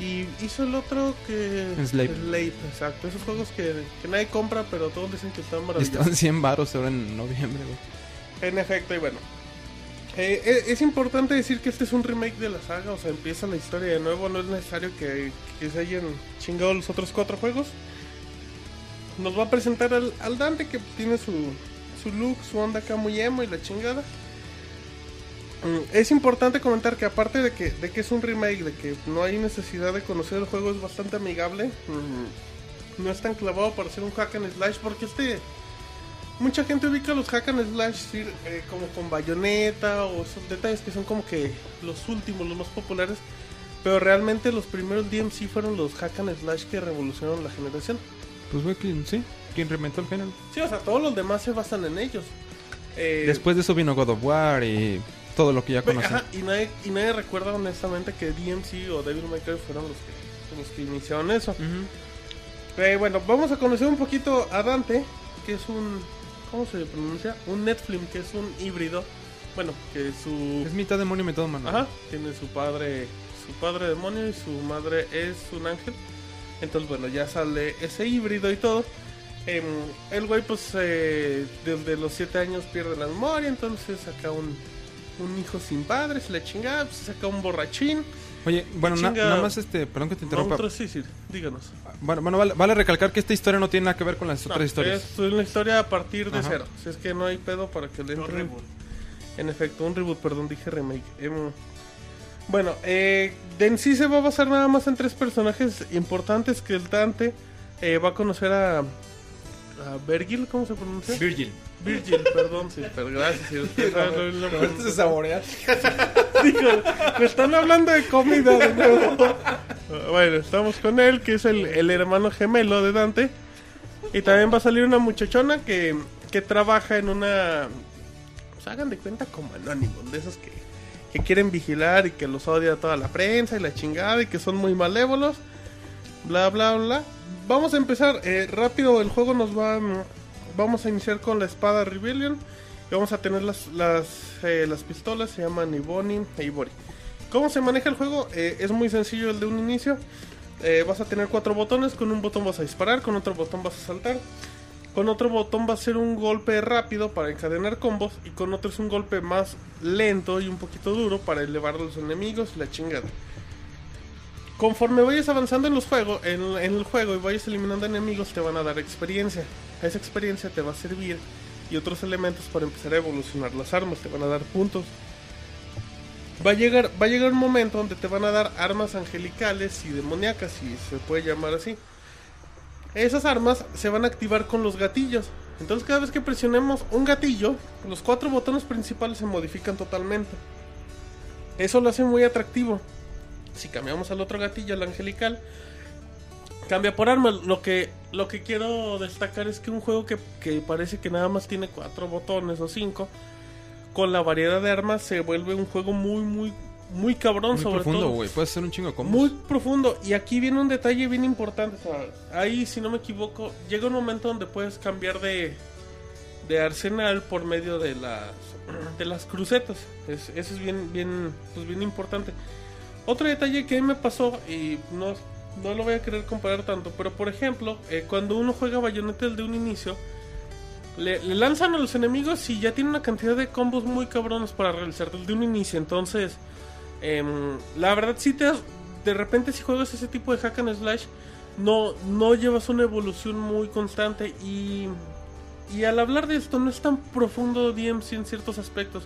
y hizo el otro que
Slave.
exacto. Esos juegos que, que nadie compra, pero todos dicen que están
Pues
maravillosos.
Estaban 100 baros ahora en noviembre, güey.
En efecto, y bueno. Eh, e- es, importante decir que este es un remake de la saga, o sea, empieza la historia de nuevo, no es necesario que, que se hayan chingado los otros cuatro juegos. Nos va a presentar al, al Dante que tiene su, su look, su onda acá muy emo y la chingada. Mm, Es importante comentar que aparte de que, de que es un remake, de que no hay necesidad de conocer el juego, es bastante amigable. Mm, No es tan clavado para ser un hack and slash, porque este... Mucha gente ubica los hack and slash sí, eh, como con bayoneta o esos detalles que son como que los últimos, los más populares. Pero realmente los primeros DMC fueron los hack and slash que revolucionaron la generación.
Pues, güey, ¿quién- sí. ¿Quién reinventó el género?
Sí, o sea, todos los demás se basan en ellos. Eh,
Después de eso vino God of War y todo lo que ya
Ve,
conocen.
ajá, y, nadie, y nadie recuerda honestamente que DMC o Devil May Cry fueron los que, los que iniciaron eso. Eh, bueno, vamos a conocer un poquito a Dante, que es un... ¿Cómo se pronuncia? Un Netflix, que es un híbrido. Bueno, que su...
Es mitad demonio y mitad humano.
Ajá, tiene su padre, su padre demonio y su madre es un ángel. Entonces, bueno, ya sale ese híbrido y todo. Em, el güey, pues, eh, desde los 7 años pierde la memoria, entonces saca un, un hijo sin padres, la chingada, pues, saca un borrachín.
Oye, bueno, na-
chinga-
nada más este, perdón que te interrumpa.
Monstruo, sí, sí, díganos.
Bueno, bueno, vale, vale recalcar que esta historia no tiene nada que ver con las
No,
otras historias.
Es una historia a partir de
Ajá.
cero. Si es que no hay pedo para que le entre. En efecto, un reboot, perdón, dije remake. Em, bueno, eh, de en sí se va a basar nada más en tres personajes importantes que el Dante eh, va a conocer a, a Virgil, ¿cómo se pronuncia?
Virgil.
Virgil, perdón, sí, pero gracias. sí, usted sabe el nombre.
saborea.
Me están hablando de comida de nuevo. Bueno, estamos con él, que es el, el hermano gemelo de Dante. Y también va a salir una muchachona que que trabaja en una. Pues hagan de cuenta como Anonymous, de esos que, que quieren vigilar y que los odia toda la prensa y la chingada y que son muy malévolos. Bla, bla, bla. Vamos a empezar eh, rápido. El juego nos va. mm, Vamos a iniciar con la espada Rebellion. Y vamos a tener las, las, eh, las pistolas. Se llaman Iboni e Ibori. ¿Cómo se maneja el juego? Eh, es muy sencillo el de un inicio. Eh, vas a tener cuatro botones. Con un botón vas a disparar. Con otro botón vas a saltar. Con otro botón va a ser un golpe rápido para encadenar combos. Y con otro es un golpe más lento y un poquito duro para elevar a los enemigos y la chingada. Conforme vayas avanzando en los juegos, en, en el juego y vayas eliminando enemigos, te van a dar experiencia. Esa experiencia te va a servir y otros elementos para empezar a evolucionar las armas, te van a dar puntos. Va a llegar, va a llegar un momento donde te van a dar armas angelicales y demoníacas, si se puede llamar así. Esas armas se van a activar con los gatillos. Entonces cada vez que presionemos un gatillo, los cuatro botones principales se modifican totalmente. Eso lo hace muy atractivo. Si cambiamos al otro gatillo, al angelical, cambia por arma. Lo que, lo que quiero destacar es que un juego que, que parece que nada más tiene cuatro botones o cinco, con la variedad de armas se vuelve un juego muy, muy, muy cabrón,
Muy
sobre
profundo,
todo.
güey. Puedes hacer un chingo de combos.
Muy profundo. Y aquí viene un detalle bien importante. o sea, ahí, si no me equivoco, llega un momento donde puedes cambiar de, de arsenal por medio de las, de las crucetas. Es- eso es bien, bien, pues bien importante. Otro detalle que a mí me pasó, y no, no lo voy a querer comparar tanto, pero por ejemplo, eh, cuando uno juega bayoneta de un inicio, le, le lanzan a los enemigos y ya tiene una cantidad de combos muy cabrones para realizar desde un inicio. Entonces, em, la verdad, si te, has- de repente si juegas ese tipo de hack and slash, no, no llevas una evolución muy constante. Y, y al hablar de esto, no es tan profundo DMC en ciertos aspectos.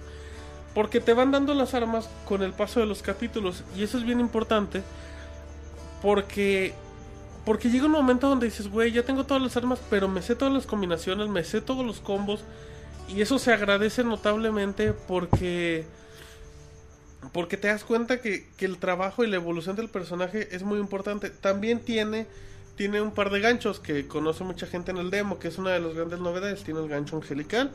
Porque te van dando las armas con el paso de los capítulos. Y eso es bien importante. Porque porque llega un momento donde dices, güey, ya tengo todas las armas, pero me sé todas las combinaciones, me sé todos los combos. Y eso se agradece notablemente porque. Porque te das cuenta que, que el trabajo y la evolución del personaje es muy importante. También tiene, tiene un par de ganchos que conoce mucha gente en el demo, que es una de las grandes novedades. Tiene el gancho angelical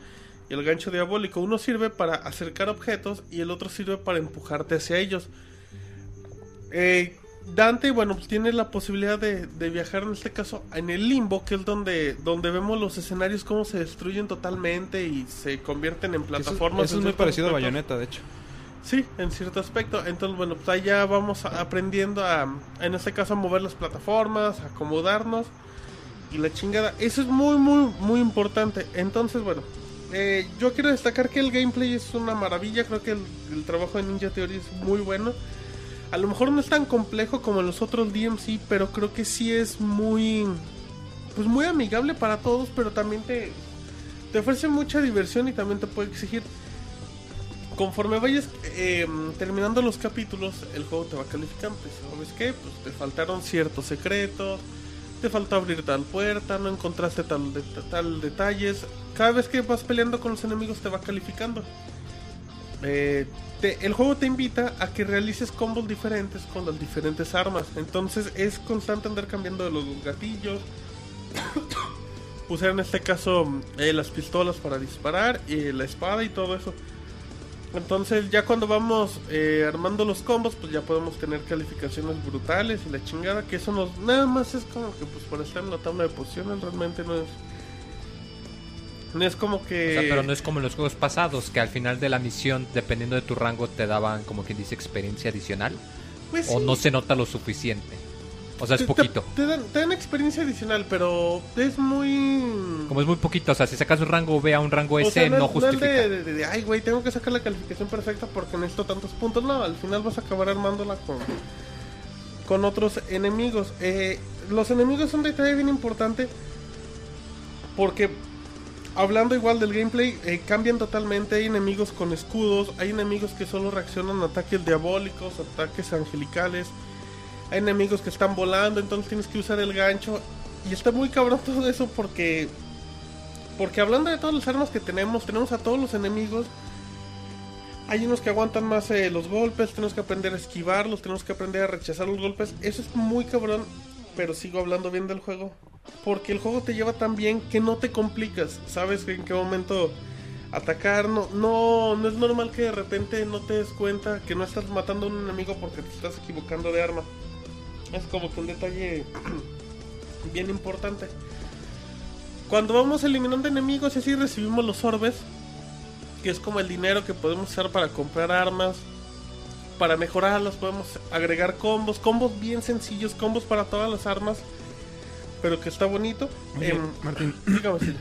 y el gancho diabólico. Uno sirve para acercar objetos y el otro sirve para empujarte hacia ellos. Eh, Dante, bueno, pues tiene la posibilidad de, de viajar en este caso en el limbo, que es donde, donde vemos los escenarios cómo se destruyen totalmente y se convierten en
Eso es-
plataformas.
Eso
en
es muy
ciertos
parecido a
aspectos.
Bayonetta, de hecho.
Sí, en cierto aspecto. Entonces, bueno, pues ahí ya vamos a- aprendiendo a, en este caso, a mover las plataformas, a acomodarnos y la chingada. Eso es muy, muy, muy importante. Entonces, bueno, eh, yo quiero destacar que el gameplay es una maravilla. Creo que el, el trabajo de Ninja Theory es muy bueno. A lo mejor no es tan complejo como los otros DMC, pero creo que sí es muy, pues muy amigable para todos, pero también te, te ofrece mucha diversión y también te puede exigir conforme vayas eh, terminando los capítulos, el juego te va calificando. Pues, ¿Sabes qué? Pues te faltaron ciertos secretos, te faltó abrir tal puerta, no encontraste tal, de- tal detalles. Cada vez que vas peleando con los enemigos te va calificando. Eh, te- el juego te invita a que realices combos diferentes con las diferentes armas. Entonces es constante andar cambiando de los gatillos. Usar en este caso eh, las pistolas para disparar, y la espada y todo eso. Entonces ya cuando vamos eh, armando los combos, pues ya podemos tener calificaciones brutales y la chingada, que eso nos nada más es como que pues para estar en la tabla de posiciones realmente no es no es como
O
que
sea, pero no es como en los juegos pasados, que al final de la misión, dependiendo de tu rango, te daban como quien dice experiencia adicional.
Pues
O
sí.
no se nota lo suficiente. O sea, es
Te- te-
poquito.
Te, dan, te dan experiencia adicional, pero es muy.
Como es muy poquito, o sea, si sacas un rango B a un rango
o
S,
sea,
no,
es- es
justifica.
de, de- de- de, ay, güey, tengo que sacar la calificación perfecta porque necesito tantos puntos. No, al final vas a acabar armándola con, con otros enemigos. Eh, los enemigos son un detalle bien importante porque hablando igual del gameplay, eh, cambian totalmente. Hay enemigos con escudos, hay enemigos que solo reaccionan a ataques diabólicos, ataques angelicales, hay enemigos que están volando, entonces tienes que usar el gancho. Y está muy cabrón todo eso porque. Porque hablando de todas las armas que tenemos, tenemos a todos los enemigos. Hay unos que aguantan más eh, los golpes, tenemos que aprender a esquivarlos, tenemos que aprender a rechazar los golpes. Eso es muy cabrón. pero sigo hablando bien del juego. Porque el juego te lleva tan bien que no te complicas. Sabes en qué momento atacar. No, no, no es normal que de repente no te des cuenta que no estás matando a un enemigo porque te estás equivocando de arma. Es como que un detalle bien importante. Cuando vamos eliminando enemigos y así recibimos los orbes, que es como el dinero que podemos usar para comprar armas, para mejorarlas, podemos agregar combos, combos bien sencillos, combos para todas las armas, pero que está bonito.
Oye,
Em,
Martín.
dígame, Silvia.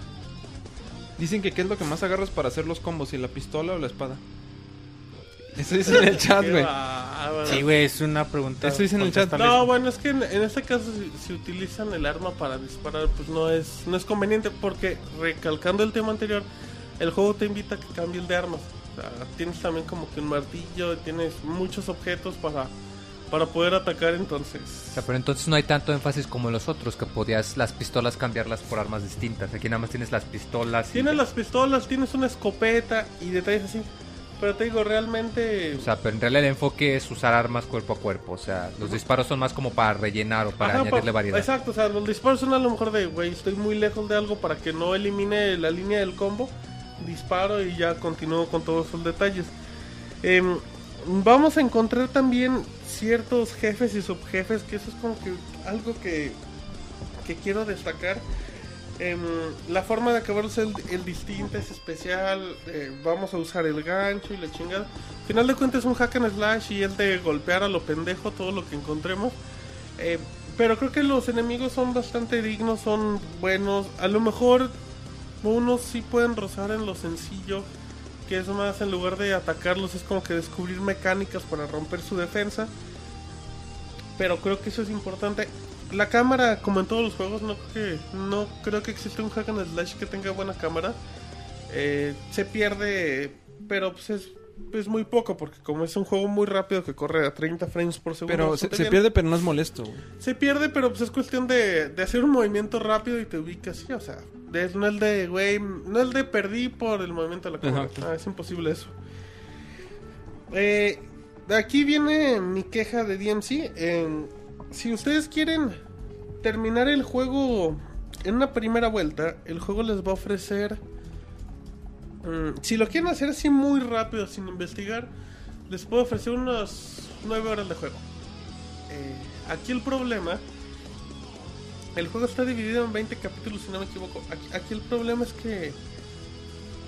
Dicen que qué es lo que más agarras para hacer los combos, si la pistola o la espada. Eso dice en el chat,
Qué
güey.
bárbaro.
Sí, güey, es una pregunta.
Eso dice en el chat.
contestable.
No, bueno, es que en, en este caso si, si utilizan el arma para disparar, pues no es no es conveniente porque recalcando el tema anterior, el juego te invita a que cambies de armas. O sea, tienes también como que un martillo, tienes muchos objetos para para poder atacar, entonces.
O sea, pero entonces no hay tanto énfasis como en los otros, que podías las pistolas cambiarlas por armas distintas. Aquí nada más tienes las pistolas. y-
Tienes las pistolas, tienes una escopeta y detalles así. Pero te digo, realmente
O sea, pero en realidad el enfoque es usar armas cuerpo a cuerpo. O sea, los disparos son más como para rellenar o para
Ajá,
añadirle
pa-
variedad.
Exacto, o sea, los disparos son a lo mejor de, güey, estoy muy lejos de algo para que no elimine la línea del combo. Disparo y ya continúo con todos los detalles. Em, vamos a encontrar también ciertos jefes y subjefes, que eso es como que algo que, que quiero destacar. Em, la forma de acabar es el, el distinta, es especial. eh, vamos a usar el gancho y la chingada. Al final de cuentas es un hack and slash y es de golpear a lo pendejo todo lo que encontremos. Eh, pero creo que los enemigos son bastante dignos, son buenos. A lo mejor unos sí pueden rozar en lo sencillo, que es más en lugar de atacarlos, es como que descubrir mecánicas para romper su defensa. Pero creo que eso es importante. La cámara, como en todos los juegos, no creo que, no creo que exista un hack and slash que tenga buena cámara. Eh, se pierde, pero pues es, es muy poco, porque como es un juego muy rápido que corre a 30 frames por segundo.
Pero se,
bastante
se
bien.
pierde, pero no es molesto, güey.
Se pierde, pero pues es cuestión de, de hacer un movimiento rápido y te ubicas, sí, o sea, de- no es de, güey, no es de perdí por el movimiento de la cámara.
Ajá.
Ah, es imposible eso. Eh, de aquí viene mi queja de DMC. en- si ustedes quieren terminar el juego en una primera vuelta, el juego les va a ofrecer... mm, si lo quieren hacer así muy rápido, sin investigar, les puedo ofrecer unas 9 horas de juego. Eh, aquí el problema. El juego está dividido en 20 capítulos, si no me equivoco. Aquí, aquí el problema es que.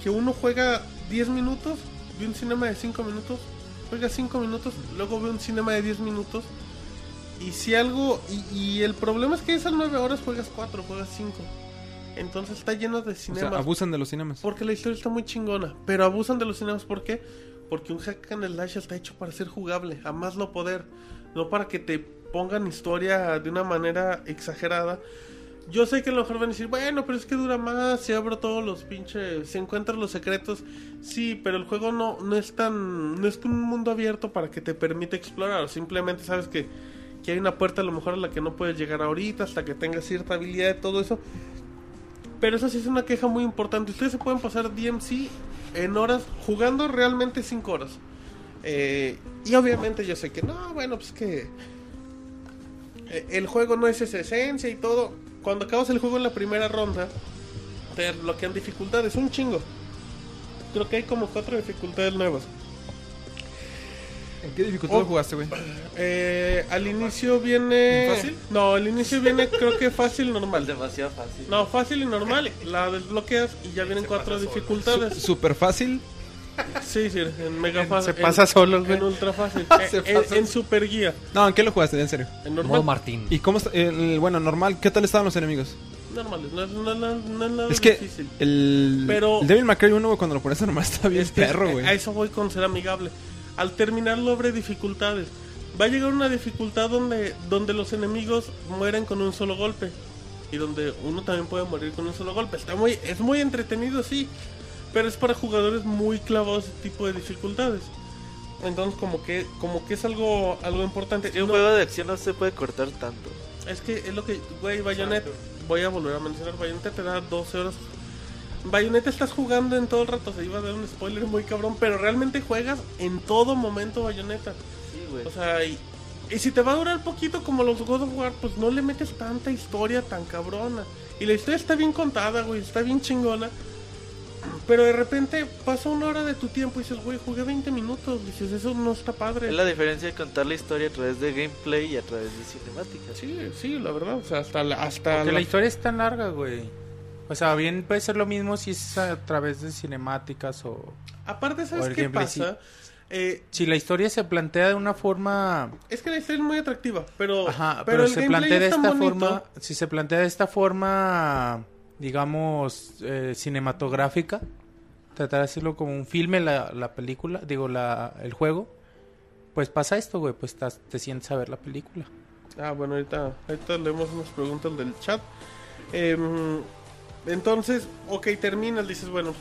Que uno juega 10 minutos, ve un cinema de 5 minutos, juega 5 minutos, luego ve un cinema de 10 minutos. Y si algo. Y, y el problema es que esas 9 horas juegas 4, juegas 5. Entonces está lleno de
O
cinemas.
sea, abusan de los cinemas.
Porque la historia está muy chingona. Pero abusan de los cinemas. ¿Por qué? Porque un hack and slash está hecho para ser jugable. A más no poder. No para que te pongan historia de una manera exagerada. Yo sé que a lo mejor van a decir, bueno, pero es que dura más. Se abro todos los pinches. Se encuentran los secretos. Sí, pero el juego no, no es tan. No es un mundo abierto para que te permita explorar. Simplemente sabes que. Que hay una puerta a lo mejor a la que no puedes llegar ahorita hasta que tengas cierta habilidad y todo eso. Pero eso sí es una queja muy importante. Ustedes se pueden pasar DMC en horas, jugando realmente 5 horas. Eh, y obviamente yo sé que no, bueno, pues que eh, el juego no es esa esencia y todo. Cuando acabas el juego en la primera ronda, te desbloquean dificultades, un chingo. Creo que hay como cuatro dificultades nuevas.
¿En qué dificultad
Oh.
jugaste, güey?
Eh, al inicio viene.
¿Fácil?
No, al inicio viene creo que fácil
Es
normal.
demasiado fácil.
No, fácil y normal. La desbloqueas y ya vienen cuatro dificultades.
Súper fácil.
Sí, sí, en mega fácil.
Se pasa solo,
en,
güey.
en ultra fácil.
Se
en,
pasa.
en super guía.
No, ¿en qué lo jugaste? En serio.
En
Modo
normal.
Martín.
¿Y cómo está? el- bueno, normal. ¿Qué tal estaban los enemigos?
Normal, no, es- no, no- no es nada
es que
difícil.
el,
Pero-
el Devil May Cry 1, güey, cuando lo pones a normal está bien
Es que
perro, güey.
A eso voy con ser amigable. Al terminarlo abre dificultades. Va a llegar una dificultad donde, donde los enemigos mueren con un solo golpe. Y donde uno también puede morir con un solo golpe. Está muy, es muy entretenido, sí. Pero es para jugadores muy clavados ese tipo de dificultades. Entonces como que, como que es algo, algo importante.
Si un
No-
juego de acción no se puede cortar tanto.
Es que es lo que, güey, Bayonetta, voy a volver a mencionar, Bayonetta te da 12 horas. Bayonetta estás jugando en todo el rato, se iba a dar un spoiler muy cabrón, pero realmente juegas en todo momento Bayonetta.
Sí, güey.
O sea, y Y si te va a durar poquito como los God of War, pues no le metes tanta historia tan cabrona. Y la historia está bien contada, güey, está bien chingona. Pero de repente pasa una hora de tu tiempo y dices, güey, jugué 20 minutos. Dices, eso no está padre.
Es la diferencia de contar la historia a través de gameplay y a través de cinemáticas.
Sí, sí, la verdad. O sea, hasta la. Hasta
Porque
la-
la historia es tan larga, güey. O sea, bien puede ser lo mismo si es a través de cinemáticas o...
Aparte,
o
¿sabes
el
qué
gameplay, sí.
pasa? Eh,
Si la historia se plantea de una forma...
es que la historia es muy atractiva, pero.
Ajá,
pero
pero,
el
se
gameplay
plantea de
es tan
esta
bonito.
forma... Si se plantea de esta forma, digamos, eh, cinematográfica, tratar de hacerlo como un filme, la, la película, digo, la, el juego, pues pasa esto, güey, pues estás- te sientes a ver la película.
Ah, bueno, ahorita, ahorita leemos unas preguntas del chat. Em, entonces, ok, terminas, dices, bueno,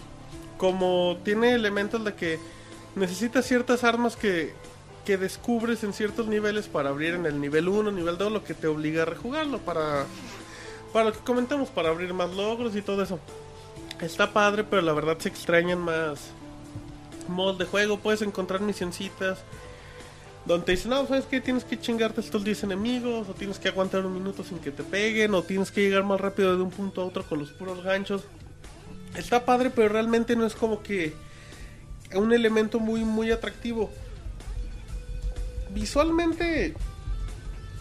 como tiene elementos de que necesitas ciertas armas que, que descubres en ciertos niveles para abrir en el nivel 1, nivel 2, lo que te obliga a rejugarlo, para, para lo que comentamos, para abrir más logros y todo eso. Está padre, pero la verdad se extrañan más modos de juego, puedes encontrar misioncitas. Donde te dicen, no, ¿sabes qué? Tienes que chingarte estos 10 enemigos, o tienes que aguantar un minuto sin que te peguen, o tienes que llegar más rápido de un punto a otro con los puros ganchos. Está padre, pero realmente no es como que un elemento muy, muy atractivo. Visualmente,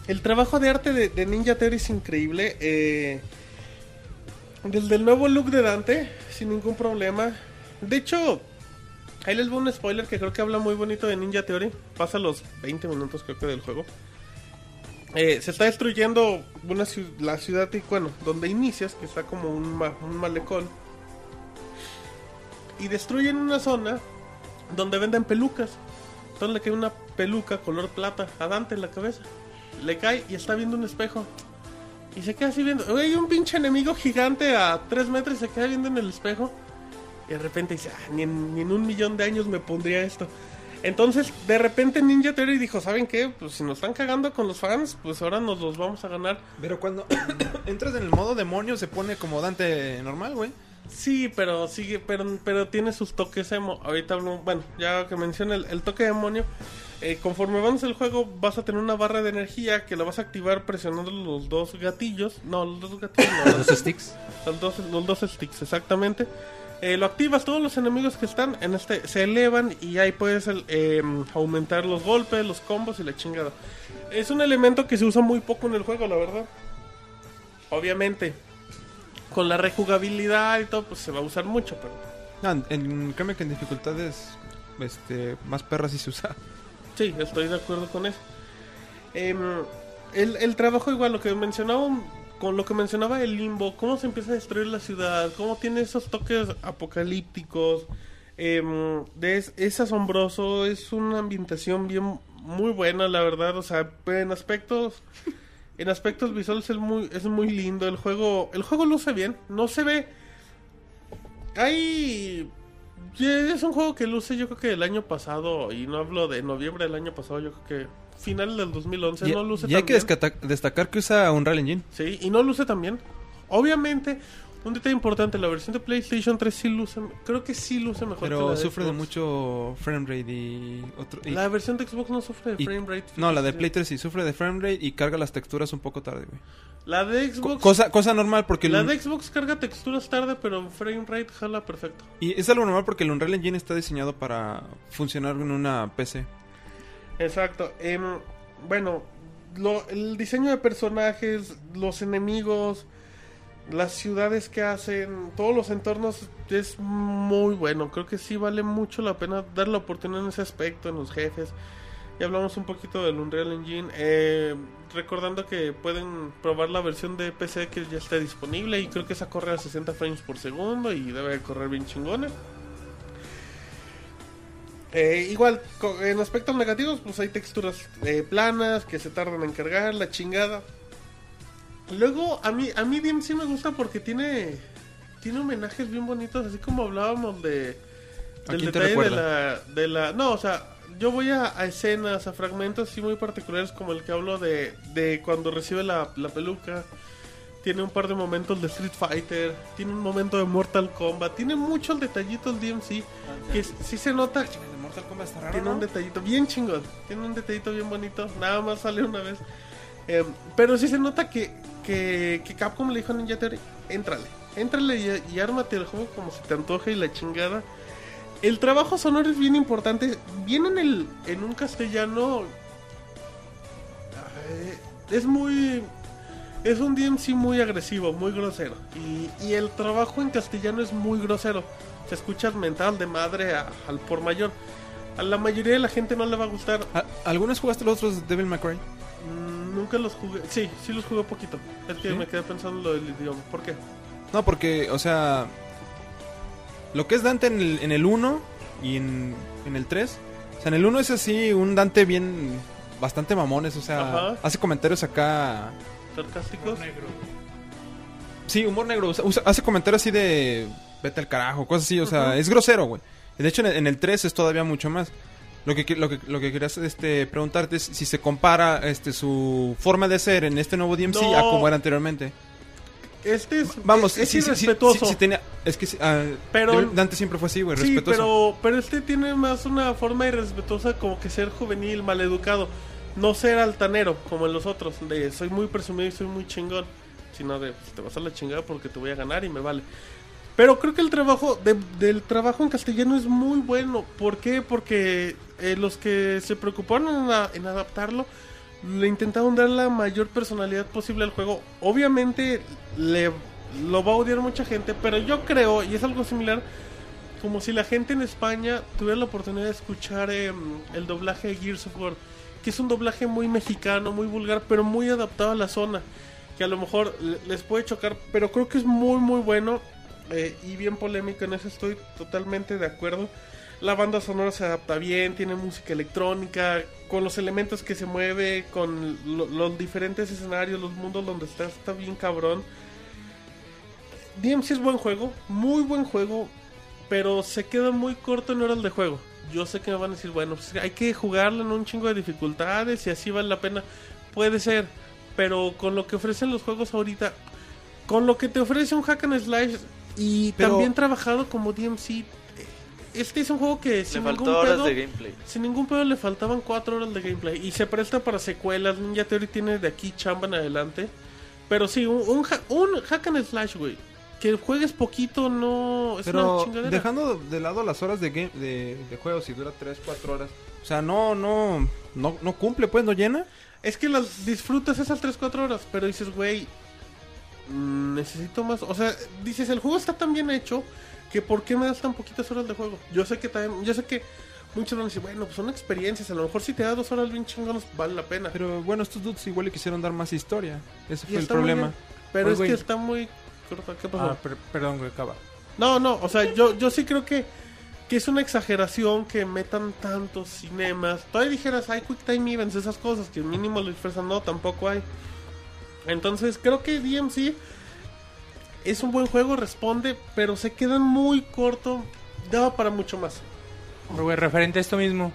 el trabajo de arte de, de Ninja Theory es increíble. Eh, desde el nuevo look de Dante, sin ningún problema. De hecho, Ahí les voy un spoiler que creo que habla muy bonito de Ninja Theory. Pasa los 20 minutos creo que del juego. Eh, se está destruyendo una ciu- la ciudad y bueno, donde inicias, que está como un, ma- un malecón. Y destruyen una zona donde venden pelucas. Entonces le cae una peluca color plata a Dante en la cabeza. Le cae y está viendo un espejo. Y se queda así viendo. Hay un pinche enemigo gigante a 3 metros y se queda viendo en el espejo. Y de repente dice, "Ah, ni, en, ni en un millón de años me pondría esto. Entonces, de repente Ninja Theory dijo, ¿saben qué? Pues si nos están cagando con los fans, pues ahora nos los vamos a ganar.
Pero cuando entras en el modo demonio se pone como Dante normal, güey.
Sí, pero sigue, pero, pero tiene sus toques emo. Ahorita hablo, bueno, ya que mencioné el, el toque demonio. eh, conforme avanza el juego, vas a tener una barra de energía que la vas a activar presionando los dos gatillos. No, los dos gatillos. no,
Los sticks.
Los dos, los dos sticks, exactamente. Eh, lo activas, todos los enemigos que están en este se elevan y ahí puedes el- em, aumentar los golpes, los combos y la chingada. Es un elemento que se usa muy poco en el juego, la verdad. Obviamente, con la rejugabilidad y todo, pues se va a usar mucho, pero
No, en, en- créeme que en dificultades este, más perras sí se usa.
Sí, estoy de acuerdo con eso. Em, el, el trabajo igual, lo que mencionaba con lo que mencionaba el limbo, cómo se empieza a destruir la ciudad, cómo tiene esos toques apocalípticos, em, es, es asombroso, es una ambientación bien muy buena, la verdad, o sea, en aspectos en aspectos visuales es muy es muy lindo el juego, el juego luce bien, no se ve hay Sí, Es un juego que luce yo creo que el año pasado, y no hablo de noviembre del año pasado, yo creo que final del 2011
y
no luce
y hay
tan
que
bien.
descata- destacar que usa Unreal Engine.
Sí, y no luce tan bien. Obviamente, un detalle importante, la versión de PlayStation 3 sí luce, creo que sí luce mejor. que la
Pero sufre de
Xbox.
mucho frame rate y otro... y-
La versión de Xbox no sufre de
y-
frame rate.
no, la de Play
PlayStation
3 sí sufre de frame rate y carga las texturas un poco tarde, güey.
La de
Co-
Xbox...
cosa, cosa normal porque... el
la
un-
de Xbox carga texturas tarde, pero en frame rate jala perfecto.
Y es algo normal porque el Unreal Engine está diseñado para funcionar en una PC.
Exacto. em, bueno, lo- el diseño de personajes, los enemigos, las ciudades que hacen, todos los entornos es muy bueno. Creo que sí vale mucho la pena dar la oportunidad en ese aspecto, en los jefes. Ya hablamos un poquito del Unreal Engine. eh, recordando que pueden probar la versión de PC que ya está disponible y creo que esa corre a 60 frames por segundo y debe de correr bien chingona. Eh, igual, co- en aspectos negativos, pues hay texturas eh, planas que se tardan en cargar, la chingada. Luego, a mí, a mí Dim sí me gusta porque tiene, tiene homenajes bien bonitos, así como hablábamos de,
¿A
del
quién te
detalle de la,
recuerda?
de la... No, o sea, yo voy a, a escenas, a fragmentos sí muy particulares como el que hablo de, de cuando recibe la, la peluca. Tiene un par de momentos de Street Fighter, tiene un momento de Mortal Kombat, tiene muchos detallitos DMC que s- sí se nota
Mortal Kombat está raro.
Tiene un
¿no?
detallito bien chingón. Tiene un detallito bien bonito. Nada más sale una vez. Eh, pero sí se nota que, que, que Capcom le dijo a Ninja Theory: Éntrale, éntrale y, y ármate el juego como se te antoje y la chingada. El trabajo sonoro es bien importante. Viene en, el, en un castellano. eh, Es muy. Es un DMC muy agresivo, muy grosero. Y, y el trabajo en castellano es muy grosero. Se escucha mental de madre a- al por mayor. A la mayoría de la gente no le va a gustar.
¿A- ¿Algunos jugaste los otros Devil May Cry?
Mm, Nunca los jugué. Sí, sí los jugué poquito. Es que
¿Sí?
me quedé pensando lo del idioma. ¿Por qué?
No, porque, o sea. Lo que es Dante en el, en el 1 y en, en el 3. O sea, en el 1 es así, un Dante bien. Bastante mamones, o sea.
Ajá.
Hace comentarios acá.
Sarcásticos.
Sí, humor negro. o sea, usa- hace comentarios así de. Vete al carajo, cosas así, o sea, es grosero, güey. De hecho, en el, en el 3 es todavía mucho más. Lo que, qui- lo que, lo que querías este, preguntarte es si se compara este, su forma de ser en este nuevo DMC a
No.
como era anteriormente.
Este es,
Vamos,
es,
sí, sí, sí, sí,
irrespetuoso.
sí tenía- es que sí, ah,
Pero-
Dante siempre fue así, güey,
Sí,
respetuoso.
pero, pero este tiene más una forma irrespetuosa como que ser juvenil, maleducado. No ser altanero como en los otros, de soy muy presumido y soy muy chingón. Sino de "Pues, te vas a la chingada porque te voy a ganar y me vale. Pero creo que el trabajo de- del trabajo en castellano es muy bueno. ¿Por qué? Porque eh, los que se preocuparon en, a- en adaptarlo le intentaron dar la mayor personalidad posible al juego. Obviamente le, lo va a odiar mucha gente, pero yo creo, y es algo similar, como si la gente en España tuviera la oportunidad de escuchar em, el doblaje de Gears of War, que es un doblaje muy mexicano, muy vulgar, pero muy adaptado a la zona, que a lo mejor le- les puede chocar, pero creo que es muy muy bueno eh, y bien polémico, en eso estoy totalmente de acuerdo. La banda sonora se adapta bien, tiene música electrónica, con los elementos que se mueve, con lo- los diferentes escenarios, los mundos donde está, está bien cabrón. DMC es buen juego, muy buen juego, pero se queda muy corto en horas de juego. Yo sé que me van a decir, bueno, pues hay que jugarlo en un chingo de dificultades y así vale la pena. Puede ser, pero con lo que ofrecen los juegos ahorita, con lo que te ofrece un hack and slash y
Pero-
también trabajado como DMC, eh, este es un juego que
Le
sin ningún
faltó horas
pedo,
de gameplay.
sin ningún pedo le faltaban cuatro horas de gameplay y se presta para secuelas. Ninja Theory tiene de aquí chamba en adelante. Pero sí, un, un, ha- un hack and slash, güey. Que juegues poquito no es una
Pero
chingadera.
dejando de lado las horas de, game, de, de juego, si dura 3, 4 horas. O sea, no, no, no, no cumple, pues, no llena.
Es que las disfrutas esas 3, 4 horas, pero dices, güey, mm, necesito más. O sea, dices, el juego está tan bien hecho que ¿por qué me das tan poquitas horas de juego? Yo sé que también, yo sé que muchos van a decir, bueno, pues son experiencias. A lo mejor si te da dos horas bien chingonas, vale la pena.
Pero bueno, estos dudes igual le quisieron dar más historia. Ese
Y
Este fue el
está muy
problema.
bien, pues, pero
Oye,
es
güey.
que está muy corta. ¿Qué pasó?
Ah, per- perdón, güey, acaba.
No, no, o sea, yo, yo sí creo que, que es una exageración que metan tantos cinemas. Todavía dijeras, hay quick time events, esas cosas que mínimo lo disfrazan, no, tampoco hay. Entonces, creo que DMC es un buen juego, responde, pero se quedan muy corto. Daba para mucho más.
Pero, güey, referente a esto mismo,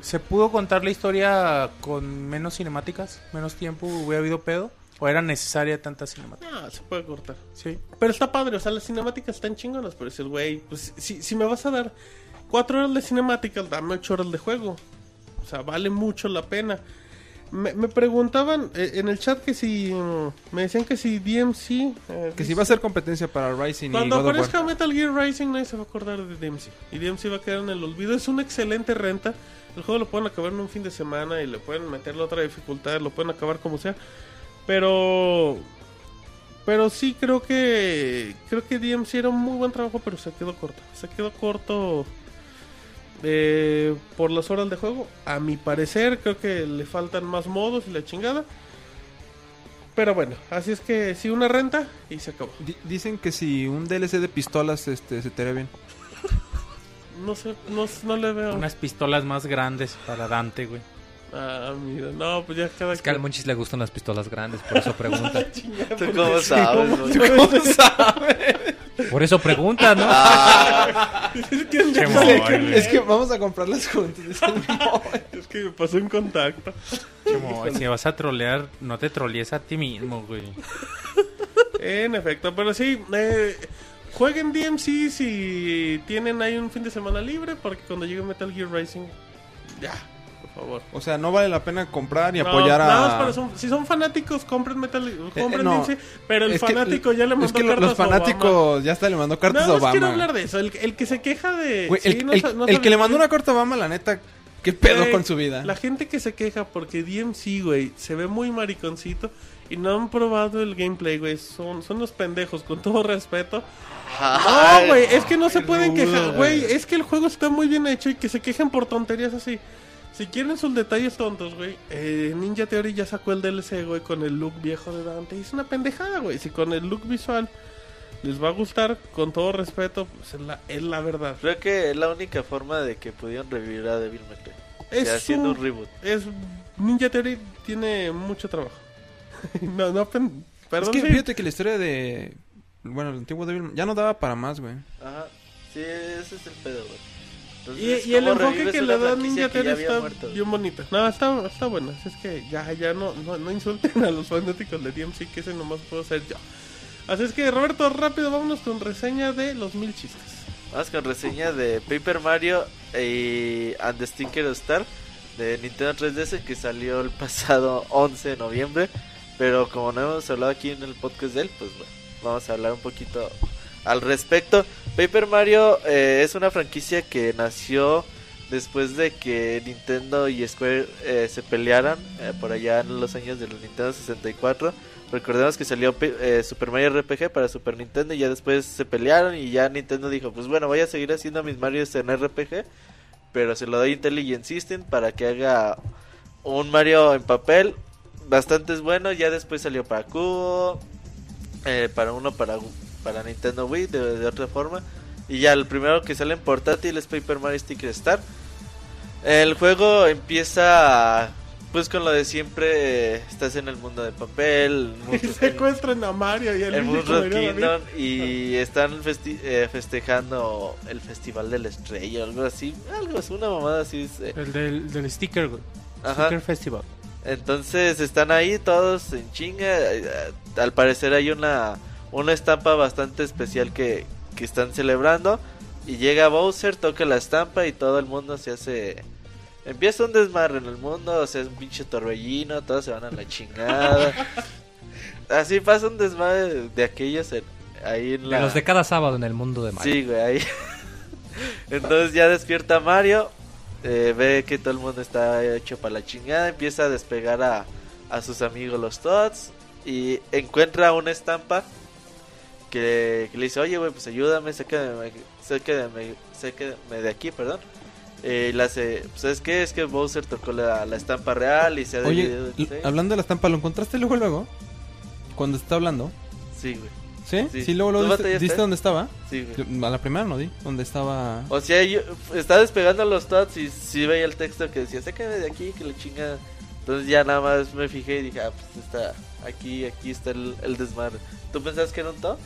¿se pudo contar la historia con menos cinemáticas? ¿Menos tiempo? ¿Hubiera habido pedo? ¿O era necesaria tanta cinemática?
Ah, se puede cortar.
Sí.
Pero está padre, o sea, las cinemáticas están chingonas, pero dices, güey, pues si, si me vas a dar cuatro horas de cinemáticas, dame ocho horas de juego. O sea, vale mucho la pena. Me, me preguntaban eh, en el chat que si... mm, Me decían que si DMC... eh,
Que si
dice-
va a ser competencia para Rising y
cuando
God of War.
aparezca Metal Gear Rising nadie se va a acordar de DMC. Y DMC va a quedar en el olvido. Es una excelente renta. El juego lo pueden acabar en un fin de semana y le pueden meterle otra dificultad, lo pueden acabar como sea. Pero... Pero sí creo que... Creo que DMC era un muy buen trabajo, pero se quedó corto. Se quedó corto... eh, por las horas de juego, a mi parecer, creo que le faltan más modos y la chingada. Pero bueno, así es que sí, una renta y se acabó.
Di- Dicen que si un DLC de pistolas este, se te haría bien.
No sé, no, no le veo.
Unas pistolas más grandes para Dante, güey.
Ah, mira, no, pues ya cada
Es que al Monchis le gustan las pistolas grandes, por eso pregunta.
Chingada,
¿Tú
porque-
cómo sabes,
¿Cómo-
güey?
cómo
Por eso pregunta, ¿no?
sabes que-
Qué mole, güey.
Es que vamos a comprar las juntas.
Es que me pasó un contacto.
Como, si vas a trolear, no te trolees a ti mismo, güey.
En efecto, pero sí, eh, Jueguen DMC si tienen ahí un fin de semana libre, porque cuando llegue Metal Gear Rising, ya, por favor.
O sea, no vale la pena comprar y
No,
apoyar a. Eh,
nada más para son- si son fanáticos, compren Metal compren
no.
DMC, pero el
Es que-
fanático ya le mandó
Es que lo-
cartas
los
a Obama.
fanáticos ya hasta le mandó cartas
Nada
a
más
Obama.
quiero hablar de eso. El, el que se queja de.
Güey, el,
sí, no
el-
sa- no
el que
sabía-
le mandó una carta a Obama, la neta, qué pedo
Güey,
con su vida.
La gente que se queja porque DMC, güey, se ve muy mariconcito y no han probado el gameplay, güey. Son, son unos pendejos, con todo respeto. Ah,
Ah,
No, güey, es que no se pueden
rudo,
quejar,
güey.
güey. Es que el juego está muy bien hecho y que se quejen por tonterías así. Si quieren sus detalles tontos, güey. eh, Ninja Theory ya sacó el DLC, güey, con el look viejo de Dante. Es una pendejada, güey. Si con el look visual les va a gustar, con todo respeto, pues es la, es la verdad.
Creo que es la única forma de que pudieron revivir a Devil May Cry. O sea,
Es
haciendo
un-
un reboot.
es Ninja Theory tiene mucho trabajo. no, no, pen-
es
perdón.
que
sí.
fíjate que la historia de. Bueno, el antiguo Devil ya no daba para más, güey.
Ajá. Sí, ese es el pedo, güey. Entonces,
Y, y el
¿cómo
enfoque
revives
que
una
le da
franquicia
Ninja
que
Theory
ya había
está
muerto, güey?
bien bonito. No, está, está bueno. Así es que ya, ya no, no, no insulten a los fanáticos de DMC, que ese nomás puedo ser yo. Así es que, Roberto, rápido, vámonos con reseña de los mil chistes.
Vamos con reseña de Paper Mario y and the Stinker Star de Nintendo 3DS que salió el pasado 11 de noviembre. Pero como no hemos hablado aquí en el podcast de él, pues bueno, vamos a hablar un poquito al respecto. Paper Mario eh, es una franquicia que nació después de que Nintendo y Square eh, se pelearan eh, por allá en los años del Nintendo 64. Recordemos que salió pe- eh, Super Mario RPG para Super Nintendo y ya después se pelearon y ya Nintendo dijo, pues bueno, voy a seguir haciendo mis Marios en RPG, pero se lo doy a Intelligent System para que haga un Mario en papel. Bastante es bueno, ya después salió para Cubo, eh, para uno para, para Nintendo Wii de, de otra forma. Y ya el primero que sale en portátil es Paper Mario Sticker Star. El juego empieza pues con lo de siempre, eh, estás en el mundo de papel.
Y
mundo-
secuestran a Mario y al
el
niño
Moonrise
como diría
Kingdom
David.
y están festi- eh, festejando el Festival de la Estrella, algo así, algo es una mamada así. es, eh,
El del, del sticker, güey.
Ajá.
Sticker Festival.
Entonces están ahí todos en chinga. eh, eh, Al parecer hay una, una estampa bastante especial que, que están celebrando. Y llega Bowser, toca la estampa y todo el mundo se hace... Empieza un desmarre en el mundo, o sea, es un pinche torbellino, todos se van a la chingada. Así pasa un desmadre de aquellos en- ahí en la...
Los de cada sábado en el mundo de Mario.
Sí, güey, ahí. Entonces ya despierta Mario, eh, ve que todo el mundo está hecho para la chingada, empieza a despegar a, a sus amigos los Tots y encuentra una estampa que, que le dice, oye, güey, pues ayúdame, sácame, sácame, sácame de aquí, perdón. Eh, y la hace, pues es que es que Bowser tocó la, la estampa real y se ha dividido
Oye,
en
l-
seis".
hablando de la estampa, ¿lo encontraste luego luego? Cuando está hablando.
Sí, güey,
¿Sí? Sí,
Sí.
luego luego
¿Tú
diste,
batallaste?
diste dónde estaba.
sí, güey.
Yo- a la primera no di. Donde estaba.
O sea, yo estaba despegando los tots y sí veía el texto que decía, sácame de aquí, que la chinga. Entonces ya nada más me fijé y dije, ah, pues está aquí, aquí está el, el desmadre. ¿Tú pensabas que era un tot?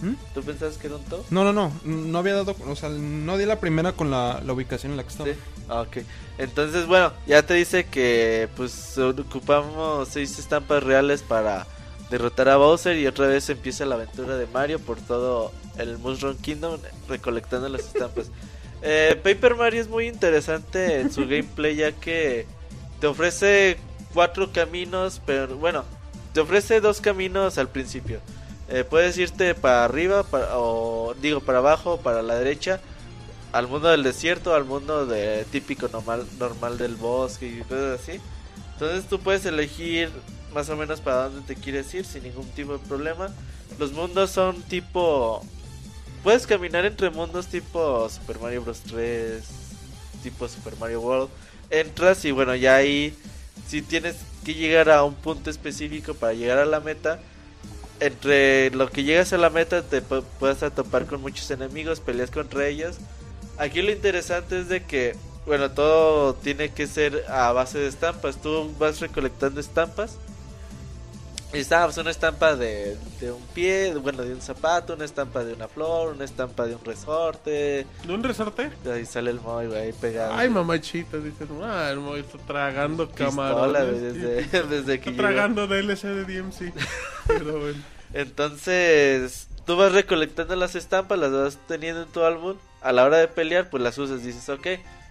¿Mm?
¿Tú pensabas que era un tot?
No, no, no. No había dado. O sea, no di la primera con la, la ubicación en la que estaba.
Sí. Ah, Ok. Entonces, bueno, ya te dice que pues ocupamos seis estampas reales para derrotar a Bowser y otra vez empieza la aventura de Mario por todo el Mushroom Kingdom recolectando las estampas. Eh, Paper Mario es muy interesante en su gameplay ya que te ofrece cuatro caminos, pero bueno, te ofrece dos caminos al principio. Eh, puedes irte para arriba, para- o digo para abajo, para la derecha, al mundo del desierto, al mundo de típico normal, normal del bosque y cosas así. Entonces tú puedes elegir más o menos para dónde te quieres ir sin ningún tipo de problema. Los mundos son tipo... Puedes caminar entre mundos tipo Super Mario Bros. 3, tipo Super Mario World. Entras y bueno, ya ahí si tienes que llegar a un punto específico para llegar a la meta. Entre lo que llegas a la meta te pu- puedes a topar con muchos enemigos, peleas contra ellos. Aquí lo interesante es de que, bueno, todo tiene que ser a base de estampas. Tú vas recolectando estampas. Y está, pues, una estampa de, de un pie, bueno, de un zapato, una estampa de una flor, una estampa de un resorte.
¿De un resorte?
Ahí sale el Moy, güey, ahí pegado.
Ay, mamachita, dicen. Ah, el Moy está tragando
Pistola, güey,
camarones.
desde, desde
Está
que llegó.
tragando DLC de DMC. Pero bueno.
Entonces, Tú vas recolectando las estampas, las vas teniendo en tu álbum. A la hora de pelear, pues las usas. Dices, ok,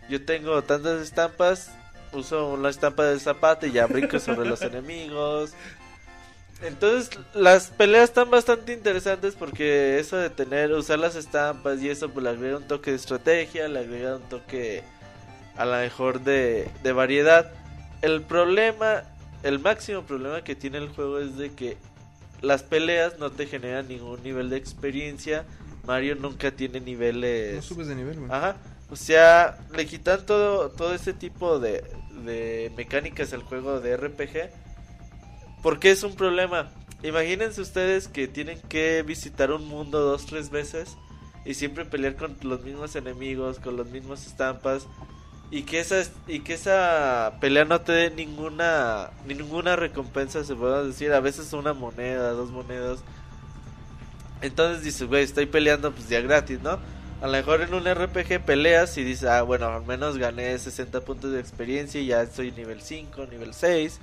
yo tengo tantas estampas. Uso una estampa del zapato y ya brinco sobre los enemigos. Entonces, las peleas están bastante interesantes porque eso de tener, usar las estampas y eso, pues le agrega un toque de estrategia, le agrega un toque a lo mejor de, de variedad. El problema, el máximo problema que tiene el juego es de que las peleas no te generan ningún nivel de experiencia. Mario nunca tiene niveles.
No subes de nivel, güey.
Ajá. O sea, le quitan todo, todo este tipo de, de mecánicas al juego de RPG. Porque es un problema. Imagínense ustedes que tienen que visitar un mundo dos, tres veces. Y siempre pelear con los mismos enemigos, con las mismas estampas. Y que esa, es- y que esa pelea no te dé ninguna, ninguna recompensa, se puede decir. A veces una moneda, dos monedas. Entonces dices, güey, estoy peleando pues ya gratis, ¿no? A lo mejor en un RPG peleas y dices, ah, bueno, al menos gané 60 puntos de experiencia y ya soy nivel 5, nivel 6.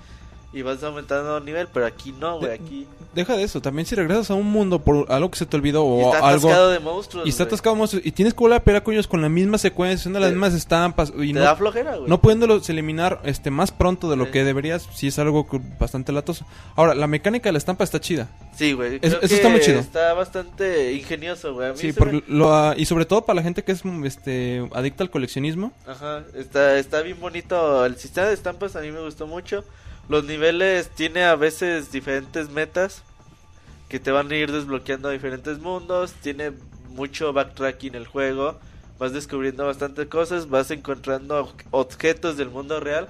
Y vas aumentando nivel, pero aquí no, güey, aquí...
Deja de eso. También si regresas a un mundo por algo que se te olvidó
Y
o
está
algo.
atascado de monstruos,
Y está
güey.
atascado de monstruos, Y tienes que volver a pelear con ellos con la misma secuencia, una de las
Te-
mismas estampas. Y no,
Te da flojera, güey.
no pudiéndolos eliminar este, más pronto de lo
Sí.
que deberías, sí es algo que- bastante latoso. Ahora, la mecánica de la estampa está chida.
Sí, güey.
Eso-
creo
eso está muy
que
chido.
Está bastante ingenioso, güey. A mí
Sí,
se
porque
me-
lo, ah, y sobre todo para la gente que es mm, este, adicta al coleccionismo.
Ajá, está, está bien bonito. El sistema de estampas a mí me gustó mucho. Los niveles tiene a veces diferentes metas que te van a ir desbloqueando diferentes mundos. Tiene mucho backtracking el juego. Vas descubriendo bastantes cosas, vas encontrando ob- objetos del mundo real.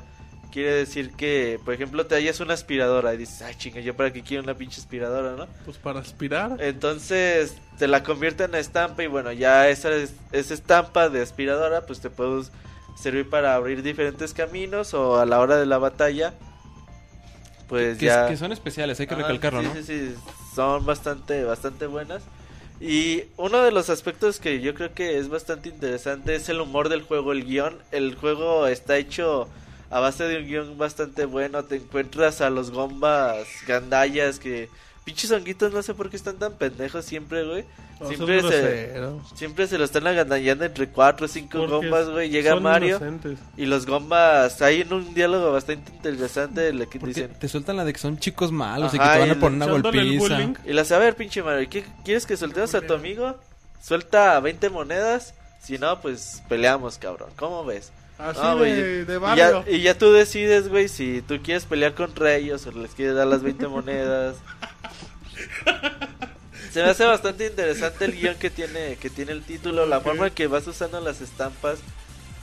Quiere decir que, por ejemplo, te hallas una aspiradora y dices, ay chinga, yo para qué quiero una pinche aspiradora, ¿no?
Pues para
Eh,
aspirar.
Entonces te la convierte en estampa y bueno, ya esa, es- esa estampa de aspiradora pues te puede us- servir para abrir diferentes caminos o a la hora de la batalla. Pues
Que,
ya...
que son especiales, hay que
Ah,
recalcarlo,
sí,
¿no?
Sí, sí, son bastante, bastante buenas. Y uno de los aspectos que yo creo que es bastante interesante es el humor del juego, el guión. El juego está hecho a base de un guión bastante bueno. Te encuentras a los gombas, gandallas, que... Pinches honguitos, no sé por qué están tan pendejos siempre, güey. Siempre
eh,
se, siempre se lo están agandallando entre cuatro o cinco gombas, güey. Llega Mario
eh.
y los gombas... Hay en un diálogo bastante interesante le que
Porque
dicen...
te sueltan la de que son chicos malos y que
Ajá,
te van
y
a poner una
echándole el
golpiza.
bullying.
Y la a ver, pinche Mario, ¿qué, ¿quieres que soltemos a tu amigo? Suelta 20 monedas. Si no, pues peleamos, cabrón. ¿Cómo ves?
Así
Ah, güey,
de, de
Y
barrio.
ya, y ya tú decides, güey, si tú quieres pelear contra ellos o les quieres dar las 20 monedas. Se me hace bastante interesante el guión que tiene, que tiene el título, la forma en que vas usando las estampas.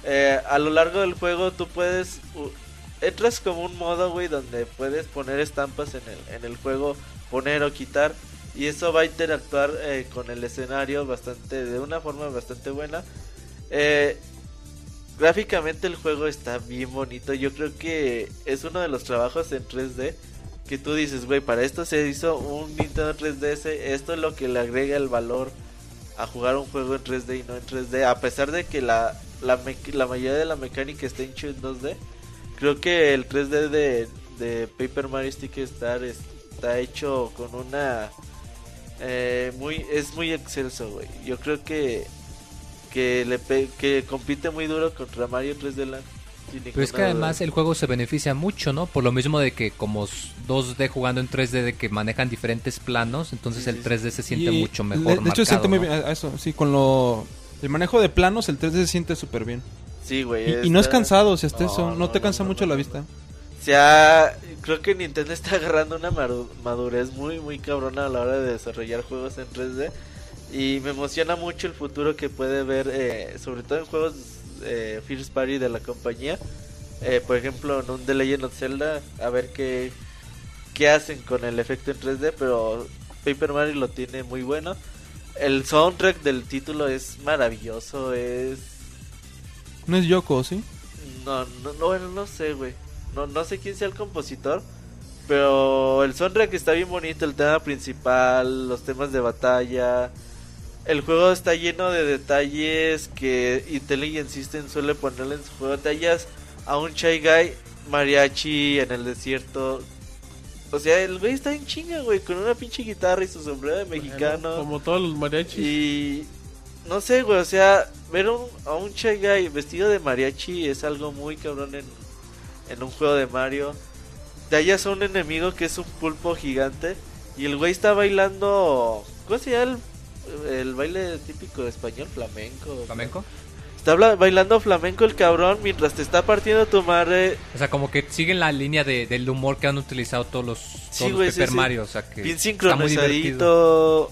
Eh, a lo largo del juego tú puedes... u- entras como un modo, güey, donde puedes poner estampas en el, en el juego, poner o quitar. Y eso va a interactuar eh, con el escenario bastante de una forma bastante buena. Eh, gráficamente el juego está bien bonito. Yo creo que es uno de los trabajos en 3D que tú dices, güey, para esto se hizo un Nintendo 3DS. Esto es lo que le agrega el valor a jugar un juego en 3D y no en 3D. A pesar de que la, la, mec- la mayoría de la mecánica está hecho en 2D, creo que el 3D de, de Paper Mario Stick Star está hecho con una. eh, muy, es muy excelso, güey. Yo creo que que le pe- que compite muy duro contra Mario 3D Land. sin
Pero es que
ninguna duda.
además el juego se beneficia mucho, ¿no? Por lo mismo de que como s- 2D jugando en 3D, de que manejan diferentes planos, entonces
Sí,
el
sí,
3D se siente
Y
mucho
le-
mejor.
de hecho, se siente muy
marcado, ¿no?
bien. a- a Eso, sí, con lo. El manejo de planos, el 3D se siente súper bien.
Sí, güey.
Y, y no es
está-
cansado, o sea, hasta
Este, No,
eso. No,
no,
te
no,
cansa
no,
mucho
no,
la
no.
vista.
O sea, creo que Nintendo está agarrando una maru- madurez muy, muy cabrona a la hora de desarrollar juegos en 3D. Y me emociona mucho el futuro que puede ver, eh, sobre todo en juegos eh, First Party de la compañía. Eh, por ejemplo, en un The Legend of Zelda, a ver qué, qué hacen con el efecto en 3D, pero Paper Mario lo tiene muy bueno. El soundtrack del título es maravilloso, es
No es Yoko, ¿sí?
no, no, no, bueno, no sé, güey. No, no sé quién sea el compositor. Pero el soundtrack está bien bonito, el tema principal, los temas de batalla. El juego está lleno de detalles que Intelligent System suele ponerle en su juego. Te hallas a un Chai Guy mariachi en el desierto. O sea, el güey está en chinga, güey, con una pinche guitarra y su sombrero de mexicano.
Como todos los mariachis.
Y no sé, güey, o sea, ver un- a un Che Guy vestido de mariachi es algo muy cabrón en, en un juego de Mario. Te hallas a un enemigo que es un pulpo gigante y el güey está bailando. ¿Cómo se llama el, el baile típico español? Flamenco.
¿Flamenco?
Está bla- bailando flamenco el cabrón mientras te está partiendo tu madre.
O sea, como que siguen la línea de- del humor que han utilizado todos los, todos
Sí,
los
güey, sí,
Paper
sí.
Mario. O sea, que
bien
está muy
sincronizadito.
divertido.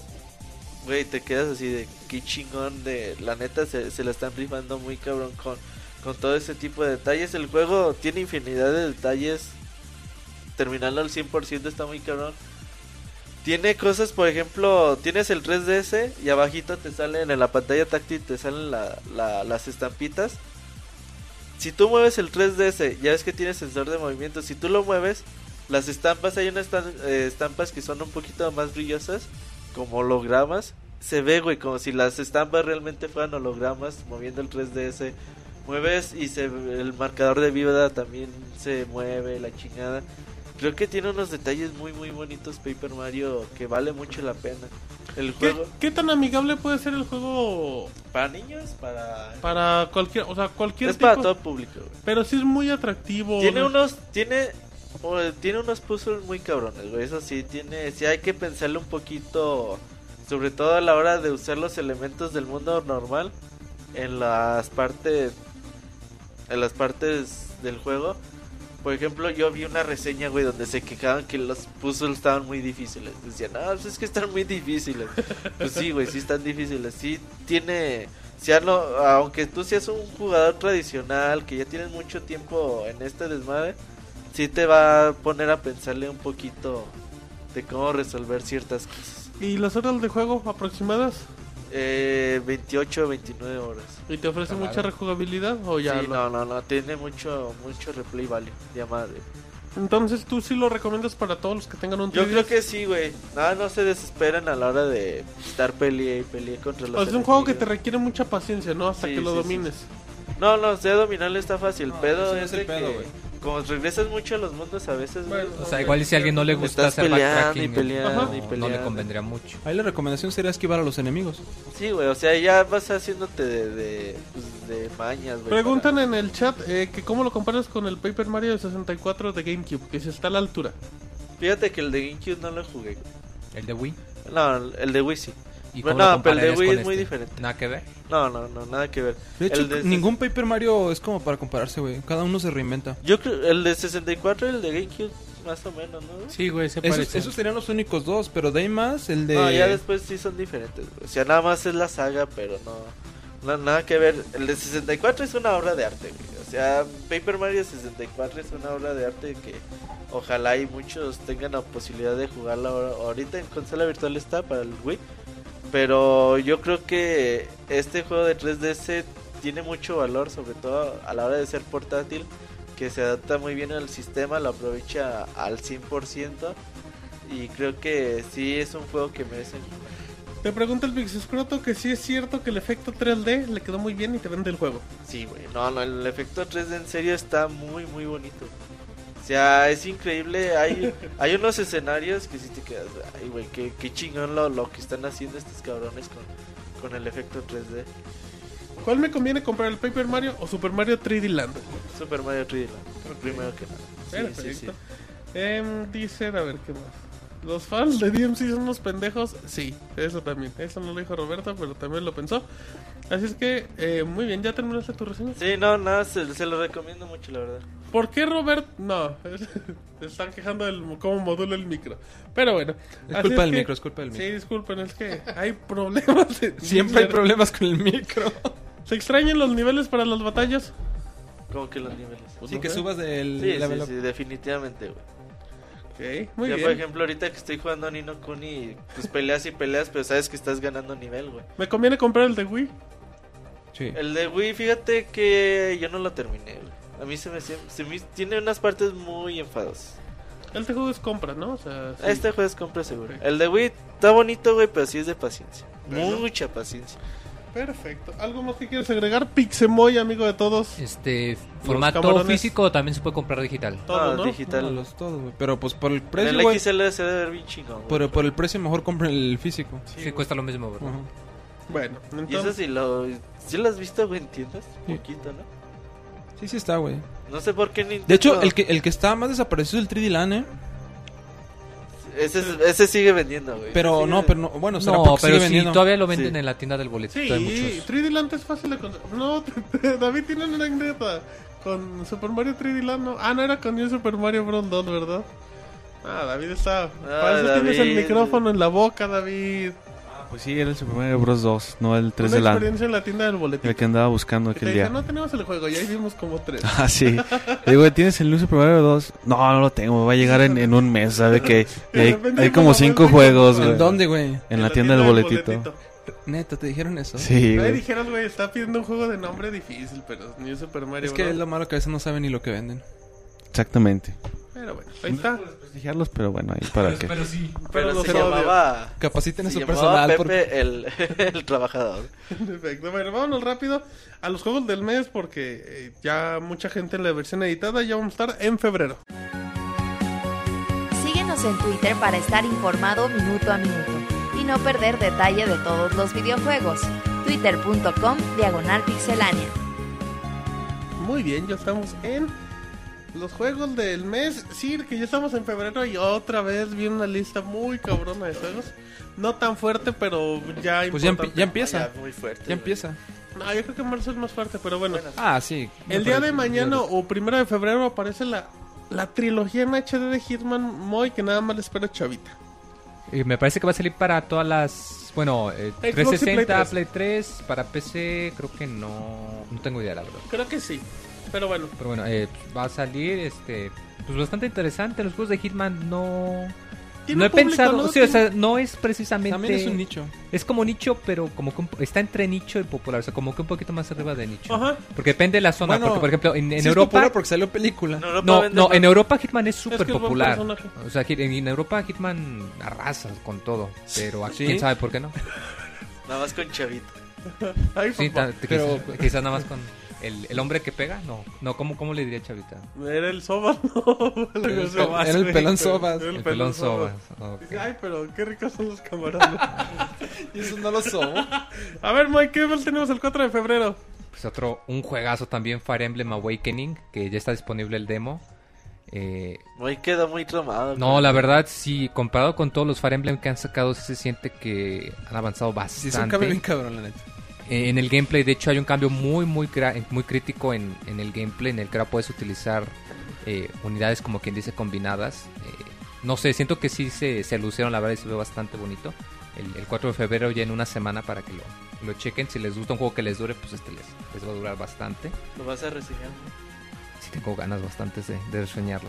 Güey, te quedas así de qué chingón de... La neta se, se la están rifando muy cabrón con, con todo ese tipo de detalles. El juego tiene infinidad de detalles. Terminarlo al 100% está muy cabrón. Tiene cosas, por ejemplo, tienes el 3DS y abajito te salen en la pantalla táctil, te salen la- la- las estampitas. Si tú mueves el 3DS, ya ves que tiene sensor de movimiento, si tú lo mueves, las estampas, hay unas tan- eh, estampas que son un poquito más brillosas, como hologramas. Se ve, güey, como si las estampas realmente fueran hologramas moviendo el 3DS. Mueves y se, el marcador de vida también se mueve, la chingada. Creo que tiene unos detalles muy, muy bonitos Paper Mario que vale mucho la pena. El
¿Qué,
juego
qué tan amigable puede ser el juego
para niños, para...
para cualquier, o sea, cualquier
es
tipo?
para todo público, güey.
Pero sí es muy atractivo.
Tiene
¿no?
unos, tiene, o, eh, tiene unos puzzles muy cabrones, güey. Eso sí, tiene, sí hay que pensarle un poquito, sobre todo a la hora de usar los elementos del mundo normal en las partes, en las partes del juego. Por ejemplo, yo vi una reseña, güey, donde se quejaban que los puzzles estaban muy difíciles. Decían, no, pues es que están muy difíciles. pues sí, güey, sí están difíciles. Sí tiene... sí, a lo- aunque tú seas un jugador tradicional, que ya tienes mucho tiempo en este desmadre, sí te va a poner a pensarle un poquito de cómo resolver ciertas cosas.
Y las horas de juego aproximadas.
Eh, 28 o 29 horas.
¿Y te ofrece
Claro.
mucha rejugabilidad o Pues ya
Sí,
no?
no, no, no, tiene mucho, mucho replay value, ya madre.
Entonces tú sí lo recomiendas para todos los que tengan un
Yo
3DS?
creo que sí, güey. Nada, no se desesperan a la hora de estar peleé y peleé contra los
O sea, Pues es un juego que te
enemigos.
requiere mucha paciencia, ¿no? Hasta
Sí,
que lo
sí, sí,
domines.
No, no, sé dominarle está fácil.
No,
pedo
ese no
es
es el
de
pedo,
que
güey.
como regresas mucho a los mundos a veces, güey,
Bueno,
O sea, igual y si a alguien no le gusta
estás
hacer
peleando y
backtracking, pues,
peleando
Ajá.
y
no, no
peleando.
le convendría mucho.
Ahí la recomendación sería esquivar a los enemigos.
Sí, güey, o sea, ya vas haciéndote de, de, pues, de mañas, güey.
Preguntan en el chat eh, que cómo lo comparas con el Paper Mario de 64 de GameCube, que si está a la altura.
para- Fíjate que el de GameCube no lo jugué. güey.
El de Wii.
No, el de Wii sí.
¿Y
Bueno,
cómo lo
no, pero el de
compararías
Wii
con
es muy
este?
diferente.
Nada que ver.
No, no, no, nada que ver.
De hecho,
El de-
ningún Paper Mario es como para compararse, güey. Cada uno se reinventa.
Yo creo el de 64 y el de GameCube más o menos, ¿no? güey?
Sí, güey, se
Esos,
parece.
esos serían los únicos dos, pero de ahí más, el de...
No, ya después sí son diferentes. güey. O sea, nada más es la saga, pero no, no- nada que ver. El de 64 es una obra de arte, güey. O sea, Paper Mario 64 es una obra de arte que ojalá y muchos tengan la posibilidad de jugarla ahora- ahorita en consola virtual está para el Wii. Pero yo creo que este juego de 3DS tiene mucho valor, sobre todo a la hora de ser portátil, que se adapta muy bien al sistema, lo aprovecha al 100%. Y creo que sí es un juego que merece.
Te pregunta el Pixescroto que si es cierto que el efecto 3D le quedó muy bien y te vende el juego.
Sí, güey. No, no, el efecto 3D en serio está muy, muy bonito. O sea, es increíble. Hay, hay unos escenarios que sí te quedas. Ay, güey, qué, qué chingón lo, lo que están haciendo estos cabrones con, con el efecto 3D.
¿Cuál me conviene comprar, el Paper Mario o Super Mario 3D Land?
Super Mario 3D, Land, primero que nada. Sí, sí, sí.
Perfecto. Em, dicen, a ver, ¿qué más? ¿Los fans de DMC son unos pendejos? Sí, eso también. Eso no lo dijo Roberto, pero también lo pensó. Así es que, eh, muy bien, ¿ya terminaste tu reseña?
Sí, no, nada, se, se lo recomiendo mucho, la verdad.
¿Por qué Robert? No, se están quejando del cómo modula el micro. Pero bueno.
Es
así
culpa
Ah,
del
que-
micro, es culpa del micro.
Sí, disculpen, es que hay problemas. de-
Siempre hay problemas con el micro.
¿Se extrañan los niveles para las batallas?
Como que los niveles.
Sí, que subas del...
Sí,
level
sí,
up.
sí, definitivamente, güey.
Ok, muy
ya,
bien.
por ejemplo, ahorita que estoy jugando a Nino Kuni, pues peleas y peleas, pero sabes que estás ganando nivel, güey.
¿Me conviene comprar el de Wii?
Sí.
El de Wii, fíjate que yo no lo terminé, güey. A mí se me, hacía- se me- tiene unas partes muy enfadosas.
Este juego es compra, ¿no? O sea, sí.
Este juego es compra segura.
Ok.
El de Wii está bonito, güey, pero sí es de paciencia.
Bueno.
Mucha paciencia.
Perfecto. ¿Algo más que quieres agregar? Pixemoy, amigo de todos.
Este formato
camarones.
físico también se puede comprar digital.
Todo, ¿no?
digital.
No, los todos, güey. Pero pues por el
En
precio,
el
güey.
XL se debe ver bien chingón. güey.
Por, por el precio mejor compren el físico.
Sí, cuesta lo mismo, ¿verdad?
Ajá.
Bueno,
Y eso
entonces.
sí lo. ¿Sí lo has visto, güey? ¿Entiendes? Un
Sí.
poquito, ¿no?
Sí, sí está, güey.
No sé por qué Nintendo.
De hecho, el que, el que está más desaparecido es el 3D LAN, ¿eh?
Ese, es- ese sigue vendiendo, güey.
Pero
Ese
no,
sigue-
pero no. Bueno, será
no,
porque
pero
sigue
si
vendiendo.
todavía lo venden
Sí.
en la tienda del boleto
Sí,
de muchos.
3D Land es fácil de contar. No, David tiene una anécdota con Super Mario 3D Land. ¿no? Ah, no era con New Super Mario Bros. 2, ¿verdad? Ah, David está. Para eso tienes el
David.
micrófono en la boca, David.
Pues sí, era el Super Mario Bros. 2, no el 3 de
una
la...
experiencia en la tienda del boletín.
El que andaba buscando
Que te
aquel
dije,
día.
no tenemos el juego, y ahí vimos como tres.
Ah, sí. Le digo, ¿tienes el New Super Mario 2? No, no lo tengo. Me va a llegar en, en un mes, ¿sabe qué?
De
Hay,
repente
hay
hay
como
como
cinco
cinco
juegos,
juegos.
güey.
¿En dónde, güey?
En la tienda del boletito.
Neta, te dijeron eso.
Sí,
Ahí
güey.
dijeron, güey, está pidiendo un juego de nombre difícil, pero New Super Mario
Es que es
Bros.
lo malo que a veces no saben ni lo que venden.
Exactamente.
Pero bueno, ahí está.
Fijarlos, pero bueno, ahí para que...
Pero
Pero
los
se
odio.
llamaba.
Capaciten a
Se
su
llamaba
personal.
Pepe
porque-
el, el trabajador.
Perfecto. Bueno, vámonos rápido a los juegos del mes porque eh, ya mucha gente en la versión editada ya vamos a estar en febrero.
Síguenos en Twitter para estar informado minuto a minuto y no perder detalle de todos los videojuegos. Twitter.com Diagonal Pixelánea.
Muy bien, ya estamos en los juegos del mes. Sí, que ya estamos en febrero y otra vez vi una lista muy cabrona de juegos. No tan fuerte, pero ya
Pues ya, empi-
importante.
ya empieza.
Ya, muy fuerte.
Ya empieza.
No, yo creo que marzo es más fuerte, pero bueno.
Ah, sí.
El día de mañana o primero de febrero aparece la, la trilogía en HD de Hitman Moy que nada más le espero chavita.
Y me parece que va a salir para todas las. Bueno, eh,
Xbox y Play
360,
tres.
Play 3, para PC, creo que no. No tengo idea, la verdad.
Creo que sí. Pero bueno,
Pero bueno, eh, va a salir este. Pues bastante interesante. Los juegos de Hitman no.
Tiene
No he
público,
pensado.
¿no?
Sí, o
Tiene-
sea, no es precisamente.
También es un nicho.
Es como nicho, pero como que un po- está entre nicho y popular. O sea, como que un poquito más arriba de nicho.
Ajá.
Porque depende de la zona.
Bueno,
porque, por ejemplo, en, en
Sí es
Europa.
popular porque salió película.
En Europa
No,
venden
no,
más.
en Europa Hitman es
Es
súper
que es buen
popular.
personaje.
O sea, Hit- en en Europa Hitman arrasa con todo. Pero aquí
Sí.
quién sabe por qué no.
Nada más con Chavito.
Ay,
Sí,
papá.
ta- te-
Pero-
quizás, quizás nada más con el, el hombre que pega. No, no, ¿cómo, cómo le diría Chavita?
Era el soba, no.
Era el
Sobas,
pelón
güey, pero-
Sobas.
era
El, pelón
Sobas.
soba. ok.
Ay, pero qué ricos son los camarones.
Y eso no lo somos.
A ver, Moy, ¿qué más tenemos el 4 de febrero?
Pues otro, un juegazo también, Fire Emblem Awakening, que ya está disponible el demo. Eh,
Muy quedó muy tramado.
no, la verdad, sí, comparado con todos los Fire Emblem que han sacado, sí se siente que han avanzado
Sí, es un cambio bien
bastante.
cabrón, la neta.
Eh, en el gameplay, de hecho, hay un cambio muy, muy, gra- muy crítico en, en el gameplay, en el que ahora puedes utilizar eh, unidades, como quien dice, combinadas. Eh, no sé, siento que sí se, se lucieron, la verdad, y se ve bastante bonito. El, el 4 de febrero, ya en una semana, para que lo, lo chequen. Si les gusta un juego que les dure, pues este les, les va a durar bastante.
Lo vas a reseñar.
Sí tengo ganas bastantes de, de reseñarlo.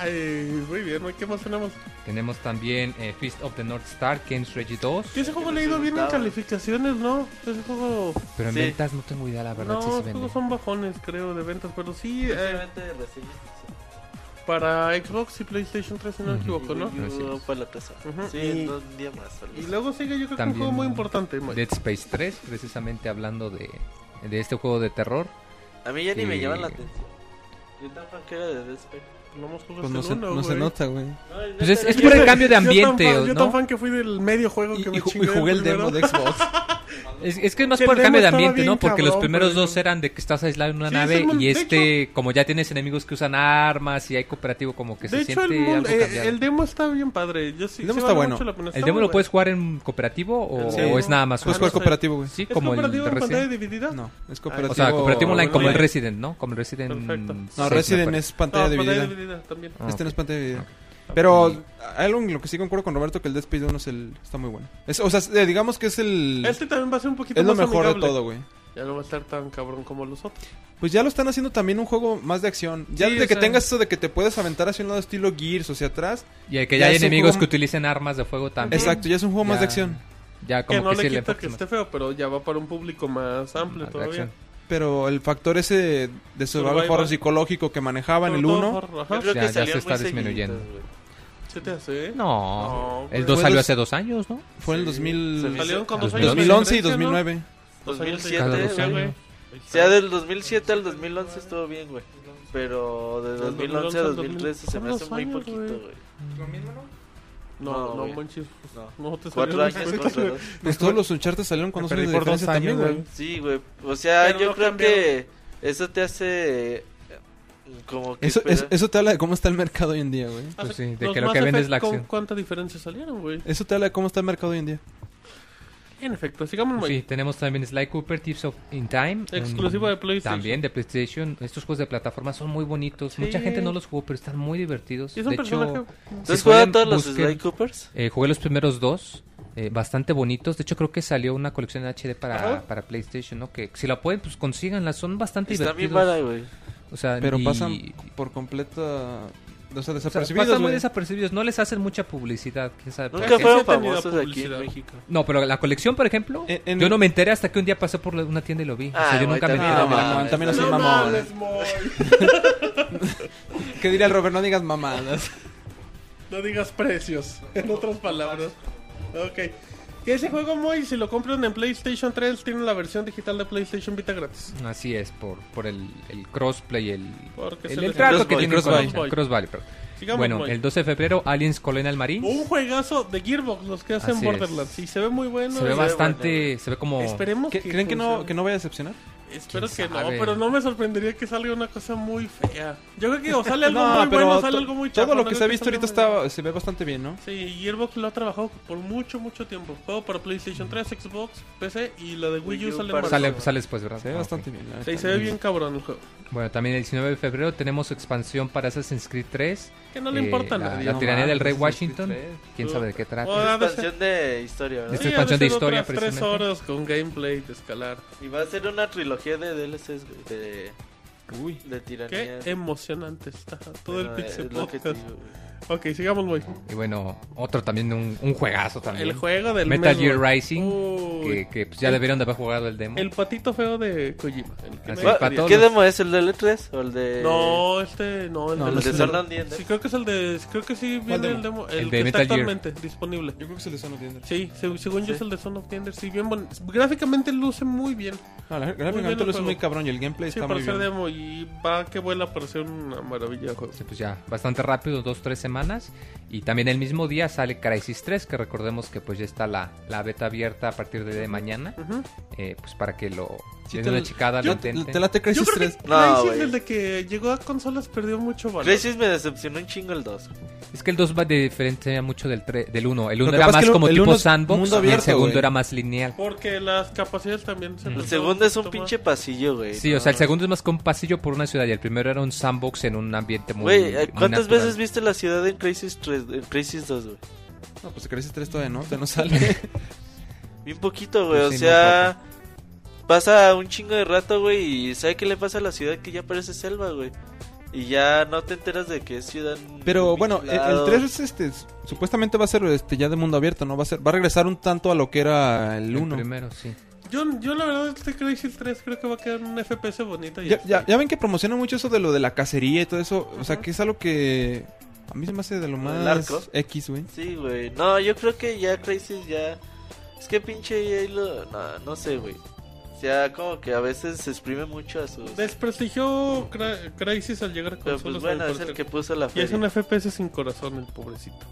Ay, muy bien, Moy, ¿qué más tenemos?
Tenemos también eh, Fist of the North Star, Kings Reggie 2.
Que ese juego
Que
le ha ido bien en
resultaba.
calificaciones, ¿no? Ese juego.
Pero en
Sí.
ventas no tengo idea, la verdad,
No,
si se
esos
vende.
juegos son bajones, creo, de ventas. Pero sí, eh,
Precisamente reseña.
para Xbox y PlayStation 3, si no me
Ujú.
equivoco, ¿no?
Y Wii U
Gracias.
para la casa.
Ujú.
Sí,
Y-
en un día más. tal
Y
vez.
luego sigue, yo creo que un
También
juego muy importante, Moy.
Dead Space 3, precisamente hablando de, de este juego de terror.
A mí ya ni me
Sí.
llaman la atención. Yo tan fan que era de Dead Space.
No hemos jugado
Pues no,
hasta
se,
el uno,
no se
güey.
nota, güey.
No, y
Pues
neta,
es, es
yo-
por el cambio de
yo
ambiente,
tan, fan, yo tan
¿no?
fan que fui del medio juego
Y,
que
y
me
ju-
chingué.
y jugué el
primero.
demo de Xbox.
Es, es que es más
Que
por el
el
cambio de
demo estaba
ambiente,
bien
¿no? Porque los
cabrón,
primeros
pero-
dos eran de que estás aislado en una
Sí, es
nave
el mon-
y
de
este, como ya tienes enemigos que usan armas y hay cooperativo, como
De
que se
hecho, el,
siente
mundo-
algo
eh,
cambiado.
el demo está bien padre. Yo sí,
El
sí
demo está
vale
bueno.
mucho la pena, está
¿El demo
muy
lo puedes
bueno.
jugar en cooperativo o,
Sí.
o es nada más?
Pues
¿Puedes
Ah, no
uno?
jugar
sé.
cooperativo, güey?
Sí,
¿Es
como el
cooperativo
de
en pantalla
Resident.
dividida?
No, es
O
cooperativo.
sea, cooperativo online como el
online.
Resident, ¿no? Como el Resident.
Perfecto.
No,
seis, me
Resident
parece.
es pantalla
No,
dividida.
también.
Ah,
Este no
ok.
es pantalla dividida. Pero hay algo en lo que sí concuerdo con Roberto que el Dead Space 1 es el, está muy bueno. Es- o sea, eh, digamos que es el
Este también va a ser un poquito
es lo
más
mejor
amigable.
de todo, güey.
Ya no va a estar tan cabrón como los otros.
Pues ya lo están haciendo también un juego más de acción. Ya
Sí,
de
o
que
sea-
tengas eso de que te puedes aventar hacia un lado estilo Gears o hacia atrás.
Y el que
Ya
ya hay
es un
enemigos
juego-
que utilicen armas de fuego también.
Exacto, ya es un juego más de
Ya.
acción.
Ya
Que no
como que,
le
sí le
quita que
enfocan
esté feo, pero ya va para un público más amplio
más a la
todavía.
acción.
Pero el factor ese de survival
Survival.
horror psicológico que manejaban
Sobre
el
todo
1.
por-
Yo
ajá.
creo
Ya-
que
ya
salían
se está
muy seguiditos,
disminuyendo.
güey.
¿Se te hace?
No.
No,
el
pues.
2 salió
Pues-
hace dos años, ¿no?
Fue en el
Sí.
2000,
Salieron
Salieron con dos años de
2011 y
diferencia, ¿no?
2009.
¿Cuántos años te
2007,
llevas,
güey.
güey?
O sea, del 2007 al 2011 estuvo bien, güey. Pero de
Del
2011 a
2011
2013 se me hace
¿Cuántos
muy
años,
poquito,
güey?
güey.
No,
No,
no,
güey.
manches.
No.
No te
Cuatro
salió
años
bien.
contra dos.
Pues todos los Uncharted salieron cuando
Me
salió
perdí
de
por dos
diferencia también,
años,
güey.
güey.
Sí, güey. O sea,
Pero
yo
no
creo
cambiaron.
que eso te hace. eh, Como que.
Eso,
espera-
eso- eso te habla de cómo está el mercado hoy en día, güey.
Pues sí, de
Ah, Los
que lo
Mass
que vende
Effect,
es la
¿con
acción.
¿Cuánta diferencia salieron, güey?
Eso te habla de cómo está el mercado hoy en día.
En efecto, sigamos,
Pues Sí,
güey.
tenemos también Sly Cooper, Tips of In Time.
Exclusiva de PlayStation.
También de PlayStation. Estos juegos de plataforma son muy bonitos.
Sí.
Mucha gente no los jugó, pero están muy divertidos.
Y es un
de
personaje.
hecho,
¿Tú has
si pueden,
jugado todos los
busquen.
Sly Coopers?
eh, jugué los primeros dos. eh, bastante bonitos. De hecho, creo que salió una colección en HD
Ajá.
para, para PlayStation, ¿no? Que si la pueden, pues consíganla. Son bastante
Está bien
divertidos.
mala, güey.
o sea,
Pero
y-
pasan por completa... O sea,
o sea,
desapercibidos,
pasan muy
güey.
desapercibidos. No les hacen mucha publicidad. ¿Quién sabe por
Nunca
qué.
fueron
Sí ha tenido
famosos aquí en
publicidad.
México.
No, pero la colección, por ejemplo,
En- en-
yo no me enteré hasta que un día pasé por la- una tienda y lo vi. O sea,
Ay,
yo
Ah, güey,
nunca me
también
enteré.
Ah,
no
de la-
mames,
mamón, también así
no
mamón.
mames,
mames.
Moy.
¿Qué diría el Robert? No digas mamadas.
No digas precios, en otras palabras. Ok. Que ese juego, Moy, si lo compran en PlayStation 3, tienen la versión digital de PlayStation Vita gratis.
Así es, por, por el, el crossplay, el,
Porque
el,
se
el
les-
trato
Crossboy,
que tiene
crossboy.
con el- crossboy, perdón.
Sigamos,
Bueno,
Moy.
el 12 de febrero, Aliens Colonial Marines.
Un juegazo de Gearbox, los que hacen
Así es.
Borderlands. Y se ve muy bueno.
se ve
y-
bastante, se ve como...
Esperemos
¿Qué-
que
¿Creen que no,
funcione.
que no vaya a decepcionar?
Espero que
¿Quién
no,
sabe?
pero no me sorprendería que salga una cosa muy fea. Yo creo que o sale algo
No,
muy
pero
bueno o sale
to-
algo muy chafa.
Todo lo
no
que
creo
se ha visto
salga
ahorita
muy bueno.
está, se ve bastante bien, ¿no?
Sí, Gearbox lo ha trabajado por mucho, mucho tiempo. Juego para PlayStation 3, Xbox, PC y la de Wii
Wii
U
U
sale en
para-
marzo.
Sale, sale después, ¿verdad?
Se ve
Ah, ok.
bastante bien. la
Sí,
neta.
se ve bien cabrón el juego.
Bueno, también el 19 de febrero tenemos expansión para Assassin's Creed 3.
Que no le
Eh,
importa a
la,
nadie.
la
no
tiranía del
mames,
rey
Assassin's Creed
Washington.
3.
¿Quién sabe de qué
Oh,
trata?
ha de
Expansión de historia, ¿verdad?
Esta
Sí, ha
expansión de
ser
historia,
otras tres
precisamente.
horas con gameplay de escalar.
Y va a ser una trilogía de DLCs, güey, De,
Uy.
de
Qué
tiranías.
emocionante está todo el
Pero es
pixel
lo que te
podcast.
digo, güey.
Ok, sigamos, güey.
Y bueno, otro también, un, un juegazo también.
El juego del
Metal
mes,
Gear
güey.
Rising,
Uy.
que, que, pues, ya debieron de haber jugado el demo.
El patito feo de Kojima. el que nadie
Así es,
quería.
pato.
¿Qué
Todos.
demo es? ¿El del E3? ¿O el de.?
No, este no, el
No,
del-
no
El
es
de
el-
San Andrés.
Sí, creo que es el de. Creo que sí viene
demo?
el demo. El,
El de
que
Metal
está
Gear.
actualmente disponible.
Yo creo que se les está notando.
Sí, se- según yo es el de Son of Tender. Sí, bien bueno. Gráficamente luce muy bien.
No, la
bien
gráficamente
el
lo es muy
juego.
cabrón y el gameplay
Sí,
está
para
muy
ser
bien.
demo. Y va que vuela para ser una maravilla de juego.
Sí, pues ya, bastante rápido, dos, tres semanas. Y también el mismo día sale Crisis 3, que recordemos que pues ya está la, la beta abierta a partir de mañana.
Ujú.
eh, pues para que lo...
Sí,
den
te-
una chicada, lo
yo te,
intenten.
te late
Yo
Crisis
creo
3.
que
No,
Crysis
güey.
desde que llegó a consolas perdió mucho valor.
Crisis me decepcionó un chingo el 2.
Es que el 2 va de diferente mucho del 3, del 1. El
Lo
1
que
era
pasa es
más
que el-
como
el
tipo
uno es
sandbox
mundo
y el
abierto,
segundo
güey.
era más lineal.
Porque las capacidades también se
El
El
les-
segundo es un
toma-
pinche pasillo, güey.
Sí, o sea, el segundo es más con pasillo por una ciudad y el primero era un sandbox en un ambiente muy...
Güey,
muy
¿cuántas
natural.
veces viste la ciudad en Crisis 3, en Crisis 2, güey?
No, pues Crisis 3 todavía no, todavía no sale.
Bien poquito, güey.
Pues
o
sí,
sea, pasa un chingo de rato, güey. Y ¿sabe qué le pasa a la ciudad? Que ya parece selva, güey. Y ya no te enteras de que es ciudad. en
Pero
ningún
bueno, el, el
lado.
3 es este, s- supuestamente va a ser este ya de mundo abierto, ¿no? Va a ser va a regresar un tanto a lo que era el
El
1.
primero, sí.
Yo, yo la verdad, este Crisis 3 creo que va a quedar un FPS bonito. y
Ya, ya, ya ven que promociona mucho eso de lo de la cacería y todo eso, o sea, que es algo que a mí se me hace de lo
¿El
más
arco?
X, güey.
Sí, güey. No, yo creo que ya Crisis ya. Es que pinche EA lo. No, no sé, güey. O sea, como que a veces se exprime mucho a sus.
Desprestigió Cry- Crysis al llegar a
Pero
consolas.
pues
al
bueno, es
parecer.
el que puso la
Y
feria.
es un FPS sin corazón, el pobrecito.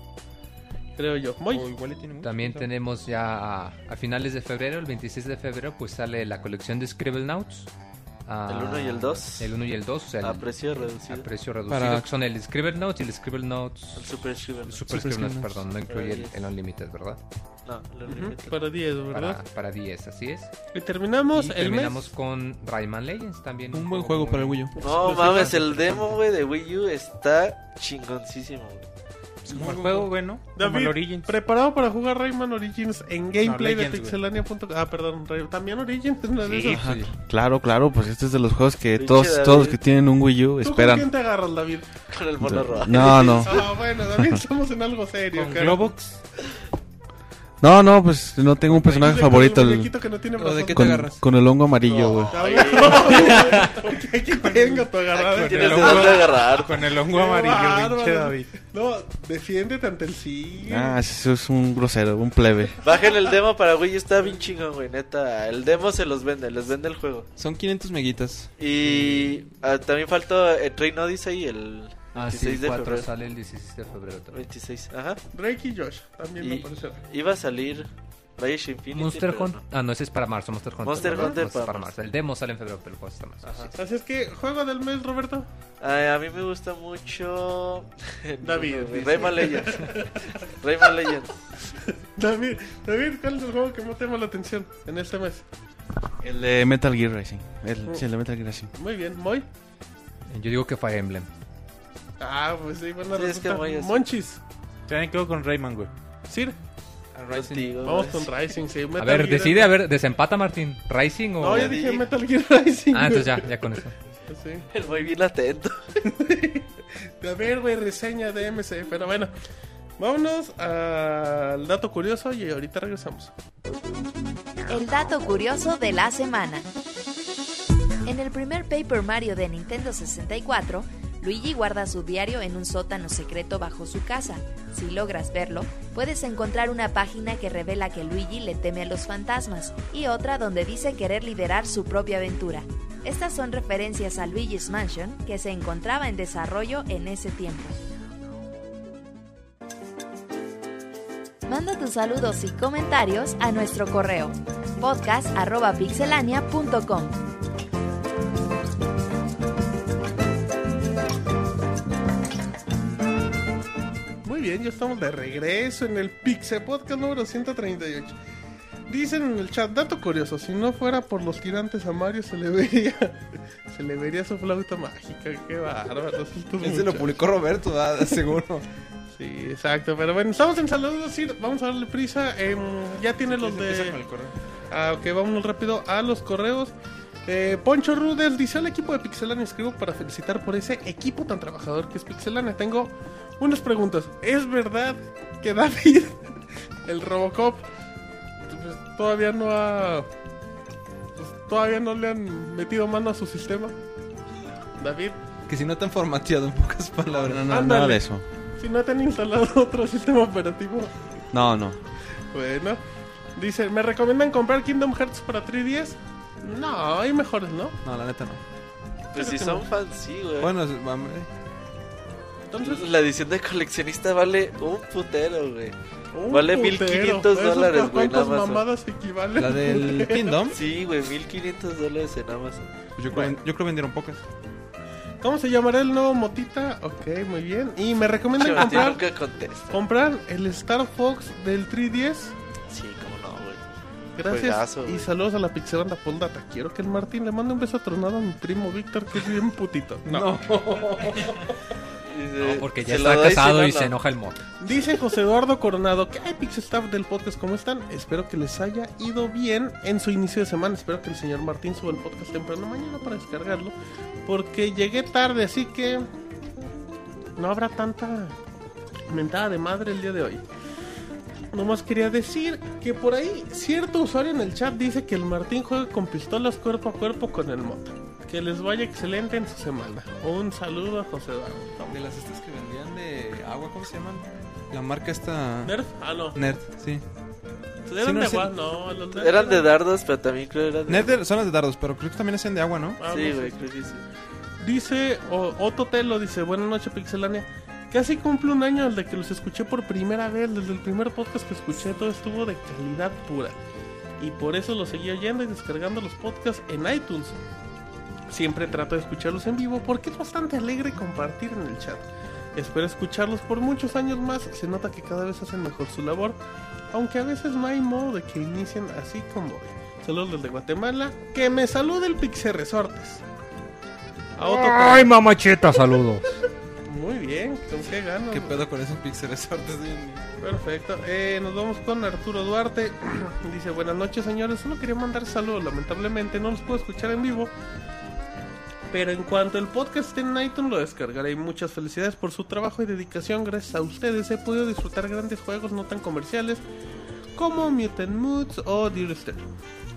Creo yo. Muy.
O Oh, igual y tiene mucho,
También
quién sabe.
tenemos ya a, a finales de febrero, el 26 de febrero, pues sale la colección de Scribblenauts. Ah,
El uno y el dos.
El 1 y el 2, o sea, el-
A precio reducido.
a precio reducido.
Para-
que Son el Scribblenauts y el Scribblenauts...
El Super Shriver.
Super
Super Scribblenauts,
Scribblenauts.
perdón, no incluye el,
Así es.
el Unlimited, ¿verdad?
No, lo
Ujú,
único.
Para 10,
Para,
¿verdad?
para 10, así es.
Y terminamos
Y
el
terminamos
mes.
con Rayman Legends también.
un buen juego
muy-
para el Wii U.
No mames, el demo, güey, de Wii U está chingoncísimo, güey.
Como el juego, güey, ¿no? Como el
David,
Origins.
preparado para jugar Rayman Origins en gameplay de
Legends, güey.
pixelania.com. Ah, perdón, Ray- también Origins. una de
Sí,
esas.
sí.
Claro, claro, pues este es de los juegos que
Pinche
todos,
David.
todos los que tienen un Wii U
¿Tú con quién
esperan.
te agarras, David?
Con el mono rojo.
No, no.
Ah, bueno, David, estamos en algo serio,
Con
cara.
Globox.
No, no, pues no tengo un personaje favorito.
El
el-
muñequito que no tiene
¿O de
brazos.
qué te
con,
agarras?
con el hongo amarillo, güey.
Aquí tengo tu agarrada.
Tienes de dónde agarrar.
Con el hongo
Qué
amarillo,
bárbaro.
pinche David.
No, defiéndete ante el sí.
Ah, eso es un grosero, un plebe.
Bajen el demo para Wii, está bien chingón, güey, neta. El demo se los vende, les vende el juego.
Son 500 meguitas.
Y ah, también falta el Train Odyssey el
Ah,
26
sí,
de
4
febrero.
sale el 16 de febrero. también.
26, ajá.
Drake y Josh también me
Y
pareció.
iba a salir Bioshock Infinity.
Monster
pero
Hunter. Ah, no, ese es para marzo. Monster Hunter.
Monster
¿verdad?
Hunter
Monster
para
para
marzo. Ah.
marzo. El demo sale en febrero, pero el juego está en marzo.
Ajá.
Así es que, juego del mes, Roberto.
no. Ay, a mí me gusta mucho.
David,
No, güey,
dice.
Rayman Legends. Rayman Legends.
David, David, ¿cuál es el juego que más te llama la atención en este mes?
El de Metal Gear Racing. El, sí, el de Metal Gear Racing.
Muy bien, Moy.
Yo digo que Fire Emblem.
Ah, pues sí, buena
Sí, es que
respuesta.
Moy es-
Monchis,
También quedo con Rayman, güey.
Sir,
Contigo,
vamos
güey.
con Rising. Sí,
A
Metal
ver,
Gear.
decide, a ver, desempata Martín. ¿Rising o.?
No, yo dije Metal Gear Rising.
Ah, entonces
güey.
ya, ya con eso.
Sí.
Muy bien atento.
A ver, güey, reseña de MC. Pero bueno, vámonos al dato curioso y ahorita regresamos.
El dato curioso de la semana. En el primer Paper Mario de Nintendo 64, Luigi guarda su diario en un sótano secreto bajo su casa. Si logras verlo, puedes encontrar una página que revela que Luigi le teme a los fantasmas y otra donde dice querer liderar su propia aventura. Estas son referencias a Luigi's Mansion que se encontraba en desarrollo en ese tiempo. Manda tus saludos y comentarios a nuestro correo podcast.pixelania.com.
Muy bien, ya estamos de regreso en el Pixel Podcast número 138. Dicen en el chat, dato curioso, si no fuera por los tirantes a Mario se le vería se le vería su flauta mágica, qué bárbaro. estos
Ese lo
muchachos.
publicó Roberto, ¿verdad? seguro.
Sí, exacto, pero bueno, estamos en saludos, sí, vamos a darle prisa. em, ya tiene los de Ah, ok, vámonos rápido a los correos. Eh, Poncho Rudel dice al equipo de Pixelania escribo para felicitar por ese equipo tan trabajador que es Pixelania. Tengo unas preguntas. ¿Es verdad que David, el Robocop, pues, todavía no ha... pues, todavía no le han metido mano a su sistema? David,
Que si no te han formateado en pocas palabras.
No, no,
Ándale.
nada de eso.
si no te han instalado otro sistema operativo,
No, no.
bueno. Dice, ¿me recomiendan comprar Kingdom Hearts para 3DS? No, hay mejores, ¿no?
No, la neta no.
Pues si son fans, sí, güey.
Bueno, es- vamos, eh.
Entonces,
la edición de coleccionista vale un putero, güey.
Un
Vale
putero.
1500
Eso
dólares,
por
güey,
¿Cuántas
nada más, ¿eh?
mamadas equivalen?
la del Kingdom.
Sí, güey, 1500 dólares en Amazon.
Pues yo, creo, yo creo vendieron pocas.
¿Cómo se llamará el nuevo motita? Ok, muy bien. Y me recomiendan
Che, Martín
comprar,
nunca contesta.
comprar el Star Fox del 3DS.
Sí, cómo no, güey.
Gracias
Juegazo,
y
güey.
saludos a la pixelanda Poldata. Quiero que el Martín le mande un beso tronado a mi primo Víctor, que es bien putito. No.
Dice,
No, porque ya
Eh, "Se lo
está
doy,
casado
si
y
no,
se
no".
enoja el mod.
Dice José Eduardo Coronado, ¿qué hay Pixel Staff del podcast? ¿Cómo están? Espero que les haya ido bien en su inicio de semana. Espero que el señor Martín suba el podcast temprano mañana para descargarlo. Porque llegué tarde, así que no habrá tanta mentada de madre el día de hoy. Nomás quería decir que por ahí cierto usuario en el chat dice que el Martín juega con pistolas cuerpo a cuerpo con el mota. Que les vaya excelente en su semana. Un saludo a José
De
Eduardo.
las estas que vendían de agua, ¿cómo se llaman? La marca esta.
¿Nerf? Ah, no.
Nerd, sí.
Pues, Eran
Sí, no,
de
sí.
guas, no, los de-
Eran de dardos, pero también creo eran de...
Nerd de- son las de dardos, pero creo que también hacían de agua, ¿no?
Ah,
Sí,
no sé.
güey, creo que sí.
Dice o- Otto Telo, dice, buenas noches Pixelania. Casi cumple un año desde que los escuché por primera vez, desde el primer podcast que escuché, todo estuvo de calidad pura. Y por eso los seguí oyendo y descargando los podcasts en iTunes. Siempre trato de escucharlos en vivo porque es bastante alegre compartir en el chat. Espero escucharlos por muchos años más, se nota que cada vez hacen mejor su labor, aunque a veces no hay modo de que inicien así como hoy. Saludos desde Guatemala, que me salude el Pixel Resortes. A Otto
Ay, mamachita, saludos.
muy bien, con qué ganas.
¿Qué
güey.
pedo con esos pixeles artes? de-
Perfecto. Eh, nos vamos con Arturo Duarte. Dice, buenas noches señores, solo quería mandar saludos. Lamentablemente no los puedo escuchar en vivo. Pero en cuanto el podcast esté en iTunes lo descargaré. Y muchas felicidades por su trabajo y dedicación. Gracias a ustedes he podido disfrutar grandes juegos no tan comerciales. como Mutant Moods o Dear Esther.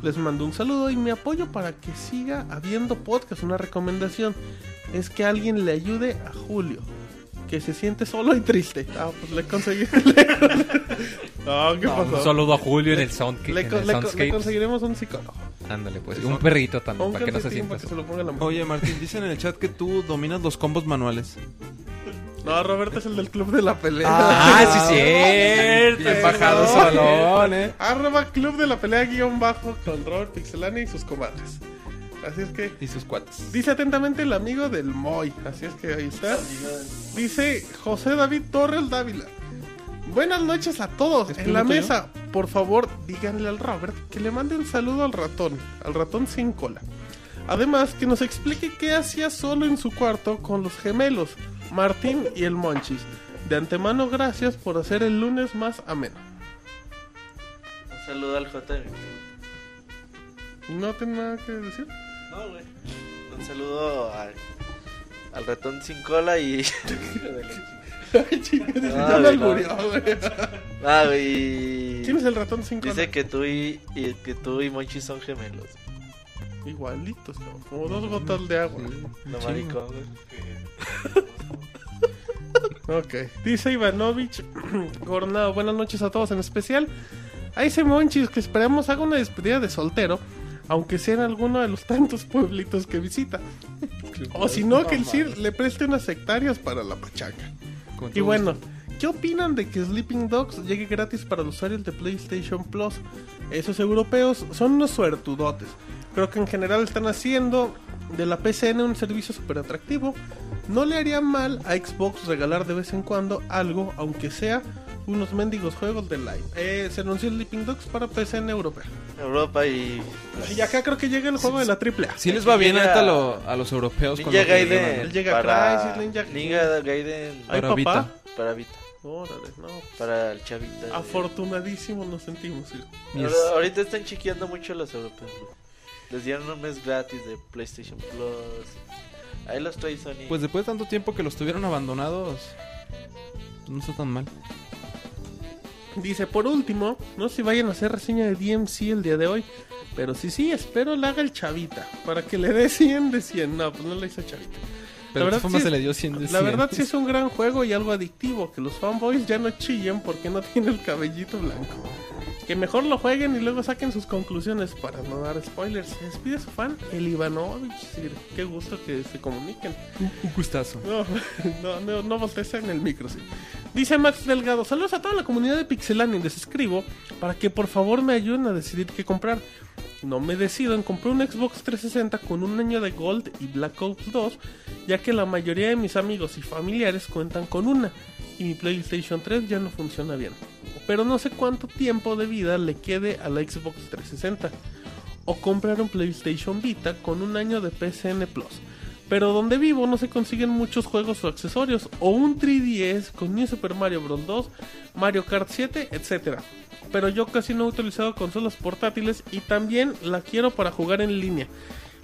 Les mando un saludo y mi apoyo para que siga habiendo podcast. Una recomendación es que alguien le ayude a Julio, que se siente solo y triste. Ah, pues le conseguí. No, ¿qué
No,
pasó?
un saludo a Julio en el sound
Le,
en
co-
el
le co- le
soundscape.
conseguiremos un psicólogo.
Ándale, pues. Un perrito también,
Un
para que no se
calcetín
sienta.
para que se lo ponga en la mano.
Oye, Martín, dicen en el chat que tú dominas los combos manuales.
No, Roberto es el del club de la pelea.
Ah, sí, cierto.
Bien
Embajado
bajado,
Solón, eh.
Arroba Club de la Pelea guión bajo con Robert Pixelani y sus comadres. Así es que
Y sus cuates.
dice atentamente el amigo del Moy. Así es que ahí está. Dice José David Torres Dávila. Buenas noches a todos en la
piloto yo?
mesa. Por favor, díganle al Robert que le mande un saludo al ratón, al ratón sin cola. Además, que nos explique qué hacía solo en su cuarto con los gemelos, Martín y el Monchis. De antemano, gracias por hacer el lunes más ameno.
Un saludo al J.
No tengo nada que decir.
No, güey. Un saludo al, al ratón sin cola y.
Ay, chinga, dice,
Ah,
ya me
güey, no.
albureó, güey.
Ah, güey.
¿Quién es el ratón sin cola?
Dice que tú y, y- que tú y Monchi son gemelos.
Igualitos, cabrón, como dos gotas de agua.
No maricón, güey.
Ok. Dice Ivanovich Gornado, buenas noches a todos, en especial a ese Monchis que esperamos haga una despedida de soltero, aunque sea en alguno de los tantos pueblitos que visita. O si no, que el CIR le preste unas hectáreas para la pachanga.
Con
Y
todo
bueno, ¿qué opinan de que Sleeping Dogs llegue gratis para los usuarios de PlayStation Plus? Esos europeos son unos suertudotes. Creo que en general están haciendo de la PCN un servicio súper atractivo. No le haría mal a Xbox regalar de vez en cuando algo, aunque sea unos mendigos juegos de live. Eh, se anunció Sleeping Dogs para PCN europea.
Europa y.
Y acá creo que llega el juego de la AAA.
Pues, Sí les va bien
Llega-
ahorita lo- a los europeos con
Ninja
lo que llevan,
Gaiden.
¿no?
Llega
para...
Crysis, Ninja-
Ninja Gaiden.
Ay,
Para,
Para Vita.
papá.
Vita.
Órale, no, pues,
Para el chavita.
Afortunadísimos nos sentimos. Sir.
Pero
Yes.
Ahorita están chequeando mucho los europeos. güey. Les dieron un mes gratis de PlayStation Plus. Ahí los trae Sony.
Pues después de tanto tiempo que los tuvieron abandonados, no está tan mal.
Dice, por último, no sé si vayan a hacer reseña de DMC el día de hoy, pero sí, sí, espero la haga el Chavita, para que le dé 100 de 100. No, pues no la hizo Chavita.
Pero de
verdad
todas formas
sí-
se le dio 100 de 100.
La verdad sí es un gran juego y algo adictivo, que los fanboys ya no chillen porque no tiene el cabellito blanco. Que mejor lo jueguen y luego saquen sus conclusiones para no dar spoilers. Se despide su fan, el Ivanovich. Sir. Qué gusto que se comuniquen.
un gustazo.
No, no, no, no voltees en el micro, sí. Dice Max Delgado, saludos a toda la comunidad de Pixelania, les escribo para que por favor me ayuden a decidir qué comprar. No me decido en comprar un Xbox 360 con un año de Gold y Black Ops 2, ya que la mayoría de mis amigos y familiares cuentan con una, y mi PlayStation 3 ya no funciona bien. Pero no sé cuánto tiempo de vida le quede a la Xbox 360. O comprar un PlayStation Vita con un año de PSN Plus pero donde vivo no se consiguen muchos juegos o accesorios, o un 3DS con New Super Mario Bros. 2, Mario Kart 7, etc. Pero yo casi no he utilizado consolas portátiles y también la quiero para jugar en línea.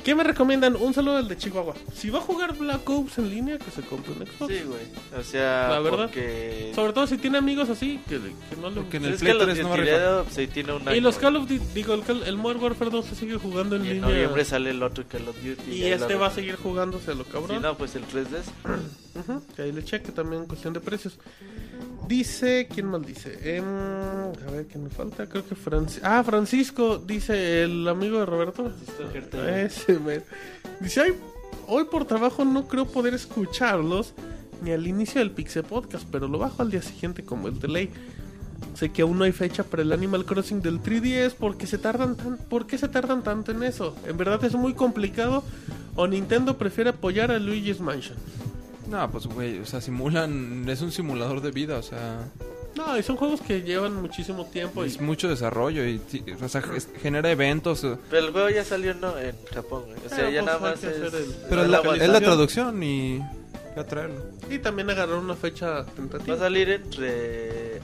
¿Qué me recomiendan? Un saludo del de Chihuahua. Si va a jugar Black Ops en línea, que se compre un Xbox.
Sí, güey. O sea,
pues, La verdad.
porque.
Sobre todo si tiene amigos así, que, que no le
Porque en
Pero
el
es que
Play
los
3 no va a rifar.
de este se tiene un año.
Y los Call
güey.
of Duty, digo, el, Call- el Modern Warfare 2 se sigue jugando en
Y en
línea.
noviembre sale el otro Call of Duty.
y
ahí lo
este va a
rifan.
seguir jugándose a lo cabrón.
Si no, pues el 3DS.
Ujú, que ahí le cheque también en cuestión de precios. Dice, ¿quién más dice? Em, a ver, ¿quién me falta? Creo que Francisco. Ah, Francisco, dice el amigo de Roberto. Ah, Ese mero. Dice, "Ay, hoy por trabajo no creo poder escucharlos ni al inicio del Pixel Podcast, pero lo bajo al día siguiente como el delay. Sé que aún no hay fecha para el Animal Crossing del 3DS porque se tardan tan, ¿por qué se tardan tanto en eso? En verdad es muy complicado o Nintendo prefiere apoyar a Luigi's Mansion.
No, pues güey, o sea, simulan, es un simulador de vida, o sea,
No, y son juegos que llevan muchísimo tiempo y
es mucho desarrollo y ti- o sea, es- genera eventos. eh,
Pero el juego ya salió ¿no? en Japón, güey. O sea,
Pero,
ya
pues,
nada
hay
más
que
es.
hacer el-
Pero es
el
la,
agua-
es la traducción y ya traerlo.
Y también agarraron una fecha
Va a
tentativa.
salir entre.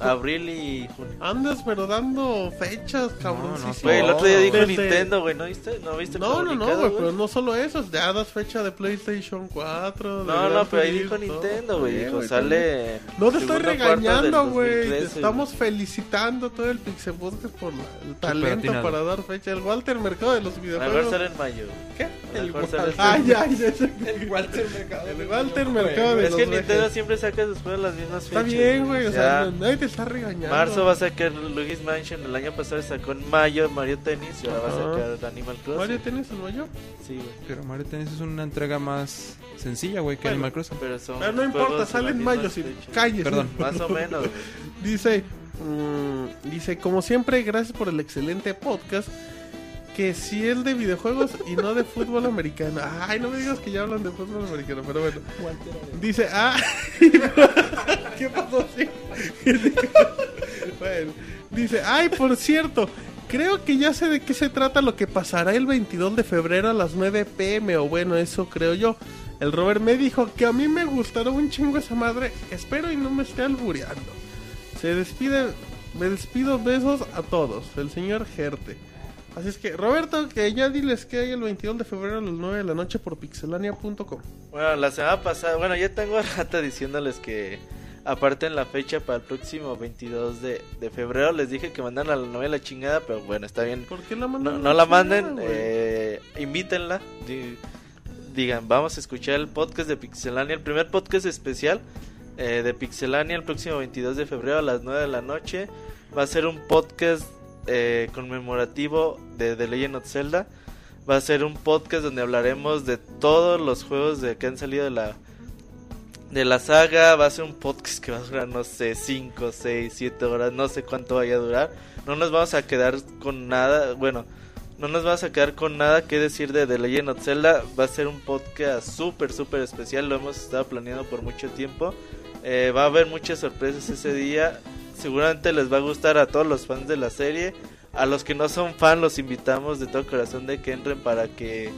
Abril y junio.
Andas, pero dando fechas, cabrón.
no,
sí,
Güey, el
sí.
otro día dijo
Desde-
Nintendo, güey, ¿no viste? ¿No viste? el
este No, no, no,
comunicado,
güey, pero no solo eso, ya das fecha de PlayStation 4. de
No, no,
Gran
pero ahí
Prix,
dijo
todo.
Nintendo, güey.
Sí,
Dijo, sale.
No te estoy
segunda cuarta
regañando,
del
güey. Te
2013,
estamos felicitando todo el Pixel Podcast por la- el talento
atinado.
para dar fecha. El Walter Mercado de los
güey. A lo mejor sale
videojuegos.
en mayo.
¿Qué?
a lo
El
mejor sale
Walter.
este. el-
Ay, ay, ay,
El Walter Mercado.
El Walter Mercado de
Es
los
que Nintendo
videojuegos.
siempre saca sus juegos las mismas
Está
fechas.
bien, güey. O sea,
Ya.
nadie te está regañando.
Marzo va a sacar Luigi's Mansion. El año pasado sacó en mayo Mario Tennis. Y ahora va
Ajá.
a sacar Animal Crossing.
Mario, ¿tienes el mayor?
Sí, güey.
Pero Mario Tennis es una entrega más sencilla, güey, que
Bueno,
Animal Crossing.
Pero son
Pero Ah, no importa,
juegos de
sale
las
en mayo,
mismas
si
fechas.
calles.
Perdón.
Más o menos, güey.
Dice, mm, dice, como siempre, gracias por el excelente podcast. Que si es de videojuegos y no de fútbol americano. Ay, no me digas que ya hablan de fútbol americano, pero bueno. Dice, ah, ¿qué pasó? Sí. bueno, dice, ay, por cierto, creo que ya sé de qué se trata lo que pasará el 22 de febrero a las 9 pm, o bueno, eso creo yo. El Robert me dijo que a mí me gustará un chingo esa madre, espero y no me esté albureando. Se despide, me despido besos a todos, el señor Gerte. Así es que, Roberto, que ya diles que hay el 22 de febrero a las 9 de la noche por pixelania.com.
Bueno, la semana pasada, bueno, ya tengo rata diciéndoles que aparten la fecha para el próximo 22 de, de febrero. Les dije que mandan a la novela chingada, pero bueno, está bien.
¿Por qué la
No,
mandan?
no la manden,
chingada, güey?
eh, invítenla. di- digan, vamos a escuchar el podcast de Pixelania, el primer podcast especial eh, de Pixelania el próximo 22 de febrero a las 9 de la noche. Va a ser un podcast eh, conmemorativo de The Legend of Zelda. Va a ser un podcast donde hablaremos de todos los juegos de que han salido de la de la saga. Va a ser un podcast que va a durar, no sé, 5, 6, 7 horas, no sé cuánto vaya a durar. No nos vamos a quedar con nada, bueno, no nos vamos a quedar con nada que decir de The Legend of Zelda. Va a ser un podcast súper, súper especial. Lo hemos estado planeando por mucho tiempo. Eh, va a haber muchas sorpresas ese día. Seguramente les va a gustar a todos los fans de la serie. A los que no son fan los invitamos de todo corazón de que entren para que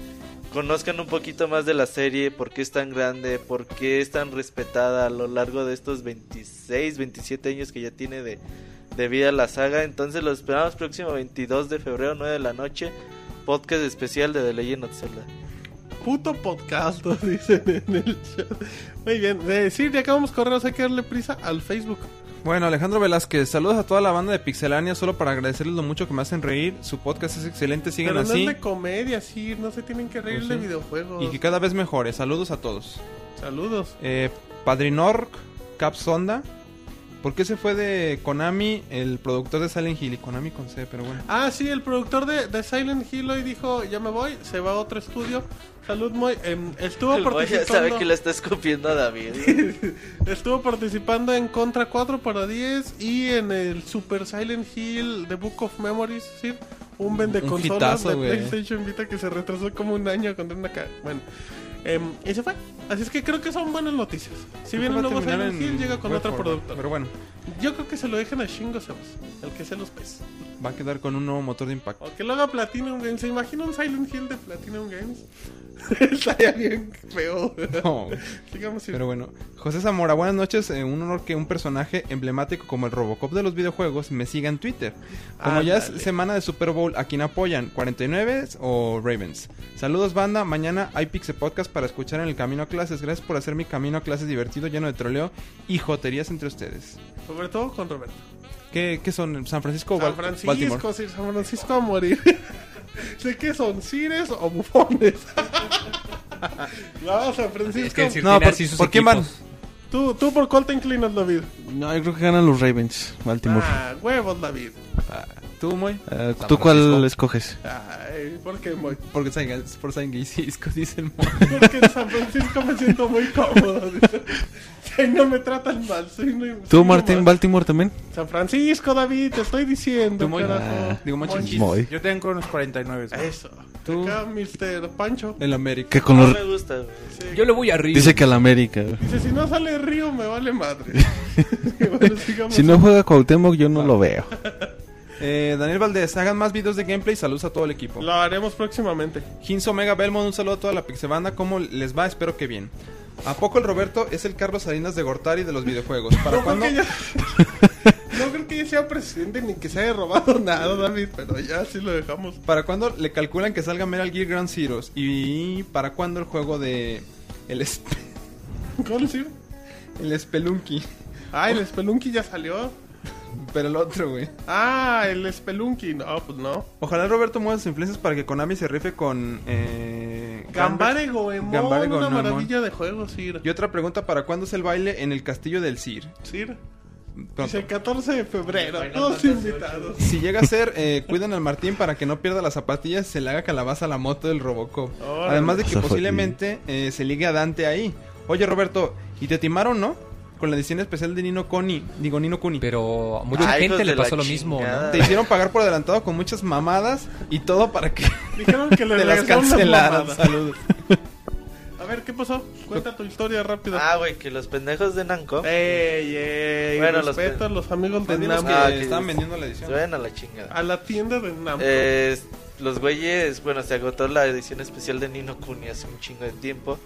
conozcan un poquito más de la serie, por qué es tan grande, por qué es tan respetada a lo largo de estos 26, 27 años que ya tiene de, de vida la saga. Entonces los esperamos próximo 22 de febrero, 9 de la noche, podcast especial de The Legend of Zelda.
Puto podcast, dicen en el chat. Muy bien, de decir, ya acabamos correos, hay que darle prisa al Facebook.
Bueno, Alejandro Velázquez, saludos a toda la banda de Pixelania, solo para agradecerles lo mucho que me hacen reír. Su podcast es excelente, sigan
Pero no
así.
es de comedia, sí, no se tienen que reír
Pues
de
sí.
videojuegos.
Y que cada vez mejore. Saludos a todos.
Saludos.
Eh, Padrinorg, Capsonda. ¿Por qué se fue de Konami el productor de Silent Hill? Y Konami con C, pero bueno.
Ah, sí, el productor de, de Silent Hill hoy dijo, ya me voy, se va a otro estudio. Salud, Moy. Em, estuvo
El boy ya
participando...
sabe que le está escupiendo a David.
Estuvo participando en Contra 4 para 10 y en el Super Silent Hill The Book of Memories, ¿sí? Un vende
Un
consolas
hitazo,
de
güey.
PlayStation Vita que se retrasó como un año contra una ca- Bueno, em, y se fue. Así es que creo que son buenas noticias. Si viene un
Creo
nuevo
que va a terminar
Silent Hill,
en
llega con
Web
otro
Forward,
productor.
Pero bueno,
Yo creo que se lo dejan a Shingo Sebas, el que se los pez.
va a quedar con un nuevo motor de impacto.
O que lo haga Platinum Games. ¿Se imagina un Silent Hill de Platinum Games? Estaría bien feo.
No.
Digamos si
Pero bueno, José Zamora, buenas noches. Eh, un honor que un personaje emblemático como el Robocop de los videojuegos me siga en Twitter. Como ya es
Ándale.
semana de Super Bowl, ¿a quién apoyan? ¿49 o Ravens? Saludos, banda. Mañana hay Pixel Podcast para escuchar en el camino a clases. Gracias por hacer mi camino a clases divertido, lleno de troleo y joterías entre ustedes.
Sobre todo con Roberto.
¿Qué, qué son? ¿San Francisco o
San
Bal-
Francisco,
Baltimore?
sí, San Francisco a morir. sé que son cires o bufones. no, San Francisco.
Es que decir,
No,
tiene
por-
así sus
¿por quién
equipos.
¿Tú, ¿Tú por cuál te inclinas, David?
No, yo creo que ganan los Ravens, Baltimore.
Ah, huevos, David.
Ah, ¿Tú, Moy?
Eh,
San
¿Tú cuál
Francisco.
escoges?
Ay, ¿por qué, Moy?
Porque San- por San Francisco, dice el Moy.
Porque en San Francisco me siento muy cómodo. dice. Si ahí no me tratan mal. soy muy- soy
¿Tú,
muy
Martín,
mal.
Baltimore también?
San Francisco, David, te estoy diciendo.
Tú, Moy. ah,
carajo.
Digo, Moy.
Moy.
Moy.
Yo tengo unos 49. güey.
Eso.
Tú. Eh.
Acá, Mr. Pancho.
El América.
Que con
No
los...
me gusta, güey.
Sí.
Yo le voy a Río.
Dice que al América. güey.
Dice, si no sale Río, me vale madre. Y bueno, sigamos.
Si no juega Cuauhtémoc, yo no lo veo.
Eh, Daniel Valdés, hagan más videos de gameplay. Saludos a todo el equipo.
Lo haremos próximamente.
Ginzo Omega Belmont, un saludo a toda la pixebanda. ¿Cómo les va? Espero que bien. ¿A poco el Roberto es el Carlos Salinas de Gortari de los videojuegos? ¿Para
No,
cuándo?
porque ya- No creo que yo sea presidente ni que se haya robado nada, David, pero ya sí lo dejamos.
¿Para cuándo le calculan que salga Metal Gear Ground Zeroes? ¿Y para cuándo el juego de. El, espe-
¿Cuál sí?
el Spelunky?
Ah, el Spelunky ya salió.
Pero el otro, güey.
Ah, el Spelunky. No, pues no.
Ojalá Roberto mueva sus influencias para que Konami se rife con. Eh,
Gambare
Gambare-
Goemon,
Gambare
una
Goemon.
maravilla de juego, Sir.
Y otra pregunta: ¿para cuándo es el baile en el castillo del Sir?
Sir.
Pronto.
Dice el 14 de febrero, todos invitados.
Si llega a ser, eh, cuiden al Martín para que no pierda las zapatillas, se le haga calabaza a la moto del Robocop.
Órale.
Además de que
Eso fue
posiblemente eh, se ligue a Dante ahí. Oye, Roberto, ¿y te timaron, no? Con la edición especial de Nino Coni, digo Nino Kuni.
Pero a mucha
Ay, Ah, hijos
gente le
de la
pasó lo mismo, ¿no?
chingada.
Te hicieron pagar por adelantado con muchas mamadas y todo para que
Dijeron que le
te las
regresaron las
cancelaran.
mamadas.
Saludos.
A ver, ¿qué pasó? Cuenta tu historia rápido.
Ah, güey, que los pendejos de Namco
ey, ey.
Bueno, los
respeto a los amigos de
Te dinos
Namco.
que
Ah, que-
estaban vendiendo la edición.
suenan a la chingada.
A la tienda de Namco.
Eh, los güeyes, bueno, se agotó la edición especial de Nino Kuni hace un chingo de tiempo.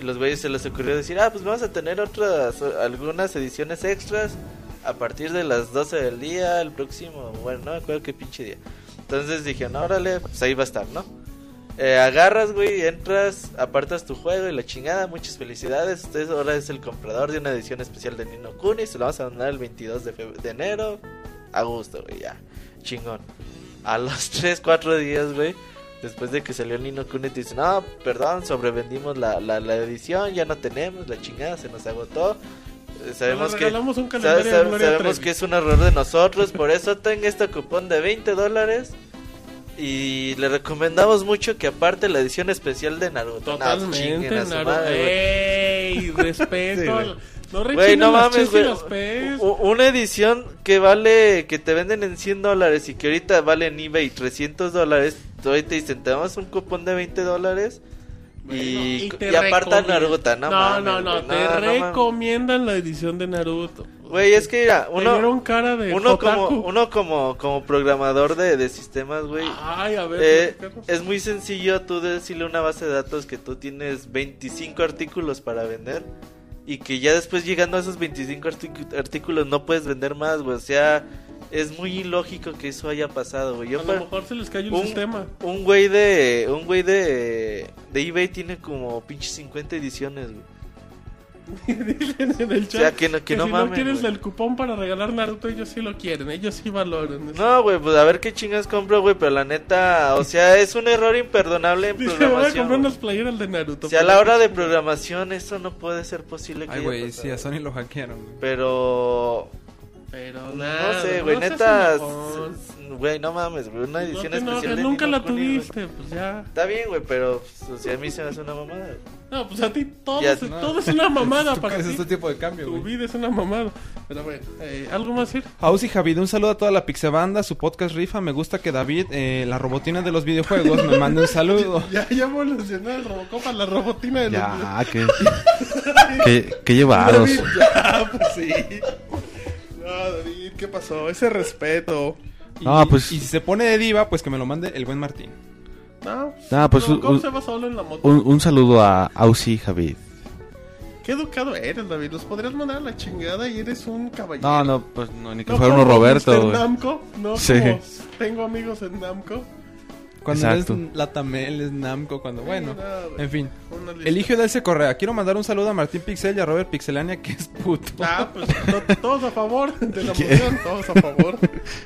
Y los güeyes se les ocurrió decir, ah, pues vamos a tener otras, algunas ediciones extras a partir de las 12 del día, el próximo, bueno, no me acuerdo qué pinche día. Entonces dije, no, órale, pues ahí va a estar, ¿no? Eh, agarras, güey, entras, apartas tu juego y la chingada, muchas felicidades. Usted ahora es el comprador de una edición especial de Nino Kuni, se la vamos a mandar el 22 de, feb- de enero. A gusto, güey, ya. Chingón. A los 3, 4 días, güey, después de que salió Nino Kuni, te dicen, no, perdón, sobrevendimos la, la, la edición, ya no tenemos, la chingada se nos agotó. Eh, Sabemos
Ah, Le
que...
regalamos un
Sabe-
calendario de
sabe-
Gloria
sabemos
Trevi.
que es un error de nosotros, por eso ten este cupón de 20 dólares. Y le recomendamos mucho que aparte la edición especial de Naruto. No,
Totalmente,
chinguen a su
Naruto.
madre, güey.
Ey, respeto.
Sí, güey.
al- no
Güey,
rechinen
no
las chis
mames,
y
güey. Uh,
las pes.
U- Una edición que vale, que te venden en 100 dólares y que ahorita vale en eBay 300 dólares. Todavía te dicen, te damos un cupón de 20 dólares. Y,
te
y aparta
recomiendan-
Naruto, no,
No,
mames,
no, no,
güey,
te
mames.
recomiendan la edición de Naruto.
Güey, es que mira,
Te vieron
uno,
cara de
uno, como,
otaku.
uno como, como programador de, de sistemas, güey.
Ay, a ver.
Eh,
platícanos.
es muy sencillo tú decirle a una base de datos que tú tienes 25 artículos para vender y que ya después llegando a esos 25 articu- artículos no puedes vender más, güey. O sea, es muy ilógico que eso haya pasado, güey. Yo
a
pa-
lo mejor se les cayó el
un-
sistema.
un güey de un güey de de eBay tiene como pinche 50 ediciones, güey.
Dicen en el chat.
sea, que no- que no
si
mamen,
no quieres
güey.
el cupón para regalar Naruto, ellos sí lo quieren, ellos sí valoran. eso.
No, güey, pues a ver qué chingas compro, güey, pero la neta, o sea, es un error imperdonable en
Dice, voy a
programación.
comprar
pues güey.
unas playeras de Naruto.
O sea, a la hora de programación esto no puede ser posible que
Ay,
haya
güey,
pasado.
sí, a Sony lo hackearon. güey.
Pero.
Pero Pues nada,
No sé, güey,
seas
neta.
enojón.
s- Güey, no mames, güey. Una
No
edición
te
especial.
enojes,
de
nunca
Nino
la
Kuni, güey.
tuviste, pues ya.
Está bien, güey, pero. pues, O sea, a mí se me hace una mamada. güey.
No, pues a ti todo,
Ya,
es,
no.
todo es una mamada
¿Tú
para
crees
ti.
este tipo de cambio,
Tu
güey?
vida es una mamada. Pero bueno, eh, ¿algo más, Sir?
House y Javid, un saludo a toda la pixebanda, su podcast rifa, me gusta que David, eh, la robotina de los videojuegos, me mande un saludo.
Ya, ya evolucionó el Robocop a la robotina de
Ya, que qué, qué llevados.
David, ya, pues sí. No, David, ¿qué pasó? Ese respeto.
Y,
Ah, pues-
y si se pone de diva, pues que me lo mande el buen Martín.
No,
Ah, pues,
Robocop
un-
se va solo en la moto.
Un, un saludo a Ausi Javid.
Qué educado eres, David. Los podrías mandar a la chingada y eres un caballero.
No, no, pues no, ni que
No
fuera uno
como Mr.
Roberto. güey.
Namco, no
Sí.
como tengo amigos en Namco.
Cuando es
Exacto.
Latamel, es Namco, cuando bueno.
No, güey.
En fin.
Una lista.
El hijo de ese correa. Quiero mandar un saludo a Martín Pixel y a Robert Pixelania, que es puto.
Ah, pues to- todos a favor de la moción, todos a favor.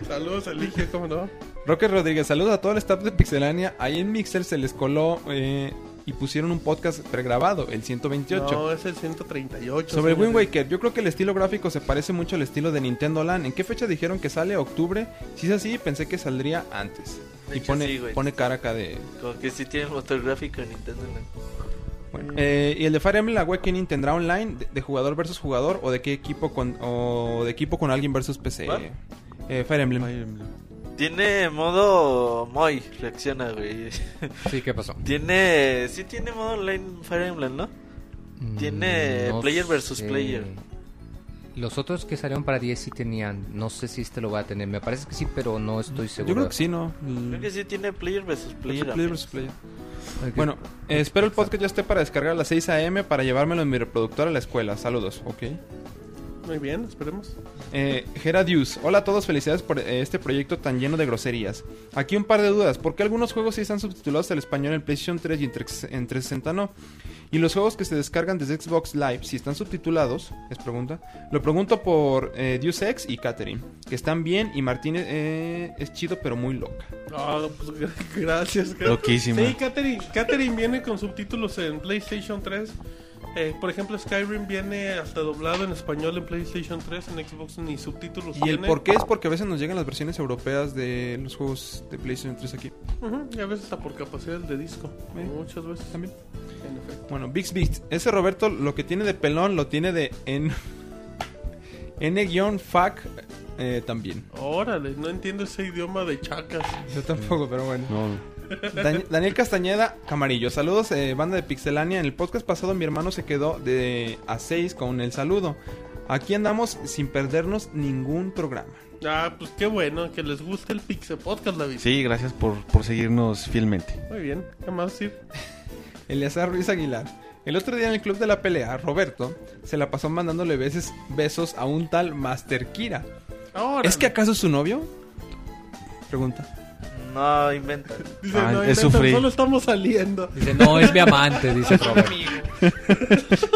Saludos, Elige, cómo no.
Roque Rodríguez, saludos a todo el staff de Pixelania. Ahí en Mixer se les coló eh, y pusieron un podcast pregrabado, el 128.
No, es el 138.
Sobre
señores.
Wind Waker, yo creo que el estilo gráfico se parece mucho al estilo de Nintendo Land. ¿En qué fecha dijeron que sale? ¿Octubre? Si es así, pensé que saldría antes.
De
Y
hecho,
pone,
sí, güey.
pone cara acá de...
Como que sí tiene motor gráfico en Nintendo. ¿no?
bueno. Eh, ¿Y el de Fire Emblem Awakening tendrá online de, de jugador versus jugador o de qué equipo con... o de equipo con alguien versus PC?
¿Cuál?
Eh, Fire Emblem.
Tiene modo Moy, reacciona, güey.
Sí, ¿qué pasó?
Tiene. Sí, tiene modo online Fire Emblem, ¿no?
Mm,
Tiene player versus player.
Los otros que salieron para 10 sí tenían. No sé si este lo va a tener. Me parece que sí, pero no estoy seguro.
Yo creo que sí, ¿no?
Creo que sí tiene player versus player.
Player
apenas.
Mm. versus player.
Ok.
Bueno, eh, espero el podcast ya esté para descargar a las 6 a.m. para llevármelo en mi reproductor a la escuela. Saludos, ¿ok?
Muy bien, esperemos.
Eh, Geradius, hola a todos, felicidades por eh, este proyecto tan lleno de groserías. Aquí un par de dudas, ¿por qué algunos juegos sí están subtitulados al español en PlayStation 3 y en 3 en 360 no? Y los juegos que se descargan desde Xbox Live, si están subtitulados, es pregunta. Lo pregunto por eh, Deus Ex y Catherine, que están bien y Martín eh, es chido pero muy loca.
Ah, pues gra- gracias, Kat.
Loquísima.
Sí, Catherine, Catherine viene con subtítulos en PlayStation 3. Eh, por ejemplo, Skyrim viene hasta doblado en español en PlayStation 3, en Xbox ni subtítulos.
Y el
tiene.
por qué es porque a veces nos llegan las versiones europeas de los juegos de PlayStation 3 aquí.
Ujú, y a veces hasta por capacidad de disco.
Sí.
Muchas veces
También.
En efecto.
Bueno, Bix Beats. Ese Roberto lo que tiene de pelón lo tiene de en N-Fuck eh, también.
Órale, no entiendo ese idioma de chacas.
Yo tampoco, pero bueno.
No.
Dan- Daniel Castañeda Camarillo. Saludos, eh, banda de Pixelania. En el podcast pasado mi hermano se quedó de a 6 con el saludo. Aquí andamos sin perdernos ningún programa.
Ah, pues qué bueno, que les guste el Pixel Podcast, David.
Sí, gracias por, por seguirnos fielmente.
Muy bien, ¿qué más decir?
Eleazar Ruiz Aguilar. El otro día en el club de la pelea, Roberto se la pasó mandándole veces besos a un tal Master Kira.
Ahora.
¿Es que acaso es su novio? Pregunta.
No, inventa.
Dice,
Ah,
no,
es
inventan,
sufrí.
solo estamos saliendo.
Dice, no, es mi amante, dice Robert.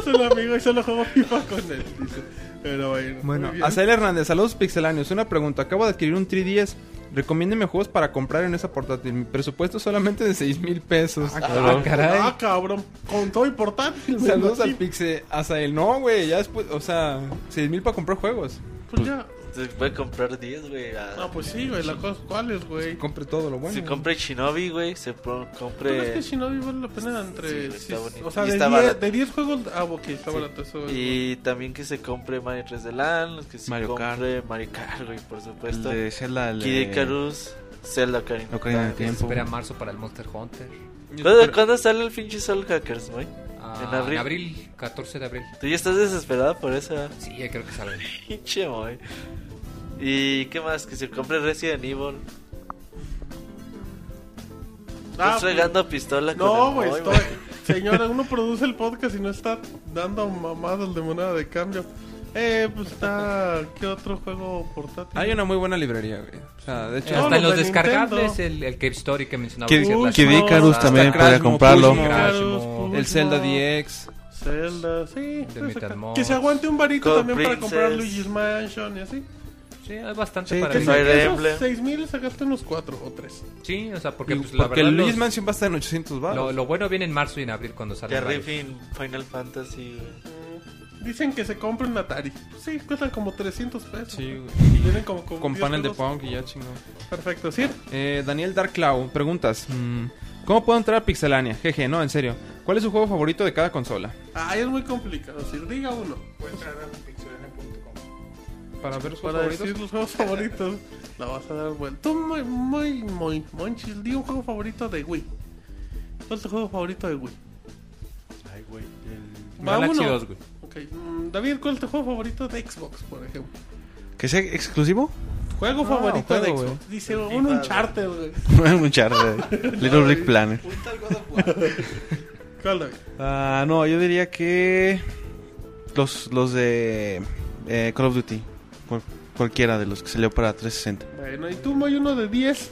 Solo amigo y solo juego FIFA con él. Dice. Pero bueno.
Bueno,
muy bien.
Azael Hernández, saludos pixeláneos. Una pregunta, acabo de adquirir un 3DS. Recomiéndeme juegos para comprar en esa portátil. Mi presupuesto solamente de 6 mil pesos.
Ah, caray.
Ah, cabrón. Con todo y portátil. güey,
Saludos
no,
al
sí,
Pixe Azael. No, güey, ya después, o sea, 6 mil para comprar juegos.
Pues ya.
Se puede comprar 10, güey. a-
Ah, pues sí, güey. La cosa, ¿cuál es, güey? Pues
Compre todo lo bueno.
Si compre Shinobi, güey, se pro-
¿Tú crees Pues que
compre...
Shinobi vale la pena entre...
güey,
sí,
está bonito.
o sea,
Y
de
está
10
barato.
de 10 juegos... Ah, ok, está barato eso. güey.
Y también que se compre Mario 3 de LAN, que se
Mario Kart.
compre Mario Kart, güey, por
El
supuesto.
de Zelda, el
Pues Kid
de...
Icarus, Zelda Ocarina of
Ocarina of
Time.
Tiempo.
Espera marzo para el Monster Hunter.
¿Cuándo, cuándo sale el pinche Soul Hackers, güey?
Ah,
En abril.
14 de abril.
Tú ya estás desesperada por esa
Sí, ya creo que sale.
pinche, güey. ¿Y qué más? Que se compre Resident Evil.
Ah, pues,
Estás regando pistola
No,
con el
güey,
Moy,
estoy... Señora, uno produce el podcast y no está dando mamadas de moneda de cambio. Eh, pues está... ¿Qué otro juego portátil?
Hay una muy buena librería, güey. O sea, de hecho,
No,
Eh, Hasta en
los
los
de
descargables,
Nintendo.
el, el Cave Story que mencionaba.
Kid,
Uy,
Kid
no,
Icarus
hasta
también
Crash,
podría
Mocuyo.
Pues,
comprarlo.
Crash,
Icarus,
Mo-
Puyo.
el Zelda DX.
Zelda, sí.
The
pues,
Metal
acá.
Mods.
Que se aguante un varito
Code
también para
Princess.
comprar Luigi's Mansion y así.
Sí, hay bastante
Sí,
para
Que
el-
Fire
de esos
Emblem.
6000 sacaste unos 4 o 3.
Sí, o sea, porque
Y-
pues, la
porque
verdad.
el Luigi's
los-
Mansion va a estar en 800 baros.
lo, lo bueno viene en marzo y en abril cuando sale.
Que rifin Final Fantasy, güey.
Dicen que se compra un Atari. Pues sí, cuestan como 300 pesos.
Sí, güey.
Y vienen como
Con
10
panel de
juegos.
punk y ya chingón.
Perfecto, sí.
Eh, Daniel Dark Cloud, preguntas. Mm, ¿Cómo puedo entrar a Pixelania? Jeje, no, en serio. ¿Cuál es su juego favorito de cada consola?
Ah, es muy complicado. Si diga uno.
Para ver sus
Para
favoritos.
decir los juegos favoritos, la vas a dar vuelta. Tú, muy, muy, muy, monchis, di un juego favorito de Wii. ¿Cuál es tu juego favorito de Wii?
Ay, güey.
Va
Galaxy
uno.
2, güey.
Ok, mm, David, ¿cuál es tu juego favorito de Xbox, por ejemplo?
¿Que sea exclusivo?
Juego
Ah,
favorito
juego,
de
güey.
Xbox. Dice un Uncharted, güey.
Un Charter. Little Big Planet.
¿Cuál, David?
Ah, no, yo diría que los, los de eh, Call of Duty. Cual- cualquiera de los que salió para 360.
Bueno, y tú, Moy, uno de 10.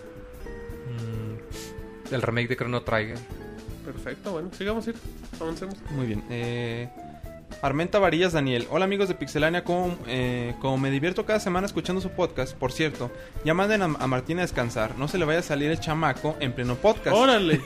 Mm, El remake de Chrono Trigger.
Perfecto, bueno, sigamos ir. Avancemos.
Muy bien. eh, Armenta Varillas Daniel. Hola amigos de Pixelania. Como, eh, como me divierto cada semana escuchando su podcast, por cierto, ya manden a, a Martín a descansar. No se le vaya a salir el chamaco en pleno podcast.
Órale.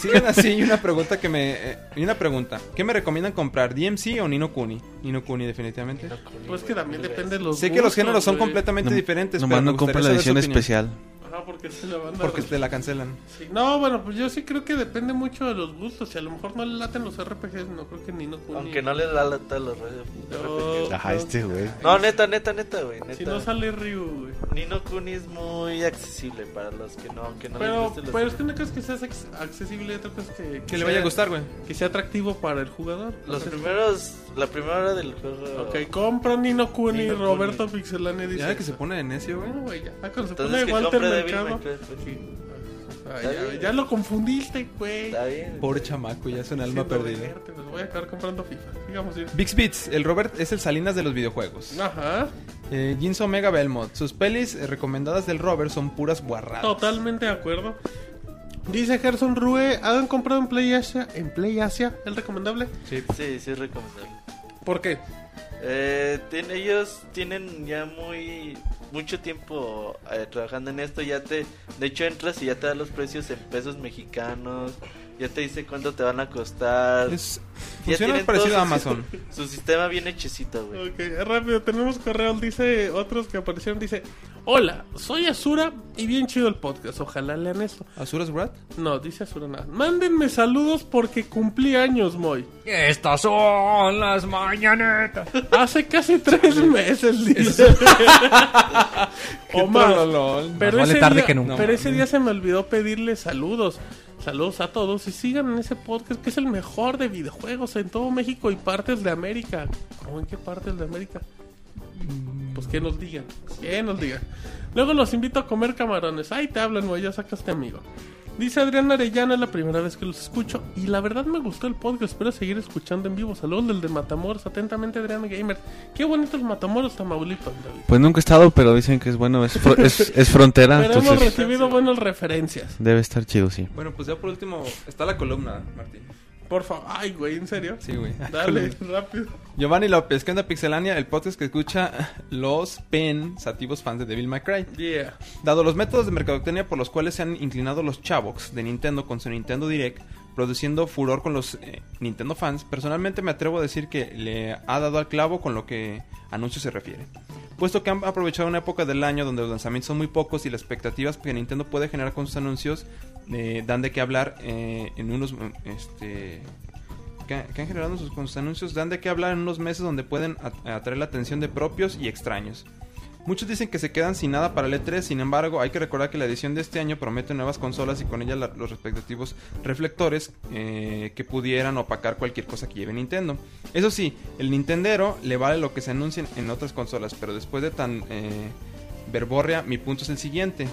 Siguen así. Y una pregunta que me. eh, y una pregunta. ¿Qué me recomiendan comprar? ¿DMC o Nino Kuni? Nino Kuni, definitivamente.
Pues que también depende de los.
sé que los
gustos,
géneros son
güey.
completamente
No-
diferentes.
Nomás
pero me
no compra la
gustaría
edición
saber su opinión,
especial.
Ajá, porque se la van a.
Porque te la cancelan.
Sí, No, bueno, pues yo sí creo que depende mucho de los gustos. Si a lo mejor no le laten los RPGs, no creo que ni no.
Aunque no le da la tal los redes.
No, no.
este
este güey.
No, neta, neta, neta, güey.
Si no
Neta.
sale Ryu, güey.
Nino Kuni es muy accesible para los que no, aunque no les
Pero, pues,
gusten los
pero es que una cosa es que sea acces- accesible y otra cosa es que.
Que le vaya a
sea-
gustar, güey.
Que sea atractivo para el jugador.
Los
Ajá.
primeros, la primera hora del juego.
Ok, compra Nino Kuni y
Ni no
Roberto
Kuni.
Pixelani dice.
Ya que
eso.
se pone de necio, güey.
No, güey, ya. Ah, cuando se
Entonces
pone
que
Walter
compre Devil
Mercado.
May Cry, pues.
Sí. Ay, ya, ya lo confundiste, güey.
Está bien.
Pobre chamaco, ya es un alma
Siento
perdida.
verte, pues voy a acabar comprando FIFA. Digamos, sí.
Big Beats, el Robert es el Salinas de los videojuegos.
Ajá.
Eh, Jinso Omega Belmont, sus pelis eh, recomendadas del Robert son puras guarradas.
Totalmente de acuerdo. Dice Gerson Rue, ¿han comprado en Play Asia? ¿En Play Asia? ¿El recomendable?
Sí.
Sí, sí es recomendable.
¿Por qué?
Eh, tiene- ellos tienen ya muy mucho tiempo eh, trabajando en esto. Ya te, de hecho entras y ya te da los precios en pesos mexicanos. Ya te dice cuánto te van a costar.
Es-
Ya
funciona
tienen
parecido
todo
a
su-
Amazon.
Su sistema bien hechecito, güey.
Ok, rápido, tenemos correo. Dice otros que aparecieron. Dice: Hola, soy Asura y bien chido el podcast. Ojalá lean esto.
¿Asuras Brad?
No, dice Asura nada. Mándenme saludos porque cumplí años, Moy.
Estas son las mañanetas.
Hace casi tres meses, dice. o más. Pero,
Más vale
ese
tarde
día,
que nunca.
pero ese día se me olvidó pedirle saludos. Saludos a todos y sigan en ese podcast que es el mejor de videojuegos en todo México y partes de América. ¿Cómo en qué partes de América? Pues que nos digan, que nos digan. Luego los invito a comer camarones. Ahí te hablan, güey, ya sacaste amigo. Dice Adrián Arellana, es la primera vez que los escucho y la verdad me gustó el podcast, espero seguir escuchando en vivo. Saludos del de Matamoros, atentamente Adrián Gamer. Qué bonitos Matamoros, Tamaulipas, David.
Pues nunca he estado, pero dicen que es bueno, es, fro- es, es frontera,
Pero hemos
entonces
recibido buenas referencias.
debe estar chido, sí.
Bueno, pues ya por último está la columna, Martín.
Por favor, ay, güey, ¿en serio?
Sí, güey.
Dale, rápido.
Giovanni López, ¿qué onda Pixelania? El podcast que escucha los pensativos fans de Devil May Cry.
Yeah.
Dado los métodos de mercadotecnia por los cuales se han inclinado los chavox de Nintendo con su Nintendo Direct, produciendo furor con los eh, Nintendo fans, personalmente me atrevo a decir que le ha dado al clavo con lo que anuncio se refiere. Puesto que han aprovechado una época del año donde los lanzamientos son muy pocos y las expectativas que Nintendo puede generar con sus anuncios eh, dan de qué hablar eh, en unos... mm, Este, que, ha- que han generado sus, con sus anuncios dan de qué hablar en unos meses donde pueden at- atraer la atención de propios y extraños. Muchos dicen que se quedan sin nada para el E3, sin embargo, hay que recordar que la edición de este año promete nuevas consolas y con ellas la- los respectivos reflectores eh, que pudieran opacar cualquier cosa que lleve Nintendo. Eso sí, el Nintendero le vale lo que se anuncien en otras consolas, pero después de tan eh, verborrea, mi punto es el siguiente.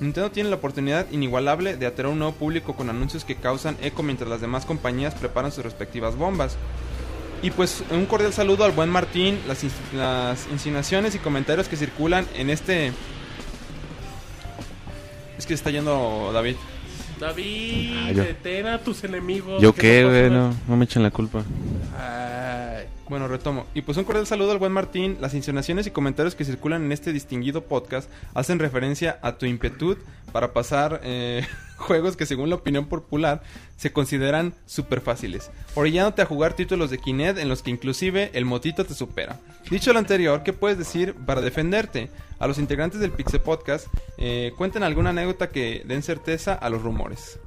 Nintendo tiene la oportunidad inigualable de atraer a un nuevo público con anuncios que causan eco mientras las demás compañías preparan sus respectivas bombas. Y pues un cordial saludo al buen Martín, las, ins- las insinuaciones y comentarios que circulan en este... Es que se está yendo David.
David,
Ah, yo-
detén a tus enemigos.
Yo
que
qué,
no
güey,
pasan-
no, no me echen la culpa.
Ay,
Bueno, retomo. Y pues un cordial saludo al buen Martín. Las insinuaciones y comentarios que circulan en este distinguido podcast hacen referencia a tu impetud para pasar eh, juegos que según la opinión popular se consideran súper fáciles, orillándote a jugar títulos de Kinect en los que inclusive el motito te supera. Dicho lo anterior, ¿qué puedes decir para defenderte? A los integrantes del Pixel Podcast, eh, cuenten alguna anécdota que den certeza a los rumores.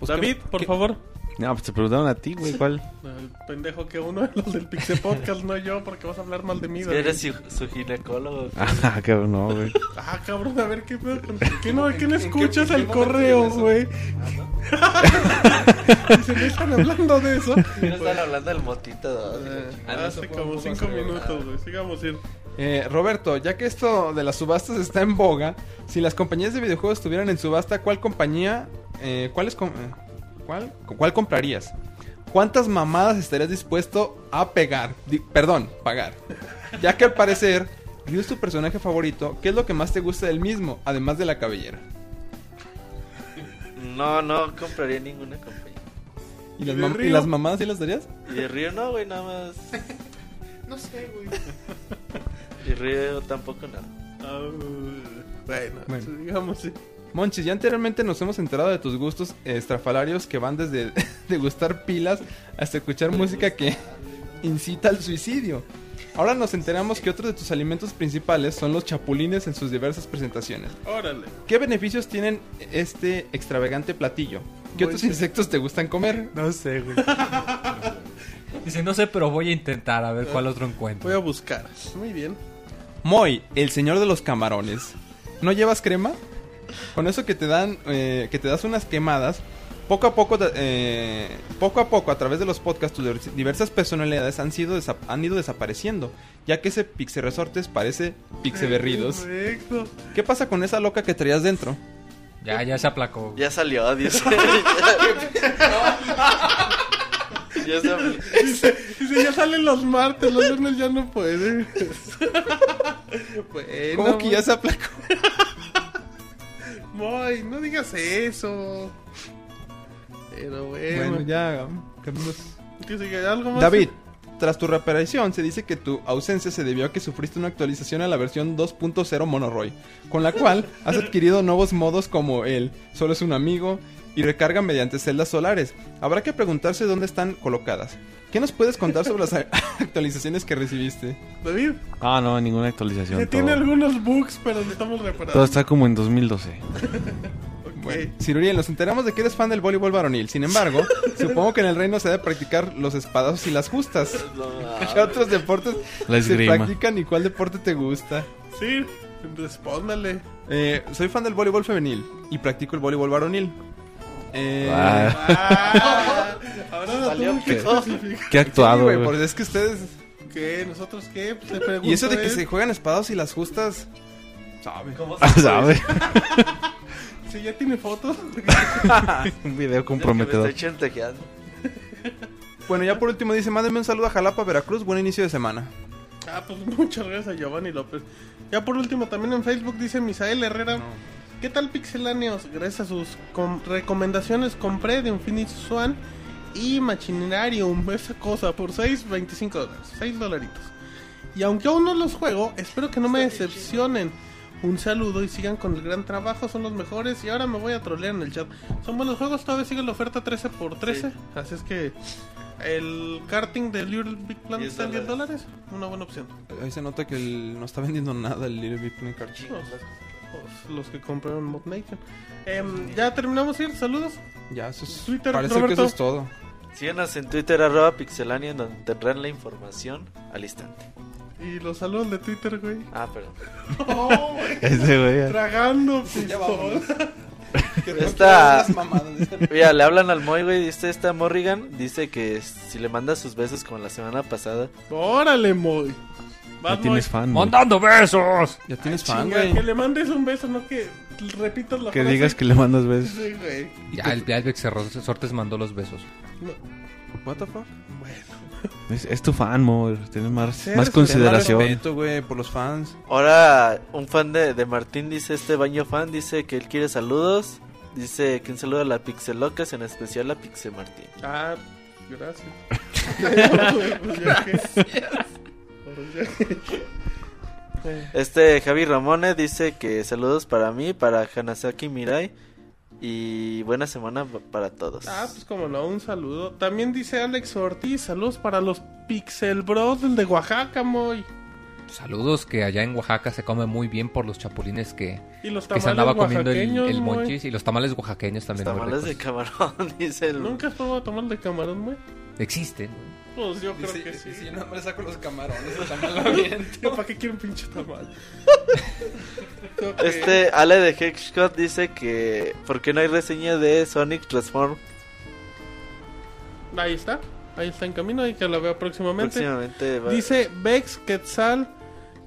Pues, ¿qué-
David, por
qué-
favor.
No, pues te preguntaron a ti, güey, ¿cuál?
Ay, pendejo, que uno de los del Pixel Podcast, no yo, porque vas a hablar mal de mí. David.
Eres su, su ginecólogo.
Ah, cabrón, no, güey.
Ah, cabrón, a ver qué pedo con- ¿Qué no, qué no
en qué-
escuchas
en qué
el
momento
correo,
llegó eso?
güey? Se me están hablando de eso.
No están hablando del motito. ¿no?
pues. Eh,
Ah, no, eso
Hace
fue
como
un poco
cinco
acelerado.
minutos, güey. Sigamos ir.
Eh, Roberto, ya que esto de las subastas está en boga, si las compañías de videojuegos estuvieran en subasta, ¿cuál compañía, eh, cuáles com- eh, cuál, cuál comprarías? ¿Cuántas mamadas estarías dispuesto a pegar? Di- perdón, pagar. Ya que al parecer, Ryu es tu personaje favorito, ¿qué es lo que más te gusta del mismo, además de la cabellera?
No, no compraría ninguna compañía.
¿Y las,
¿Y de
mam- y
Ryu?
las mamadas sí las darías?
Y de Río no, güey, nada más.
No sé, güey.
Y Río tampoco nada.
Ah, bueno,
Bueno.
digamos sí.
Monchis, ya anteriormente nos hemos enterado de tus gustos eh, estrafalarios que van desde degustar pilas hasta escuchar música que incita al suicidio. Ahora nos enteramos que otro de tus alimentos principales son los chapulines en sus diversas presentaciones.
Órale.
¿Qué beneficios tienen este extravagante platillo? ¿Qué otros
Monchis.
insectos te gustan comer?
No sé, güey.
Dice, no sé, pero voy a intentar a ver cuál otro
Voy a
encuentro.
buscar. Muy bien.
Moy, el señor de los camarones. ¿No llevas crema? Con eso que te dan, eh, que te das unas quemadas. Poco a poco, eh, poco a poco, a través de los podcasts, tus divers- diversas personalidades han sido desa- han ido desapareciendo, ya que ese Pixe Resortes parece Pixe Berridos.
Perfecto.
¿Qué pasa con esa loca que traías dentro?
Ya, ya se aplacó.
Ya salió, dice. Ya se-
Dice, dice, ya salen los martes, los lunes ya no puede. bueno,
¿Cómo que ya se aplacó?
Moy, no digas eso. Pero bueno.
Bueno, ya. cambiemos.
Dice que algo más.
David, tras tu reaparición se dice que tu ausencia se debió a que sufriste una actualización a la versión 2.0 Monoroy, con la cual has adquirido nuevos modos como el solo es un amigo y recarga mediante celdas solares. Habrá que preguntarse dónde están colocadas. ¿Qué nos puedes contar sobre las a- actualizaciones que recibiste?
David,
Ah, no, ninguna
que
actualización.
tiene
todo.
algunos bugs, pero lo estamos reparando.
Todo está como en 2012.
Ok.
Bueno, Siruriel, nos enteramos de que eres fan del voleibol varonil. Sin embargo, supongo que en el reino se debe practicar los espadazos y las justas. ¿Qué otros deportes
La
se
esgrima.
practican y cuál deporte te gusta?
Sí, respóndale.
Eh, soy fan del voleibol femenil y practico el voleibol varonil. Eh,
Ah,
Ah, ahora no
Salió
tuvo que
picó.
especificar.
qué
sí, güey,
actuado, güey.
pues es que ustedes...
¿Qué? ¿Nosotros qué? Pues le pregunto
Y eso de
a
que
él.
se juegan espadas y las justas... Sabe.
Ah, ¿Sabe?
Sí, ya tiene fotos.
Un video
Me
comprometedor.
está chantajeando.
Bueno, ya por último dice, mándame un saludo a Jalapa, Veracruz, buen inicio de semana.
Ah, pues muchas gracias a Giovanni López. Ya por último, también en Facebook dice Misael Herrera. ¿Qué tal Pixelanios? Gracias a sus com- recomendaciones compré de Infinity Swan y Machinarium, esa cosa, por 6, 25 dólares, 6 dolaritos. Y aunque aún no los juego, espero que no me decepcionen. Un saludo y sigan con el gran trabajo, son los mejores. Y ahora me voy a trolear en el chat. Son buenos juegos, todavía sigue la oferta 13 por 13 Así es que el karting de Little Big Planet
10
está en 10 dólares. Una buena opción.
Ahí se nota que el- no está vendiendo nada el Little Big Planet Card.
Pues, los que compraron Mod Nation. Em, ya terminamos, ir. Saludos.
Ya, eso es...
Twitter,
parece que
Roberto.
eso es todo.
Síganos en Twitter, arroba pixelania, en donde tendrán la información al instante.
Y los saludos de Twitter, güey.
Ah, perdón.
Oh, güey,
Ese, güey.
Tragando
Ya vámonos.
pistola.
Esta-
Esas mamadas,
este
dice.
Mira, le hablan al Moy, güey. Dice esta Morrigan. Dice que si le manda sus besos como la semana pasada.
Órale, Moy. Vas,
Ya tienes
Moy.
fan, güey.
¡Montando besos!
Ya tienes fan,
Chinga,
güey.
que le mandes un beso, no que repitas la
Que
frase.
digas que le mandas besos.
Sí, güey.
Ya, el, ya el Bex Sortes Sortes mandó los besos.
No,
What the fuck?
Es, es tu fan, Mover. Tienes más,
Sí,
más
eres-
Ten más
consideración.
respeto, güey, por los fans.
Ahora, un fan de, de Martín dice: Este baño fan dice que él quiere saludos. Dice que un saludo a la Pixelocas, en especial a Pixel Martín.
Ah, gracias. Pues ya que- Pues ya que-
Este Javi Ramones dice que saludos para mí, para Hanasaki Mirai. Y buena semana pa- para todos.
Ah, pues como no, un saludo. También dice Alex Ortiz, saludos para los Pixel Bros del de Oaxaca, Moy.
Saludos que allá en Oaxaca se come muy bien por los chapulines que,
Y los
que
tamales
se andaba comiendo el,
oaxaqueños,
el
Moy.
monchis y los tamales oaxaqueños también. muy
Tamales de
ricos.
camarón, dice el.
¿Nunca has probado tamales de camarón, Moy?
Existen. güey.
Pues yo creo
Dice-
que sí.
dice, yo nada más le saco los camarones, está mal ambiente.
¿Para qué quieren pinche tamal? Ok.
Este Ale de Hexcott dice que. ¿Por qué no hay reseña de Sonic Transform
Ahí está. Ahí está en camino y que la vea próximamente.
próximamente? va-
Dice Bex Quetzal.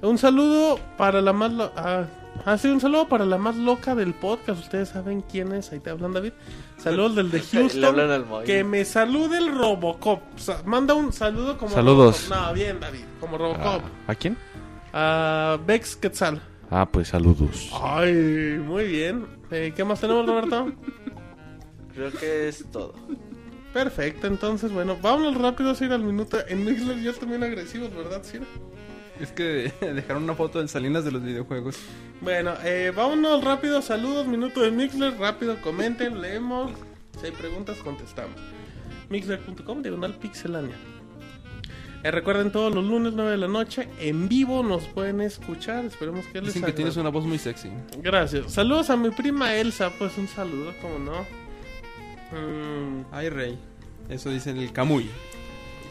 Un saludo para la más lo- ah, ah, sí, un saludo para la más loca del podcast. Ustedes saben quién es. Ahí te hablan, David. Saludos del de
Le hablan
Houston.
al Moy.
Que me salude el Robocop. Sa- manda un saludo como
Saludos.
Robocop. No, bien, David. Como
Ah,
Robocop.
¿A quién?
A Bex Quetzal.
Ah, pues saludos.
Ay, muy bien. Eh, ¿Qué más tenemos, Roberto?
Creo que es todo.
Perfecto, entonces, bueno, vámonos rápido, Sir, al minuto. En Mixler ya también agresivos, ¿verdad, Sir?
Es que dejaron una foto del Salinas de los videojuegos.
Bueno, eh, vámonos rápido, saludos, minuto de Mixler, rápido, comenten, leemos, si hay preguntas, contestamos. Mixler.com, diagonal pixelania. Eh, recuerden, todos los lunes, 9 de la noche, en vivo nos pueden escuchar, esperemos que les
Dicen que tienes
agrade.
una voz muy sexy.
Gracias. Saludos a mi prima Elsa, pues un saludo, como no. Mm,
Ay, rey. Eso dice el Camuy.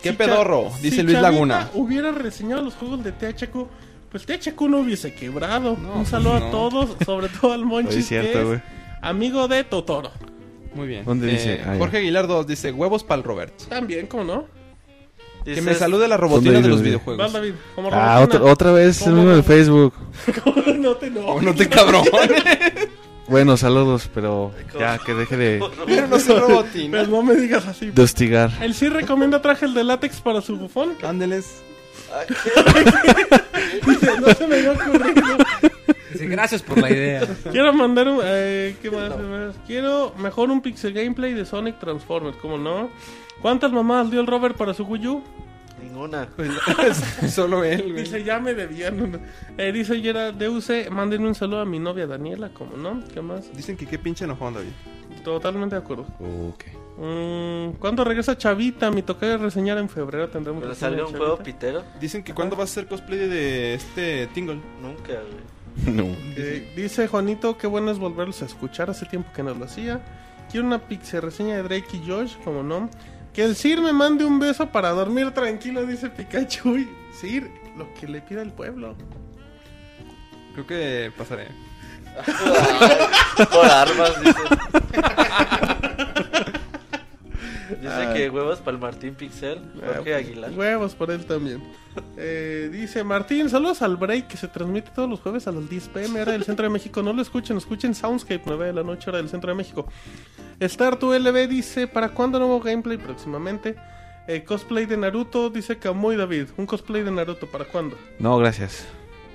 ¡Qué
Si
pedorro!
Cha-
Dice
si
Luis
Chavita
Laguna.
hubiera reseñado los juegos de THQ, pues THQ no hubiese quebrado.
No,
Un saludo
no.
a todos, sobre todo al Monchis,
Oye, es
que
cierto,
es
güey.
amigo de Totoro.
Muy bien.
¿Dónde
Eh,
dice? Ah, ya.
Jorge Aguilar 2 dice huevos pa'l Roberto.
También, ¿cómo no?
Dice,
Que me salude la robotina
¿Dónde
de los
dice?
Vas,
videojuegos.
David, como
Ah,
Robertina.
otra, otra vez el
¿Cómo
mismo de
no?
Facebook.
¿Cómo no te
Oh,
enojes?
no te cabrón.
Bueno, saludos, pero ya que deje de,
Pero no soy robotín.
Pero Pues no me digas así.
de hostigar.
Él sí recomienda trajes de látex para su bufón.
Ándeles.
Dice, no se me había ocurrido.
Sí, gracias por la idea.
Quiero mandar un. eh, ¿Qué más? Quiero mejor un pixel gameplay de Sonic Transformers, ¿cómo no? ¿Cuántas mamadas dio el Robert para su Wii U?
Ninguna.
Solo él, güey.
Dice, ya me debían. Eh, dice Gerard DUC, mándenme un saludo a mi novia Daniela, ¿cómo no? ¿Qué más?
Dicen que qué pinche enojón, David.
Totalmente de acuerdo.
Ok.
Mm, ¿Cuándo regresa Chavita? Mi toca reseñar en febrero. Tendremos
Pero
reseña de
salió un
Chavita.
juego pitero.
Dicen que cuándo vas a hacer cosplay de- de este Tingle.
Nunca, güey.
No.
Eh, dice Juanito, qué bueno es volverlos a escuchar. Hace tiempo que no lo hacía. Quiero una pixie reseña de Drake y Josh, como no. Que el Sir me mande un beso para dormir tranquilo, dice Pikachu. Y, Sir, lo que le pida el pueblo.
Creo que pasaré.
Por armas, dice. Dice que huevos para el Martín Pixel.
Ah, pues,
Jorge Aguilar.
Huevos por él también. Eh, dice Martín, saludos al break que se transmite todos los jueves a las 10 pm, hora del centro de México. No lo escuchen, escuchen Soundscape 9 de la noche, hora del centro de México. Star tu LB dice, ¿para cuándo nuevo gameplay próximamente? Eh, cosplay de Naruto, dice Camuy David. Un cosplay de Naruto, ¿para cuándo?
No, gracias.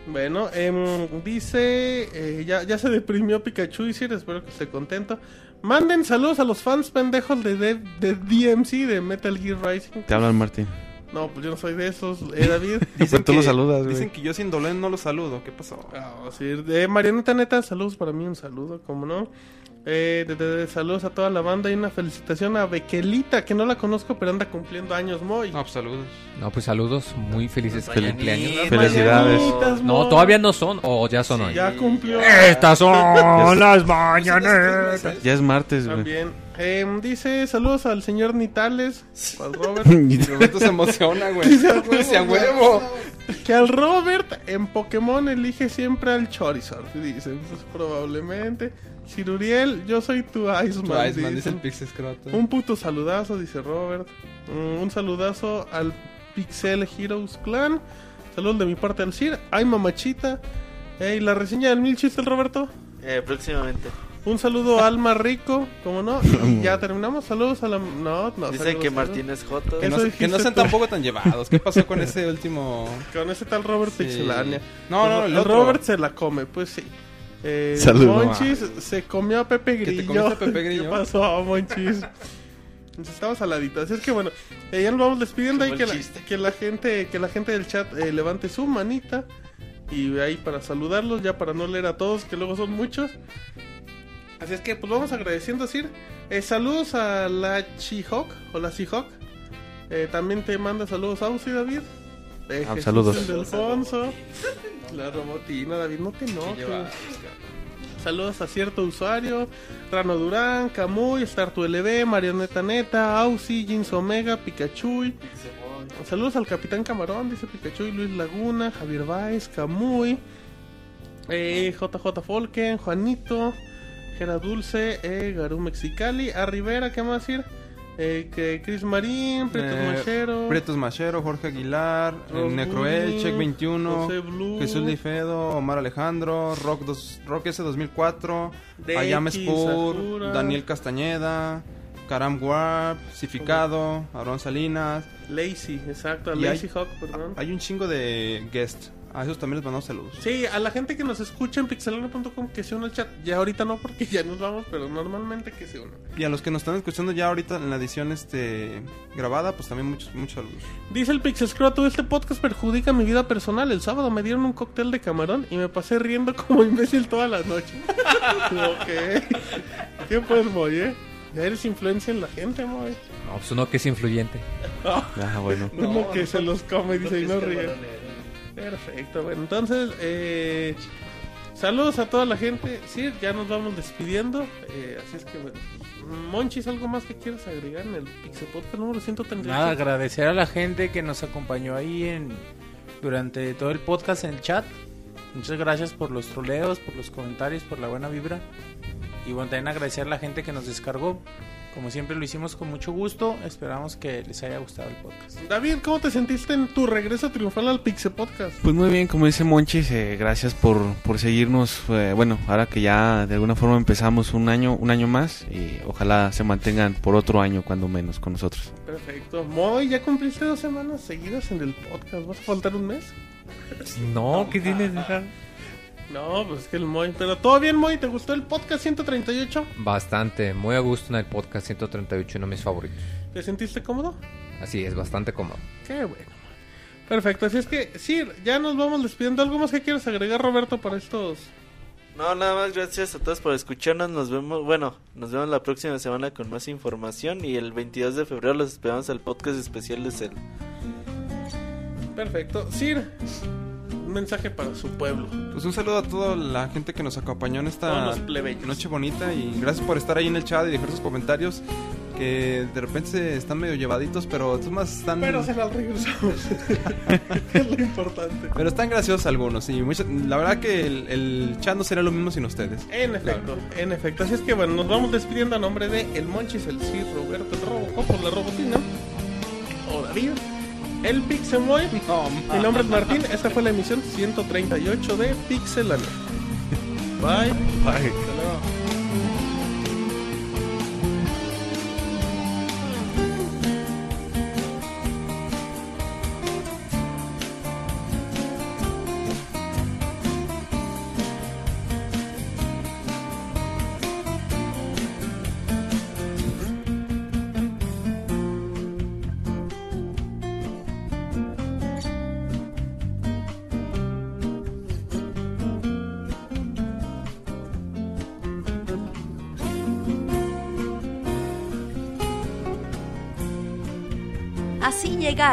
Bueno, em, dice, eh, ya, ya se deprimió Pikachu y Sir, espero que esté contento. Manden saludos a los fans pendejos de, de, de DMC, de Metal Gear Rising.
Te hablan, Martín.
No, pues yo no soy de esos, eh, David.
Pero Pues tú lo saludas, güey.
Dicen que yo sin dolor no lo saludo. ¿Qué pasó?
Ah, sí, de Marianita Neta, saludos para mí, un saludo, como no. Eh, de, de- de- saludos a toda la banda y una felicitación a Bequelita, que no la conozco, pero anda cumpliendo años, Moy.
No, pues saludos.
No, pues saludos, muy felices cumpleaños.
Mañanitas,
Felicidades.
Marianitas,
No,
Moy.
todavía no son, o ya son hoy.
Ya cumplió.
Estas son las
Pues, ¿eh?
mañanetas.
Ya es martes, güey.
También. Em, dice, saludos al señor Nitales, al Robert,
Roberto se emociona, güey. Dice a huevo.
que al Robert en Pokémon elige siempre al Charizard, dicen, pues probablemente. Ciruriel, yo soy tu
Tu
Iceman,
Iceman, dice el
dicen.
Pixie Scroto.
Un puto saludazo, dice Robert. Mm, un saludazo al Pixel Heroes Clan. Saludos de mi parte al Sir. Ay, mamachita. Ey, la reseña del mil chiste, el Roberto.
Eh, próximamente.
Un saludo a Alma Rico, como no. Y ya terminamos. Saludos a la. No, no. saludos,
Dice que
saludos.
Martín es Joto.
Que no,
Eso
se- que no
dijiste
sean
tú.
tampoco tan llevados. ¿Qué pasó con ese último?
Con ese tal Robert
Sí.
Pixelania.
No, no, no, el
El
otro.
Pues Robert se la come, pues sí. Eh,
Saludos.
Monchis se comió a Pepe
te
Grillo.
comiste a Pepe Grillo?
¿Qué pasó, Monchis? Estaba saladito. Así es que bueno, eh, ya nos vamos despidiendo ahí
Como
que
el
la,
chiste.
que la gente que la gente del chat eh, levante su manita y ahí para saludarlos, ya para no leer a todos, que luego son muchos. Así es que pues vamos agradeciendo, Sir. Eh, saludos a la Chihok o la Chihok. Eh, también te manda saludos a Ausi David. Eh,
Ah,
Jesús
saludos.
el de Alfonso. La robotina, David, no te enojes. Saludos a cierto usuario, Rano Durán, Camuy, StartuLB, Marioneta Neta, Ausi, Jins Omega, Pikachu. Saludos al Capitán Camarón, dice Pikachu, y Luis Laguna, Javier Baez, Camuy, eh, JJ Folken, Juanito, Gera Dulce, eh, Garú Mexicali, A Rivera, ¿qué más ir? Eh, que Chris Marín, Pretos
Eh,
Machero,
Pretos Machero, Jorge Aguilar,
Ross
Necroel,
Blue,
Check 21,
José Blue,
Jesús Lifedo, Omar Alejandro, Rock, dos, Rock S 2004,
Dex,
Ayam
Sakura.
Spur, Daniel Castañeda, Karam Warp, Cificado, Aaron Salinas.
Lazy, exacto, a
Y hay-
Lazy Hawk, perdón.
Hay un chingo de guest. A esos también les mandamos saludos.
Sí, a la gente que nos escucha en pixelano.com que se une al chat. Ya ahorita no, porque ya nos vamos, pero normalmente que se unan.
Y a los que nos están escuchando ya ahorita en la edición este grabada, pues también muchos muchos saludos.
Dice el Pixel Scroto, este podcast perjudica mi vida personal. El sábado me dieron un cóctel de camarón y me pasé riendo como imbécil toda la noche. ok. ¿Qué pues, Moy, eh? Ya eres influencia en la gente, Moy.
No, pues uno que es influyente.
Ah, bueno.
Uno que se los come y dice, y no
Entonces,
ríe. Perfecto, bueno, entonces, eh, saludos a toda la gente. Sí, ya nos vamos despidiendo. eh, así es que, bueno, Monchis, ¿algo más que quieras agregar en el Pixel Podcast número 138?
Nada, agradecer a la gente que nos acompañó ahí en durante todo el podcast en el chat. Muchas gracias por los troleos, por los comentarios, por la buena vibra. Y bueno, también agradecer a la gente que nos descargó. Como siempre lo hicimos con mucho gusto. Esperamos que les haya gustado el podcast.
David, ¿cómo te sentiste en tu regreso triunfal al Pixe Podcast?
Pues muy bien, como dice Monchis, eh, gracias por, por seguirnos. eh, bueno, ahora que ya de alguna forma empezamos un año, un año más, y ojalá se mantengan por otro año cuando menos con nosotros.
Perfecto. Moy, ya cumpliste dos semanas seguidas en el podcast. ¿Vas a faltar un mes?
No, ¿qué tienes?
No, pues es que el Moy. Pero todo bien, Moy. ¿Te gustó el podcast 138?
Bastante, muy a gusto en el podcast 138, uno de mis favoritos.
¿Te sentiste cómodo?
Así es, bastante cómodo.
Qué bueno. Perfecto, así es que sí, ya nos vamos despidiendo. ¿Algo más que quieres agregar, Roberto, para estos?
No, nada más gracias a todos por escucharnos. Nos vemos, bueno, nos vemos la próxima semana con más información y el 22 de febrero los esperamos al podcast especial de Cel.
Perfecto. Sir, un mensaje para su pueblo.
Pues un saludo a toda la gente que nos acompañó en
Todos
esta
los plebeyos.
noche bonita y gracias por estar ahí en el chat y dejar sus comentarios que de repente se están medio llevaditos, pero estos más están
Pero se las regresamos. es lo importante.
pero están graciosos algunos y mucha- la verdad que el, el chat no será lo mismo sin ustedes.
En efecto, en efecto. Así es que bueno, nos vamos despidiendo a nombre de El Monchis, el Sir, Roberto, el Robocop, por la Robotina, o David, el Pixemoy. Mi nombre es Martín. Esta fue la emisión 138 de Pixelania. Bye. Bye. Hasta luego.
Así llega